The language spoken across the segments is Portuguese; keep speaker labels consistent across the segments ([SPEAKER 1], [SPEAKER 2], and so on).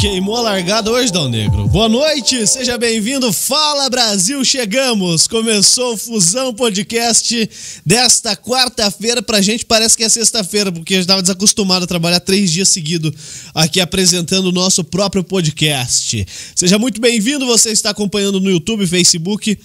[SPEAKER 1] Queimou a largada hoje, Dal Negro. Boa noite, seja bem-vindo. Fala Brasil, chegamos. Começou o Fusão Podcast desta quarta-feira. Pra gente parece que é sexta-feira, porque a gente estava desacostumado a trabalhar três dias seguidos aqui apresentando o nosso próprio podcast. Seja muito bem-vindo, você está acompanhando no YouTube, Facebook.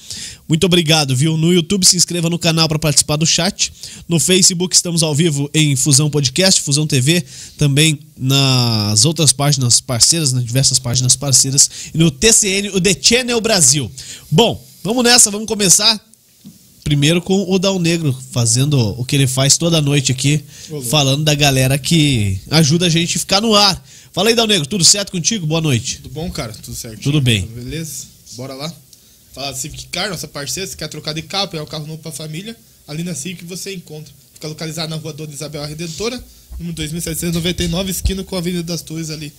[SPEAKER 1] Muito obrigado, viu? No YouTube se inscreva no canal para participar do chat. No Facebook estamos ao vivo em Fusão Podcast, Fusão TV, também nas outras páginas parceiras, nas diversas páginas parceiras, e no TCN, o The Channel Brasil. Bom, vamos nessa, vamos começar. Primeiro com o Dal Negro, fazendo o que ele faz toda noite aqui, falando da galera que ajuda a gente a ficar no ar. Fala aí, Dal Negro, tudo certo contigo? Boa noite.
[SPEAKER 2] Tudo bom, cara? Tudo certo?
[SPEAKER 1] Tudo bem.
[SPEAKER 2] Beleza? Bora lá. Fala da Civic Car, nossa parceira, se quer trocar de carro, pegar o carro novo pra família, ali na Civic você encontra. Fica localizado na rua Dona Isabel a Redentora, número 2799, esquina com a Avenida das Torres ali.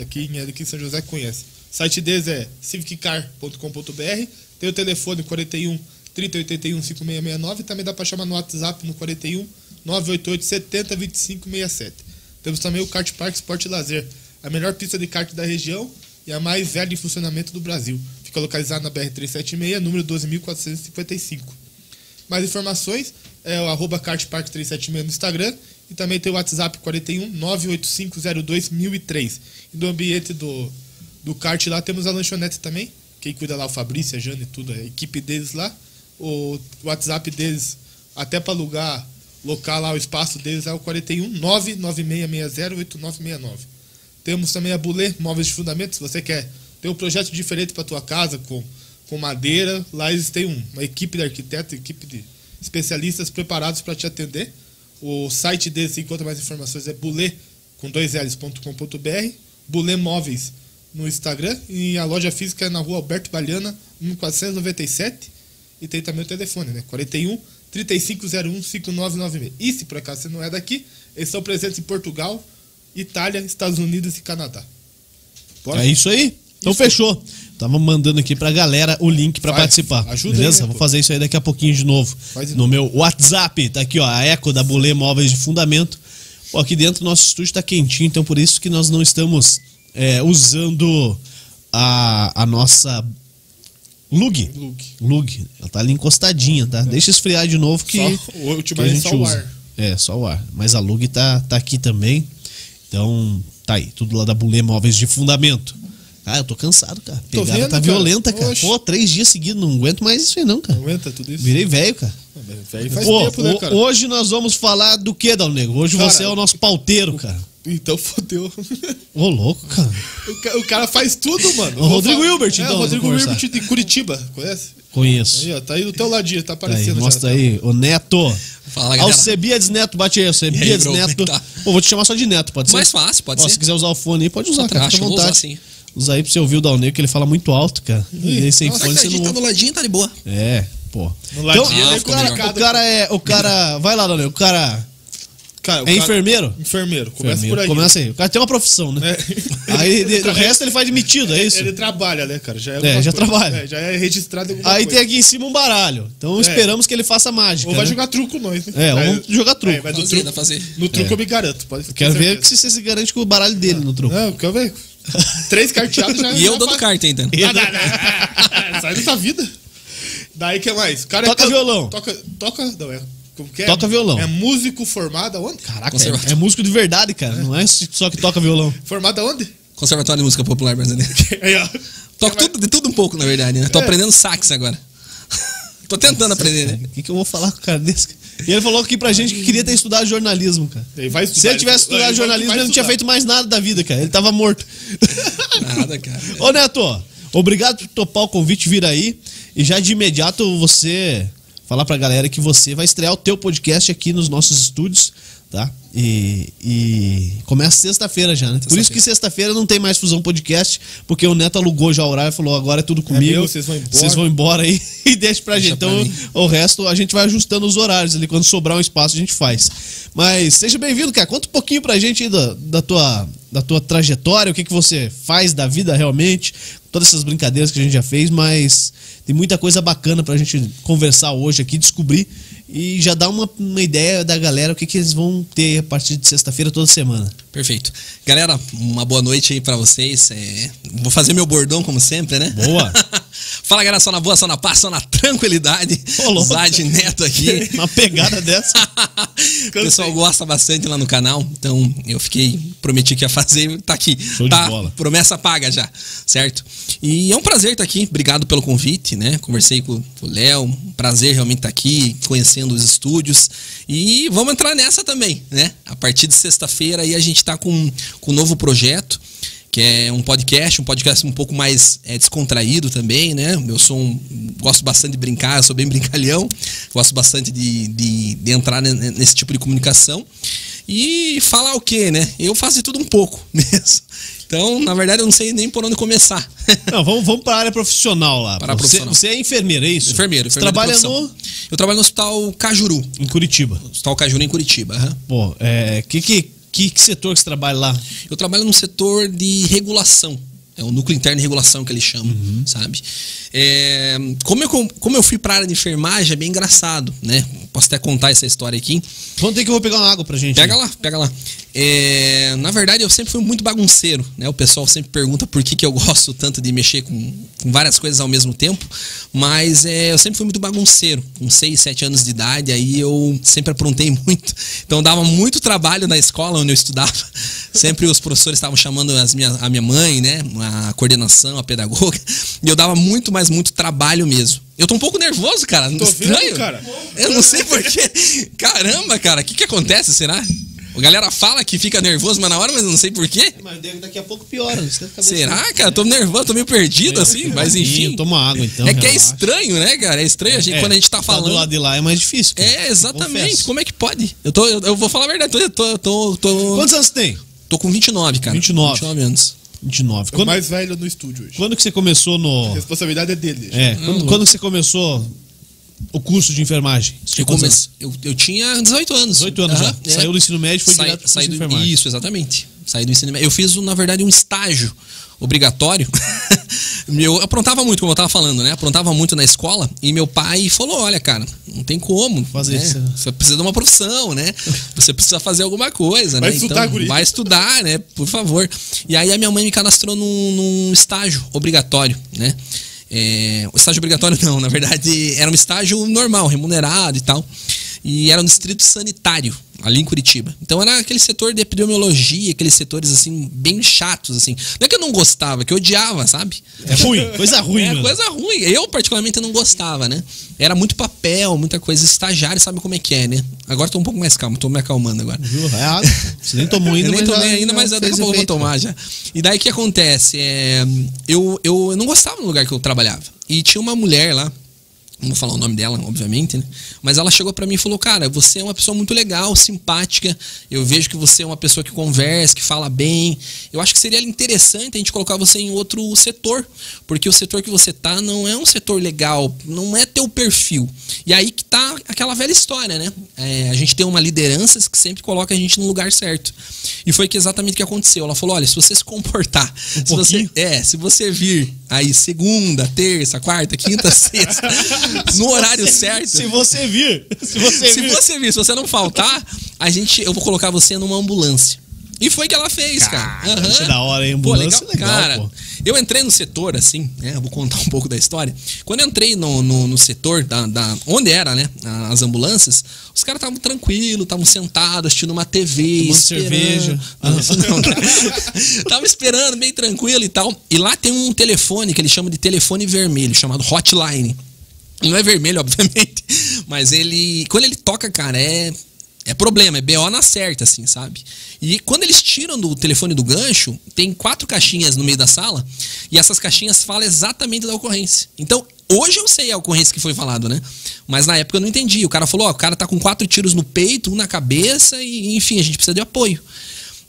[SPEAKER 2] Aqui em aqui em São José conhece. O site deles é civiccar.com.br, tem o telefone 41 3081 5669, também dá pra chamar no WhatsApp no 41 988 70 2567. Temos também o Kart Park Sport e Lazer, a melhor pista de kart da região e a mais velha em funcionamento do Brasil. Fica localizada na BR-376, número 12.455. Mais informações é o arroba kartpark376 no Instagram e também tem o WhatsApp 41 98502 1003. E do ambiente do, do kart lá temos a lanchonete também, quem cuida lá é o Fabrício, a Jane e tudo, a equipe deles lá. O WhatsApp deles, até para alugar local lá, o espaço deles é o 41 996608969. Temos também a Bulê Móveis de Fundamento, se você quer ter um projeto diferente para tua casa com, com madeira, lá eles têm um- uma equipe de arquitetos, equipe de especialistas preparados para te atender. O site deles, se encontra mais informações, é bulê, com dois L's.com.br, Bulê Móveis no Instagram e a loja física é na rua Alberto Baliana, 1497. E tem também o telefone, né? 41 3501 5996. E se por acaso você não é daqui, eles são presentes em Portugal, Itália, Estados Unidos e Canadá. Bora?
[SPEAKER 1] É isso aí? Então
[SPEAKER 2] Isso.
[SPEAKER 1] fechou. Tava mandando aqui pra galera o link pra
[SPEAKER 2] Faz.
[SPEAKER 1] participar.
[SPEAKER 2] Ajuda
[SPEAKER 1] beleza?
[SPEAKER 2] aí, né,
[SPEAKER 1] Vou
[SPEAKER 2] pô?
[SPEAKER 1] fazer isso aí daqui a pouquinho de novo.
[SPEAKER 2] Faz de
[SPEAKER 1] no meu WhatsApp, tá aqui, ó, a Eco da Bolê Móveis de Fundamento. Pô, aqui dentro nosso estúdio tá quentinho, então por isso que nós não estamos é, usando a, a nossa lug.
[SPEAKER 2] Luke.
[SPEAKER 1] Lug. Ela tá ali encostadinha, tá? Deixa esfriar de novo que,
[SPEAKER 2] Só- o último
[SPEAKER 1] que a
[SPEAKER 2] é
[SPEAKER 1] gente
[SPEAKER 2] só o
[SPEAKER 1] usa.
[SPEAKER 2] ar.
[SPEAKER 1] É, só o ar. Mas a Lug tá, tá aqui também. Então, tá aí. Tudo lá da Bulê Móveis de Fundamento. Ah, eu tô cansado, cara.
[SPEAKER 2] Tô
[SPEAKER 1] Pegada
[SPEAKER 2] vendo,
[SPEAKER 1] tá
[SPEAKER 2] cara.
[SPEAKER 1] violenta, cara.
[SPEAKER 2] Oxe.
[SPEAKER 1] Pô, três dias seguidos, não aguento mais isso aí não, cara.
[SPEAKER 2] Aguenta tudo isso?
[SPEAKER 1] Virei velho, cara.
[SPEAKER 2] Ah, velho, velho, Faz
[SPEAKER 1] Pô,
[SPEAKER 2] tempo, né,
[SPEAKER 1] ho-
[SPEAKER 2] cara?
[SPEAKER 1] Hoje nós vamos falar do que, Dal Negro? Hoje
[SPEAKER 2] Cara,
[SPEAKER 1] você é o nosso pauteiro, cara.
[SPEAKER 2] Então fodeu.
[SPEAKER 1] Ô, louco, cara.
[SPEAKER 2] o, ca- o cara faz tudo, mano.
[SPEAKER 1] O Rodrigo Hilbert,
[SPEAKER 2] É,
[SPEAKER 1] então,
[SPEAKER 2] o Rodrigo
[SPEAKER 1] vamos conversar.
[SPEAKER 2] Hilbert de Curitiba, conhece?
[SPEAKER 1] Conheço.
[SPEAKER 2] Aí, ó, tá aí do teu ladinho, tá
[SPEAKER 1] Tá aí,
[SPEAKER 2] aparecendo. já.
[SPEAKER 1] mostra aí, o Neto.
[SPEAKER 3] Fala, galera.
[SPEAKER 1] Alcebiades Neto, bate aí,
[SPEAKER 3] E aí,
[SPEAKER 1] Alcebiades
[SPEAKER 3] bro, como é
[SPEAKER 1] Neto.
[SPEAKER 3] que tá?
[SPEAKER 1] Pô, vou te chamar só de Neto, pode ser?
[SPEAKER 3] Mais fácil, pode
[SPEAKER 1] Ó,
[SPEAKER 3] ser.
[SPEAKER 1] Se quiser usar o fone aí, pode usar,
[SPEAKER 3] Só
[SPEAKER 1] cara. Fica
[SPEAKER 3] acho,
[SPEAKER 1] à
[SPEAKER 3] eu vou
[SPEAKER 1] vontade.
[SPEAKER 3] usar sim.
[SPEAKER 1] Usa aí pra você ouvir o Dal Negro, que ele fala muito alto, cara. E aí sem
[SPEAKER 2] nossa,
[SPEAKER 1] fone
[SPEAKER 3] Mas
[SPEAKER 1] você
[SPEAKER 3] a gente tá
[SPEAKER 1] não.
[SPEAKER 3] do ladinho, tá de boa.
[SPEAKER 1] É, pô.
[SPEAKER 2] No
[SPEAKER 1] Então,
[SPEAKER 2] ladinho né,
[SPEAKER 3] é
[SPEAKER 1] o, cara,
[SPEAKER 3] complicado.
[SPEAKER 1] o cara é. O cara. Vai lá, Dal Negro. O cara
[SPEAKER 2] Cara, o
[SPEAKER 1] é
[SPEAKER 2] cara-
[SPEAKER 1] enfermeiro?
[SPEAKER 2] Enfermeiro. Começa
[SPEAKER 1] Enfermeiro.
[SPEAKER 2] por aí.
[SPEAKER 1] Começa aí. O cara tem uma profissão, né?
[SPEAKER 2] É.
[SPEAKER 1] Aí de- o resto ele faz de metido, é isso?
[SPEAKER 2] Ele trabalha, né, cara? Já é,
[SPEAKER 1] É,
[SPEAKER 2] alguma
[SPEAKER 1] já
[SPEAKER 2] coisa.
[SPEAKER 1] trabalha.
[SPEAKER 2] É, já é registrado em alguma
[SPEAKER 1] Aí tem
[SPEAKER 2] coisa. É.
[SPEAKER 1] aqui em cima um baralho. Então esperamos que ele faça mágica.
[SPEAKER 2] Ou vai
[SPEAKER 1] né?
[SPEAKER 2] jogar truco nós, né?
[SPEAKER 1] É, ou
[SPEAKER 2] Aí-
[SPEAKER 1] vamos jogar truco. É.
[SPEAKER 2] É, mas no
[SPEAKER 3] Fazer, dá
[SPEAKER 2] truco,
[SPEAKER 3] pra fazer.
[SPEAKER 2] no truco eu me garanto. Pode,
[SPEAKER 1] Quero
[SPEAKER 2] com
[SPEAKER 1] ver
[SPEAKER 2] certeza.
[SPEAKER 1] se você se garante com o baralho dele no truco.
[SPEAKER 2] Não, quero ver. Três carteados já.
[SPEAKER 3] E eu
[SPEAKER 2] já
[SPEAKER 3] dando
[SPEAKER 2] faz.
[SPEAKER 3] carta então. ainda.
[SPEAKER 2] Ah, não, não. É, Sai dessa vida. Daí que mais? O cara é
[SPEAKER 1] Toca
[SPEAKER 2] can-
[SPEAKER 1] violão.
[SPEAKER 2] Toca. Toca. Não, é. Como que é?
[SPEAKER 1] Toca violão.
[SPEAKER 2] É músico formado aonde?
[SPEAKER 1] Caraca,
[SPEAKER 3] Conservatório.
[SPEAKER 1] é, é músico de verdade, cara. Não é só que toca violão.
[SPEAKER 2] Formado aonde?
[SPEAKER 3] Conservatório de Música Popular Brasileira.
[SPEAKER 2] Aí, ó.
[SPEAKER 3] Toco tudo, de tudo um pouco, na verdade, né? Tô aprendendo sax agora. Tô tentando aprender, né?
[SPEAKER 1] O que, que eu vou falar com o cara desse? E ele falou aqui pra gente que queria ter estudado jornalismo, cara.
[SPEAKER 2] Ele vai estudar.
[SPEAKER 1] Se ele tivesse estudado
[SPEAKER 2] vai
[SPEAKER 1] jornalismo, ele não tinha
[SPEAKER 2] estudar.
[SPEAKER 1] feito mais nada da vida, cara. Ele tava morto.
[SPEAKER 3] Nada, cara.
[SPEAKER 1] Ô, Neto, obrigado por topar o convite vir aí. E já de imediato você falar pra galera que você vai estrear o teu podcast aqui nos nossos estúdios, tá? E, e começa sexta-feira já, né? Por isso que sexta-feira não tem mais Fusão Podcast, porque o Neto alugou já o horário e falou, agora é tudo comigo.
[SPEAKER 2] meu, vocês vão embora.
[SPEAKER 1] Vocês vão embora aí e deixa pra gente.
[SPEAKER 3] pra
[SPEAKER 1] então,
[SPEAKER 3] mim.
[SPEAKER 1] o resto a gente vai ajustando os horários ali. Quando sobrar um espaço, a gente faz. Mas seja bem-vindo, cara. Conta um pouquinho pra gente aí da, da tua, da tua trajetória, o que, que você faz da vida realmente, todas essas brincadeiras que a gente já fez, mas tem muita coisa bacana pra gente conversar hoje aqui, descobrir e já dá uma, uma ideia da galera o que, que eles vão ter a partir de sexta-feira toda semana.
[SPEAKER 3] Perfeito. Galera, uma boa noite aí pra vocês. É, Vou fazer meu bordão como sempre, né?
[SPEAKER 1] Boa.
[SPEAKER 3] Fala, galera, só na boa, só na paz, só na tranquilidade.
[SPEAKER 1] Ô, louco.
[SPEAKER 3] Zad Neto aqui.
[SPEAKER 1] Uma pegada dessa.
[SPEAKER 3] O pessoal gosta bastante lá no canal, então eu fiquei, prometi que ia fazer, e tá aqui.
[SPEAKER 1] de
[SPEAKER 3] tá,
[SPEAKER 1] bola.
[SPEAKER 3] promessa paga já, certo? E é um prazer estar aqui, obrigado pelo convite, né? Conversei com com o Léo, um prazer realmente estar aqui, conhecendo os estúdios. E vamos entrar nessa também, né? A partir de sexta-feira aí a gente tá com, com um novo projeto. Que é um podcast, um podcast um pouco mais é, descontraído também, né? Eu sou um. Gosto bastante de brincar, eu sou bem brincalhão, gosto bastante de, de, de entrar ne- nesse tipo de comunicação. E falar o quê, né? Eu faço de tudo um pouco mesmo. Então, na verdade, eu não sei nem por onde começar.
[SPEAKER 1] Não, vamos, vamos para a área profissional lá.
[SPEAKER 3] Para a
[SPEAKER 1] Você-
[SPEAKER 3] profissional.
[SPEAKER 1] Você, é enfermeira, é isso?
[SPEAKER 3] enfermeiro, enfermeiro.
[SPEAKER 1] Você
[SPEAKER 3] de
[SPEAKER 1] trabalha
[SPEAKER 3] profissão.
[SPEAKER 1] no,
[SPEAKER 3] Eu trabalho no Hospital Cajuru.
[SPEAKER 1] em Curitiba.
[SPEAKER 3] Hospital Cajuru em Curitiba. aham.
[SPEAKER 1] Bom, é, que, que, que, que setor que você trabalha lá?
[SPEAKER 3] Eu trabalho no setor de regulação. É o núcleo interno de regulação que eles chamam,
[SPEAKER 1] Uhum.
[SPEAKER 3] sabe? É, como, eu, com- como eu fui para a área de enfermagem, é bem engraçado, né? Posso até contar essa história aqui.
[SPEAKER 1] Vamos ter que eu vou pegar uma água pra gente.
[SPEAKER 3] Pega lá, pega lá. É, na verdade, eu sempre fui muito bagunceiro, né? O pessoal sempre pergunta por que, que eu gosto tanto de mexer com, com várias coisas ao mesmo tempo, mas é, eu sempre fui muito bagunceiro. Com 6, 7 anos de idade, aí eu sempre aprontei muito. Então dava muito trabalho na escola onde eu estudava. Sempre os professores estavam chamando as minha- a minha mãe, né? A coordenação, a pedagoga. E eu dava muito, mas muito trabalho mesmo. Eu tô um pouco nervoso, cara. Não
[SPEAKER 2] Tô vendo,
[SPEAKER 3] estranho?
[SPEAKER 2] cara.
[SPEAKER 3] Eu não sei porquê. Caramba, cara, o que, que acontece, será? A galera fala que fica nervoso, mas na hora, mas eu não sei porquê.
[SPEAKER 1] Mas daqui a pouco piora. Você tá
[SPEAKER 3] Será, cara? Tô nervoso, tô meio perdido assim, mas enfim.
[SPEAKER 1] Toma água então.
[SPEAKER 3] É que é
[SPEAKER 1] relaxa.
[SPEAKER 3] estranho, né, cara? É estranho a gente,
[SPEAKER 1] É,
[SPEAKER 3] quando a gente tá
[SPEAKER 1] Do
[SPEAKER 3] falando.
[SPEAKER 1] lado de lá é mais difícil. cara.
[SPEAKER 3] É, exatamente.
[SPEAKER 1] Confesso.
[SPEAKER 3] Como é que pode? Eu, tô, eu, eu vou falar a verdade, tô, tô, tô, tô,
[SPEAKER 1] Quantos anos você tem?
[SPEAKER 3] tô com 29, cara.
[SPEAKER 1] 29.
[SPEAKER 3] 29 anos.
[SPEAKER 1] 29.
[SPEAKER 2] O
[SPEAKER 1] Quando,
[SPEAKER 2] mais velho no estúdio hoje.
[SPEAKER 1] quando que você começou
[SPEAKER 2] A
[SPEAKER 1] no.
[SPEAKER 2] responsabilidade é dele.
[SPEAKER 1] É, quando, quando que você começou o curso de enfermagem? Você
[SPEAKER 3] Eu,
[SPEAKER 1] tinha quantos anos?
[SPEAKER 3] comecei, eu, eu tinha 18 anos.
[SPEAKER 1] 18 anos
[SPEAKER 3] Aham, é.
[SPEAKER 1] já. Saiu do ensino médio e foi
[SPEAKER 3] Sai-
[SPEAKER 1] direto pro
[SPEAKER 3] saí
[SPEAKER 1] curso de
[SPEAKER 3] do-
[SPEAKER 1] enfermagem.
[SPEAKER 3] Isso, exatamente. Saí do ensino médio. Eu fiz, na verdade, um estágio obrigatório. eu aprontava muito, como eu tava falando, né? Aprontava muito na escola e meu pai falou: olha, cara, não tem como.
[SPEAKER 1] Fazer
[SPEAKER 3] né?
[SPEAKER 1] isso.
[SPEAKER 3] Você precisa de uma profissão, né? Você precisa fazer alguma coisa,
[SPEAKER 2] Vai
[SPEAKER 3] né?
[SPEAKER 2] estudar, guri.
[SPEAKER 3] vai estudar, né? Por favor. E aí a minha mãe me cadastrou num, num estágio obrigatório, né? É, o estágio obrigatório não, na verdade era um estágio normal, remunerado e tal. E era no distrito sanitário, ali em Curitiba. Então era aquele setor de epidemiologia, aqueles setores assim, bem chatos, assim. Não é que eu não gostava, é que eu odiava, sabe?
[SPEAKER 1] É ruim, coisa ruim,
[SPEAKER 3] É
[SPEAKER 1] mano.
[SPEAKER 3] coisa ruim. Eu, particularmente, não gostava, né? Era muito papel, muita coisa. Estagiário sabe como é que é, né? Agora tô um pouco mais calmo, tô me acalmando agora.
[SPEAKER 1] Viu? É água. Você nem tomou ainda,
[SPEAKER 3] eu nem
[SPEAKER 1] mas
[SPEAKER 3] tomei
[SPEAKER 1] já-
[SPEAKER 3] ainda,
[SPEAKER 1] já
[SPEAKER 3] mas daqui a
[SPEAKER 1] fez
[SPEAKER 3] pouco eu vou
[SPEAKER 1] efeito.
[SPEAKER 3] tomar já. E daí o que acontece? É, eu, eu não gostava do lugar que eu trabalhava. E tinha uma mulher lá, não vou falar o nome dela, obviamente, né? Mas ela chegou pra mim e falou: Cara, você é uma pessoa muito legal, simpática. Eu vejo que você é uma pessoa que conversa, que fala bem. Eu acho que seria interessante a gente colocar você em outro setor, porque o setor que você tá não é um setor legal, não é teu perfil. E aí que tá aquela velha história, né? É, a gente tem uma liderança que sempre coloca a gente no lugar certo. E foi que exatamente o que aconteceu. Ela falou: olha, se você se comportar, se você,
[SPEAKER 1] pouquinho.
[SPEAKER 3] é, se você vir aí segunda, terça, quarta, quinta, sexta, no horário certo.
[SPEAKER 1] Se você vir, se você
[SPEAKER 3] Se
[SPEAKER 1] vir.
[SPEAKER 3] você vir, se você não faltar, a gente, eu vou colocar você numa ambulância. E foi que ela fez, cara. Aham.
[SPEAKER 1] isso é da hora, hein?
[SPEAKER 3] Pô,
[SPEAKER 1] Ambulância é legal,
[SPEAKER 3] cara.
[SPEAKER 1] pô.
[SPEAKER 3] Eu entrei no setor, assim, né? Eu vou contar um pouco da história. Quando eu entrei no, no, no setor da, da- Onde era, né? As ambulâncias, os caras estavam tranquilos, estavam sentados, assistindo uma TV.
[SPEAKER 1] Tomando
[SPEAKER 3] esperando.
[SPEAKER 1] cerveja.
[SPEAKER 3] Não, isso não, cara. Tava esperando, bem tranquilo e tal. E lá tem um telefone que eles chamam de telefone vermelho, chamado hotline. Não é vermelho, obviamente, mas ele. Quando ele toca, cara, é. É problema, é BO na certa, assim, sabe? E quando eles tiram do telefone do gancho, tem quatro caixinhas no meio da sala e essas caixinhas falam exatamente da ocorrência. Então, hoje eu sei a ocorrência que foi falado, né? Mas na época eu não entendi. O cara falou: ó, o cara tá com quatro tiros no peito, um na cabeça e, enfim, a gente precisa de apoio.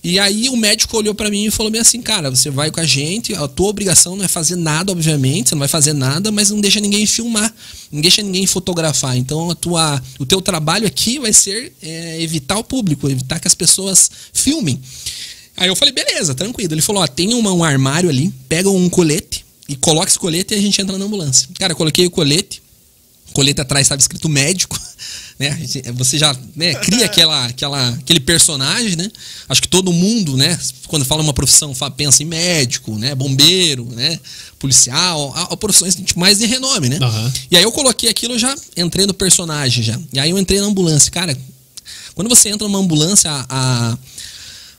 [SPEAKER 3] E aí o médico olhou pra mim e falou bem assim, cara, você vai com a gente, a tua obrigação não é fazer nada, obviamente, você não vai fazer nada, mas não deixa ninguém filmar, não deixa ninguém fotografar. Então a tua, o teu trabalho aqui vai ser é, evitar o público, evitar que as pessoas filmem. Aí eu falei, beleza, tranquilo. Ele falou, ó, tem uma- um armário ali, pega um colete e coloca esse colete e a gente entra na ambulância. Cara, eu coloquei o colete, colete atrás estava escrito médico. Né? A gente- Você já né, cria aquela, aquela, aquele personagem, né? Acho que todo mundo, né? Quando fala uma profissão, fala, pensa em médico, né? Bombeiro, né? Policial, a, a profissões de- mais de renome, né?
[SPEAKER 1] Aham.
[SPEAKER 3] E aí eu coloquei aquilo, eu já entrei no personagem já. E aí eu entrei na ambulância. Cara, quando você entra numa ambulância, a, a,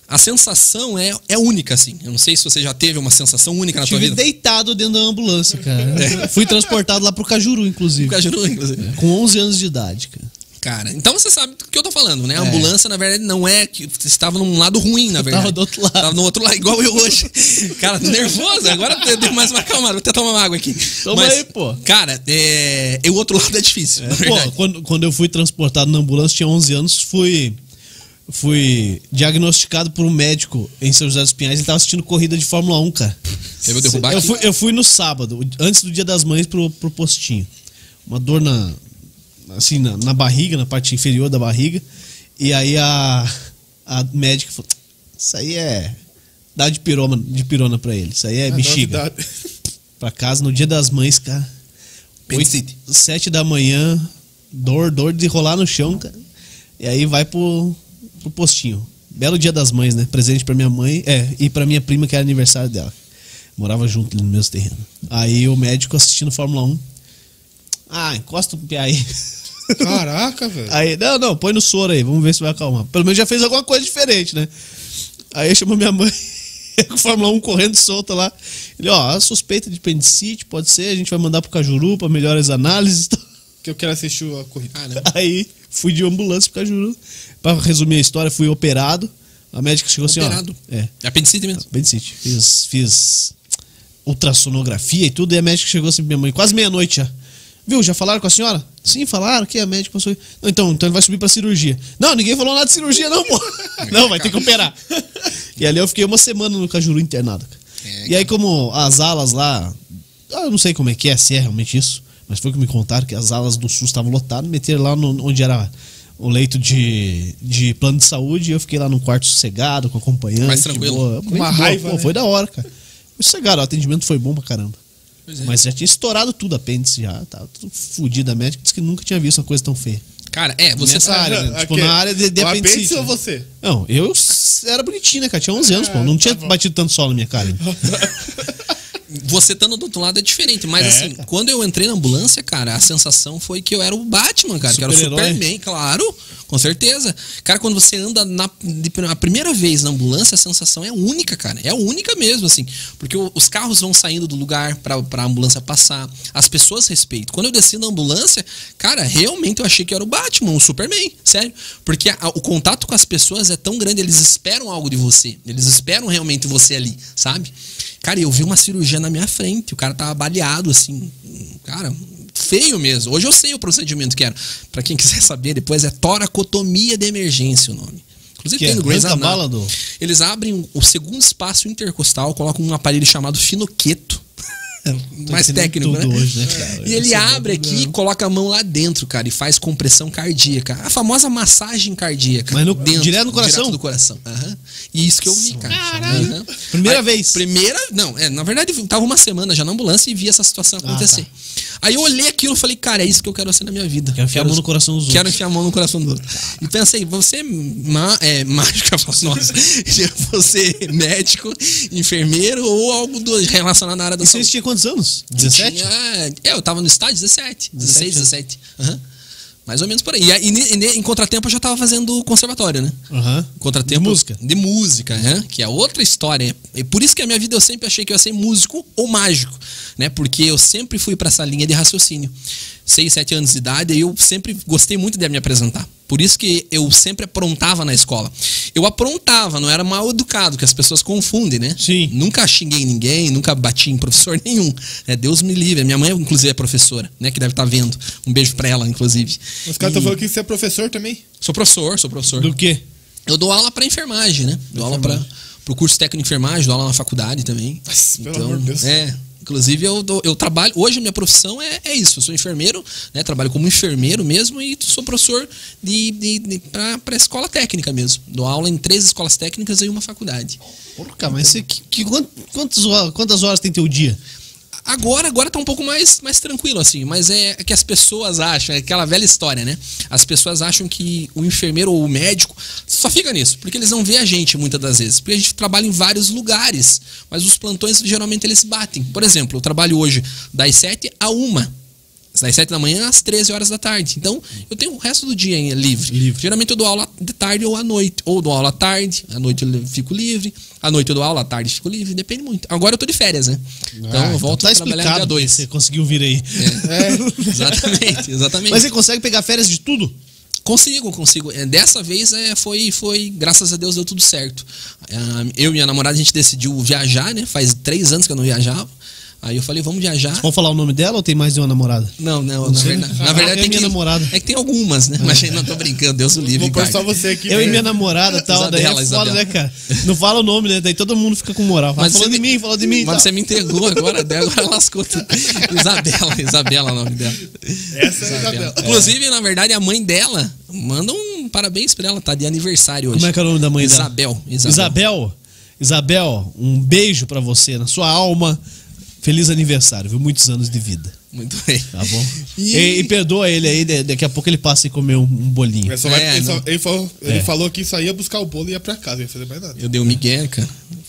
[SPEAKER 3] a sensação é, é única, assim. Eu não sei se você já teve uma sensação única na sua
[SPEAKER 1] Estive
[SPEAKER 3] vida.
[SPEAKER 1] deitado dentro da ambulância, cara. Fui transportado lá pro Cajuru, inclusive.
[SPEAKER 3] Nunca jurou, inclusive.
[SPEAKER 1] Com 11 anos de idade, cara.
[SPEAKER 3] Cara, então você sabe do que eu tô falando, né? A ambulância, na verdade, não é que você estava num lado ruim, na verdade.
[SPEAKER 1] tava do outro lado.
[SPEAKER 3] Tava no outro lado, igual eu hoje. Cara, tô nervoso. Agora eu dei mais uma calma, vou até tomar uma água aqui.
[SPEAKER 1] Toma aí, pô.
[SPEAKER 3] Cara, é... e o outro lado é difícil. na verdade.
[SPEAKER 1] Pô, quando, quando eu fui transportado na ambulância, tinha 11 anos, fui, fui diagnosticado por um médico em São José dos Pinhais. Ele tava assistindo corrida de Fórmula 1, cara.
[SPEAKER 3] Eu vou derrubar
[SPEAKER 1] eu
[SPEAKER 3] aqui.
[SPEAKER 1] fui, eu fui no sábado, antes do Dia das Mães, pro, pro postinho. Uma dor na, assim, na, na barriga, na parte inferior da barriga. E aí a, a médica falou, isso aí é... Dá de pirona, de pirona pra ele. Isso aí
[SPEAKER 3] Ah,
[SPEAKER 2] Ah,
[SPEAKER 1] é bexiga. Pra casa no dia das mães, cara.
[SPEAKER 3] Apendicite.
[SPEAKER 1] Oito- Sete da manhã, dor, dor de rolar no chão, cara. E aí vai pro, pro postinho. Belo dia das mães, né? Presente pra minha mãe, é, e pra minha prima, que era aniversário dela. Morava junto ali no mesmo terreno. Aí o médico assistindo Fórmula 1. Ah, encosta o pé aí.
[SPEAKER 2] Ah, Caraca, velho.
[SPEAKER 1] É. Aí, não, não, põe no soro aí, vamos ver se vai acalmar. Pelo menos já fez alguma coisa diferente, né? Aí chamou minha mãe, com o Fórmula 1 correndo solta lá. Ele, ó, a suspeita de apendicite, pode ser, a gente vai mandar pro Cajuru pra melhores análises. e tal.
[SPEAKER 2] Que eu quero assistir a corrida. Ah,
[SPEAKER 3] Caramba.
[SPEAKER 1] Aí fui de ambulância pro Cajuru. Pra resumir a história, fui operado. A médica chegou
[SPEAKER 3] Operado?
[SPEAKER 1] assim, ó. É,
[SPEAKER 3] É apendicite mesmo.
[SPEAKER 1] apendicite. Fiz, fiz ultrassonografia e tudo, e a médica chegou assim pra minha mãe, quase meia-noite já. Viu, já falaram com a senhora? Sim, falaram que a médica passou. Não, então, então ele vai subir pra cirurgia. Não, ninguém falou nada de cirurgia, não, pô. Não, vai ter que operar. E ali eu fiquei uma semana no Cajuru internado. cara.
[SPEAKER 3] É,
[SPEAKER 1] E aí, como as alas lá. ah, Eu não sei como é que é, se é realmente isso, mas foi o que me contaram que as alas do SUS estavam lotadas, meteram lá no- onde era o leito de, de plano de saúde, e eu fiquei lá num quarto sossegado, com acompanhante.
[SPEAKER 3] Mais tranquilo.
[SPEAKER 1] de boa.
[SPEAKER 2] Com uma
[SPEAKER 1] Muito boa,
[SPEAKER 2] raiva,
[SPEAKER 1] pô,
[SPEAKER 2] né?
[SPEAKER 1] Foi da hora, cara. Foi sossegado, o atendimento foi bom pra caramba.
[SPEAKER 3] Pois é.
[SPEAKER 1] Mas já tinha estourado tudo, apêndice já, tava tudo fudido. A médica disse que nunca tinha visto uma coisa tão feia.
[SPEAKER 3] Cara, é, você
[SPEAKER 1] Nessa
[SPEAKER 3] sabe.
[SPEAKER 1] área, né?
[SPEAKER 2] Ah,
[SPEAKER 1] Tipo,
[SPEAKER 2] que-
[SPEAKER 1] na área de- de
[SPEAKER 2] O
[SPEAKER 1] apendicite,
[SPEAKER 2] apêndice ou
[SPEAKER 1] né?
[SPEAKER 2] você?
[SPEAKER 1] Não, eu s- era bonitinho, né, cara? Tinha 11
[SPEAKER 3] Ah,
[SPEAKER 1] anos, pô. Não
[SPEAKER 3] tá
[SPEAKER 1] tinha batido tanto sol na minha cara. ainda.
[SPEAKER 3] Você estando do outro lado é diferente, mas
[SPEAKER 1] É,
[SPEAKER 3] assim,
[SPEAKER 1] cara.
[SPEAKER 3] quando eu entrei na ambulância, cara, a sensação foi que eu era o Batman, cara, que eu era o
[SPEAKER 1] Super-herói.
[SPEAKER 3] Superman, claro, com certeza. Cara, quando você anda na de prim- a primeira vez na ambulância, a sensação é única, cara, é única mesmo, assim, porque o- os carros vão saindo do lugar pra, pra ambulância passar, as pessoas respeitam. Quando eu desci na ambulância, cara, realmente eu achei que eu era o Batman, o Superman, sério, porque a- o contato com as pessoas é tão grande, eles esperam algo de você, eles esperam realmente você ali, sabe? Cara, eu vi uma cirurgia na minha frente. O cara tava baleado, assim. Cara, feio mesmo. Hoje eu sei o procedimento que era. Pra quem quiser saber, depois é toracotomia de emergência o nome. Inclusive
[SPEAKER 1] Que
[SPEAKER 3] tem
[SPEAKER 1] é
[SPEAKER 3] no Grey's
[SPEAKER 1] arranca a
[SPEAKER 3] Anatomy.
[SPEAKER 1] bala do-
[SPEAKER 3] Eles abrem o- o segundo espaço intercostal, colocam um aparelho chamado finoqueto. Mais
[SPEAKER 1] entendendo
[SPEAKER 3] técnico,
[SPEAKER 1] tudo
[SPEAKER 3] né?
[SPEAKER 1] hoje, né, cara?
[SPEAKER 3] E
[SPEAKER 1] Eu
[SPEAKER 3] ele
[SPEAKER 1] sei é.
[SPEAKER 3] abre
[SPEAKER 1] tudo,
[SPEAKER 3] aqui e coloca a mão lá dentro, cara, e faz compressão cardíaca. A famosa massagem cardíaca.
[SPEAKER 1] Mas no-
[SPEAKER 3] Dentro,
[SPEAKER 1] direto no coração?
[SPEAKER 3] do coração. Aham. E isso que eu vi, cara. Aham.
[SPEAKER 1] Primeira
[SPEAKER 3] Aí,
[SPEAKER 1] vez.
[SPEAKER 3] Primeira. Não, é, na verdade, eu tava uma semana já na ambulância e vi essa situação
[SPEAKER 1] Ah,
[SPEAKER 3] acontecer. Aí eu olhei aquilo e falei, cara, é isso que eu quero ser na minha vida.
[SPEAKER 1] tá. Quero enfiar a mão no coração dos
[SPEAKER 3] Quero
[SPEAKER 1] outros.
[SPEAKER 3] enfiar a mão no coração do outro. E pensei, você é, má, é mágica, eu falo, nossa, você é médico, enfermeiro ou algo do- relacionado à área da
[SPEAKER 1] E vocês
[SPEAKER 3] saúde.
[SPEAKER 1] tinham quantos anos? 17?
[SPEAKER 3] Tinha- é, eu tava no estádio 17, 16, 17. Aham. Mais ou menos por aí. E, aí, e ne- e ne- em contratempo eu já tava fazendo conservatório, né?
[SPEAKER 1] Aham.
[SPEAKER 3] Contratempo.
[SPEAKER 1] De música.
[SPEAKER 3] De música, né? Que é outra história. E por isso que a minha vida eu sempre achei que eu ia ser músico ou mágico, né? Porque eu sempre fui pra essa linha de raciocínio. Seis, sete anos de idade, e eu sempre gostei muito de me apresentar. Por isso que eu sempre aprontava na escola. Eu aprontava, não era mal educado, que as pessoas confundem, né?
[SPEAKER 1] Sim.
[SPEAKER 3] Nunca xinguei ninguém, nunca bati em professor nenhum. né? Deus me livre. A Minha mãe, inclusive, é professora, né? Que deve estar vendo. Um beijo pra ela, inclusive.
[SPEAKER 2] Os caras estão
[SPEAKER 3] E-
[SPEAKER 2] falando que você é professor também?
[SPEAKER 3] Sou professor, sou professor.
[SPEAKER 1] Do quê?
[SPEAKER 3] Eu dou aula para enfermagem, né? Dou aula para o curso técnico de enfermagem, dou aula na faculdade também.
[SPEAKER 2] Nossa, pelo amor de Deus.
[SPEAKER 3] É. Inclusive, eu, dou- eu trabalho. Hoje, a minha profissão é, é isso. Eu sou enfermeiro, né? Trabalho como enfermeiro mesmo e sou professor de, de, para escola técnica mesmo. Dou aula em três escolas técnicas e uma faculdade.
[SPEAKER 1] Porra, mas você, que, que- quant- quantos, ho- quantas horas tem teu dia?
[SPEAKER 3] Agora, agora tá um pouco mais, mais tranquilo, assim, mas é, é que as pessoas acham, é aquela velha história, né? As pessoas acham que o enfermeiro ou o médico só fica nisso, porque eles não vê a gente muitas das vezes, porque a gente trabalha em vários lugares, mas os plantões geralmente eles batem. Por exemplo, eu trabalho hoje das 7 a 1 das 7 da manhã às 13 horas da tarde. Então, eu tenho o resto do dia aí livre. livre. Geralmente eu dou aula de tarde ou à noite. Ou dou aula à tarde, à noite eu fico livre. À noite eu dou aula, à tarde fico livre. Depende muito. Agora eu tô de férias, né? Então eu volto
[SPEAKER 1] tá
[SPEAKER 3] a trabalhar no
[SPEAKER 1] explicado
[SPEAKER 3] dia
[SPEAKER 1] por que
[SPEAKER 3] 2.
[SPEAKER 1] Você conseguiu vir aí.
[SPEAKER 3] É, exatamente, exatamente.
[SPEAKER 1] Mas você consegue pegar férias de tudo?
[SPEAKER 3] Consigo, consigo. É, Dessa vez é, foi, foi, graças a Deus, deu tudo certo. Ah, Eu e minha namorada, a gente decidiu viajar, né? Faz três anos que eu não viajava. Aí eu falei, vamos viajar.
[SPEAKER 1] Vamos falar o nome dela ou tem mais de uma namorada?
[SPEAKER 3] Não, não, na
[SPEAKER 1] sei.
[SPEAKER 3] verdade, na
[SPEAKER 1] Ah, eu
[SPEAKER 3] verdade
[SPEAKER 1] e
[SPEAKER 3] tem
[SPEAKER 1] minha
[SPEAKER 3] que,
[SPEAKER 1] namorada.
[SPEAKER 3] É que tem algumas, né? Mas não tô brincando, Deus o livre,
[SPEAKER 2] Vou pôr
[SPEAKER 3] cara.
[SPEAKER 2] só você aqui.
[SPEAKER 1] Eu e
[SPEAKER 2] né?
[SPEAKER 1] minha namorada e tal, daí é
[SPEAKER 3] Isabela,
[SPEAKER 1] foda,
[SPEAKER 3] Isabela.
[SPEAKER 1] né, cara? Não fala o nome, né? Daí todo mundo fica com moral. Fala, falou
[SPEAKER 3] você
[SPEAKER 1] de
[SPEAKER 3] me-
[SPEAKER 1] mim, falou de mim. tá? e
[SPEAKER 3] Mas
[SPEAKER 1] tal.
[SPEAKER 3] você me entregou agora, daí agora lascou tudo. Isabela, Isabela é o nome dela.
[SPEAKER 2] Essa é a Isabela.
[SPEAKER 3] Inclusive, na verdade, a mãe dela manda um parabéns pra ela, tá de aniversário hoje.
[SPEAKER 1] Como é que é o nome da mãe dela?
[SPEAKER 3] Isabel. Isabel.
[SPEAKER 1] Isabel, Isabel, um beijo pra você, na sua alma. Feliz aniversário, viu? Muitos anos de vida,
[SPEAKER 3] Muito bem.
[SPEAKER 1] tá bom?
[SPEAKER 3] E-
[SPEAKER 1] E, e perdoa ele aí, da- daqui a pouco ele passa e comer um, um bolinho.
[SPEAKER 2] Ele, só vai-
[SPEAKER 3] É,
[SPEAKER 2] ele, só-
[SPEAKER 3] não.
[SPEAKER 2] ele falou, ele
[SPEAKER 1] É.
[SPEAKER 2] falou que só ia buscar o bolo e ia pra casa, não ia fazer mais nada.
[SPEAKER 3] Eu dei um migué, cara.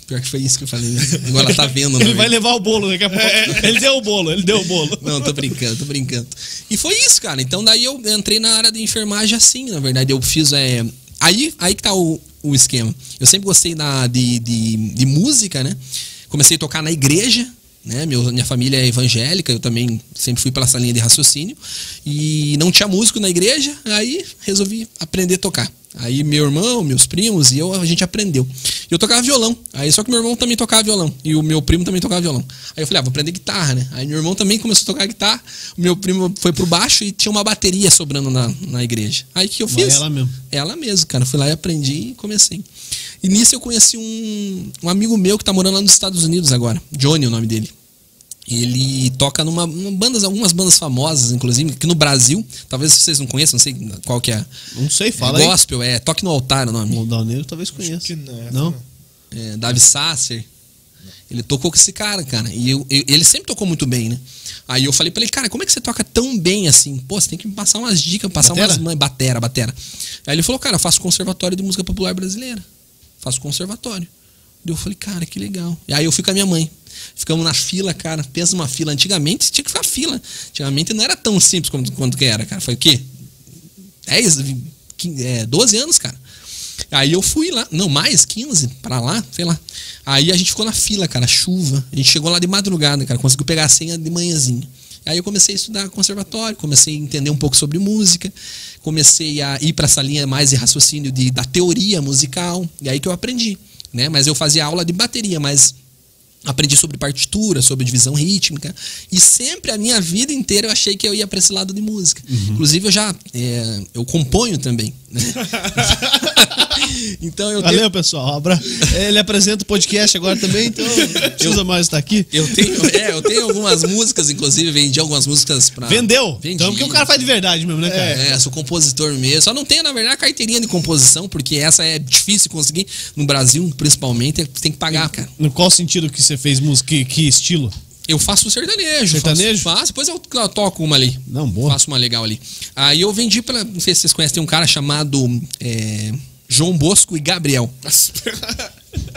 [SPEAKER 3] Pior que foi isso que eu falei. né? Agora ela tá vendo, né? É.
[SPEAKER 1] Ele vai levar o bolo daqui a pouco. Ele deu o bolo, ele deu o bolo.
[SPEAKER 3] Não, tô brincando, tô brincando. E foi isso, cara. Então daí eu entrei na área de enfermagem assim, na verdade. Eu fiz. É... Aí, aí que tá o, o esquema. Eu sempre gostei da, de, de, de música, né? Comecei a tocar na igreja. Né? Meu, minha família é evangélica, eu também sempre fui pela essa linha de raciocínio. E não tinha músico na igreja, aí resolvi aprender a tocar. Aí meu irmão, meus primos e eu, a gente aprendeu. E Eu tocava violão. Aí só que meu irmão também tocava violão. E o meu primo também tocava violão. Aí eu falei, ah, vou aprender guitarra, né? Aí meu irmão também começou a tocar guitarra. O meu primo foi pro baixo e tinha uma bateria sobrando na, na igreja. Aí o que eu
[SPEAKER 1] Mas é
[SPEAKER 3] fiz? É
[SPEAKER 1] ela mesmo.
[SPEAKER 3] Ela mesmo, cara. Fui lá e aprendi e comecei. E nisso eu conheci um, um amigo meu que tá morando lá nos Estados Unidos agora. Johnny, o nome dele. Ele toca numa, numa bandas, algumas bandas famosas, inclusive, que no Brasil, talvez vocês não conheçam, não sei qual que é.
[SPEAKER 1] Não sei, fala
[SPEAKER 3] é
[SPEAKER 1] aí.
[SPEAKER 3] gospel, é Toque no Altar o nome.
[SPEAKER 1] O Dalneiro talvez conheça.
[SPEAKER 2] que não é essa,
[SPEAKER 1] não?
[SPEAKER 2] não.
[SPEAKER 3] é, Davi Sasser. Ele tocou com esse cara, cara. E eu- eu- ele sempre tocou muito bem, né? Aí eu falei pra ele, cara, como é que você toca tão bem assim? Pô, você tem que me passar umas dicas, passar
[SPEAKER 1] Batera?
[SPEAKER 3] umas mães. Batera, batera. Aí ele falou, cara, eu faço conservatório de música popular brasileira. Faço conservatório. Daí Eu falei, cara, que legal. E aí eu fui com a minha mãe. Ficamos na fila, cara. Pensa numa fila. Antigamente tinha que ficar fila. Antigamente não era tão simples quanto, quanto que era, cara. Foi o quê? 10, 15, é, 12 anos, cara. Aí eu fui lá, não, mais 15 pra lá, sei lá. Aí a gente ficou na fila, cara, chuva. A gente chegou lá de madrugada, cara, conseguiu pegar a senha de manhãzinha. Aí eu comecei a estudar conservatório, comecei a entender um pouco sobre música, comecei a ir pra essa linha mais de raciocínio de, da teoria musical, e aí que eu aprendi, né? Mas eu fazia aula de bateria, mas aprendi sobre partitura, sobre divisão rítmica e sempre a minha vida inteira eu achei que eu ia pra esse lado de música.
[SPEAKER 1] Uhum.
[SPEAKER 3] Inclusive eu já é, eu componho também. né? então eu tenho,
[SPEAKER 1] Valeu, pessoal. Um abraço. Ele apresenta o podcast agora também, então não precisa mais estar aqui.
[SPEAKER 3] eu tenho, é, eu tenho algumas músicas, inclusive vendi algumas músicas pra
[SPEAKER 1] Vendeu.
[SPEAKER 3] Ah, Vendi.
[SPEAKER 1] Então, porque o cara faz de verdade mesmo, né, cara?
[SPEAKER 3] É, sou compositor mesmo. Só não tenho, na verdade, a carteirinha de composição, porque essa é difícil conseguir. No Brasil, principalmente, tem que pagar, cara.
[SPEAKER 1] No qual sentido que você fez música? Que, que estilo?
[SPEAKER 3] Eu faço sertanejo.
[SPEAKER 1] Sertanejo?
[SPEAKER 3] Faço, faço. Depois eu, eu toco uma ali.
[SPEAKER 1] Não, boa.
[SPEAKER 3] Faço uma legal ali. Aí eu vendi pra. Não sei se vocês conhecem, tem um cara chamado é, João Bosco e Gabriel.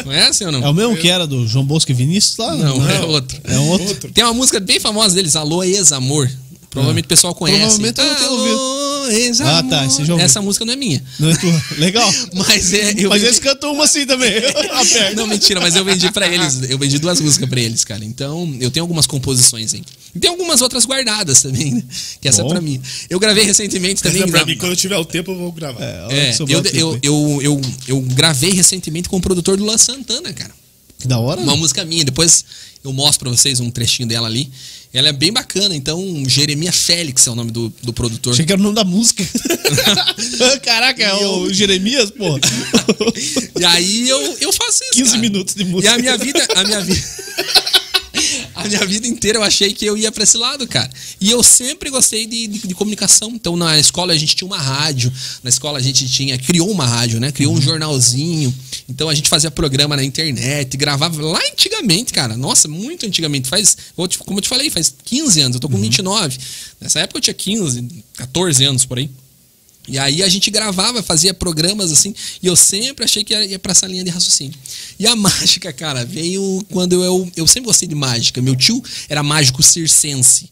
[SPEAKER 3] Conhecem ou não?
[SPEAKER 1] É o mesmo que era do João Bosco e Vinícius lá?
[SPEAKER 3] Não, é outro.
[SPEAKER 1] É outro.
[SPEAKER 3] Tem uma música bem famosa deles, Alô Ex-Amor. Provavelmente o pessoal conhece.
[SPEAKER 1] Provavelmente eu não tenho ouvido.
[SPEAKER 3] Alô, Ex-Amor.
[SPEAKER 1] Ah, tá, esse já ouvi.
[SPEAKER 3] Essa música não é minha.
[SPEAKER 1] Não é tua. Legal.
[SPEAKER 3] Mas é. Eu
[SPEAKER 1] Mas
[SPEAKER 3] vendi-
[SPEAKER 1] eles cantam uma assim também. A perna.
[SPEAKER 3] Não, mentira, mas eu vendi pra eles. Eu vendi duas músicas pra eles, cara. Então, eu tenho algumas composições aí. E tem algumas outras guardadas também, né? Que essa
[SPEAKER 1] Bom.
[SPEAKER 3] é pra mim. Eu gravei recentemente também.
[SPEAKER 2] Essa pra
[SPEAKER 3] na-
[SPEAKER 2] mim, quando eu tiver o tempo, eu vou gravar.
[SPEAKER 1] É, olha
[SPEAKER 3] É,
[SPEAKER 1] que sobrou
[SPEAKER 3] eu,
[SPEAKER 1] tempo,
[SPEAKER 3] eu,
[SPEAKER 1] hein?
[SPEAKER 3] eu, eu, eu gravei recentemente com o produtor do Luan Santana, cara.
[SPEAKER 1] Que da hora. né?
[SPEAKER 3] Uma música minha. Depois eu mostro pra vocês um trechinho dela ali. Ela é bem bacana, então Jeremias Félix é o nome do, do produtor.
[SPEAKER 1] Achei que era o nome da música. Caraca, é o Jeremias, pô.
[SPEAKER 3] E aí eu, eu faço isso.
[SPEAKER 1] 15
[SPEAKER 3] cara.
[SPEAKER 1] minutos de
[SPEAKER 3] E
[SPEAKER 1] música.
[SPEAKER 3] a minha vida, a minha vida. A minha vida inteira eu achei que eu ia pra esse lado, cara. E eu sempre gostei de, de- de comunicação. Então,
[SPEAKER 1] Uhum.
[SPEAKER 3] na escola a gente tinha uma rádio. Na escola a gente tinha. Criou uma rádio, né? Criou um jornalzinho. Então a gente fazia programa na internet, gravava lá antigamente, cara. Nossa, muito antigamente. Faz, vou te- como eu te falei, faz 15 anos. Eu tô com
[SPEAKER 1] Uhum.
[SPEAKER 3] 29. Nessa época eu tinha 15, 14 anos por aí. E aí a gente gravava, fazia programas assim, e eu sempre achei que ia ia pra essa linha de raciocínio. E a mágica, cara, veio quando eu. Eu sempre gostei de mágica. Meu tio era mágico circense.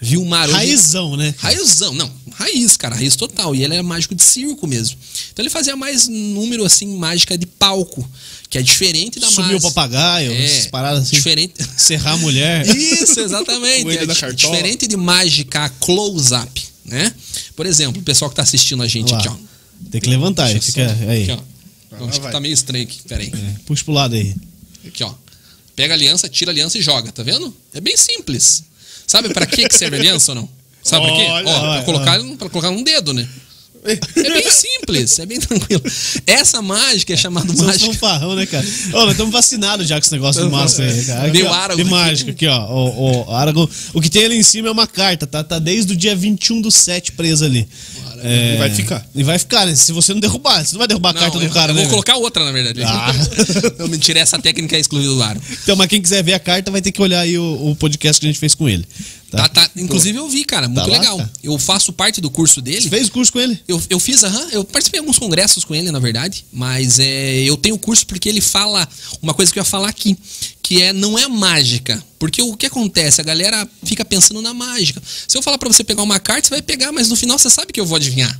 [SPEAKER 3] Viu o Maru.
[SPEAKER 1] Raizão, né?
[SPEAKER 3] Raizão, não, raiz, cara, raiz total. E ele era mágico de circo mesmo. Então ele fazia mais número assim, mágica de palco, que é diferente da
[SPEAKER 1] Subiu o
[SPEAKER 3] mágica.
[SPEAKER 1] papagaio,
[SPEAKER 3] É,
[SPEAKER 1] essas paradas assim.
[SPEAKER 3] Diferente.
[SPEAKER 1] Serrar a mulher.
[SPEAKER 3] Isso, exatamente.
[SPEAKER 2] Coelho
[SPEAKER 3] É
[SPEAKER 2] da
[SPEAKER 3] di-
[SPEAKER 2] cartola.
[SPEAKER 3] diferente de mágica close-up, né? Por exemplo, o pessoal que tá assistindo a gente
[SPEAKER 1] Olha
[SPEAKER 3] aqui,
[SPEAKER 1] lá.
[SPEAKER 3] ó.
[SPEAKER 1] Tem que levantar aí.
[SPEAKER 3] Deixa eu
[SPEAKER 1] Fica
[SPEAKER 3] só-
[SPEAKER 1] aí.
[SPEAKER 3] Aqui, ó.
[SPEAKER 2] Vai lá,
[SPEAKER 3] Acho que
[SPEAKER 2] vai.
[SPEAKER 3] tá meio estranho aqui, peraí.
[SPEAKER 1] Puxa pro lado aí.
[SPEAKER 3] Aqui, ó. Pega a aliança, tira a aliança e joga, tá vendo? É bem simples. Sabe pra que que serve a aliança ou não? Sabe pra quê?
[SPEAKER 2] Olha,
[SPEAKER 3] Ó, pra
[SPEAKER 1] olha,
[SPEAKER 3] colocar, pra colocar um dedo, né? É bem simples, é bem tranquilo. Essa mágica é chamada
[SPEAKER 1] São
[SPEAKER 3] mágica.
[SPEAKER 1] fanfarrão, né, cara? Ô, nós estamos vacinados já com esse negócio do máscara aí, cara. Aqui,
[SPEAKER 3] Deu
[SPEAKER 1] ó,
[SPEAKER 3] Aragon
[SPEAKER 1] Tem
[SPEAKER 3] aqui.
[SPEAKER 1] mágica aqui, ó. O, o, Aragon. o que tem ali em cima é uma carta, tá? Tá desde o dia 21 do 7 presa ali. É,
[SPEAKER 2] E vai ficar.
[SPEAKER 1] E vai ficar, né? Se você não derrubar, você não vai derrubar a
[SPEAKER 3] Não,
[SPEAKER 1] carta
[SPEAKER 3] eu-
[SPEAKER 1] do cara,
[SPEAKER 3] eu
[SPEAKER 1] né?
[SPEAKER 3] Vou
[SPEAKER 1] velho?
[SPEAKER 3] colocar outra, na verdade.
[SPEAKER 1] Ah.
[SPEAKER 3] Não, mentira, essa técnica é exclusiva do Aro.
[SPEAKER 1] Então, mas quem quiser ver a carta vai ter que olhar aí o, o podcast que a gente fez com ele. Tá?
[SPEAKER 3] Tá, tá. Inclusive eu vi, cara, muito
[SPEAKER 1] lá,
[SPEAKER 3] legal.
[SPEAKER 1] tá?
[SPEAKER 3] Eu faço parte do curso dele.
[SPEAKER 1] Você fez o curso com ele?
[SPEAKER 3] Eu, eu fiz, aham, eu participei de alguns congressos com ele, na verdade, mas é, eu tenho curso porque ele fala uma coisa que eu ia falar aqui, que é não é mágica. Porque o que acontece? A galera fica pensando na mágica. Se eu falar pra você pegar uma carta, você vai pegar, mas no final você sabe que eu vou adivinhar.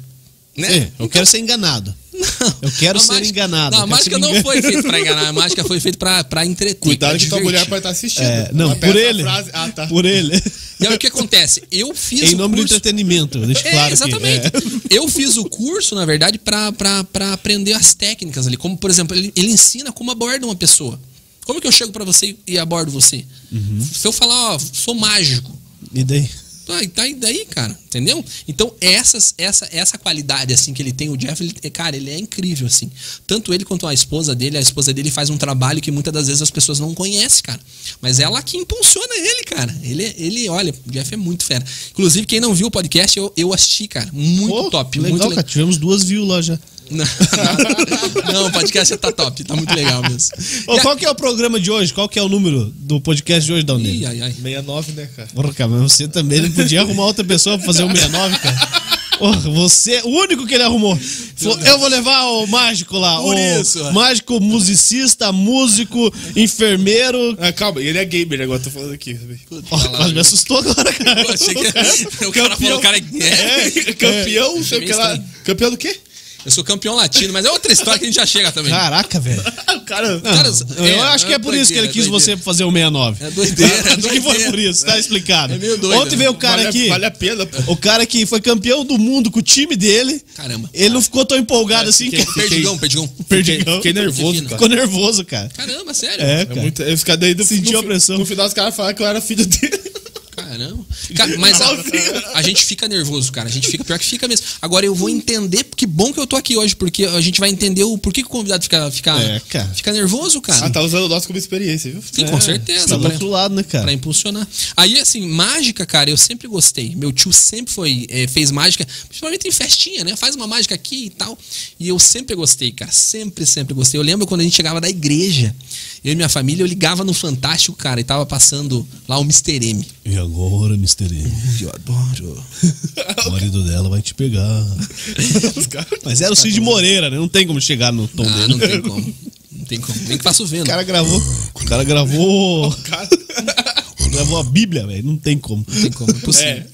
[SPEAKER 3] Né?
[SPEAKER 1] É, eu quero ser enganado.
[SPEAKER 3] Não.
[SPEAKER 1] Eu quero
[SPEAKER 3] A
[SPEAKER 1] ser
[SPEAKER 3] mágica-
[SPEAKER 1] enganado,
[SPEAKER 3] Não,
[SPEAKER 1] eu
[SPEAKER 3] a
[SPEAKER 1] quero
[SPEAKER 3] mágica
[SPEAKER 1] ser
[SPEAKER 3] não
[SPEAKER 1] engan-
[SPEAKER 3] foi feita pra enganar, a mágica foi feita pra, pra entreter. pra
[SPEAKER 2] Cuidado que tua
[SPEAKER 3] divertir.
[SPEAKER 2] mulher vai estar assistindo.
[SPEAKER 1] É, não,
[SPEAKER 2] Ela
[SPEAKER 1] por
[SPEAKER 2] pega essa
[SPEAKER 1] ele.
[SPEAKER 2] frase- Ah, tá.
[SPEAKER 1] Por ele.
[SPEAKER 3] E aí o que acontece? Eu fiz
[SPEAKER 1] em
[SPEAKER 3] o
[SPEAKER 1] nome do
[SPEAKER 3] curso-
[SPEAKER 1] entretenimento, deixa
[SPEAKER 3] É,
[SPEAKER 1] claro
[SPEAKER 3] exatamente.
[SPEAKER 1] aqui. É.
[SPEAKER 3] Eu fiz o curso, na verdade, pra pra- pra aprender as técnicas ali. Como, por exemplo, ele, ele ensina como aborda uma pessoa. Como que eu chego pra você e abordo você?
[SPEAKER 1] Uhum.
[SPEAKER 3] Se eu falar, ó, sou mágico.
[SPEAKER 1] E daí?
[SPEAKER 3] Ah, e tá aí daí, cara, entendeu? Então, essas, essa, essa qualidade, assim, que ele tem, o Jeff, ele, cara, ele é incrível, assim. Tanto ele quanto a esposa dele, a esposa dele faz um trabalho que muitas das vezes as pessoas não conhecem, cara. Mas ela que impulsiona ele, cara. Ele, ele olha, o Jeff é muito fera. Inclusive, quem não viu o podcast, eu, eu assisti, cara. Muito
[SPEAKER 1] Pô,
[SPEAKER 3] top,
[SPEAKER 1] Legal,
[SPEAKER 3] muito
[SPEAKER 1] cara.
[SPEAKER 3] legal.
[SPEAKER 1] Tivemos duas views lá já.
[SPEAKER 3] Não, não, o podcast tá top, tá muito legal mesmo.
[SPEAKER 1] Ô, qual que é o programa de hoje? Qual que é o número do podcast de hoje,
[SPEAKER 3] Ih,
[SPEAKER 1] Dalney?
[SPEAKER 3] ai, ai.
[SPEAKER 2] 69, né, cara?
[SPEAKER 1] Porra, cara, mas você também não podia arrumar outra pessoa pra fazer o 69, cara. Porra, você é o único que ele arrumou. Falou, eu vou levar o mágico lá.
[SPEAKER 3] Por
[SPEAKER 1] o
[SPEAKER 3] isso.
[SPEAKER 1] Mágico, musicista, músico, enfermeiro.
[SPEAKER 2] Ah, calma, ele é gamer agora, tô falando aqui. sabe?
[SPEAKER 1] Ó, quase me assustou agora, cara.
[SPEAKER 3] Eu achei que o cara falou, o cara é.
[SPEAKER 2] É, campeão,
[SPEAKER 3] É.
[SPEAKER 2] sei o que lá. Campeão do quê?
[SPEAKER 3] Eu sou campeão latino, mas é outra história que a gente já chega também.
[SPEAKER 1] Caraca, velho.
[SPEAKER 2] Ah, o cara.
[SPEAKER 1] Não,
[SPEAKER 3] Cara, é,
[SPEAKER 1] eu acho que é por
[SPEAKER 3] doideira,
[SPEAKER 1] isso que ele quis
[SPEAKER 3] doideira.
[SPEAKER 1] você pra fazer o 69.
[SPEAKER 3] É doideira, é
[SPEAKER 1] Acho que foi
[SPEAKER 3] doideira.
[SPEAKER 1] por isso, tá explicado.
[SPEAKER 3] É meio doido,
[SPEAKER 1] Ontem
[SPEAKER 3] né?
[SPEAKER 1] veio o cara
[SPEAKER 2] vale, a-
[SPEAKER 1] aqui.
[SPEAKER 2] Vale a pena, pô.
[SPEAKER 1] O cara que foi campeão do mundo com o time dele.
[SPEAKER 3] Caramba.
[SPEAKER 1] Ele não ficou tão empolgado assim que
[SPEAKER 2] fiquei-
[SPEAKER 3] Perdigão, perdigão.
[SPEAKER 2] Fiquei, fiquei nervoso, cara.
[SPEAKER 1] ficou nervoso, cara.
[SPEAKER 3] Caramba, sério?
[SPEAKER 1] É,
[SPEAKER 2] É
[SPEAKER 1] cara.
[SPEAKER 2] muito, eu ficar daí do
[SPEAKER 1] Sentiu a pressão.
[SPEAKER 2] No final, os caras falaram que eu era filho dele.
[SPEAKER 3] Caramba. Cara, mas a, a gente fica nervoso, cara. A gente fica pior que fica mesmo. Agora eu vou entender, que bom que eu tô aqui hoje, porque a gente vai entender o porquê que o convidado fica, fica,
[SPEAKER 1] É, cara.
[SPEAKER 3] fica nervoso, cara.
[SPEAKER 2] Ah, tá usando o nosso como experiência, viu?
[SPEAKER 3] Sim, É, com certeza.
[SPEAKER 1] Tá do
[SPEAKER 3] pra-
[SPEAKER 1] outro lado, né, cara?
[SPEAKER 3] Pra impulsionar. Aí, assim, mágica, cara, eu sempre gostei. Meu tio sempre foi, eh, fez mágica, principalmente em festinha, né? Faz uma mágica aqui e tal. E eu sempre gostei, cara. Sempre, sempre gostei. Eu lembro quando a gente chegava da igreja, eu e minha família, eu ligava no Fantástico, cara, e tava passando lá o Mr. M.
[SPEAKER 1] E agora, Mr. E,
[SPEAKER 3] Eu adoro.
[SPEAKER 1] o marido dela vai te pegar.
[SPEAKER 2] Os caras.
[SPEAKER 1] Mas era o Cid Moreira, né? Não tem como chegar no tom
[SPEAKER 3] Ah,
[SPEAKER 1] dele.
[SPEAKER 3] não tem como. Não tem como. Nem que faço
[SPEAKER 1] O
[SPEAKER 3] vendo.
[SPEAKER 1] cara gravou. O cara gravou.
[SPEAKER 2] cara.
[SPEAKER 1] gravou a Bíblia, velho. Não tem como.
[SPEAKER 3] Não tem como, é impossível.
[SPEAKER 2] É.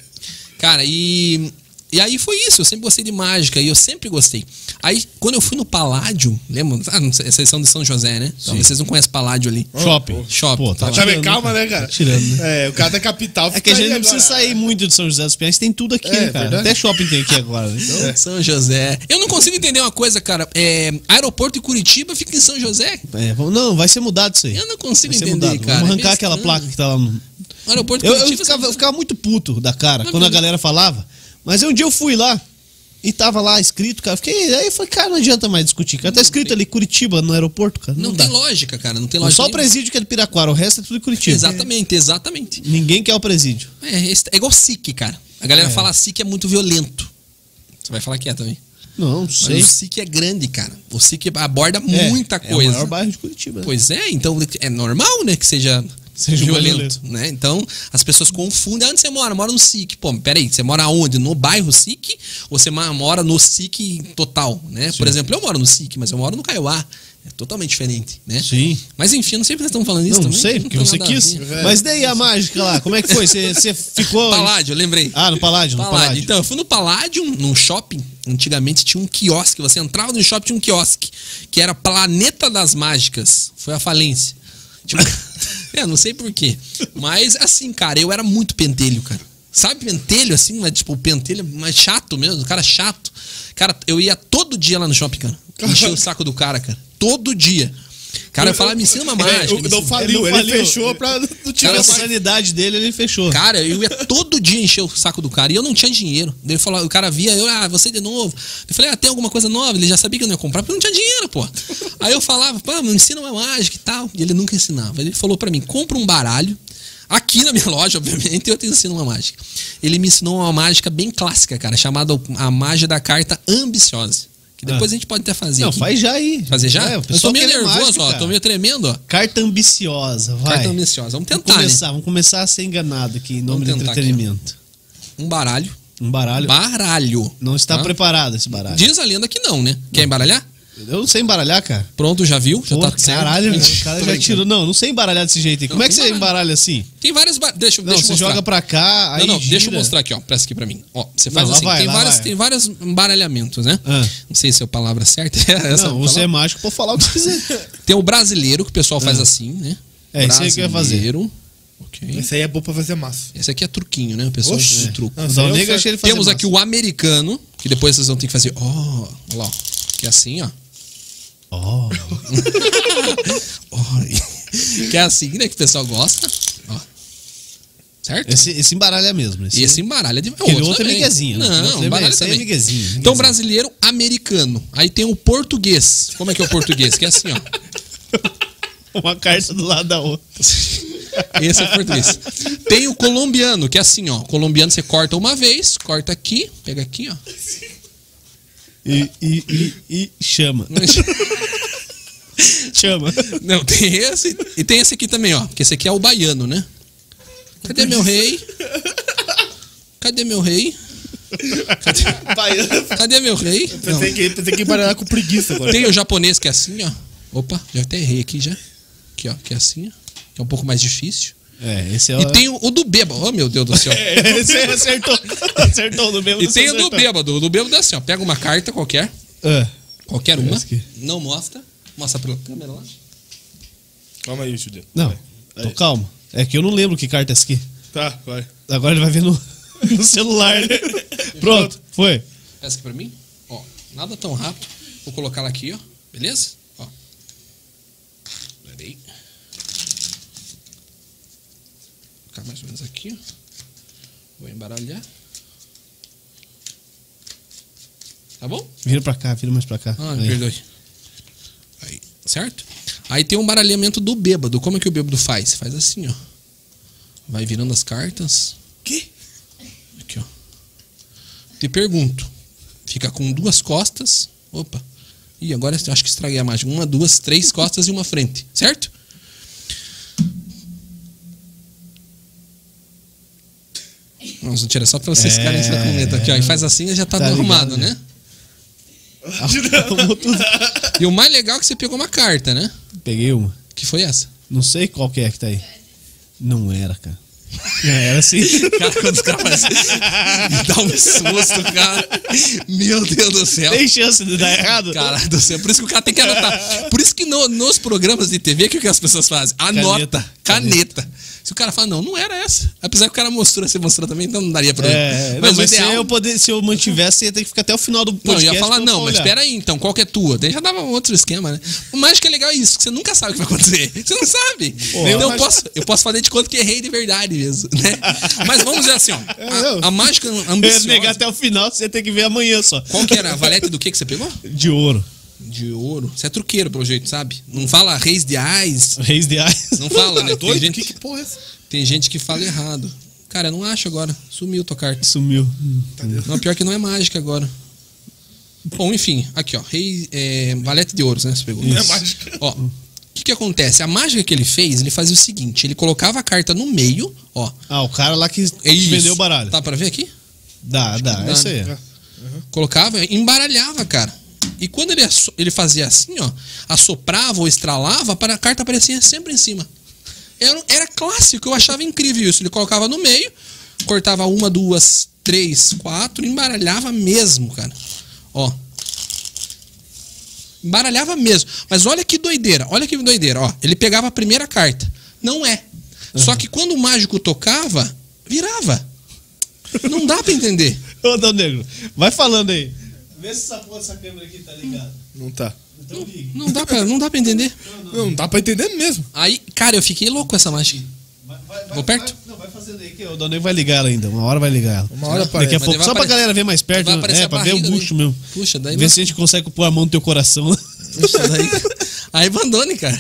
[SPEAKER 3] Cara, e. E aí foi isso, eu sempre gostei de mágica e eu sempre gostei. Aí, quando eu fui no Paládio, lembra? Ah, não sei, vocês são de São José, né? Então, vocês não conhecem Paládio ali.
[SPEAKER 1] Shopping.
[SPEAKER 3] Shopping.
[SPEAKER 1] Pô, tá
[SPEAKER 3] Tá
[SPEAKER 2] Sabe,
[SPEAKER 1] tirando,
[SPEAKER 2] calma,
[SPEAKER 1] cara.
[SPEAKER 2] né, cara?
[SPEAKER 1] Tá tirando, né?
[SPEAKER 2] É, o cara da capital
[SPEAKER 1] É que a
[SPEAKER 2] fica
[SPEAKER 1] gente
[SPEAKER 2] aí
[SPEAKER 1] não precisa
[SPEAKER 2] agora.
[SPEAKER 1] sair muito de São José dos Pinhais, tem tudo aqui,
[SPEAKER 2] É,
[SPEAKER 1] né, cara?
[SPEAKER 2] verdade.
[SPEAKER 1] Até shopping tem aqui agora. né? Então,
[SPEAKER 3] São José. Eu não consigo entender uma coisa, cara. É, aeroporto de Curitiba fica em São José.
[SPEAKER 1] é, vamos- não, vai ser mudado isso aí.
[SPEAKER 3] Eu não consigo
[SPEAKER 1] Vai ser
[SPEAKER 3] entender,
[SPEAKER 1] mudado.
[SPEAKER 3] cara.
[SPEAKER 1] Vamos
[SPEAKER 3] É
[SPEAKER 1] arrancar
[SPEAKER 3] meio
[SPEAKER 1] aquela
[SPEAKER 3] estranho.
[SPEAKER 1] placa que tá lá no.
[SPEAKER 3] Aeroporto de
[SPEAKER 1] Eu, eu
[SPEAKER 3] Curitiba.
[SPEAKER 1] ficava, eu ficava muito puto da cara
[SPEAKER 3] Mas
[SPEAKER 1] quando a
[SPEAKER 3] beleza.
[SPEAKER 1] galera falava. Mas um dia eu fui lá e tava lá escrito, cara. Fiquei, aí eu falei, cara, não adianta mais discutir. Cara, tá escrito ali Curitiba no aeroporto, cara. Não,
[SPEAKER 3] Não,
[SPEAKER 1] dá.
[SPEAKER 3] tem lógica, cara. Não tem
[SPEAKER 1] Não,
[SPEAKER 3] lógica.
[SPEAKER 1] Só o
[SPEAKER 3] nenhuma.
[SPEAKER 1] presídio que é de Piraquara, o resto é tudo Curitiba.
[SPEAKER 3] Exatamente, exatamente.
[SPEAKER 1] Ninguém quer o presídio.
[SPEAKER 3] É, é igual SIC, cara. A galera fala SIC é muito violento. Você vai falar que é também.
[SPEAKER 1] Não, não
[SPEAKER 3] Mas
[SPEAKER 1] sei.
[SPEAKER 3] o SIC é grande, cara. O SIC aborda
[SPEAKER 1] É,
[SPEAKER 3] muita
[SPEAKER 1] É o
[SPEAKER 3] coisa.
[SPEAKER 1] maior bairro de Curitiba. né?
[SPEAKER 3] Pois é, então é normal, né, que seja,
[SPEAKER 1] Seja um
[SPEAKER 3] violento, né? Então, as pessoas confundem. Ah, Onde você mora? Mora no SIC. Pô, peraí, você mora onde? No bairro SIC? Ou você ma- mora no SIC total, né? Por exemplo, eu moro no SIC, mas eu moro no Caiuá. É totalmente diferente, né?
[SPEAKER 1] Sim.
[SPEAKER 3] Mas enfim, eu não sei porque vocês estão falando isso
[SPEAKER 1] Não, não
[SPEAKER 3] também.
[SPEAKER 1] sei, porque
[SPEAKER 3] tem
[SPEAKER 1] você
[SPEAKER 3] nada a
[SPEAKER 1] quis.
[SPEAKER 3] ver.
[SPEAKER 2] ver.
[SPEAKER 1] Mas daí a mágica lá, como é que foi? Você você ficou.
[SPEAKER 3] Paládio, eu lembrei.
[SPEAKER 1] Ah, no Paládio, no
[SPEAKER 3] Paládio.
[SPEAKER 1] Paládio.
[SPEAKER 3] Então, eu fui no Paládio, num shopping. Antigamente tinha um quiosque. Você entrava no shopping, tinha um quiosque. Que era Planeta das Mágicas. Foi a falência. Tipo, é, não sei porquê. Mas, assim, cara, eu era muito pentelho, cara. Sabe pentelho, assim? Mas, tipo, pentelho, mas chato mesmo. Cara é chato. Cara, eu ia todo dia lá no shopping, cara. Enchia o saco do cara, cara. Todo dia. Cara, eu falava, me ensina uma mágica.
[SPEAKER 2] o
[SPEAKER 3] me
[SPEAKER 2] não
[SPEAKER 3] ensina-
[SPEAKER 2] faliu,
[SPEAKER 1] É, Não
[SPEAKER 2] ele
[SPEAKER 1] faliu.
[SPEAKER 2] fechou pra do time.
[SPEAKER 1] Cara, a
[SPEAKER 3] Cara,
[SPEAKER 1] sanidade dele, ele fechou.
[SPEAKER 3] Cara, eu ia todo dia encher o saco do cara e eu não tinha dinheiro. Daí eu falava, o cara via, eu, ah, você de novo. Eu falei, ah, tem alguma coisa nova? Ele já sabia que eu não ia comprar, porque eu não tinha dinheiro, pô. Aí eu falava, pô, me ensina uma mágica e tal. E ele nunca ensinava. Ele falou pra mim, compra um baralho. Aqui na minha loja, obviamente, eu te ensino uma mágica. Ele me ensinou uma mágica bem clássica, cara, chamada a mágica da carta ambiciosa. Que depois a gente pode até fazer.
[SPEAKER 1] Ah. não,
[SPEAKER 3] aqui.
[SPEAKER 1] faz já aí.
[SPEAKER 3] Fazer já?
[SPEAKER 1] É, o
[SPEAKER 3] eu tô
[SPEAKER 1] pessoal
[SPEAKER 3] meio
[SPEAKER 1] quer ler
[SPEAKER 3] nervoso,
[SPEAKER 1] mágica,
[SPEAKER 3] ó.
[SPEAKER 1] cara.
[SPEAKER 3] Tô meio tremendo, ó.
[SPEAKER 1] Carta ambiciosa, vai.
[SPEAKER 3] Carta ambiciosa. Vamos tentar,
[SPEAKER 1] vamos
[SPEAKER 3] né?
[SPEAKER 1] começar, vamos começar a ser enganado aqui em nome do
[SPEAKER 3] Vamos tentar aqui, ó.
[SPEAKER 1] entretenimento.
[SPEAKER 3] Um baralho.
[SPEAKER 1] Um baralho.
[SPEAKER 3] Baralho.
[SPEAKER 1] Não está
[SPEAKER 3] Tá?
[SPEAKER 1] preparado esse baralho.
[SPEAKER 3] Diz a lenda que não, né? Quer embaralhar?
[SPEAKER 1] Eu não sei embaralhar, cara.
[SPEAKER 3] Pronto, já viu? Já
[SPEAKER 1] Pô,
[SPEAKER 3] tá certo.
[SPEAKER 1] caralho,
[SPEAKER 3] Mentira,
[SPEAKER 1] o cara
[SPEAKER 3] tô
[SPEAKER 1] já
[SPEAKER 3] brincando.
[SPEAKER 1] tirou. Não, não sei embaralhar desse jeito aí. Como
[SPEAKER 3] Não,
[SPEAKER 1] é que você
[SPEAKER 3] embaralha.
[SPEAKER 1] embaralha assim?
[SPEAKER 3] Tem várias. ba- Deixa,
[SPEAKER 1] Não,
[SPEAKER 3] deixa eu
[SPEAKER 1] você
[SPEAKER 3] mostrar.
[SPEAKER 1] joga pra cá, aí
[SPEAKER 3] não, não, deixa eu
[SPEAKER 1] gira.
[SPEAKER 3] mostrar aqui, ó. Presta aqui pra mim. Ó, você
[SPEAKER 1] Não,
[SPEAKER 3] faz
[SPEAKER 1] lá
[SPEAKER 3] assim.
[SPEAKER 1] vai,
[SPEAKER 3] tem,
[SPEAKER 1] lá
[SPEAKER 3] várias,
[SPEAKER 1] vai.
[SPEAKER 3] tem vários embaralhamentos, né?
[SPEAKER 1] Ah.
[SPEAKER 3] Não sei se é a palavra certa. é essa
[SPEAKER 1] não,
[SPEAKER 3] palavra.
[SPEAKER 1] você é mágico, pode falar o que quiser.
[SPEAKER 3] Tem o brasileiro, que o pessoal faz assim, né?
[SPEAKER 1] É, isso aí que eu ia fazer.
[SPEAKER 3] Brasileiro. Ok.
[SPEAKER 2] Esse aí é bom pra fazer massa.
[SPEAKER 3] Esse aqui é truquinho, né? O pessoal
[SPEAKER 1] Oxe.
[SPEAKER 3] usa o truco.
[SPEAKER 1] É. Não, um o Negro
[SPEAKER 2] eu
[SPEAKER 1] achei ele fazer
[SPEAKER 3] Temos
[SPEAKER 1] massa.
[SPEAKER 3] aqui o americano, que depois vocês vão ter que fazer. Ó, ó lá, ó. Que é assim, ó.
[SPEAKER 1] Ó,
[SPEAKER 3] Ó, que é assim, né? Que o pessoal gosta. Ó. Certo?
[SPEAKER 1] esse, esse embaralha mesmo. Esse,
[SPEAKER 3] E esse embaralha de
[SPEAKER 1] Aquele outro é miguezinho, né?
[SPEAKER 3] Não,
[SPEAKER 1] Aquele outro é-
[SPEAKER 3] embaralha
[SPEAKER 1] esse aí é
[SPEAKER 3] também.
[SPEAKER 1] miguezinho, miguezinho.
[SPEAKER 3] Então, brasileiro, americano. Aí tem o português. Como é que é o português? Que é assim, ó.
[SPEAKER 1] Uma carta do lado da outra.
[SPEAKER 3] Esse é o português. Tem o colombiano, que é assim, ó. Colombiano você corta uma vez, corta aqui, pega aqui, ó.
[SPEAKER 1] E, e, e, e chama. Chama.
[SPEAKER 3] Não, tem esse. E tem esse aqui também, ó. Que esse aqui é o baiano, né? Cadê meu rei? Cadê meu rei?
[SPEAKER 2] Pai, eu
[SPEAKER 3] Cadê meu rei? Não.
[SPEAKER 2] pensei que, pensei que embaralhar com preguiça agora.
[SPEAKER 3] Tem o japonês que é assim, ó. Opa, já até errei aqui já. Aqui, ó, que é assim, ó. Que é um pouco mais difícil.
[SPEAKER 1] É, esse é o. É,
[SPEAKER 3] E tem o, o do bêbado. Oh, meu Deus do céu.
[SPEAKER 1] Esse aí acertou. Acertou no mesmo.
[SPEAKER 3] E tem o do bêbado. O do bêbado é assim, ó. Pega uma carta qualquer.
[SPEAKER 1] Ah,
[SPEAKER 3] Qualquer uma.
[SPEAKER 1] Parece que-
[SPEAKER 3] Não mostra. Mostra pela câmera lá.
[SPEAKER 2] Calma aí, Juliano.
[SPEAKER 1] não, tô calmo. É que eu não lembro que carta é essa aqui.
[SPEAKER 2] Tá, vai.
[SPEAKER 1] Agora ele vai ver no, no celular. né? Pronto, foi.
[SPEAKER 3] Essa aqui pra mim. Ó, nada tão rápido. Vou colocar ela aqui, ó. Beleza? Ó. Peraí. Vou colocar mais ou menos aqui, ó. Vou embaralhar. Tá bom?
[SPEAKER 1] Vira pra cá, vira mais pra cá.
[SPEAKER 3] Ah,
[SPEAKER 1] Aí.
[SPEAKER 3] me perdoe. Aí, certo? Aí tem um baralhamento do bêbado. Como é que o bêbado faz? Faz assim, ó. Vai virando as cartas.
[SPEAKER 2] Que?
[SPEAKER 3] Aqui, ó. Te pergunto. Fica com duas costas. Opa. Ih, agora eu acho que estraguei a mágica. Uma, duas, três costas e uma frente. Certo? Vamos tirar só pra vocês
[SPEAKER 1] É.
[SPEAKER 3] ficarem essa comenta aqui, ó. E faz assim e já tá,
[SPEAKER 1] Tá ligado,
[SPEAKER 3] arrumado,
[SPEAKER 1] né?
[SPEAKER 3] né?
[SPEAKER 1] Arrumou tudo.
[SPEAKER 3] E o mais legal é que você pegou uma carta, né?
[SPEAKER 1] Peguei uma.
[SPEAKER 3] Que foi essa?
[SPEAKER 1] Não sei qual que é que tá aí. Não era, cara. Não era assim.
[SPEAKER 3] Cara, quando os caras fazem. Me dá um susto, cara. Meu Deus do céu.
[SPEAKER 1] Tem chance de dar errado?
[SPEAKER 3] Caralho do céu. Por isso que o cara tem que anotar. Por isso que no- nos programas de TV, o que, que as pessoas fazem? Anota.
[SPEAKER 1] Caneta.
[SPEAKER 3] Caneta. Se o cara fala, não, não era essa. Apesar que o cara mostrou, você mostrou também, então não daria pra
[SPEAKER 1] É, não,
[SPEAKER 3] mas,
[SPEAKER 1] mas
[SPEAKER 3] o ideal.
[SPEAKER 1] se, eu poder, se eu mantivesse, ia ter que ficar até o final do
[SPEAKER 3] Não, eu
[SPEAKER 1] podcast.
[SPEAKER 3] ia falar,
[SPEAKER 1] pra
[SPEAKER 3] não, mas
[SPEAKER 1] olhar.
[SPEAKER 3] espera aí, então, qual que é tua? Daí já dava um outro esquema, né? O mágico é legal é isso, que você nunca sabe o que vai acontecer. Você não sabe.
[SPEAKER 2] eu
[SPEAKER 3] então eu
[SPEAKER 2] acho-
[SPEAKER 3] posso, eu posso fazer de conta que errei de verdade mesmo, né? Mas vamos dizer assim, ó.
[SPEAKER 1] É, não. É,
[SPEAKER 3] A, a mágica
[SPEAKER 1] Eu ia negar
[SPEAKER 3] ambiciosa.
[SPEAKER 1] até o final, você ia ter que ver amanhã só.
[SPEAKER 3] Qual que era? A valete do que que você pegou?
[SPEAKER 1] De ouro.
[SPEAKER 3] De ouro. Você é truqueiro, pelo jeito, sabe? Não fala reis de ais.
[SPEAKER 1] Reis de Ais.
[SPEAKER 3] Não fala, né? Tem
[SPEAKER 2] Doido?
[SPEAKER 3] gente,
[SPEAKER 2] Que, que porra é essa?
[SPEAKER 3] tem gente que fala errado. Cara, eu não acho agora. Sumiu tua carta.
[SPEAKER 1] Sumiu.
[SPEAKER 3] Não, pior que não é mágica agora. Bom, enfim, aqui, ó. Rei, é, valete de ouros, né? Você pegou.
[SPEAKER 2] É mágica.
[SPEAKER 3] Ó, o que, que acontece? A mágica que ele fez, ele fazia o seguinte: ele colocava a carta no meio, ó.
[SPEAKER 1] Ah, o cara lá que
[SPEAKER 3] É isso.
[SPEAKER 1] vendeu o baralho.
[SPEAKER 3] Tá pra ver aqui?
[SPEAKER 1] Dá, dá,
[SPEAKER 3] dá,
[SPEAKER 1] é isso aí.
[SPEAKER 2] né?
[SPEAKER 3] Colocava, embaralhava, cara. E quando ele, asso- ele fazia assim, ó, assoprava ou estralava, para a carta aparecia sempre em cima. Era, era clássico, eu achava incrível isso. Ele colocava no meio, cortava uma, duas, três, quatro, e embaralhava mesmo, cara. Ó. Embaralhava mesmo. Mas olha que doideira, olha que doideira, ó. Ele pegava a primeira carta. Não é. Só que quando o mágico tocava, virava. Não dá pra entender.
[SPEAKER 1] Ô, Dão Negro, vai falando aí. Vê se essa porra, essa câmera aqui tá ligada.
[SPEAKER 2] Não tá.
[SPEAKER 1] Então liga.
[SPEAKER 3] Não dá pra, não dá pra entender.
[SPEAKER 2] Não, dá pra entender mesmo.
[SPEAKER 3] Aí, cara, eu fiquei louco com essa mágica.
[SPEAKER 1] Vai, vai,
[SPEAKER 3] Vou perto?
[SPEAKER 1] vai- não, vai fazendo aí que o Dão Negro vai ligar ela ainda. Uma hora vai ligar ela.
[SPEAKER 2] Uma hora
[SPEAKER 1] Daqui
[SPEAKER 2] aparece.
[SPEAKER 1] a
[SPEAKER 3] Mas
[SPEAKER 1] pouco,
[SPEAKER 3] vai
[SPEAKER 1] só pra
[SPEAKER 3] aparecer-
[SPEAKER 1] galera ver mais perto,
[SPEAKER 3] vai
[SPEAKER 1] né?
[SPEAKER 3] aparecer
[SPEAKER 1] é,
[SPEAKER 3] a
[SPEAKER 1] pra ver o
[SPEAKER 3] barriga, né?
[SPEAKER 1] bucho mesmo.
[SPEAKER 3] Puxa, daí
[SPEAKER 1] Ver
[SPEAKER 3] não-
[SPEAKER 1] se a gente consegue pôr a mão no teu coração.
[SPEAKER 3] Puxa, daí- Aí abandone, cara.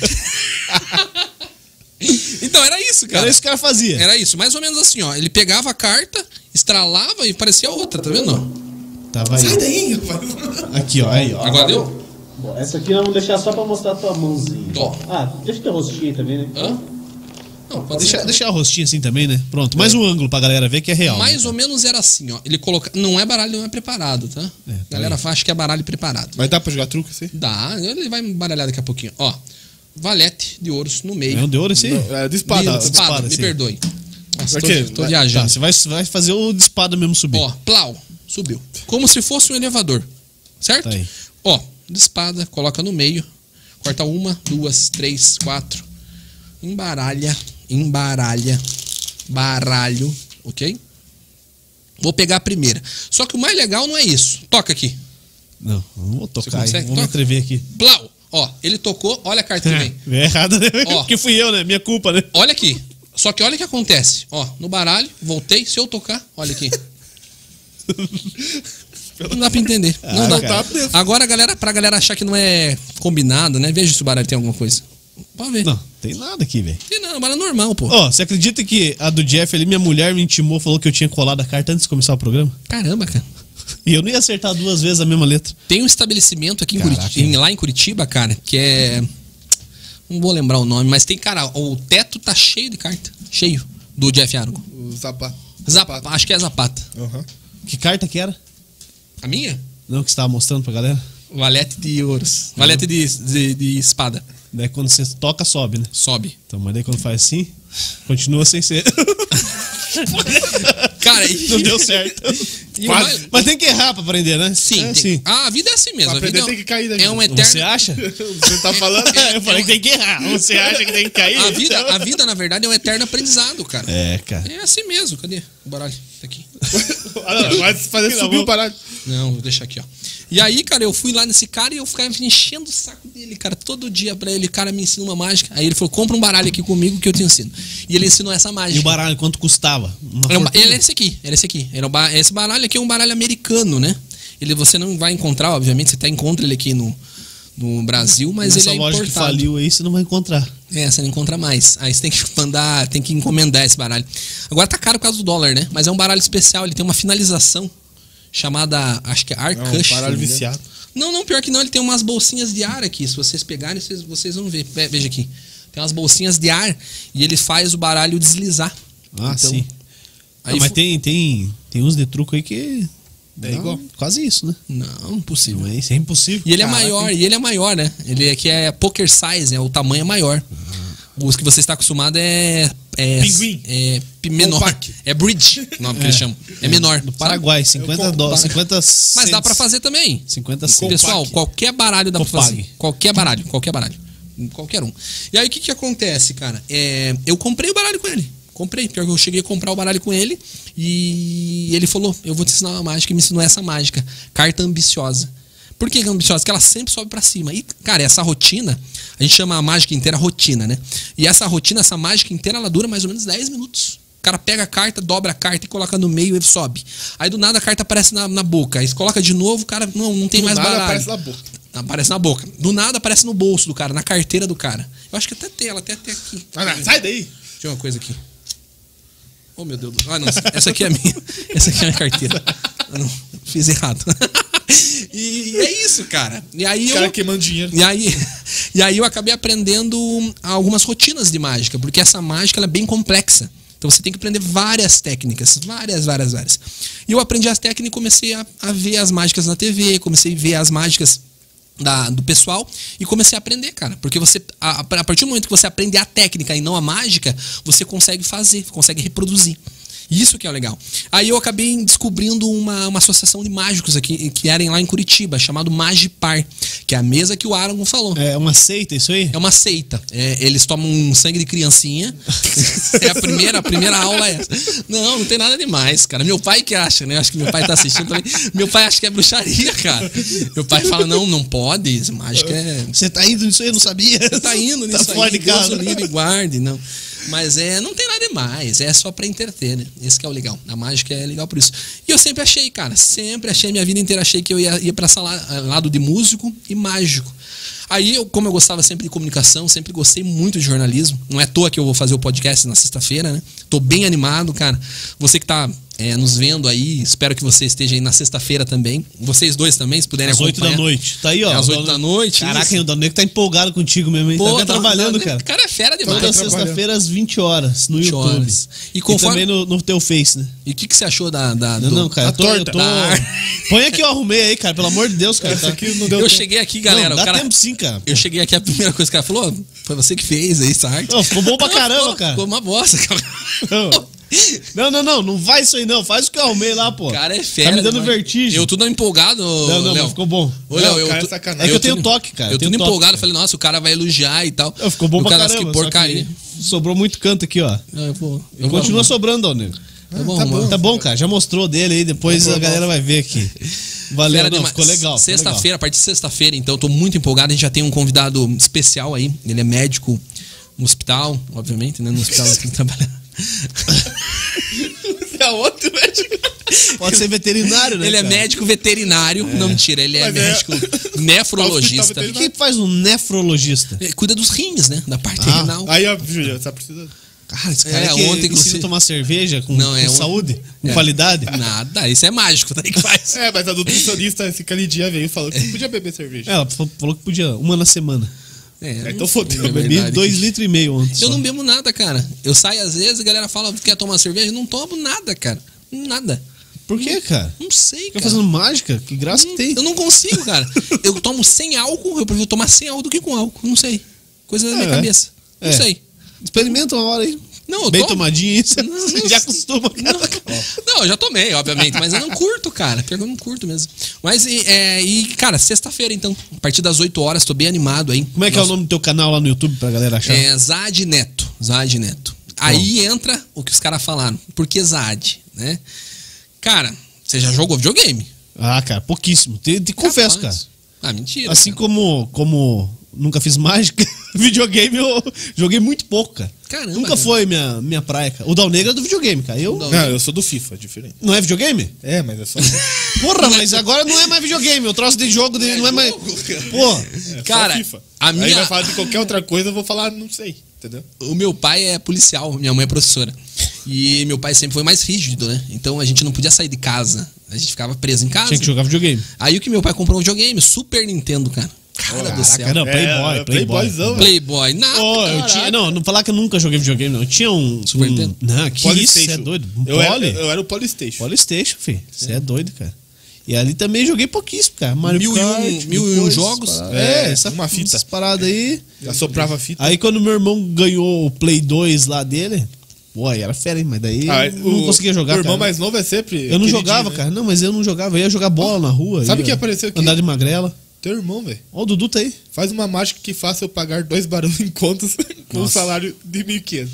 [SPEAKER 3] Então era isso, cara.
[SPEAKER 1] Era isso que o cara fazia.
[SPEAKER 3] Era isso, mais ou menos assim, ó. Ele pegava a carta, estralava e parecia outra, tá vendo? ó?
[SPEAKER 1] Tava aí.
[SPEAKER 2] Tem, rapaz.
[SPEAKER 1] Aqui, ó, aí, ó.
[SPEAKER 3] Agora deu?
[SPEAKER 4] Bom, essa aqui nós vamos deixar só pra mostrar a tua mãozinha.
[SPEAKER 3] Tó.
[SPEAKER 4] Ah, deixa teu rostinho aí também, né?
[SPEAKER 3] Hã? Não,
[SPEAKER 1] Deixa,
[SPEAKER 3] pode deixar.
[SPEAKER 1] deixar o rostinho assim também, né? Pronto, mais um ângulo pra galera ver que é real.
[SPEAKER 3] Mais ou menos era assim, ó. Ele coloca. Não é baralho, não é preparado, tá?
[SPEAKER 1] É, tá
[SPEAKER 3] Galera, acha que é baralho preparado.
[SPEAKER 2] Mas dá pra jogar truco assim?
[SPEAKER 3] Dá, ele vai baralhar daqui a pouquinho. Ó, valete de ouros no meio.
[SPEAKER 1] É um de ouro esse aí?
[SPEAKER 2] Não, é de espada.
[SPEAKER 3] Lindo,
[SPEAKER 2] Tá,
[SPEAKER 3] espada,
[SPEAKER 1] espada,
[SPEAKER 3] me
[SPEAKER 1] sim.
[SPEAKER 3] perdoe. Nossa,
[SPEAKER 2] Ok,
[SPEAKER 3] tô, tô
[SPEAKER 2] vai-
[SPEAKER 1] Tá,
[SPEAKER 3] viajando.
[SPEAKER 1] você vai, vai fazer o de espada mesmo subir.
[SPEAKER 3] Ó, plau, subiu. Como se fosse um elevador. Certo?
[SPEAKER 1] Tá aí.
[SPEAKER 3] Ó, de espada, coloca no meio. Corta uma, duas, três, quatro. Embaralha, embaralha, baralho, ok? Vou pegar a primeira. Só que o mais legal não é isso. Toca aqui.
[SPEAKER 1] Não, não vou tocar aí.
[SPEAKER 3] consegue?
[SPEAKER 1] Vou me
[SPEAKER 3] Toca.
[SPEAKER 1] atrever aqui.
[SPEAKER 3] Plau. Ó, ele tocou, olha a carta que vem.
[SPEAKER 1] É errado, né?
[SPEAKER 3] Ó.
[SPEAKER 1] Porque fui eu, né? Minha culpa, né?
[SPEAKER 3] Olha aqui. Só que olha o que acontece. Ó, no baralho, voltei. Se eu tocar, olha aqui. Não dá pra entender. Não
[SPEAKER 1] Ah,
[SPEAKER 3] dá.
[SPEAKER 1] cara.
[SPEAKER 3] Agora, galera, pra galera achar que não é combinado, né? Veja se o baralho tem alguma coisa. Pode ver.
[SPEAKER 1] Não, tem nada aqui, velho.
[SPEAKER 3] Tem não, baralho normal, pô.
[SPEAKER 1] Ó, você acredita que a do Jeff ali, minha mulher me intimou, falou que eu tinha colado a carta antes de começar o programa?
[SPEAKER 3] Caramba, cara.
[SPEAKER 1] E eu não ia acertar duas vezes a mesma letra.
[SPEAKER 3] Tem um estabelecimento aqui em
[SPEAKER 1] Caraca,
[SPEAKER 3] Curiti- em- lá em Curitiba, cara, que é. Não vou lembrar o nome, mas tem, cara, o teto tá cheio de carta. Cheio. Do Jeff Argo.
[SPEAKER 2] O sapato.
[SPEAKER 3] Zapa, acho que é Zapata.
[SPEAKER 2] Aham.
[SPEAKER 1] Que carta que era?
[SPEAKER 3] A minha?
[SPEAKER 1] Não, que você tava mostrando pra galera?
[SPEAKER 3] Valete de ouros. Valete de, de, de espada.
[SPEAKER 1] Daí quando você toca, sobe, né?
[SPEAKER 3] Sobe.
[SPEAKER 1] Então, mas daí quando faz assim, continua sem ser.
[SPEAKER 3] Cara, e-
[SPEAKER 1] não deu certo.
[SPEAKER 3] E o
[SPEAKER 1] Quase.
[SPEAKER 3] mais-
[SPEAKER 1] Mas tem que errar pra aprender, né?
[SPEAKER 3] Sim,
[SPEAKER 1] é,
[SPEAKER 3] tem-
[SPEAKER 1] sim.
[SPEAKER 3] Ah, a vida é assim mesmo.
[SPEAKER 2] Pra
[SPEAKER 3] A vida
[SPEAKER 2] aprender tem que cair da
[SPEAKER 3] é
[SPEAKER 2] vida.
[SPEAKER 3] um
[SPEAKER 1] né, Você
[SPEAKER 3] eterno.
[SPEAKER 1] acha? É,
[SPEAKER 2] Você tá falando?
[SPEAKER 1] eu falei que tem que errar. Você acha que tem que cair?
[SPEAKER 3] A vida,
[SPEAKER 1] Então-
[SPEAKER 3] a vida, na verdade, é um eterno aprendizado, cara.
[SPEAKER 1] É, cara.
[SPEAKER 3] É assim mesmo. Cadê o baralho? Tá aqui.
[SPEAKER 2] Ah, não, Vai fazer subir o baralho.
[SPEAKER 3] Não, vou deixar aqui, ó. E aí, cara, eu fui lá nesse cara e eu ficava enchendo o saco dele, cara, todo dia pra ele. Cara, me ensina uma mágica. Aí ele falou: compra um baralho aqui comigo que eu te ensino. E ele ensinou essa
[SPEAKER 1] E
[SPEAKER 3] mágica.
[SPEAKER 1] o baralho, quanto custava? Uma
[SPEAKER 3] Era um ba-
[SPEAKER 1] fortuna?
[SPEAKER 3] ele era esse aqui, era esse aqui. Era um ba- esse baralho aqui é um baralho americano, né? Ele você não vai encontrar, obviamente, você até encontra ele aqui no, no Brasil, mas
[SPEAKER 1] Nessa
[SPEAKER 3] ele é
[SPEAKER 1] loja
[SPEAKER 3] importado.
[SPEAKER 1] que faliu aí, você não vai encontrar.
[SPEAKER 3] É, você não encontra mais. Aí você tem que mandar, tem que encomendar esse baralho. Agora tá caro por causa do dólar, né? Mas é um baralho especial, ele tem uma finalização chamada, acho que é
[SPEAKER 2] Não, um
[SPEAKER 3] Arcush.
[SPEAKER 2] baralho
[SPEAKER 3] né?
[SPEAKER 2] viciado.
[SPEAKER 3] Não, não, pior que não, ele tem umas bolsinhas de ar aqui. Se vocês pegarem, vocês, vocês vão ver. Ve- Veja aqui. Tem umas bolsinhas de ar e ele faz o baralho deslizar.
[SPEAKER 1] Ah, sim. Ah,
[SPEAKER 3] Aí
[SPEAKER 1] mas
[SPEAKER 3] fu-
[SPEAKER 1] tem, tem, tem uns de truco aí que.
[SPEAKER 2] É
[SPEAKER 1] dá
[SPEAKER 2] igual.
[SPEAKER 1] Quase isso, né?
[SPEAKER 3] Não, impossível.
[SPEAKER 1] Não é isso, é impossível.
[SPEAKER 3] E ele é
[SPEAKER 1] Caraca.
[SPEAKER 3] maior, e ele é maior, né? Ele aqui é poker size, né? O tamanho é maior.
[SPEAKER 1] Uhum.
[SPEAKER 3] Os que você está acostumado é. é
[SPEAKER 2] Pinguim.
[SPEAKER 3] É pi- menor.
[SPEAKER 2] Compact.
[SPEAKER 3] É bridge, o nome que eles chamam. É menor.
[SPEAKER 1] Do Paraguai, 50 dólares.
[SPEAKER 3] compro-
[SPEAKER 1] 50
[SPEAKER 3] Mas dá
[SPEAKER 1] cents.
[SPEAKER 3] pra fazer também.
[SPEAKER 1] 50 cents.
[SPEAKER 3] assim. Pessoal, qualquer baralho dá pra
[SPEAKER 1] Copag.
[SPEAKER 3] fazer. assim. Qualquer baralho, qualquer baralho. Qualquer um. E aí o que que acontece, cara? É, eu comprei o baralho com ele. Comprei, porque eu cheguei a comprar o baralho com ele e ele falou: Eu vou te ensinar uma mágica e me ensinou essa mágica. Carta ambiciosa. Por que que é ambiciosa? Porque ela sempre sobe pra cima. E, cara, essa rotina, a gente chama a mágica inteira rotina, né? E essa rotina, essa mágica inteira, ela dura mais ou menos 10 minutos. O cara pega a carta, dobra a carta e coloca no meio e sobe. Aí do nada a carta aparece na, na boca. Aí você coloca de novo, o cara não, não tem
[SPEAKER 2] Do
[SPEAKER 3] mais
[SPEAKER 2] nada
[SPEAKER 3] baralho.
[SPEAKER 2] aparece na boca.
[SPEAKER 3] Aparece na boca. Do nada aparece no bolso do cara, na carteira do cara. Eu acho que até tem ela, até até aqui.
[SPEAKER 2] Ah, não, sai daí.
[SPEAKER 3] Tinha uma coisa aqui. Oh, meu Deus do Ah, não. Essa aqui é a minha. Essa aqui é a minha carteira. Eu não, fiz errado. e é isso, cara. E aí
[SPEAKER 2] O cara
[SPEAKER 3] eu.
[SPEAKER 2] queimando dinheiro.
[SPEAKER 3] E aí, e aí eu acabei aprendendo algumas rotinas de mágica, porque essa mágica ela é bem complexa. Então você tem que aprender várias técnicas, várias, várias, várias. E eu aprendi as técnicas e comecei a, a ver as mágicas na TV, comecei a ver as mágicas da- do pessoal e comecei a aprender, cara. Porque você, a, a partir do momento que você aprende a técnica e não a mágica, você consegue fazer, consegue reproduzir. Isso que é o legal. Aí eu acabei descobrindo uma, uma associação de mágicos aqui, que eram lá em Curitiba, chamado Magipar, que é a mesa que o Aragon falou.
[SPEAKER 1] É uma seita isso aí?
[SPEAKER 3] É uma seita. É, eles tomam sangue de criancinha. é a primeira, a primeira aula é essa. Não, não tem nada demais, cara. Meu pai que acha, né? Acho que meu pai tá assistindo também. Meu pai acha que é bruxaria, cara. Meu pai fala, não, não pode. isso é Mágica é.
[SPEAKER 1] Você tá indo nisso aí? Eu não sabia.
[SPEAKER 3] Você tá indo nisso
[SPEAKER 1] Tá fora
[SPEAKER 3] aí,
[SPEAKER 1] de casa.
[SPEAKER 3] Deus o livre, guarde, não. Mas é, não tem nada demais, é só pra entreter, né? Esse que é o legal. A mágica é legal por isso. E eu sempre achei, cara, sempre achei, minha vida inteira achei que eu ia, ia pra essa la- eh, lado de músico e mágico. Aí, eu, como eu gostava sempre de comunicação, sempre gostei muito de jornalismo. Não é à toa que eu vou fazer o podcast na sexta-feira, né? Tô bem animado, cara. Você que tá é, nos vendo aí, espero que você esteja aí na sexta-feira também. Vocês dois também, se puderem
[SPEAKER 1] Às 8 da
[SPEAKER 3] acompanhar.
[SPEAKER 1] noite. Tá aí, ó.
[SPEAKER 3] É, às
[SPEAKER 1] O
[SPEAKER 3] oito
[SPEAKER 1] Dano-
[SPEAKER 3] da noite,
[SPEAKER 1] Caraca,
[SPEAKER 3] isso.
[SPEAKER 1] hein, o Danoneco tá empolgado contigo mesmo, hein? tá
[SPEAKER 3] tá-
[SPEAKER 1] até trabalhando,
[SPEAKER 3] tá-
[SPEAKER 1] cara.
[SPEAKER 3] Cara, é fera demais.
[SPEAKER 1] Toda
[SPEAKER 2] tá trabalhando.
[SPEAKER 1] sexta-feira às 20 horas no
[SPEAKER 3] 20
[SPEAKER 1] YouTube.
[SPEAKER 3] horas. E conforme-
[SPEAKER 1] e também no, no teu Face, né?
[SPEAKER 3] E o que, que você achou da. da-
[SPEAKER 1] Não,
[SPEAKER 3] do- Ah,
[SPEAKER 1] não, cara.
[SPEAKER 2] Tá
[SPEAKER 1] eu tô- eu
[SPEAKER 2] torta.
[SPEAKER 1] tô-
[SPEAKER 3] Tá.
[SPEAKER 1] Põe aqui, eu arrumei aí, cara. Pelo amor de Deus, cara.
[SPEAKER 2] Isso
[SPEAKER 1] tá-
[SPEAKER 2] aqui não deu
[SPEAKER 3] Eu
[SPEAKER 2] tempo.
[SPEAKER 3] cheguei aqui, galera.
[SPEAKER 1] Não,
[SPEAKER 3] o
[SPEAKER 1] dá
[SPEAKER 3] cara,
[SPEAKER 1] tempo sim, cara.
[SPEAKER 3] Eu cheguei aqui, a primeira coisa que o cara falou, "Ô, foi você que fez aí essa arte.
[SPEAKER 1] Não, ficou bom pra
[SPEAKER 3] Não,
[SPEAKER 1] caramba,
[SPEAKER 3] ficou-
[SPEAKER 1] cara.
[SPEAKER 3] Ficou uma bosta, cara.
[SPEAKER 1] Não. Não, não, não. Não vai isso aí, não. Faz o que eu arrumei lá, pô.
[SPEAKER 3] O cara é fera.
[SPEAKER 1] Tá me dando
[SPEAKER 3] demais.
[SPEAKER 1] vertigem.
[SPEAKER 3] Eu tudo empolgado,
[SPEAKER 1] Não, não,
[SPEAKER 3] Léo.
[SPEAKER 1] mas ficou bom.
[SPEAKER 3] Ô, Léo,
[SPEAKER 2] Não,
[SPEAKER 3] eu,
[SPEAKER 2] cara, é
[SPEAKER 3] tu-
[SPEAKER 2] sacanagem.
[SPEAKER 1] É que eu tenho
[SPEAKER 3] tudo-
[SPEAKER 1] toque, cara.
[SPEAKER 3] Eu
[SPEAKER 1] Eu
[SPEAKER 3] tudo
[SPEAKER 1] tenho toque,
[SPEAKER 3] empolgado,
[SPEAKER 1] cara.
[SPEAKER 3] falei, nossa, o cara vai elogiar e tal.
[SPEAKER 1] Não, ficou bom
[SPEAKER 3] o
[SPEAKER 1] pra
[SPEAKER 3] cara,
[SPEAKER 1] caramba.
[SPEAKER 3] que
[SPEAKER 1] só
[SPEAKER 3] porcaria.
[SPEAKER 1] sobrou muito canto aqui, ó.
[SPEAKER 3] Não, eu vou- eu
[SPEAKER 1] E
[SPEAKER 3] vou
[SPEAKER 1] continua
[SPEAKER 3] arrumar.
[SPEAKER 1] sobrando, Dalnego.
[SPEAKER 3] Eu vou
[SPEAKER 2] tá
[SPEAKER 3] arrumar.
[SPEAKER 2] bom.
[SPEAKER 1] Tá bom, cara. Já mostrou dele aí. Depois a galera vai ver aqui. Valeu,
[SPEAKER 3] Fera
[SPEAKER 1] não,
[SPEAKER 3] demais.
[SPEAKER 1] ficou legal. ficou legal.
[SPEAKER 3] Sexta-feira, a partir de sexta-feira, então, eu tô muito empolgado. A gente já tem um convidado especial aí. Ele é médico no hospital, obviamente, né? No hospital ele tem que trabalhar.
[SPEAKER 2] É outro, velho.
[SPEAKER 1] Pode ser veterinário, né?
[SPEAKER 3] Ele é
[SPEAKER 1] cara?
[SPEAKER 3] médico veterinário. Não, mentira, ele é
[SPEAKER 2] Mas é-
[SPEAKER 3] médico
[SPEAKER 2] Tá
[SPEAKER 3] nefrologista.
[SPEAKER 2] hospital
[SPEAKER 1] O que que faz um nefrologista?
[SPEAKER 3] Ele Cuida dos rins, né? Da parte
[SPEAKER 1] Ah,
[SPEAKER 3] renal.
[SPEAKER 2] Aí, ó, Juliano, tá precisando.
[SPEAKER 1] Cara, esse
[SPEAKER 3] É, ontem,
[SPEAKER 1] ontem ensina
[SPEAKER 3] inclusive-
[SPEAKER 1] a tomar cerveja com,
[SPEAKER 3] Não, é
[SPEAKER 1] com
[SPEAKER 3] ontem-
[SPEAKER 1] saúde, com
[SPEAKER 3] É.
[SPEAKER 1] qualidade.
[SPEAKER 3] Nada, isso é mágico, daí que faz.
[SPEAKER 2] É, mas a nutricionista, esse aquele dia veio e falou que não podia beber cerveja.
[SPEAKER 1] É, Ela fa- falou que podia uma na semana.
[SPEAKER 3] É,
[SPEAKER 2] então fodeu,
[SPEAKER 3] é
[SPEAKER 1] Eu bebi
[SPEAKER 3] verdade.
[SPEAKER 1] dois litros e meio ontem. só.
[SPEAKER 3] Eu não bebo nada, cara. Eu saio às vezes, a galera fala, quer tomar cerveja? Eu Não tomo nada, cara. Nada.
[SPEAKER 1] Por que, cara?
[SPEAKER 3] Não sei,
[SPEAKER 1] Fica
[SPEAKER 3] cara. Hum,
[SPEAKER 1] fazendo mágica? Que graça que tem.
[SPEAKER 3] Eu não consigo, cara. Eu tomo sem álcool, eu prefiro tomar sem álcool do que com álcool. Não sei. Coisa da minha
[SPEAKER 1] É,
[SPEAKER 3] cabeça. Não
[SPEAKER 1] é.
[SPEAKER 3] sei.
[SPEAKER 1] Experimenta uma hora aí.
[SPEAKER 3] Não, eu
[SPEAKER 1] Bem
[SPEAKER 3] tomo.
[SPEAKER 1] tomadinha isso.
[SPEAKER 3] Não, não
[SPEAKER 1] Já
[SPEAKER 3] sei.
[SPEAKER 1] acostuma, cara.
[SPEAKER 3] Não, não, eu já tomei, obviamente, mas eu não curto, cara. Pior que eu não curto mesmo. Mas, e, é, e, cara, sexta-feira, então, a partir das 8 horas, tô bem animado aí.
[SPEAKER 1] Como é que é o nome do teu canal lá no YouTube pra galera achar?
[SPEAKER 3] É Zad Neto. Zad Neto. Aí entra o que os caras falaram. Por que Zad, né? Cara, você já jogou videogame?
[SPEAKER 1] Ah, cara, pouquíssimo. Te, te confesso, cara.
[SPEAKER 3] Capaz. Ah, mentira.
[SPEAKER 1] Assim
[SPEAKER 3] cara.
[SPEAKER 1] como, como nunca fiz mágica, videogame eu joguei muito pouco, cara.
[SPEAKER 3] Caramba,
[SPEAKER 1] Nunca
[SPEAKER 3] cara.
[SPEAKER 1] foi minha, minha praia, cara. O Dal Negra é do videogame, cara. Eu...
[SPEAKER 3] Dal-
[SPEAKER 2] Não, eu sou do FIFA, é diferente.
[SPEAKER 1] Não é videogame?
[SPEAKER 2] É, mas é só.
[SPEAKER 1] Porra, mas agora não é mais videogame. Eu troço de jogo dele, não é mais. Pô.
[SPEAKER 2] É
[SPEAKER 3] Cara,
[SPEAKER 2] só FIFA.
[SPEAKER 3] a
[SPEAKER 2] Aí
[SPEAKER 3] minha-
[SPEAKER 2] vai falar de qualquer outra coisa, eu vou falar, não sei, entendeu?
[SPEAKER 3] O meu pai é policial, minha mãe é professora. E meu pai sempre foi mais rígido, né? Então a gente não podia sair de casa. A gente ficava preso em casa.
[SPEAKER 1] Tinha que jogar videogame.
[SPEAKER 3] Aí o que meu pai comprou um videogame? Super Nintendo, cara. Cara do céu.
[SPEAKER 1] Caramba, Playboy, Playboy.
[SPEAKER 2] é, Playboyzão, velho.
[SPEAKER 3] Playboy. Nada.
[SPEAKER 1] Ô, eu
[SPEAKER 3] cara.
[SPEAKER 1] tinha, não, não falar que eu nunca joguei videogame, não. Eu tinha um.
[SPEAKER 3] Super
[SPEAKER 1] um-
[SPEAKER 3] Nintendo?
[SPEAKER 1] Não, que isso,
[SPEAKER 2] Polystation.
[SPEAKER 1] você é doido. Um
[SPEAKER 2] eu, era,
[SPEAKER 1] Poly?
[SPEAKER 2] eu era o Polystation.
[SPEAKER 1] Polystation, filho. Você é doido, cara. E ali também joguei pouquíssimo, cara. Mario
[SPEAKER 3] Mil e um-
[SPEAKER 1] Kart.
[SPEAKER 3] mil e um
[SPEAKER 1] depois,
[SPEAKER 3] jogos.
[SPEAKER 1] essas paradas. É,
[SPEAKER 2] É,
[SPEAKER 1] essa,
[SPEAKER 2] uma fita.
[SPEAKER 1] Essas paradas aí.
[SPEAKER 2] Eu soprava a fita.
[SPEAKER 1] Aí quando meu irmão ganhou o Play 2 lá dele, pô, aí era fera, hein? Mas daí
[SPEAKER 2] Ah,
[SPEAKER 1] eu não conseguia jogar,
[SPEAKER 2] O irmão
[SPEAKER 1] cara.
[SPEAKER 2] mais novo é sempre.
[SPEAKER 1] Eu não
[SPEAKER 2] queridinho,
[SPEAKER 1] jogava,
[SPEAKER 2] né?
[SPEAKER 1] cara. Não, mas eu não jogava. Eu ia jogar bola na rua.
[SPEAKER 2] Sabe
[SPEAKER 1] ia
[SPEAKER 2] quem apareceu aqui?
[SPEAKER 1] Andar de magrela.
[SPEAKER 2] Teu irmão, velho.
[SPEAKER 1] Ó, o Dudu tá aí.
[SPEAKER 2] Faz uma mágica que faça eu pagar dois barões em contas com um
[SPEAKER 1] Nossa.
[SPEAKER 2] salário de 1.500.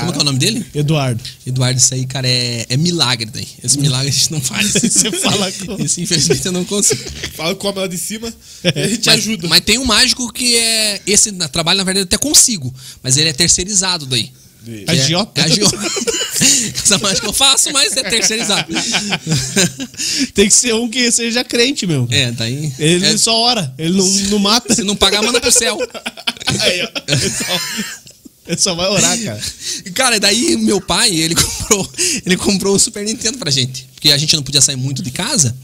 [SPEAKER 3] Como é que é o nome dele?
[SPEAKER 1] Eduardo.
[SPEAKER 3] Eduardo, isso aí, cara, é, é milagre daí. Esse milagre a gente não faz.
[SPEAKER 1] Você fala com-
[SPEAKER 3] Esse, infelizmente, eu não consigo.
[SPEAKER 2] Fala com a lá de cima e a gente
[SPEAKER 3] mas,
[SPEAKER 2] ajuda.
[SPEAKER 3] Mas tem um mágico que é. Esse na- trabalho, na verdade, eu até consigo. Mas ele é terceirizado daí. Que é-
[SPEAKER 1] Agiota.
[SPEAKER 3] É, agiota. Essa mágica eu faço, mas é terceirizado.
[SPEAKER 1] Tem que ser um que seja crente, meu.
[SPEAKER 3] é, daí.
[SPEAKER 1] Ele
[SPEAKER 3] é,
[SPEAKER 1] só ora. Ele não, não mata.
[SPEAKER 3] Se não pagar, manda pro céu.
[SPEAKER 2] Aí, ó.
[SPEAKER 1] Ele só vai orar, cara.
[SPEAKER 3] E, Cara, daí meu pai, ele comprou, ele comprou o Super Nintendo pra gente. Porque a gente não podia sair muito de casa.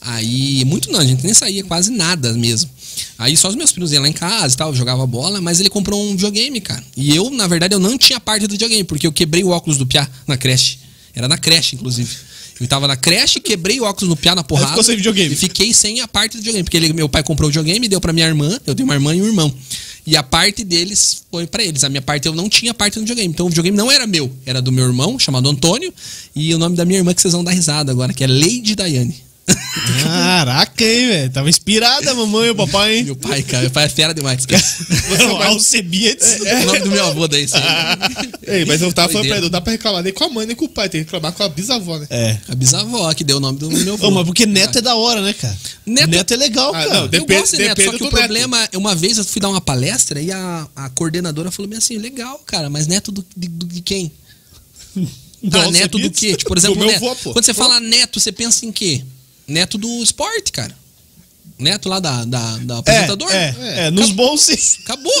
[SPEAKER 3] Aí, muito não, a gente nem saía quase nada mesmo. Aí só os meus primos iam lá em casa e tal, jogava bola, mas ele comprou um videogame, cara. E eu, na verdade, eu não tinha parte do videogame, porque eu quebrei o óculos do Piá na creche. Era na creche, inclusive. Eu tava na creche, quebrei o óculos do Piá na porrada.
[SPEAKER 1] ficou sem videogame.
[SPEAKER 3] E fiquei sem a parte do videogame, porque ele- meu pai comprou o videogame e deu pra minha irmã, eu tenho uma irmã e um irmão. E a parte deles foi pra eles. A minha parte eu não tinha parte do videogame. Então o videogame não era meu, era do meu irmão, chamado Antônio, e o nome da minha irmã que vocês vão dar risada agora, que é Lady Daiane.
[SPEAKER 1] Caraca, hein, velho? Tava inspirada a mamãe e o papai, hein?
[SPEAKER 3] Meu pai, cara, meu pai é fera demais.
[SPEAKER 1] Não, Alcebiades.
[SPEAKER 3] o nome do meu avô daí, isso aí.
[SPEAKER 2] Ei, mas eu tava falando pra
[SPEAKER 3] é Doideira.
[SPEAKER 2] ele, não dá pra reclamar nem com a mãe nem com o pai, tem que reclamar com a bisavó, né?
[SPEAKER 1] É.
[SPEAKER 3] A bisavó que deu o nome do meu avô.
[SPEAKER 1] Ô, mas porque neto é da hora, né, cara?
[SPEAKER 3] Neto-
[SPEAKER 1] Neto, é legal,
[SPEAKER 2] Ah,
[SPEAKER 1] cara.
[SPEAKER 2] não,
[SPEAKER 3] Eu
[SPEAKER 2] Depende-
[SPEAKER 3] gosto de neto, só
[SPEAKER 2] depende
[SPEAKER 3] que o
[SPEAKER 2] do neto.
[SPEAKER 3] problema é uma vez eu fui dar uma palestra e a, a coordenadora falou bem assim, legal, cara, mas neto do, de, do- de quem?
[SPEAKER 1] Do
[SPEAKER 3] ah, neto do
[SPEAKER 1] Então, Alcebiades.
[SPEAKER 3] quê? Tipo, por exemplo,
[SPEAKER 2] Do meu
[SPEAKER 3] neto.
[SPEAKER 2] vô, pô.
[SPEAKER 3] quando você fala neto, você pensa em quê? Neto do esporte, cara. Neto lá da, da, da
[SPEAKER 1] É,
[SPEAKER 3] apresentadora.
[SPEAKER 1] é, é, nos bons sim.
[SPEAKER 3] Acabou.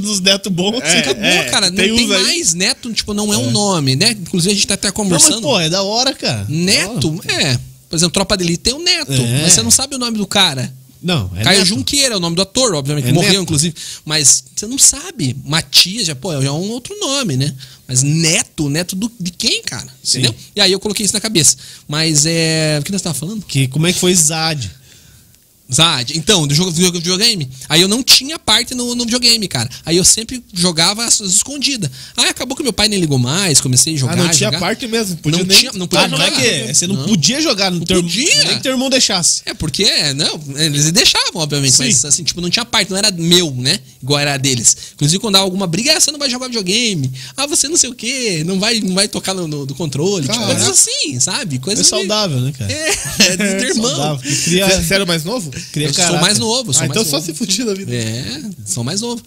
[SPEAKER 1] Dos netos bons
[SPEAKER 2] É,
[SPEAKER 1] sim.
[SPEAKER 3] Acabou, cara.
[SPEAKER 2] tem
[SPEAKER 3] não tem
[SPEAKER 2] uns aí.
[SPEAKER 3] mais neto, tipo, não é, um nome, né? Inclusive a gente tá até
[SPEAKER 1] Não,
[SPEAKER 3] conversando.
[SPEAKER 1] mas, pô, é da hora, cara.
[SPEAKER 3] Neto, é. Por exemplo, Tropa de Elite tem o Neto,
[SPEAKER 1] É.
[SPEAKER 3] mas você não sabe o nome do cara.
[SPEAKER 1] Não, é
[SPEAKER 3] Caio
[SPEAKER 1] neto.
[SPEAKER 3] Junqueira é o nome do ator, obviamente,
[SPEAKER 1] É
[SPEAKER 3] morreu
[SPEAKER 1] Neto.
[SPEAKER 3] inclusive, mas você não sabe. Matias já, pô, já é um outro nome, né? Mas Neto, Neto do- de quem, cara?
[SPEAKER 1] Sim.
[SPEAKER 3] Entendeu? E aí eu coloquei isso na cabeça. Mas é, o que nós tava falando?
[SPEAKER 1] Que, como é que foi Zad?
[SPEAKER 3] Zad, então, do jogo, do jogo- do videogame. Aí eu não tinha parte no, no videogame, cara. Aí eu sempre jogava as, as escondidas. Aí acabou que meu pai nem ligou mais, comecei a jogar.
[SPEAKER 2] Ah, não tinha
[SPEAKER 3] jogar.
[SPEAKER 2] parte mesmo, podia
[SPEAKER 3] não
[SPEAKER 2] nem...
[SPEAKER 3] tinha, não podia
[SPEAKER 1] Ah, não é
[SPEAKER 3] jogar.
[SPEAKER 1] que você não, podia jogar. Não
[SPEAKER 3] podia.
[SPEAKER 1] Nem que teu irmão deixasse.
[SPEAKER 3] É, porque, é, não, eles deixavam, obviamente,
[SPEAKER 1] Sim.
[SPEAKER 3] mas assim, tipo, não tinha parte, não era meu, né? Igual era a deles. Inclusive, quando dava alguma briga, ah, você não vai jogar videogame, ah, você não sei o quê, não vai, não vai tocar no, no- do controle, tipo,
[SPEAKER 2] Caraca.
[SPEAKER 3] coisas assim, sabe?
[SPEAKER 1] É
[SPEAKER 3] Coisas de-
[SPEAKER 1] saudável, né, cara?
[SPEAKER 3] É, é do teu irmão.
[SPEAKER 1] Saudável, que cria-
[SPEAKER 2] Você- Você era mais novo?
[SPEAKER 1] cria
[SPEAKER 3] Eu sou
[SPEAKER 1] caráter.
[SPEAKER 3] mais novo, sou
[SPEAKER 2] Ah, então
[SPEAKER 3] mais
[SPEAKER 2] só
[SPEAKER 3] novo.
[SPEAKER 2] se fudir da vida.
[SPEAKER 3] É, sou mais novo.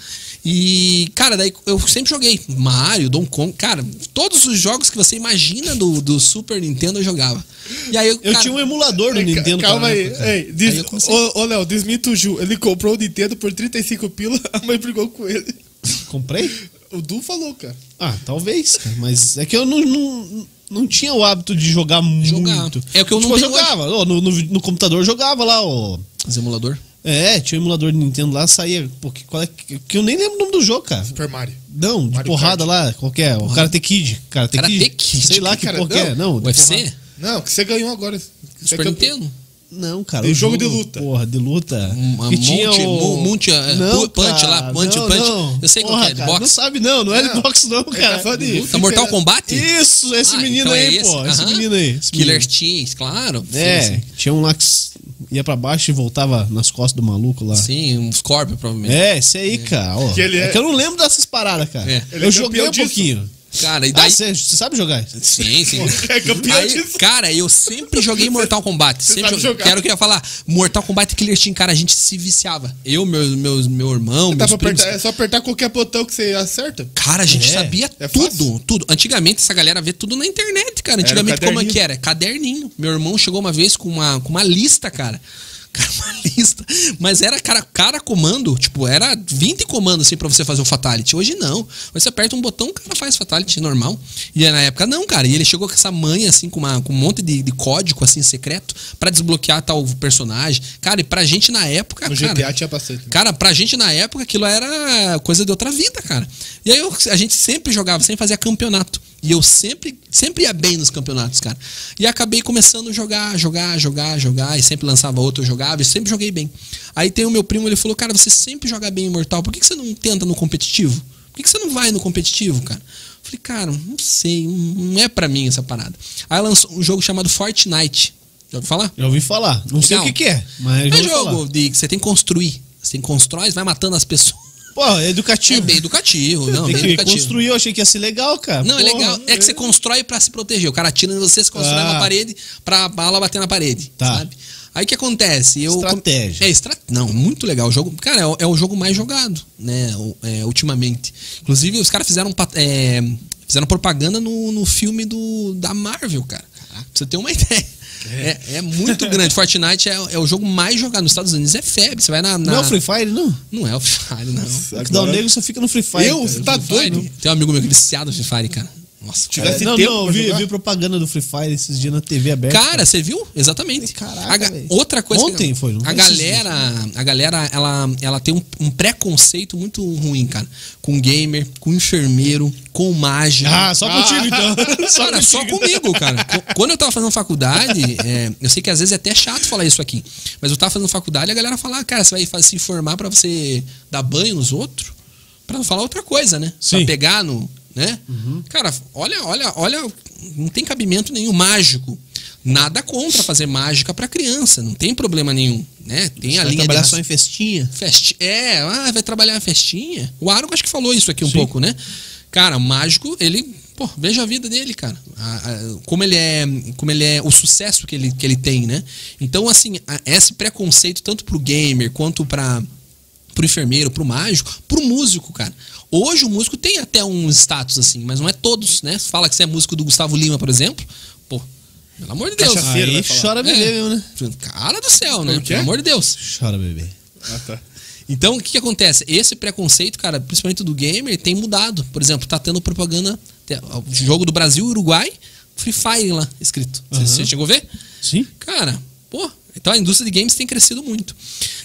[SPEAKER 3] E, cara, daí eu sempre joguei Mario, Donkey Kong, cara, todos os jogos que você imagina do, do Super Nintendo eu jogava. E aí eu,
[SPEAKER 1] Eu
[SPEAKER 3] cara,
[SPEAKER 1] tinha um emulador no
[SPEAKER 2] Ei, ca-
[SPEAKER 1] Nintendo.
[SPEAKER 2] Calma
[SPEAKER 1] cara,
[SPEAKER 2] aí.
[SPEAKER 1] cara.
[SPEAKER 2] Ei, diz-
[SPEAKER 3] Aí eu consigo.
[SPEAKER 2] ô, ô, Léo, desmita o Ju. Ele comprou o Nintendo por 35 pila, a mãe brigou com ele.
[SPEAKER 1] Comprei?
[SPEAKER 2] O Du falou, cara.
[SPEAKER 1] Ah, talvez, cara. Mas é que eu não, não, não tinha o hábito de jogar,
[SPEAKER 3] Jogar.
[SPEAKER 1] muito.
[SPEAKER 3] É o que eu não
[SPEAKER 1] tipo,
[SPEAKER 3] tenho
[SPEAKER 1] jogava. Ô, No, no, no computador eu jogava lá, ó.
[SPEAKER 3] Os emulador.
[SPEAKER 1] É, tinha um emulador de Nintendo lá, saía. Pô, que, qual é, que que eu nem lembro o nome do jogo, cara.
[SPEAKER 2] Super Mario.
[SPEAKER 1] Não, de
[SPEAKER 2] Mario
[SPEAKER 1] porrada lá, qualquer. O Karate Kid. Karate,
[SPEAKER 3] Karate
[SPEAKER 1] Kid.
[SPEAKER 3] Kid,
[SPEAKER 1] Sei lá
[SPEAKER 2] que
[SPEAKER 1] que
[SPEAKER 2] cara-
[SPEAKER 1] porra que é. Não, de
[SPEAKER 3] UFC?
[SPEAKER 1] porrada.
[SPEAKER 2] Não, que você ganhou agora. Você é
[SPEAKER 3] Super
[SPEAKER 2] campeão.
[SPEAKER 3] Nintendo?
[SPEAKER 1] Não, cara.
[SPEAKER 2] Tem
[SPEAKER 1] o
[SPEAKER 2] jogo de luta.
[SPEAKER 1] Porra, de luta.
[SPEAKER 3] Um- um monte- um monte, é, pu- punch lá, punch,
[SPEAKER 1] não,
[SPEAKER 3] punch.
[SPEAKER 1] não.
[SPEAKER 3] Eu sei qual
[SPEAKER 1] Porra,
[SPEAKER 3] que é, de
[SPEAKER 1] cara,
[SPEAKER 3] boxe.
[SPEAKER 1] Não sabe não, não é de
[SPEAKER 2] Não.
[SPEAKER 1] boxe não,
[SPEAKER 2] Ele
[SPEAKER 1] cara.
[SPEAKER 2] tá falando de
[SPEAKER 3] Tá Mortal
[SPEAKER 2] fliperama.
[SPEAKER 3] Kombat?
[SPEAKER 1] Isso, esse
[SPEAKER 3] Ah,
[SPEAKER 1] menino
[SPEAKER 3] então é
[SPEAKER 1] aí,
[SPEAKER 3] esse?
[SPEAKER 1] pô. Esse
[SPEAKER 3] Aham.
[SPEAKER 1] menino aí. esse
[SPEAKER 3] Killer
[SPEAKER 1] menino.
[SPEAKER 3] Teens, claro. Sim,
[SPEAKER 1] É,
[SPEAKER 3] Sim,
[SPEAKER 1] tinha um lá que s- ia pra baixo e voltava nas costas do maluco lá.
[SPEAKER 3] Sim, um Scorpio, provavelmente.
[SPEAKER 1] É, esse aí, cara. ó.
[SPEAKER 2] Que ele
[SPEAKER 1] é...
[SPEAKER 2] é-
[SPEAKER 1] que eu não lembro dessas paradas, cara.
[SPEAKER 3] É.
[SPEAKER 2] Ele
[SPEAKER 1] Eu
[SPEAKER 2] é
[SPEAKER 1] joguei
[SPEAKER 2] campeão
[SPEAKER 1] um
[SPEAKER 2] disso.
[SPEAKER 1] pouquinho.
[SPEAKER 3] Cara, e
[SPEAKER 1] Ah,
[SPEAKER 3] daí.
[SPEAKER 1] você você sabe jogar? isso?
[SPEAKER 3] Sim, sim.
[SPEAKER 2] É campeão
[SPEAKER 3] Aí,
[SPEAKER 2] disso.
[SPEAKER 3] Cara, eu sempre joguei Mortal Kombat. Sempre
[SPEAKER 2] sabe
[SPEAKER 3] joguei.
[SPEAKER 2] jogar.
[SPEAKER 3] Quero que eu ia falar. Mortal Kombat e Killer Team, cara, a gente se viciava. Eu, meu, meus, meu irmão,
[SPEAKER 2] Dá
[SPEAKER 3] meus
[SPEAKER 2] pra
[SPEAKER 3] primos.
[SPEAKER 2] apertar, é só apertar qualquer botão que você acerta.
[SPEAKER 3] Cara, a gente
[SPEAKER 1] É,
[SPEAKER 3] sabia
[SPEAKER 2] é
[SPEAKER 3] tudo,
[SPEAKER 2] fácil.
[SPEAKER 3] tudo. Antigamente essa galera vê tudo na internet, cara.
[SPEAKER 2] Era o
[SPEAKER 3] Antigamente como é
[SPEAKER 2] caderninho.
[SPEAKER 3] que era? Caderninho. Meu irmão chegou uma vez com uma, com uma lista, cara. Cara, uma lista. Mas era cara, cara comando, tipo, era 20 comandos assim pra você fazer o fatality. Hoje não. Mas você aperta um botão, o cara faz fatality normal. E aí, na época não, cara. E ele chegou com essa manha assim com, uma, com um monte de, de código assim secreto pra desbloquear tal personagem. Cara, e pra gente na época,
[SPEAKER 2] No
[SPEAKER 3] cara,
[SPEAKER 2] GTA tinha bastante.
[SPEAKER 3] Cara, pra gente na época aquilo era coisa de outra vida, cara. E aí eu- a gente sempre jogava, sempre fazia campeonato. E eu sempre, sempre ia bem nos campeonatos, cara. E acabei começando a jogar, jogar, jogar, jogar. E sempre lançava outro, eu jogava e sempre joguei bem. Aí tem o meu primo, ele falou, cara, você sempre joga bem em Mortal. Por que, que você não tenta no competitivo? Por que, que você não vai no competitivo, cara? Eu Falei, cara, não sei, não é pra mim essa parada. Aí lançou um jogo chamado Fortnite. Já ouviu falar?
[SPEAKER 1] Já ouvi falar. Não sei o
[SPEAKER 3] Legal.
[SPEAKER 1] que, que é, mas já
[SPEAKER 3] É
[SPEAKER 1] ouvi
[SPEAKER 3] jogo
[SPEAKER 1] falar.
[SPEAKER 3] de, que você tem que construir. Você tem que constrói, vai matando as pessoas.
[SPEAKER 1] Pô, é educativo.
[SPEAKER 3] É bem educativo, não,
[SPEAKER 1] Tem
[SPEAKER 3] bem
[SPEAKER 1] que
[SPEAKER 3] educativo.
[SPEAKER 1] construir, eu achei que ia ser legal, cara.
[SPEAKER 3] Não, é
[SPEAKER 1] Porra. né?
[SPEAKER 3] legal. É que você constrói pra se proteger. O cara atira em você, se constrói
[SPEAKER 1] Ah.
[SPEAKER 3] uma parede pra bala bater na parede,
[SPEAKER 1] Tá.
[SPEAKER 3] sabe? Aí o que acontece? Eu,
[SPEAKER 1] Estratégia.
[SPEAKER 3] É, estra... Não, muito legal. O jogo, cara, é o, é o jogo mais jogado, né? o- é, ultimamente. Inclusive, os caras fizeram, pa- é, fizeram propaganda no, no filme do, da Marvel, cara. Pra você ter uma ideia. É, é muito grande. Fortnite é, é o jogo mais jogado nos Estados Unidos. É febre. Você vai na. na-
[SPEAKER 1] Não é o Free Fire, não?
[SPEAKER 3] Não é o Free Fire, não.
[SPEAKER 1] Que dá o negro só fica no Free Fire.
[SPEAKER 2] Eu?
[SPEAKER 1] cara.
[SPEAKER 2] Você tá
[SPEAKER 3] Free Fire.
[SPEAKER 2] doido?
[SPEAKER 3] Tem um amigo meu que é viciado no Free Fire, cara. Nossa, cara.
[SPEAKER 2] Tivesse
[SPEAKER 1] não,
[SPEAKER 2] tempo
[SPEAKER 1] não, eu
[SPEAKER 2] pra
[SPEAKER 1] vi,
[SPEAKER 2] jogar?
[SPEAKER 1] vi propaganda do Free Fire esses dias na TV aberta.
[SPEAKER 3] Cara, você viu? Exatamente.
[SPEAKER 1] Caraca,
[SPEAKER 3] A ga-
[SPEAKER 1] velho.
[SPEAKER 3] outra coisa. que-
[SPEAKER 1] Ontem foi, não
[SPEAKER 3] A
[SPEAKER 1] foi
[SPEAKER 3] galera, a galera, ela, ela tem um, um preconceito muito ruim, cara. Com gamer, com enfermeiro, com mágico.
[SPEAKER 1] Ah, só contigo então.
[SPEAKER 3] Só, cara, só comigo, cara. Co- Quando eu tava fazendo faculdade, é, eu sei que às vezes é até chato falar isso aqui, mas eu tava fazendo faculdade e a galera falava, cara, você vai fa- se formar pra você dar banho nos outros? Pra não falar outra coisa, né?
[SPEAKER 1] Sim.
[SPEAKER 3] Pra pegar no. né?
[SPEAKER 1] Uhum.
[SPEAKER 3] Cara, olha, olha, olha, não tem cabimento nenhum. Mágico. Nada contra fazer mágica pra criança, não tem problema nenhum, né? Tem a
[SPEAKER 1] Vai
[SPEAKER 3] linha de
[SPEAKER 1] trabalhar
[SPEAKER 3] raci-
[SPEAKER 1] só em festinha.
[SPEAKER 3] Festi é, ah, vai trabalhar na festinha. O Aro acho que falou isso aqui um pouco, né? Cara, o mágico, ele, pô, veja a vida dele, cara. A- a- como ele é, como ele é, o sucesso que ele, que ele tem, né? Então, assim, a- esse preconceito tanto pro gamer quanto pra pro enfermeiro, pro mágico, pro músico, cara. Hoje o músico tem até um status assim, mas não é todos, né? Fala que você é músico do Gustavo Lima, por exemplo, pô, pelo amor de Deus.
[SPEAKER 2] Cachaceiro,
[SPEAKER 1] Aí
[SPEAKER 2] vai falar.
[SPEAKER 1] chora bebê
[SPEAKER 3] É.
[SPEAKER 1] mesmo, né?
[SPEAKER 3] Cara do céu, né?
[SPEAKER 2] Por quê?
[SPEAKER 3] Pelo amor de Deus.
[SPEAKER 1] Chora bebê.
[SPEAKER 2] Ah, tá.
[SPEAKER 3] Então, o que, que acontece? Esse preconceito, cara, principalmente do gamer, tem mudado. Por exemplo, tá tendo propaganda, tem, ó, o jogo do Brasil e Uruguai, Free Fire lá, escrito. Você- Você chegou a ver?
[SPEAKER 1] Sim.
[SPEAKER 3] Cara, pô, então a indústria de games tem crescido muito.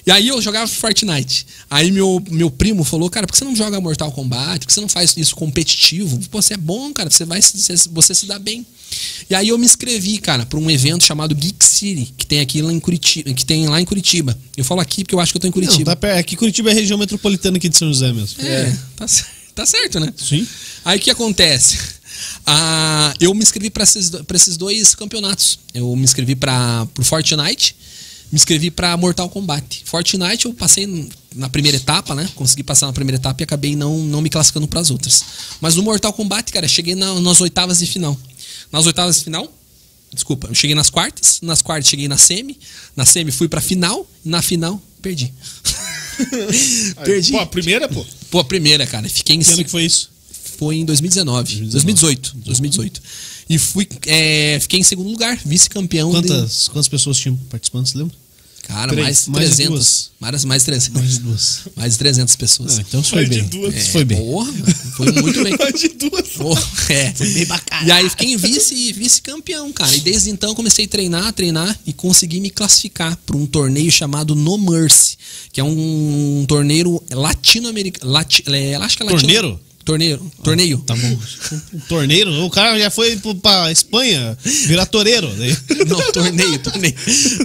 [SPEAKER 3] E aí eu jogava Fortnite. Aí meu, meu primo falou, cara, por que você não joga Mortal Kombat? Por que você não faz isso competitivo? Pô, você é bom, cara, você vai se- você, você se dá bem. E aí eu me inscrevi, cara, pra um evento chamado Geek City, que tem aqui lá em Curitiba, que tem lá em Curitiba. Eu falo aqui porque eu acho que eu tô em
[SPEAKER 1] Não,
[SPEAKER 3] Curitiba.
[SPEAKER 1] tá perto. Aqui Curitiba é a região metropolitana aqui de São José mesmo.
[SPEAKER 3] É, tá, cer- tá certo, né?
[SPEAKER 1] Sim.
[SPEAKER 3] Aí o que acontece? Ah, eu me inscrevi pra esses, do- pra esses dois campeonatos. Eu me inscrevi para pro Fortnite, me inscrevi pra Mortal Kombat. Fortnite eu passei n- na primeira etapa, né? Consegui passar na primeira etapa e acabei não, não me classificando pras outras. Mas no Mortal Kombat, cara, cheguei na- nas oitavas de final. Nas oitavas de final, desculpa, eu cheguei nas quartas, nas quartas cheguei na semi, na semi fui pra final, na final perdi.
[SPEAKER 2] Aí,
[SPEAKER 3] perdi.
[SPEAKER 2] Pô, a primeira, pô.
[SPEAKER 3] Pô, a primeira, cara, fiquei em
[SPEAKER 1] Que ano
[SPEAKER 3] cima.
[SPEAKER 1] que foi isso?
[SPEAKER 3] Foi em 2019. 2018. 2018. E fui, é, fiquei em segundo lugar, vice-campeão. de-
[SPEAKER 1] Quantas, quantas pessoas tinham participando, você lembra?
[SPEAKER 3] Cara,
[SPEAKER 1] Três.
[SPEAKER 3] mais
[SPEAKER 1] Mais de
[SPEAKER 3] 300.
[SPEAKER 1] duas.
[SPEAKER 3] Mais, mais 300.
[SPEAKER 1] Mais de duas.
[SPEAKER 3] Mais de 300 pessoas.
[SPEAKER 1] Ah, então foi
[SPEAKER 2] Mais de
[SPEAKER 1] bem.
[SPEAKER 2] duas.
[SPEAKER 1] É, foi bem.
[SPEAKER 3] Porra, foi muito bem.
[SPEAKER 2] Mais de duas.
[SPEAKER 3] Porra, é.
[SPEAKER 1] bem bacana.
[SPEAKER 3] E aí fiquei em vice e vice-campeão, cara. E desde então comecei a treinar, treinar e consegui me classificar para um torneio chamado No Mercy, que é um torneio latino-americano. Lati, é, acho que é latino-
[SPEAKER 1] Torneiro?
[SPEAKER 3] Torneiro. Torneio.
[SPEAKER 1] Tá bom. Um torneiro, o cara já foi pro- pra Espanha virar né? toureiro. Daí.
[SPEAKER 3] Não, torneio, torneio.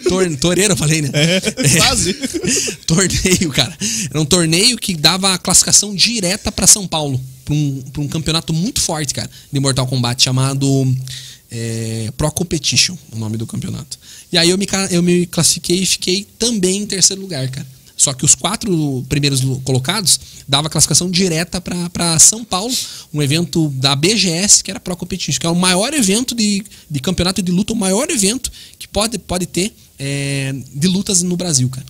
[SPEAKER 3] Tor, toreiro, eu falei, né?
[SPEAKER 1] É, quase.
[SPEAKER 3] Torneio, cara. Era um torneio que dava a classificação direta pra São Paulo. Pra um, pra um campeonato muito forte, cara, de Mortal Kombat, chamado é, Pro Competition, o nome do campeonato. E aí eu me, ca- eu me classifiquei e fiquei também em terceiro lugar, cara. Só que os quatro primeiros lu- colocados dava a classificação direta pra- pra São Paulo, um evento da BGS, que era Pro Competition, que é o maior evento de, de campeonato de luta, o maior evento que pode, pode ter é, de lutas no Brasil, cara.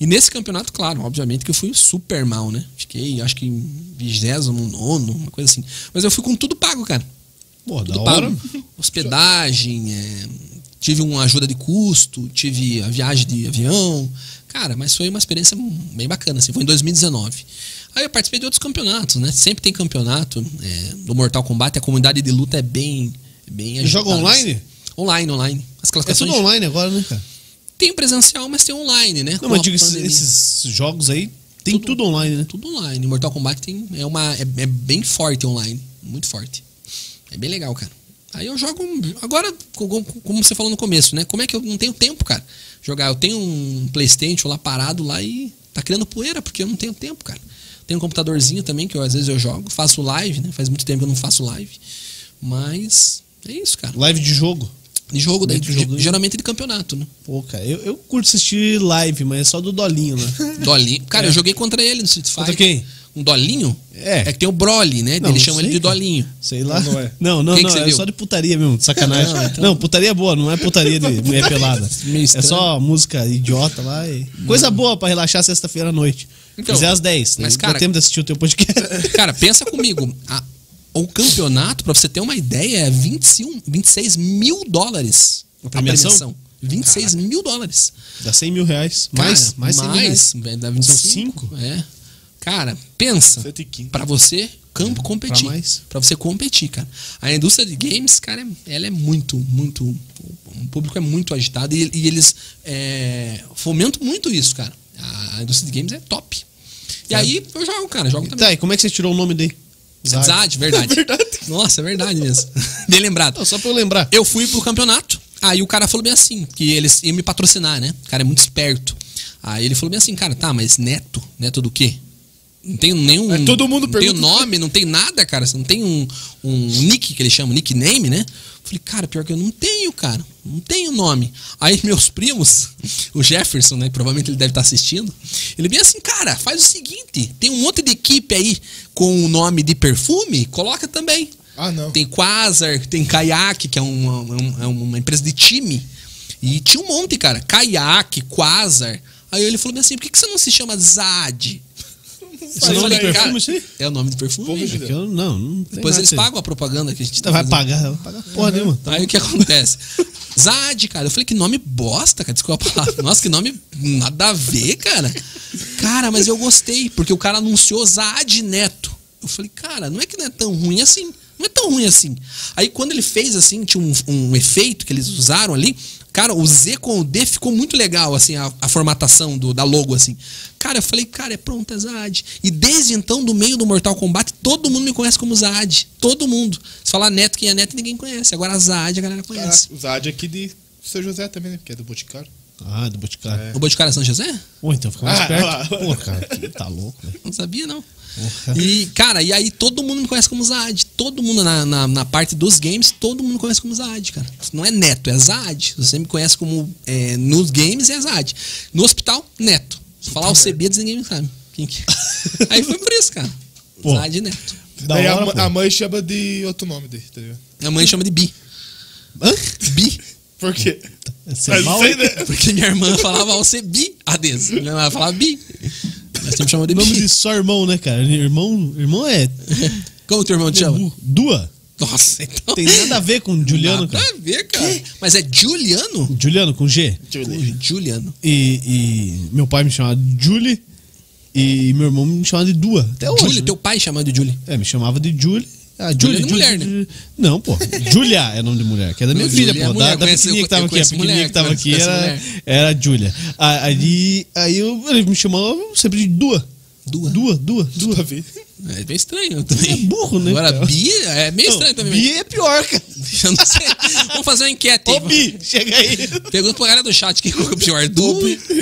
[SPEAKER 3] E nesse campeonato, claro, obviamente que eu fui super mal, né? Fiquei, acho que em 29, uma coisa assim. Mas eu fui com tudo pago, cara.
[SPEAKER 1] Pô, da
[SPEAKER 3] Tudo
[SPEAKER 1] hora.
[SPEAKER 3] pago. Hospedagem, é, tive uma ajuda de custo, tive a viagem de avião. Cara, mas foi uma experiência bem bacana, assim, foi em 2019. Aí eu participei de outros campeonatos, né? Sempre tem campeonato é, do Mortal Kombat, a comunidade de luta é bem. bem agitada,
[SPEAKER 1] joga online?
[SPEAKER 3] assim. Online, online. As
[SPEAKER 1] É
[SPEAKER 3] classificações.
[SPEAKER 1] tudo online agora, né, cara?
[SPEAKER 3] Tem o presencial, mas tem online, né?
[SPEAKER 1] Não,
[SPEAKER 3] Com
[SPEAKER 1] mas
[SPEAKER 3] a
[SPEAKER 1] digo, esses,
[SPEAKER 3] pandemia. É
[SPEAKER 1] esses jogos aí tem tudo, online, né?
[SPEAKER 3] Tudo online. Mortal Kombat tem, é, uma, é, é bem forte online. Muito forte. É bem legal, cara. Aí eu jogo. um- Agora, como como você falou no começo, né? Como é que eu não tenho tempo, cara? Jogar. Eu tenho um PlayStation lá parado lá e tá criando poeira, porque eu não tenho tempo, cara. Tenho um computadorzinho também, que eu, às vezes eu jogo. Faço live, né? Faz muito tempo que eu não faço live. Mas é isso, cara.
[SPEAKER 1] Live de jogo.
[SPEAKER 3] De jogo, daí,
[SPEAKER 1] Muito jogo, hein?
[SPEAKER 3] geralmente de campeonato, né?
[SPEAKER 1] Pô, cara, eu, eu curto assistir live, mas é só do Dolinho, né?
[SPEAKER 3] Dolinho. Cara, eu joguei contra ele no Street Fighter.
[SPEAKER 1] Contra quem?
[SPEAKER 3] Um Dolinho?
[SPEAKER 1] É.
[SPEAKER 3] É que tem o Broly, né?
[SPEAKER 1] Não,
[SPEAKER 3] Ele
[SPEAKER 1] não
[SPEAKER 3] chama ele
[SPEAKER 1] sei,
[SPEAKER 3] de
[SPEAKER 1] cara.
[SPEAKER 3] Dolinho.
[SPEAKER 1] Sei lá.
[SPEAKER 2] Não é.
[SPEAKER 1] Não, não,
[SPEAKER 3] Quem que
[SPEAKER 1] não.
[SPEAKER 3] você
[SPEAKER 1] é
[SPEAKER 3] viu?
[SPEAKER 1] só de putaria mesmo, de sacanagem.
[SPEAKER 3] Não,
[SPEAKER 1] Não,
[SPEAKER 3] então-
[SPEAKER 1] putaria boa, não é putaria de mulher pelada.
[SPEAKER 3] Meio
[SPEAKER 1] É
[SPEAKER 3] estranho.
[SPEAKER 1] só música idiota lá e. Coisa boa pra relaxar sexta-feira à noite.
[SPEAKER 3] Então,
[SPEAKER 1] Fizer às 10.
[SPEAKER 3] mas,
[SPEAKER 1] Mas,
[SPEAKER 3] cara-
[SPEAKER 1] Dá tempo de assistir o teu podcast.
[SPEAKER 3] Cara, pensa comigo. A- o campeonato, pra você ter uma ideia, é 21, 26 mil dólares. A
[SPEAKER 1] premiação?
[SPEAKER 3] 26 mil dólares.
[SPEAKER 1] Dá 100 mil reais. Mais,
[SPEAKER 3] Cara,
[SPEAKER 1] mais 100 mil reais.
[SPEAKER 3] mais, velho, dá 25.
[SPEAKER 1] cinco?
[SPEAKER 3] É. Cara, pensa.
[SPEAKER 2] 115.
[SPEAKER 3] Pra você campo competir.
[SPEAKER 1] pra mais.
[SPEAKER 3] Pra você competir, cara. A indústria de games, cara, é- ela é muito, muito. O público é muito agitado e, e eles é, fomentam muito isso, cara. A indústria de games é top. E aí eu jogo, cara, jogo também.
[SPEAKER 1] Tá, e como é que você tirou o nome dele?
[SPEAKER 3] Zad, verdade. Nossa, é verdade mesmo. Bem lembrado.
[SPEAKER 1] Não, só pra eu lembrar.
[SPEAKER 3] Eu fui pro campeonato, aí o cara falou bem assim, que eles iam me patrocinar, né? O cara é muito esperto. Aí ele falou bem assim, cara, tá, mas neto, neto do quê? Não tem nenhum.
[SPEAKER 2] É, todo mundo
[SPEAKER 3] não tem
[SPEAKER 2] pergunta.
[SPEAKER 3] nome, não tem nada, cara. Você não tem um, um nick que eles chamam, nickname, né? Falei, cara, pior que eu não tenho, cara. Não tenho nome. Aí meus primos, o Jefferson, né? Provavelmente ele deve estar assistindo. Ele bem assim, cara, faz o seguinte: tem um monte de equipe aí com o nome de perfume, coloca também.
[SPEAKER 2] Ah, não.
[SPEAKER 3] Tem Quasar, tem Kayak, que é uma, uma- é uma empresa de time. E tinha um monte, cara. Kayak, Quasar. Aí ele falou assim: por que, que você não se chama Zad?
[SPEAKER 1] Esse é o nome do perfume, isso aí?
[SPEAKER 3] É o nome do perfume.
[SPEAKER 2] Vamos-
[SPEAKER 1] É que eu- não, não tem
[SPEAKER 3] Depois
[SPEAKER 1] nada
[SPEAKER 3] eles
[SPEAKER 1] disso.
[SPEAKER 3] pagam a propaganda que a gente tá
[SPEAKER 1] Vai
[SPEAKER 3] fazendo.
[SPEAKER 1] pagar, vai pagar porra nenhuma.
[SPEAKER 3] Tá, Aí o que acontece? Zad, cara. Eu falei que nome bosta, cara. Desculpa a palavra. Nossa, que nome nada a ver, cara. Cara, mas eu gostei, porque o cara anunciou Zad Neto. Eu falei, cara, não é que não é tão ruim assim. Não é tão ruim assim. Aí quando ele fez assim, tinha um, um efeito que eles usaram ali. Cara, o Z com o D ficou muito legal, assim, a, a formatação do, da logo, assim. Cara, eu falei, cara, é pronto, é Zad. E desde então, do meio do Mortal Kombat, todo mundo me conhece como Zad. Todo mundo. Se falar Neto, quem é Neto, ninguém conhece. Agora Zad, a galera
[SPEAKER 2] Caraca,
[SPEAKER 3] conhece.
[SPEAKER 2] Tá, o Zad é aqui de São José também, né? Porque é do Boticário.
[SPEAKER 1] Ah, do Boticário.
[SPEAKER 3] O Boticário é São José?
[SPEAKER 1] Pô, então fica mais
[SPEAKER 2] Ah,
[SPEAKER 1] perto.
[SPEAKER 2] lá.
[SPEAKER 1] Pô, cara, que tá louco, velho.
[SPEAKER 3] Não sabia, não. E, cara, e aí todo mundo me conhece como Zad. Todo mundo na, na, na parte dos games, todo mundo me conhece como Zad, cara. Não é Neto, é Zad. Você me conhece como. é, nos games é Zad. No hospital, Neto. Se falar o CB, diz ninguém sabe. Quem que é. Aí foi por isso, cara.
[SPEAKER 1] Pô.
[SPEAKER 3] Zad Neto.
[SPEAKER 1] Da
[SPEAKER 2] Daí a
[SPEAKER 1] hora,
[SPEAKER 2] ma-
[SPEAKER 1] pô.
[SPEAKER 2] a, mãe chama de outro nome dele, tá ligado?
[SPEAKER 3] Minha mãe chama de Bi.
[SPEAKER 1] Hã?
[SPEAKER 3] Bi.
[SPEAKER 2] Por quê?
[SPEAKER 1] Você é
[SPEAKER 2] Mas
[SPEAKER 1] mal,
[SPEAKER 2] sei, né?
[SPEAKER 3] Porque minha irmã falava ao CB. Ades. Minha irmã falava Bi. Mas sempre chamou de
[SPEAKER 1] Nome
[SPEAKER 3] Bi.
[SPEAKER 1] de só irmão, né, cara? Irmão, irmão é
[SPEAKER 3] Como teu irmão te chama?
[SPEAKER 1] du- Dua.
[SPEAKER 3] Nossa, então.
[SPEAKER 1] Tem nada a ver com Juliano,
[SPEAKER 3] Nada
[SPEAKER 1] cara.
[SPEAKER 3] a ver, cara. Mas é Juliano?
[SPEAKER 1] Juliano com G.
[SPEAKER 3] Juliano.
[SPEAKER 1] E, e meu pai me chamava de Julie e meu irmão me chamava de Dua. Até hoje.
[SPEAKER 3] Julie,
[SPEAKER 1] né?
[SPEAKER 3] teu pai chamando de Julie.
[SPEAKER 1] É, me chamava de Julie. Ah,
[SPEAKER 3] Julie é de mulher, né?
[SPEAKER 1] Julie. Não, pô. Julia é nome de mulher, que é da minha
[SPEAKER 3] Não,
[SPEAKER 1] filha,
[SPEAKER 3] Julia é
[SPEAKER 1] pô.
[SPEAKER 3] mulher,
[SPEAKER 1] da da
[SPEAKER 3] eu conheço-
[SPEAKER 1] pequenininha que tava
[SPEAKER 3] eu
[SPEAKER 1] aqui. A
[SPEAKER 3] conheço
[SPEAKER 1] pequenininha
[SPEAKER 3] mulher,
[SPEAKER 1] que tava
[SPEAKER 3] conheço-
[SPEAKER 1] aqui
[SPEAKER 3] conheço
[SPEAKER 1] era,
[SPEAKER 3] mulher.
[SPEAKER 1] era Julia. A- Aí, aí eu, ele me chamava sempre de Dua.
[SPEAKER 3] Dua.
[SPEAKER 1] Dua, Dua, Dua.
[SPEAKER 2] Pra ver.
[SPEAKER 3] É meio estranho também.
[SPEAKER 1] É burro, né,
[SPEAKER 3] Agora,
[SPEAKER 1] cara?
[SPEAKER 3] Bi é meio estranho também.
[SPEAKER 1] Bi é pior, cara.
[SPEAKER 3] Eu não sei. Vamos fazer uma enquete.
[SPEAKER 1] Ô,
[SPEAKER 3] aí.
[SPEAKER 1] Bi, chega aí.
[SPEAKER 3] Pergunta pra galera do chat quem é o pior, Du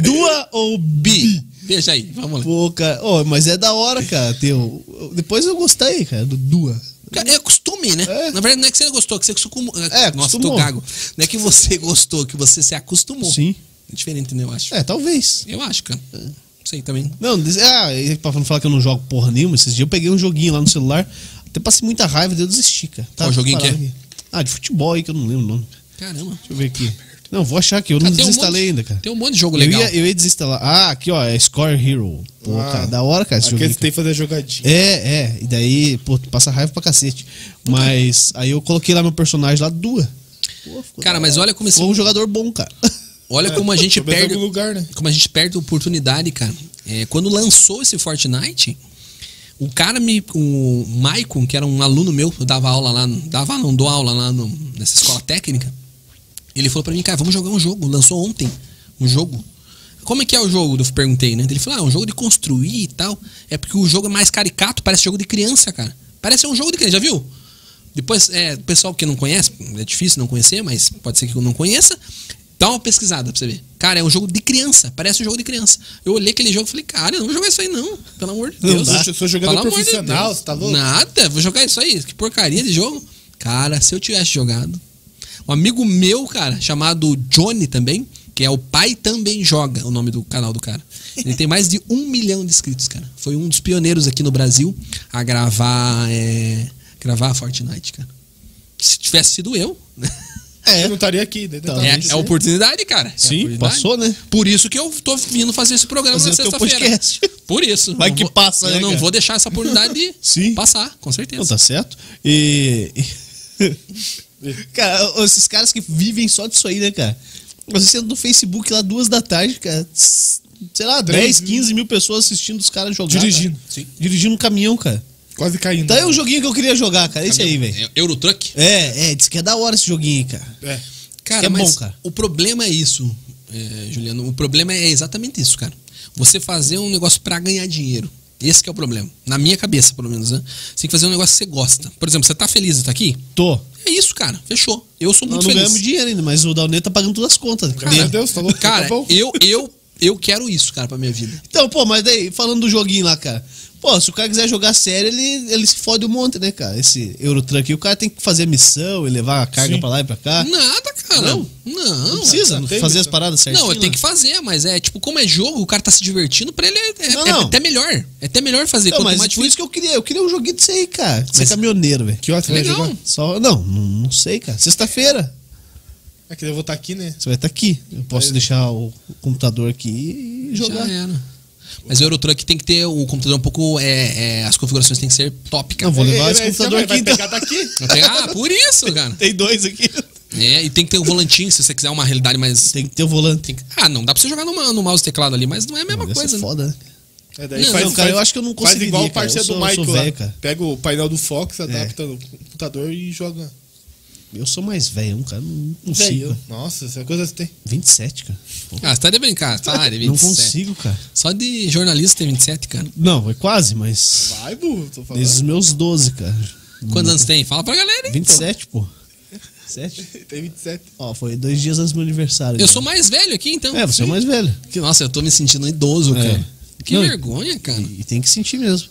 [SPEAKER 1] Dua ou
[SPEAKER 3] Bi?
[SPEAKER 1] Bi?
[SPEAKER 3] Veja aí, vamos lá.
[SPEAKER 1] Pô, cara. Ô, mas é da hora, cara. Tem o- Depois eu gostei, cara, do Dua.
[SPEAKER 3] Cara, É costume, né?
[SPEAKER 1] É.
[SPEAKER 3] Na verdade, não é que você gostou, é que você acostumou.
[SPEAKER 1] É,
[SPEAKER 3] Nossa, tô
[SPEAKER 1] acostumou.
[SPEAKER 3] gago. Não é que você gostou, que você se acostumou.
[SPEAKER 1] Sim.
[SPEAKER 3] É diferente, né? Eu acho.
[SPEAKER 1] É, talvez.
[SPEAKER 3] Eu acho, cara. Não sei também.
[SPEAKER 1] Não, diz- ah, e pra não falar que eu não jogo porra nenhuma, esses dias eu peguei um joguinho lá no celular, até passei muita raiva de eu desistir, cara. Tá
[SPEAKER 3] Qual joguinho que é?
[SPEAKER 1] parado aqui. Ah, de futebol aí que eu não lembro o nome. Deixa
[SPEAKER 3] Caramba.
[SPEAKER 1] eu ver aqui. Não, vou achar aqui, eu não
[SPEAKER 3] Ah, Cara, tem um
[SPEAKER 1] desinstalei
[SPEAKER 3] monte-
[SPEAKER 1] ainda, cara.
[SPEAKER 3] Tem um monte de jogo
[SPEAKER 1] Eu
[SPEAKER 3] legal.
[SPEAKER 1] ia, eu ia desinstalar. Ah, aqui ó, é Score Hero. Pô,
[SPEAKER 2] Ah.
[SPEAKER 1] cara, da hora, cara, esse
[SPEAKER 2] Aqui
[SPEAKER 1] joguinho.
[SPEAKER 2] eles
[SPEAKER 1] cara.
[SPEAKER 2] têm que fazer jogadinha.
[SPEAKER 1] É, é, e daí, pô, tu passa raiva pra cacete. Mas aí eu coloquei lá meu personagem lá, Dua. Pô, ficou
[SPEAKER 3] Cara,
[SPEAKER 1] da
[SPEAKER 3] mas
[SPEAKER 1] hora.
[SPEAKER 3] olha como esse-
[SPEAKER 1] Ficou um jogador bom, cara.
[SPEAKER 3] Olha
[SPEAKER 1] é.
[SPEAKER 3] como a gente
[SPEAKER 2] talvez em
[SPEAKER 3] perde.
[SPEAKER 2] algum lugar, né?
[SPEAKER 3] Como a gente perde oportunidade, cara. É, quando lançou esse Fortnite, o cara me. O Maicon, que era um aluno meu, eu dava aula lá. no- Dava não, dou aula lá no- nessa escola técnica. Ele falou pra mim, cara, vamos jogar um jogo. Lançou ontem um jogo. Como é que é o jogo? Eu perguntei, né? Ele falou, ah, é um jogo de construir e tal. É porque o jogo é mais caricato, parece jogo de criança, cara. Parece um jogo de criança, já viu? Depois, é, o pessoal que não conhece, é difícil não conhecer, mas pode ser que eu não conheça. Dá uma pesquisada pra você ver. Cara, é um jogo de criança. Parece um jogo de criança. Eu olhei aquele jogo e falei, cara, eu não vou jogar isso aí não. Pelo amor de
[SPEAKER 2] Não
[SPEAKER 3] Deus.
[SPEAKER 2] dá. Eu sou jogador
[SPEAKER 3] Pelo amor de
[SPEAKER 2] profissional,
[SPEAKER 3] Deus.
[SPEAKER 2] você tá louco?
[SPEAKER 3] Nada, vou jogar isso aí. Que porcaria de jogo. Cara, se eu tivesse jogado. Um amigo meu, cara, chamado Johnny também, que é o pai também joga, o nome do canal do cara. Ele tem mais de um milhão de inscritos, cara. Foi um dos pioneiros aqui no Brasil a gravar, é, gravar Fortnite, cara. Se tivesse sido eu, né?
[SPEAKER 1] É.
[SPEAKER 2] Eu não estaria aqui, né?
[SPEAKER 1] Tá.
[SPEAKER 3] é,
[SPEAKER 1] Talvez
[SPEAKER 3] é a oportunidade, cara. É a
[SPEAKER 1] Sim,
[SPEAKER 3] oportunidade.
[SPEAKER 1] passou, né?
[SPEAKER 3] Por isso que eu tô vindo fazer esse programa
[SPEAKER 1] Fazer
[SPEAKER 3] na
[SPEAKER 1] o teu
[SPEAKER 3] sexta-feira.
[SPEAKER 1] podcast.
[SPEAKER 3] Por isso.
[SPEAKER 1] Vai
[SPEAKER 3] Não
[SPEAKER 1] que
[SPEAKER 3] vou-
[SPEAKER 1] passa,
[SPEAKER 3] Eu
[SPEAKER 1] né,
[SPEAKER 3] não
[SPEAKER 1] cara?
[SPEAKER 3] vou deixar essa oportunidade
[SPEAKER 1] Sim.
[SPEAKER 3] passar, com certeza.
[SPEAKER 1] Não, tá certo. E. cara, esses caras que vivem só disso aí, né, cara? Você entra no Facebook lá duas da tarde, cara. Sei lá, 10,
[SPEAKER 2] Três
[SPEAKER 1] 15 mil pessoas assistindo os caras jogar.
[SPEAKER 2] Dirigindo.
[SPEAKER 1] cara. Dirigindo um caminhão, cara.
[SPEAKER 2] Quase caindo.
[SPEAKER 1] Então é um joguinho que eu queria jogar, cara. Esse aí, velho.
[SPEAKER 3] É, Eurotruck?
[SPEAKER 1] É, é, diz que é da hora esse joguinho, cara.
[SPEAKER 2] É.
[SPEAKER 3] Cara,
[SPEAKER 1] Que é bom,
[SPEAKER 3] mas
[SPEAKER 1] cara.
[SPEAKER 3] o problema é isso, é, Juliano. O problema é exatamente isso, cara. Você fazer um negócio pra ganhar dinheiro. Esse que é o problema. Na minha cabeça, pelo menos, né? Você tem que fazer um negócio que você gosta. Por exemplo, você tá feliz de estar aqui?
[SPEAKER 1] Tô.
[SPEAKER 3] É isso, cara. Fechou. Eu sou
[SPEAKER 1] Nós
[SPEAKER 3] muito
[SPEAKER 1] não
[SPEAKER 3] feliz.
[SPEAKER 1] ganhamos dinheiro ainda, mas o Daunê tá pagando todas as
[SPEAKER 3] É
[SPEAKER 1] contas.
[SPEAKER 2] Graças
[SPEAKER 1] Cara.
[SPEAKER 2] a Deus, falou.
[SPEAKER 3] Cara,
[SPEAKER 2] tá bom.
[SPEAKER 3] eu, eu, eu quero isso, cara, pra minha vida.
[SPEAKER 1] Então, pô, mas daí, falando do joguinho lá, cara. Pô, se o cara quiser jogar sério, ele, ele se fode um monte, né, cara? Esse Eurotruck. E o cara tem que fazer missão e levar a carga
[SPEAKER 2] Sim.
[SPEAKER 1] pra lá e pra cá. Ah. Não,
[SPEAKER 3] Nada, cara. Não. Não.
[SPEAKER 1] precisa
[SPEAKER 2] cara, tem
[SPEAKER 1] fazer as
[SPEAKER 2] missão.
[SPEAKER 1] paradas certinho.
[SPEAKER 3] Não, ele tem
[SPEAKER 1] né?
[SPEAKER 3] que fazer, mas é tipo, como é jogo, o cara tá se divertindo, pra ele é, é-
[SPEAKER 1] Não,
[SPEAKER 3] é
[SPEAKER 1] não.
[SPEAKER 3] até melhor. É até melhor fazer.
[SPEAKER 1] Não,
[SPEAKER 3] quanto
[SPEAKER 1] mas é
[SPEAKER 3] mais
[SPEAKER 1] por
[SPEAKER 3] difícil.
[SPEAKER 1] isso que eu queria. Eu queria um joguinho disso aí, cara. Ser
[SPEAKER 3] Mas-
[SPEAKER 1] caminhoneiro, velho.
[SPEAKER 2] Que ótimo, né, vai
[SPEAKER 3] Legal.
[SPEAKER 2] jogar.
[SPEAKER 1] Só. Não, não, não sei, cara. Sexta-feira.
[SPEAKER 2] É que eu vou estar aqui, né?
[SPEAKER 1] Você vai estar aqui. Eu posso deixar o computador aqui e jogar.
[SPEAKER 3] É. Já é. era. Mas o Eurotruck tem que ter o computador um pouco. É, é, as configurações tem que ser top, cara.
[SPEAKER 1] Não, vou levar
[SPEAKER 2] Ei,
[SPEAKER 1] esse
[SPEAKER 2] mas
[SPEAKER 1] computador
[SPEAKER 2] calma aí,
[SPEAKER 1] aqui
[SPEAKER 2] Vai
[SPEAKER 1] então.
[SPEAKER 2] pegar tá daqui.
[SPEAKER 3] Vai pegar- Ah, por isso, cara.
[SPEAKER 1] Tem dois aqui.
[SPEAKER 3] É, e tem que ter um volantinho se você quiser uma realidade mais.
[SPEAKER 1] Tem que ter o volante.
[SPEAKER 3] tem que- Ah, não, dá pra você jogar numa- no mouse e teclado ali, mas não é a mesma
[SPEAKER 1] Deve ser
[SPEAKER 3] coisa, né?
[SPEAKER 1] foda, né?
[SPEAKER 2] É, daí
[SPEAKER 3] Não,
[SPEAKER 1] não, cara, eu acho que eu não
[SPEAKER 2] Faz igual
[SPEAKER 1] conseguiria,
[SPEAKER 2] o parceiro
[SPEAKER 1] cara. Eu
[SPEAKER 2] do
[SPEAKER 1] sou- eu sou
[SPEAKER 2] Michael
[SPEAKER 1] velho,
[SPEAKER 2] lá.
[SPEAKER 1] cara. É.
[SPEAKER 2] Pega o painel do Fox, adapta no computador e joga.
[SPEAKER 1] Eu sou mais velho, um cara. Não consigo.
[SPEAKER 2] Velho, Nossa, essa coisa você tem.
[SPEAKER 1] 27, cara. Pô,
[SPEAKER 3] Ah, você tá de brincar, tá? De 27.
[SPEAKER 1] Não consigo, cara.
[SPEAKER 3] Só de jornalista tem 27, cara.
[SPEAKER 1] Não, é quase, mas.
[SPEAKER 2] Vai, burro, tô falando.
[SPEAKER 1] Desde os meus 12, cara.
[SPEAKER 3] Quantos anos tem? Fala pra galera, hein?
[SPEAKER 1] 27, pô. 7?
[SPEAKER 2] Tem 27.
[SPEAKER 1] Ó, foi dois dias antes do meu aniversário.
[SPEAKER 3] Eu
[SPEAKER 1] né?
[SPEAKER 3] sou mais velho aqui, então.
[SPEAKER 1] É, você é o mais velho.
[SPEAKER 3] Que- Nossa, eu tô me sentindo idoso,
[SPEAKER 1] É.
[SPEAKER 3] cara. Que
[SPEAKER 1] Não,
[SPEAKER 3] vergonha, cara.
[SPEAKER 1] E tem que sentir mesmo.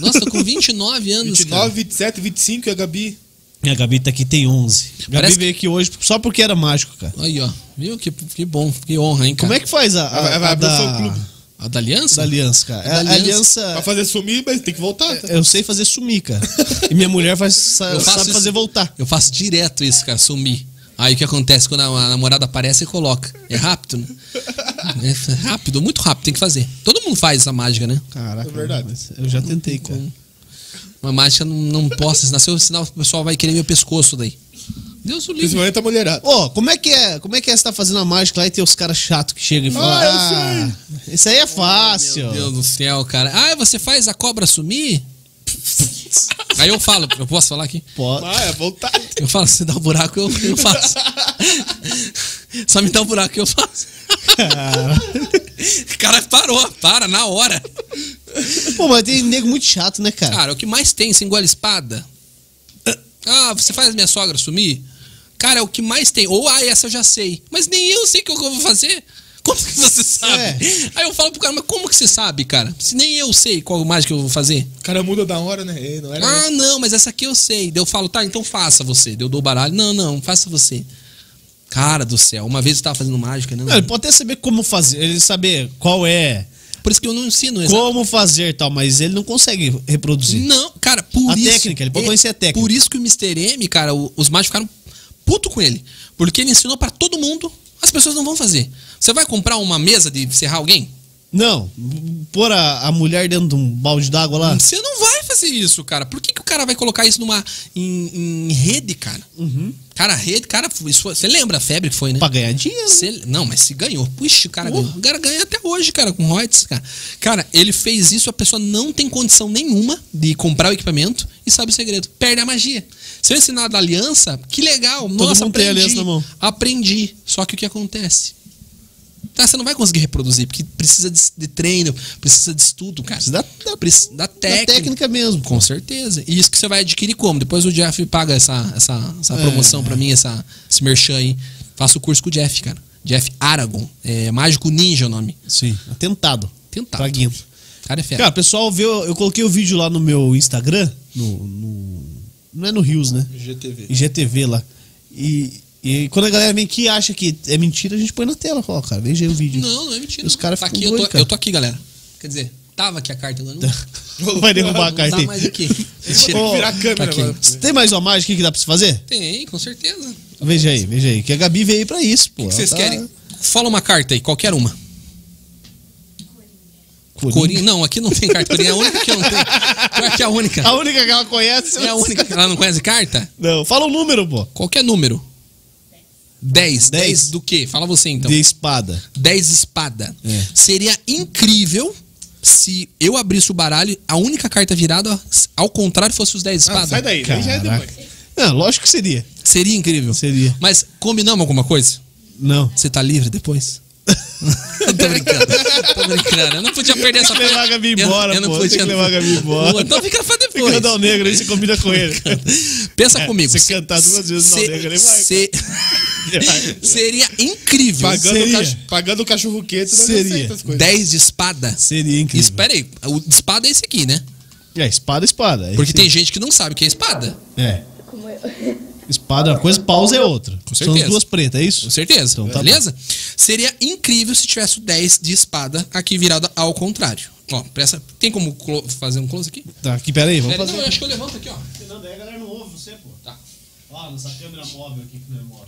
[SPEAKER 3] Nossa, tô com 29 anos,
[SPEAKER 2] 29, 27, 25 e a Gabi.
[SPEAKER 1] Minha Gabi tá aqui, tem 11. Gabi
[SPEAKER 3] Parece que-
[SPEAKER 1] veio aqui hoje só porque era mágico, cara.
[SPEAKER 3] cara. Aí, ó. Viu? Que, que bom, que honra, hein, cara.
[SPEAKER 1] Como é que faz a, a,
[SPEAKER 2] Vai- vai
[SPEAKER 1] a
[SPEAKER 2] abrir o
[SPEAKER 1] da,
[SPEAKER 2] seu clube.
[SPEAKER 3] A da aliança?
[SPEAKER 1] da aliança, cara?
[SPEAKER 3] Da
[SPEAKER 1] A- a aliança,
[SPEAKER 2] Pra fazer sumir, mas tem que voltar. tá?
[SPEAKER 1] eu sei fazer sumir, cara. E minha mulher faz, sa-
[SPEAKER 3] Eu faço
[SPEAKER 1] sabe
[SPEAKER 3] isso-
[SPEAKER 1] fazer voltar.
[SPEAKER 3] Eu faço direto isso, cara, sumir. Aí o que acontece? Quando a, a namorada aparece, você coloca. É rápido, né? É rápido, muito rápido, tem que fazer. Todo mundo faz essa mágica, né?
[SPEAKER 1] Caraca,
[SPEAKER 2] É verdade.
[SPEAKER 1] mas Eu já tentei, cara.
[SPEAKER 3] Uma mágica não, não posso ensinar, se eu ensinar, o pessoal vai querer meu pescoço daí. Deus o livre.
[SPEAKER 2] Principalmente a mulherada.
[SPEAKER 1] Ô, como é que é? Como é que é você tá fazendo a mágica lá e tem os caras chatos que chegam e falam.
[SPEAKER 2] Ah, eu
[SPEAKER 1] Ah, Isso aí é fácil.
[SPEAKER 3] Meu Deus do céu, cara. Ah, você faz a cobra sumir? Aí eu falo, eu posso falar aqui?
[SPEAKER 1] Pô,
[SPEAKER 2] Ah, é voltar.
[SPEAKER 3] Eu falo, se dá o buraco, eu, eu faço. Só me dá o buraco que eu faço. O cara parou, para, na hora.
[SPEAKER 1] Pô, mas tem nego muito chato, né, cara?
[SPEAKER 3] Cara, o que mais tem? Você engole espada?
[SPEAKER 1] É.
[SPEAKER 3] Ah, você faz minha sogra sumir? Cara, é o que mais tem. Ou, ah, essa eu já sei. Mas nem eu sei o que eu vou fazer. Como que você sabe?
[SPEAKER 1] É.
[SPEAKER 3] Aí eu falo pro cara, mas como que você sabe, cara? Se nem eu sei qual mágica eu vou fazer.
[SPEAKER 2] O cara muda da hora, né? Ei, não era
[SPEAKER 3] Ah, não, mas essa aqui eu sei. Daí eu falo, tá, então faça você. Daí eu dou o baralho. Não, não, faça você. Cara do céu, uma vez eu tava fazendo mágica, né?
[SPEAKER 1] Não, ele pode até saber como fazer, ele saber qual é,
[SPEAKER 3] Por isso que eu não ensino exa-
[SPEAKER 1] como fazer e tal, mas ele não consegue reproduzir.
[SPEAKER 3] Não, cara, por
[SPEAKER 1] A
[SPEAKER 3] isso.
[SPEAKER 1] técnica, ele pode
[SPEAKER 3] é-
[SPEAKER 1] conhecer a técnica.
[SPEAKER 3] Por isso que o Mr. M, cara, o- os mágicos ficaram puto com ele. Porque ele ensinou pra todo mundo. As pessoas não vão fazer. Você vai comprar uma mesa de serrar alguém?
[SPEAKER 1] Não, pôr a, a mulher dentro de um balde d'água lá.
[SPEAKER 3] Você não vai fazer isso, cara. Por que, que o cara vai colocar isso numa. em, em rede, cara?
[SPEAKER 1] Uhum.
[SPEAKER 3] Cara, rede, cara, isso, foi- você lembra a febre que foi, né?
[SPEAKER 1] Pra ganhar dinheiro.
[SPEAKER 3] Se- não, mas se ganhou. Puxa, o cara ganhou. O cara ganha até hoje, cara, com royalties, cara. Cara, ele fez isso, a pessoa não tem condição nenhuma de comprar o equipamento e sabe o segredo. Perde a magia. Se eu ensinar da aliança, que legal. Nossa,
[SPEAKER 1] mundo tem
[SPEAKER 3] aprendi.
[SPEAKER 1] a aliança na mão.
[SPEAKER 3] Aprendi. Só que o que acontece? Tá, você não vai conseguir reproduzir, porque precisa de, de treino, precisa de estudo, cara.
[SPEAKER 1] Precisa da-
[SPEAKER 3] Precisa da
[SPEAKER 1] Da
[SPEAKER 3] técnica.
[SPEAKER 1] técnica mesmo.
[SPEAKER 3] Com certeza. E isso que você vai adquirir como? Depois o Jeff paga essa, essa,
[SPEAKER 1] É.
[SPEAKER 3] essa promoção pra mim, essa, esse merchan aí. Faça o curso com o Jeff, cara. Jeff Aragon. É Mágico Ninja é o nome.
[SPEAKER 1] Sim. Atentado.
[SPEAKER 3] Tentado.
[SPEAKER 1] Traguinho.
[SPEAKER 3] O cara Tá. é fera.
[SPEAKER 1] Tá. Cara, o pessoal viu, eu coloquei o vídeo lá no meu Instagram, no. no- não é no Rios, né?
[SPEAKER 2] GTV.
[SPEAKER 1] IGTV lá. E, e quando a galera vem aqui e acha que é mentira, a gente põe na tela. Ó, cara, veja aí o vídeo.
[SPEAKER 3] não, não é mentira.
[SPEAKER 1] Os caras
[SPEAKER 3] tá
[SPEAKER 1] ficam
[SPEAKER 3] aqui, eu
[SPEAKER 1] doidos,
[SPEAKER 3] tô,
[SPEAKER 1] cara. Tá.
[SPEAKER 3] eu tô aqui, galera. Quer dizer, tava aqui a carta agora. Não,
[SPEAKER 1] Vai derrubar a
[SPEAKER 3] não
[SPEAKER 1] carta
[SPEAKER 3] tá
[SPEAKER 1] aí.
[SPEAKER 3] mais aqui.
[SPEAKER 2] Tem
[SPEAKER 3] Mentira.
[SPEAKER 1] Ô,
[SPEAKER 2] que virar a
[SPEAKER 3] tá
[SPEAKER 2] câmera
[SPEAKER 3] aqui.
[SPEAKER 2] agora.
[SPEAKER 1] Tem mais uma mágica que dá pra se fazer?
[SPEAKER 3] Tem, com certeza.
[SPEAKER 1] Veja aí, veja aí. Que a Gabi veio aí pra isso, pô.
[SPEAKER 3] O que vocês
[SPEAKER 1] Ela tá-
[SPEAKER 3] querem? Fala uma carta aí, qualquer uma.
[SPEAKER 1] Coringa.
[SPEAKER 3] Coringa. Não, aqui não tem carta. Coringa é a única que eu não tenho. Pior que é a única.
[SPEAKER 1] A única que ela conhece.
[SPEAKER 3] É a única. Ela não conhece carta?
[SPEAKER 1] Não, fala o número, pô.
[SPEAKER 3] Qualquer número. 10.
[SPEAKER 1] Dez.
[SPEAKER 3] 10 do quê? Fala você então.
[SPEAKER 1] De espada.
[SPEAKER 3] 10 espada.
[SPEAKER 1] É.
[SPEAKER 3] Seria incrível se eu abrisse o baralho, a única carta virada, ao contrário, fosse os 10
[SPEAKER 2] Ah,
[SPEAKER 3] espadas.
[SPEAKER 2] sai daí, daí já é
[SPEAKER 1] Caraca.
[SPEAKER 2] demais.
[SPEAKER 1] Não, lógico que seria.
[SPEAKER 3] Seria incrível.
[SPEAKER 1] Seria.
[SPEAKER 3] Mas combinamos alguma coisa?
[SPEAKER 1] Não.
[SPEAKER 3] Você tá livre depois? tô brincando. Tô brincando. Eu não podia perder essa
[SPEAKER 1] que levar a Gabi
[SPEAKER 3] Eu-
[SPEAKER 1] embora,
[SPEAKER 3] eu não
[SPEAKER 1] pô.
[SPEAKER 3] podia-
[SPEAKER 1] Tem que levar a Gabi embora.
[SPEAKER 3] Pô, Então fica pra
[SPEAKER 1] Tem que
[SPEAKER 3] depois.
[SPEAKER 1] mandar o negro aí, você combina com ele.
[SPEAKER 3] Pensa
[SPEAKER 1] É,
[SPEAKER 3] comigo.
[SPEAKER 1] se
[SPEAKER 3] se-
[SPEAKER 1] cantar duas vezes
[SPEAKER 3] se-
[SPEAKER 1] não nega, ele vai.
[SPEAKER 3] se- Seria incrível.
[SPEAKER 2] Pagando,
[SPEAKER 1] Seria.
[SPEAKER 2] O cach... Pagando o cachorro quente, nós
[SPEAKER 1] Seria.
[SPEAKER 2] aceita as coisas.
[SPEAKER 3] 10 de espada.
[SPEAKER 1] Seria incrível.
[SPEAKER 3] Espera aí. O de espada é esse aqui, né?
[SPEAKER 1] É, espada, espada.
[SPEAKER 3] Porque tem gente que não sabe o que é espada.
[SPEAKER 1] É.
[SPEAKER 5] Como eu.
[SPEAKER 1] Espada é uma coisa, pausa é outra. São as
[SPEAKER 3] certeza.
[SPEAKER 1] duas pretas, é isso?
[SPEAKER 3] Com certeza.
[SPEAKER 1] Então tá
[SPEAKER 3] beleza? Seria incrível se tivesse o 10 de espada aqui virada ao contrário. Ó, presta. Tem como clo- fazer um close aqui?
[SPEAKER 1] Tá, aqui, peraí, vamos
[SPEAKER 3] Pera,
[SPEAKER 1] fazer.
[SPEAKER 3] não, eu acho que eu levanto aqui, ó.
[SPEAKER 4] Se não der, a galera não ouve você, pô.
[SPEAKER 3] Tá.
[SPEAKER 4] Ó, nessa câmera móvel aqui que não é móvel.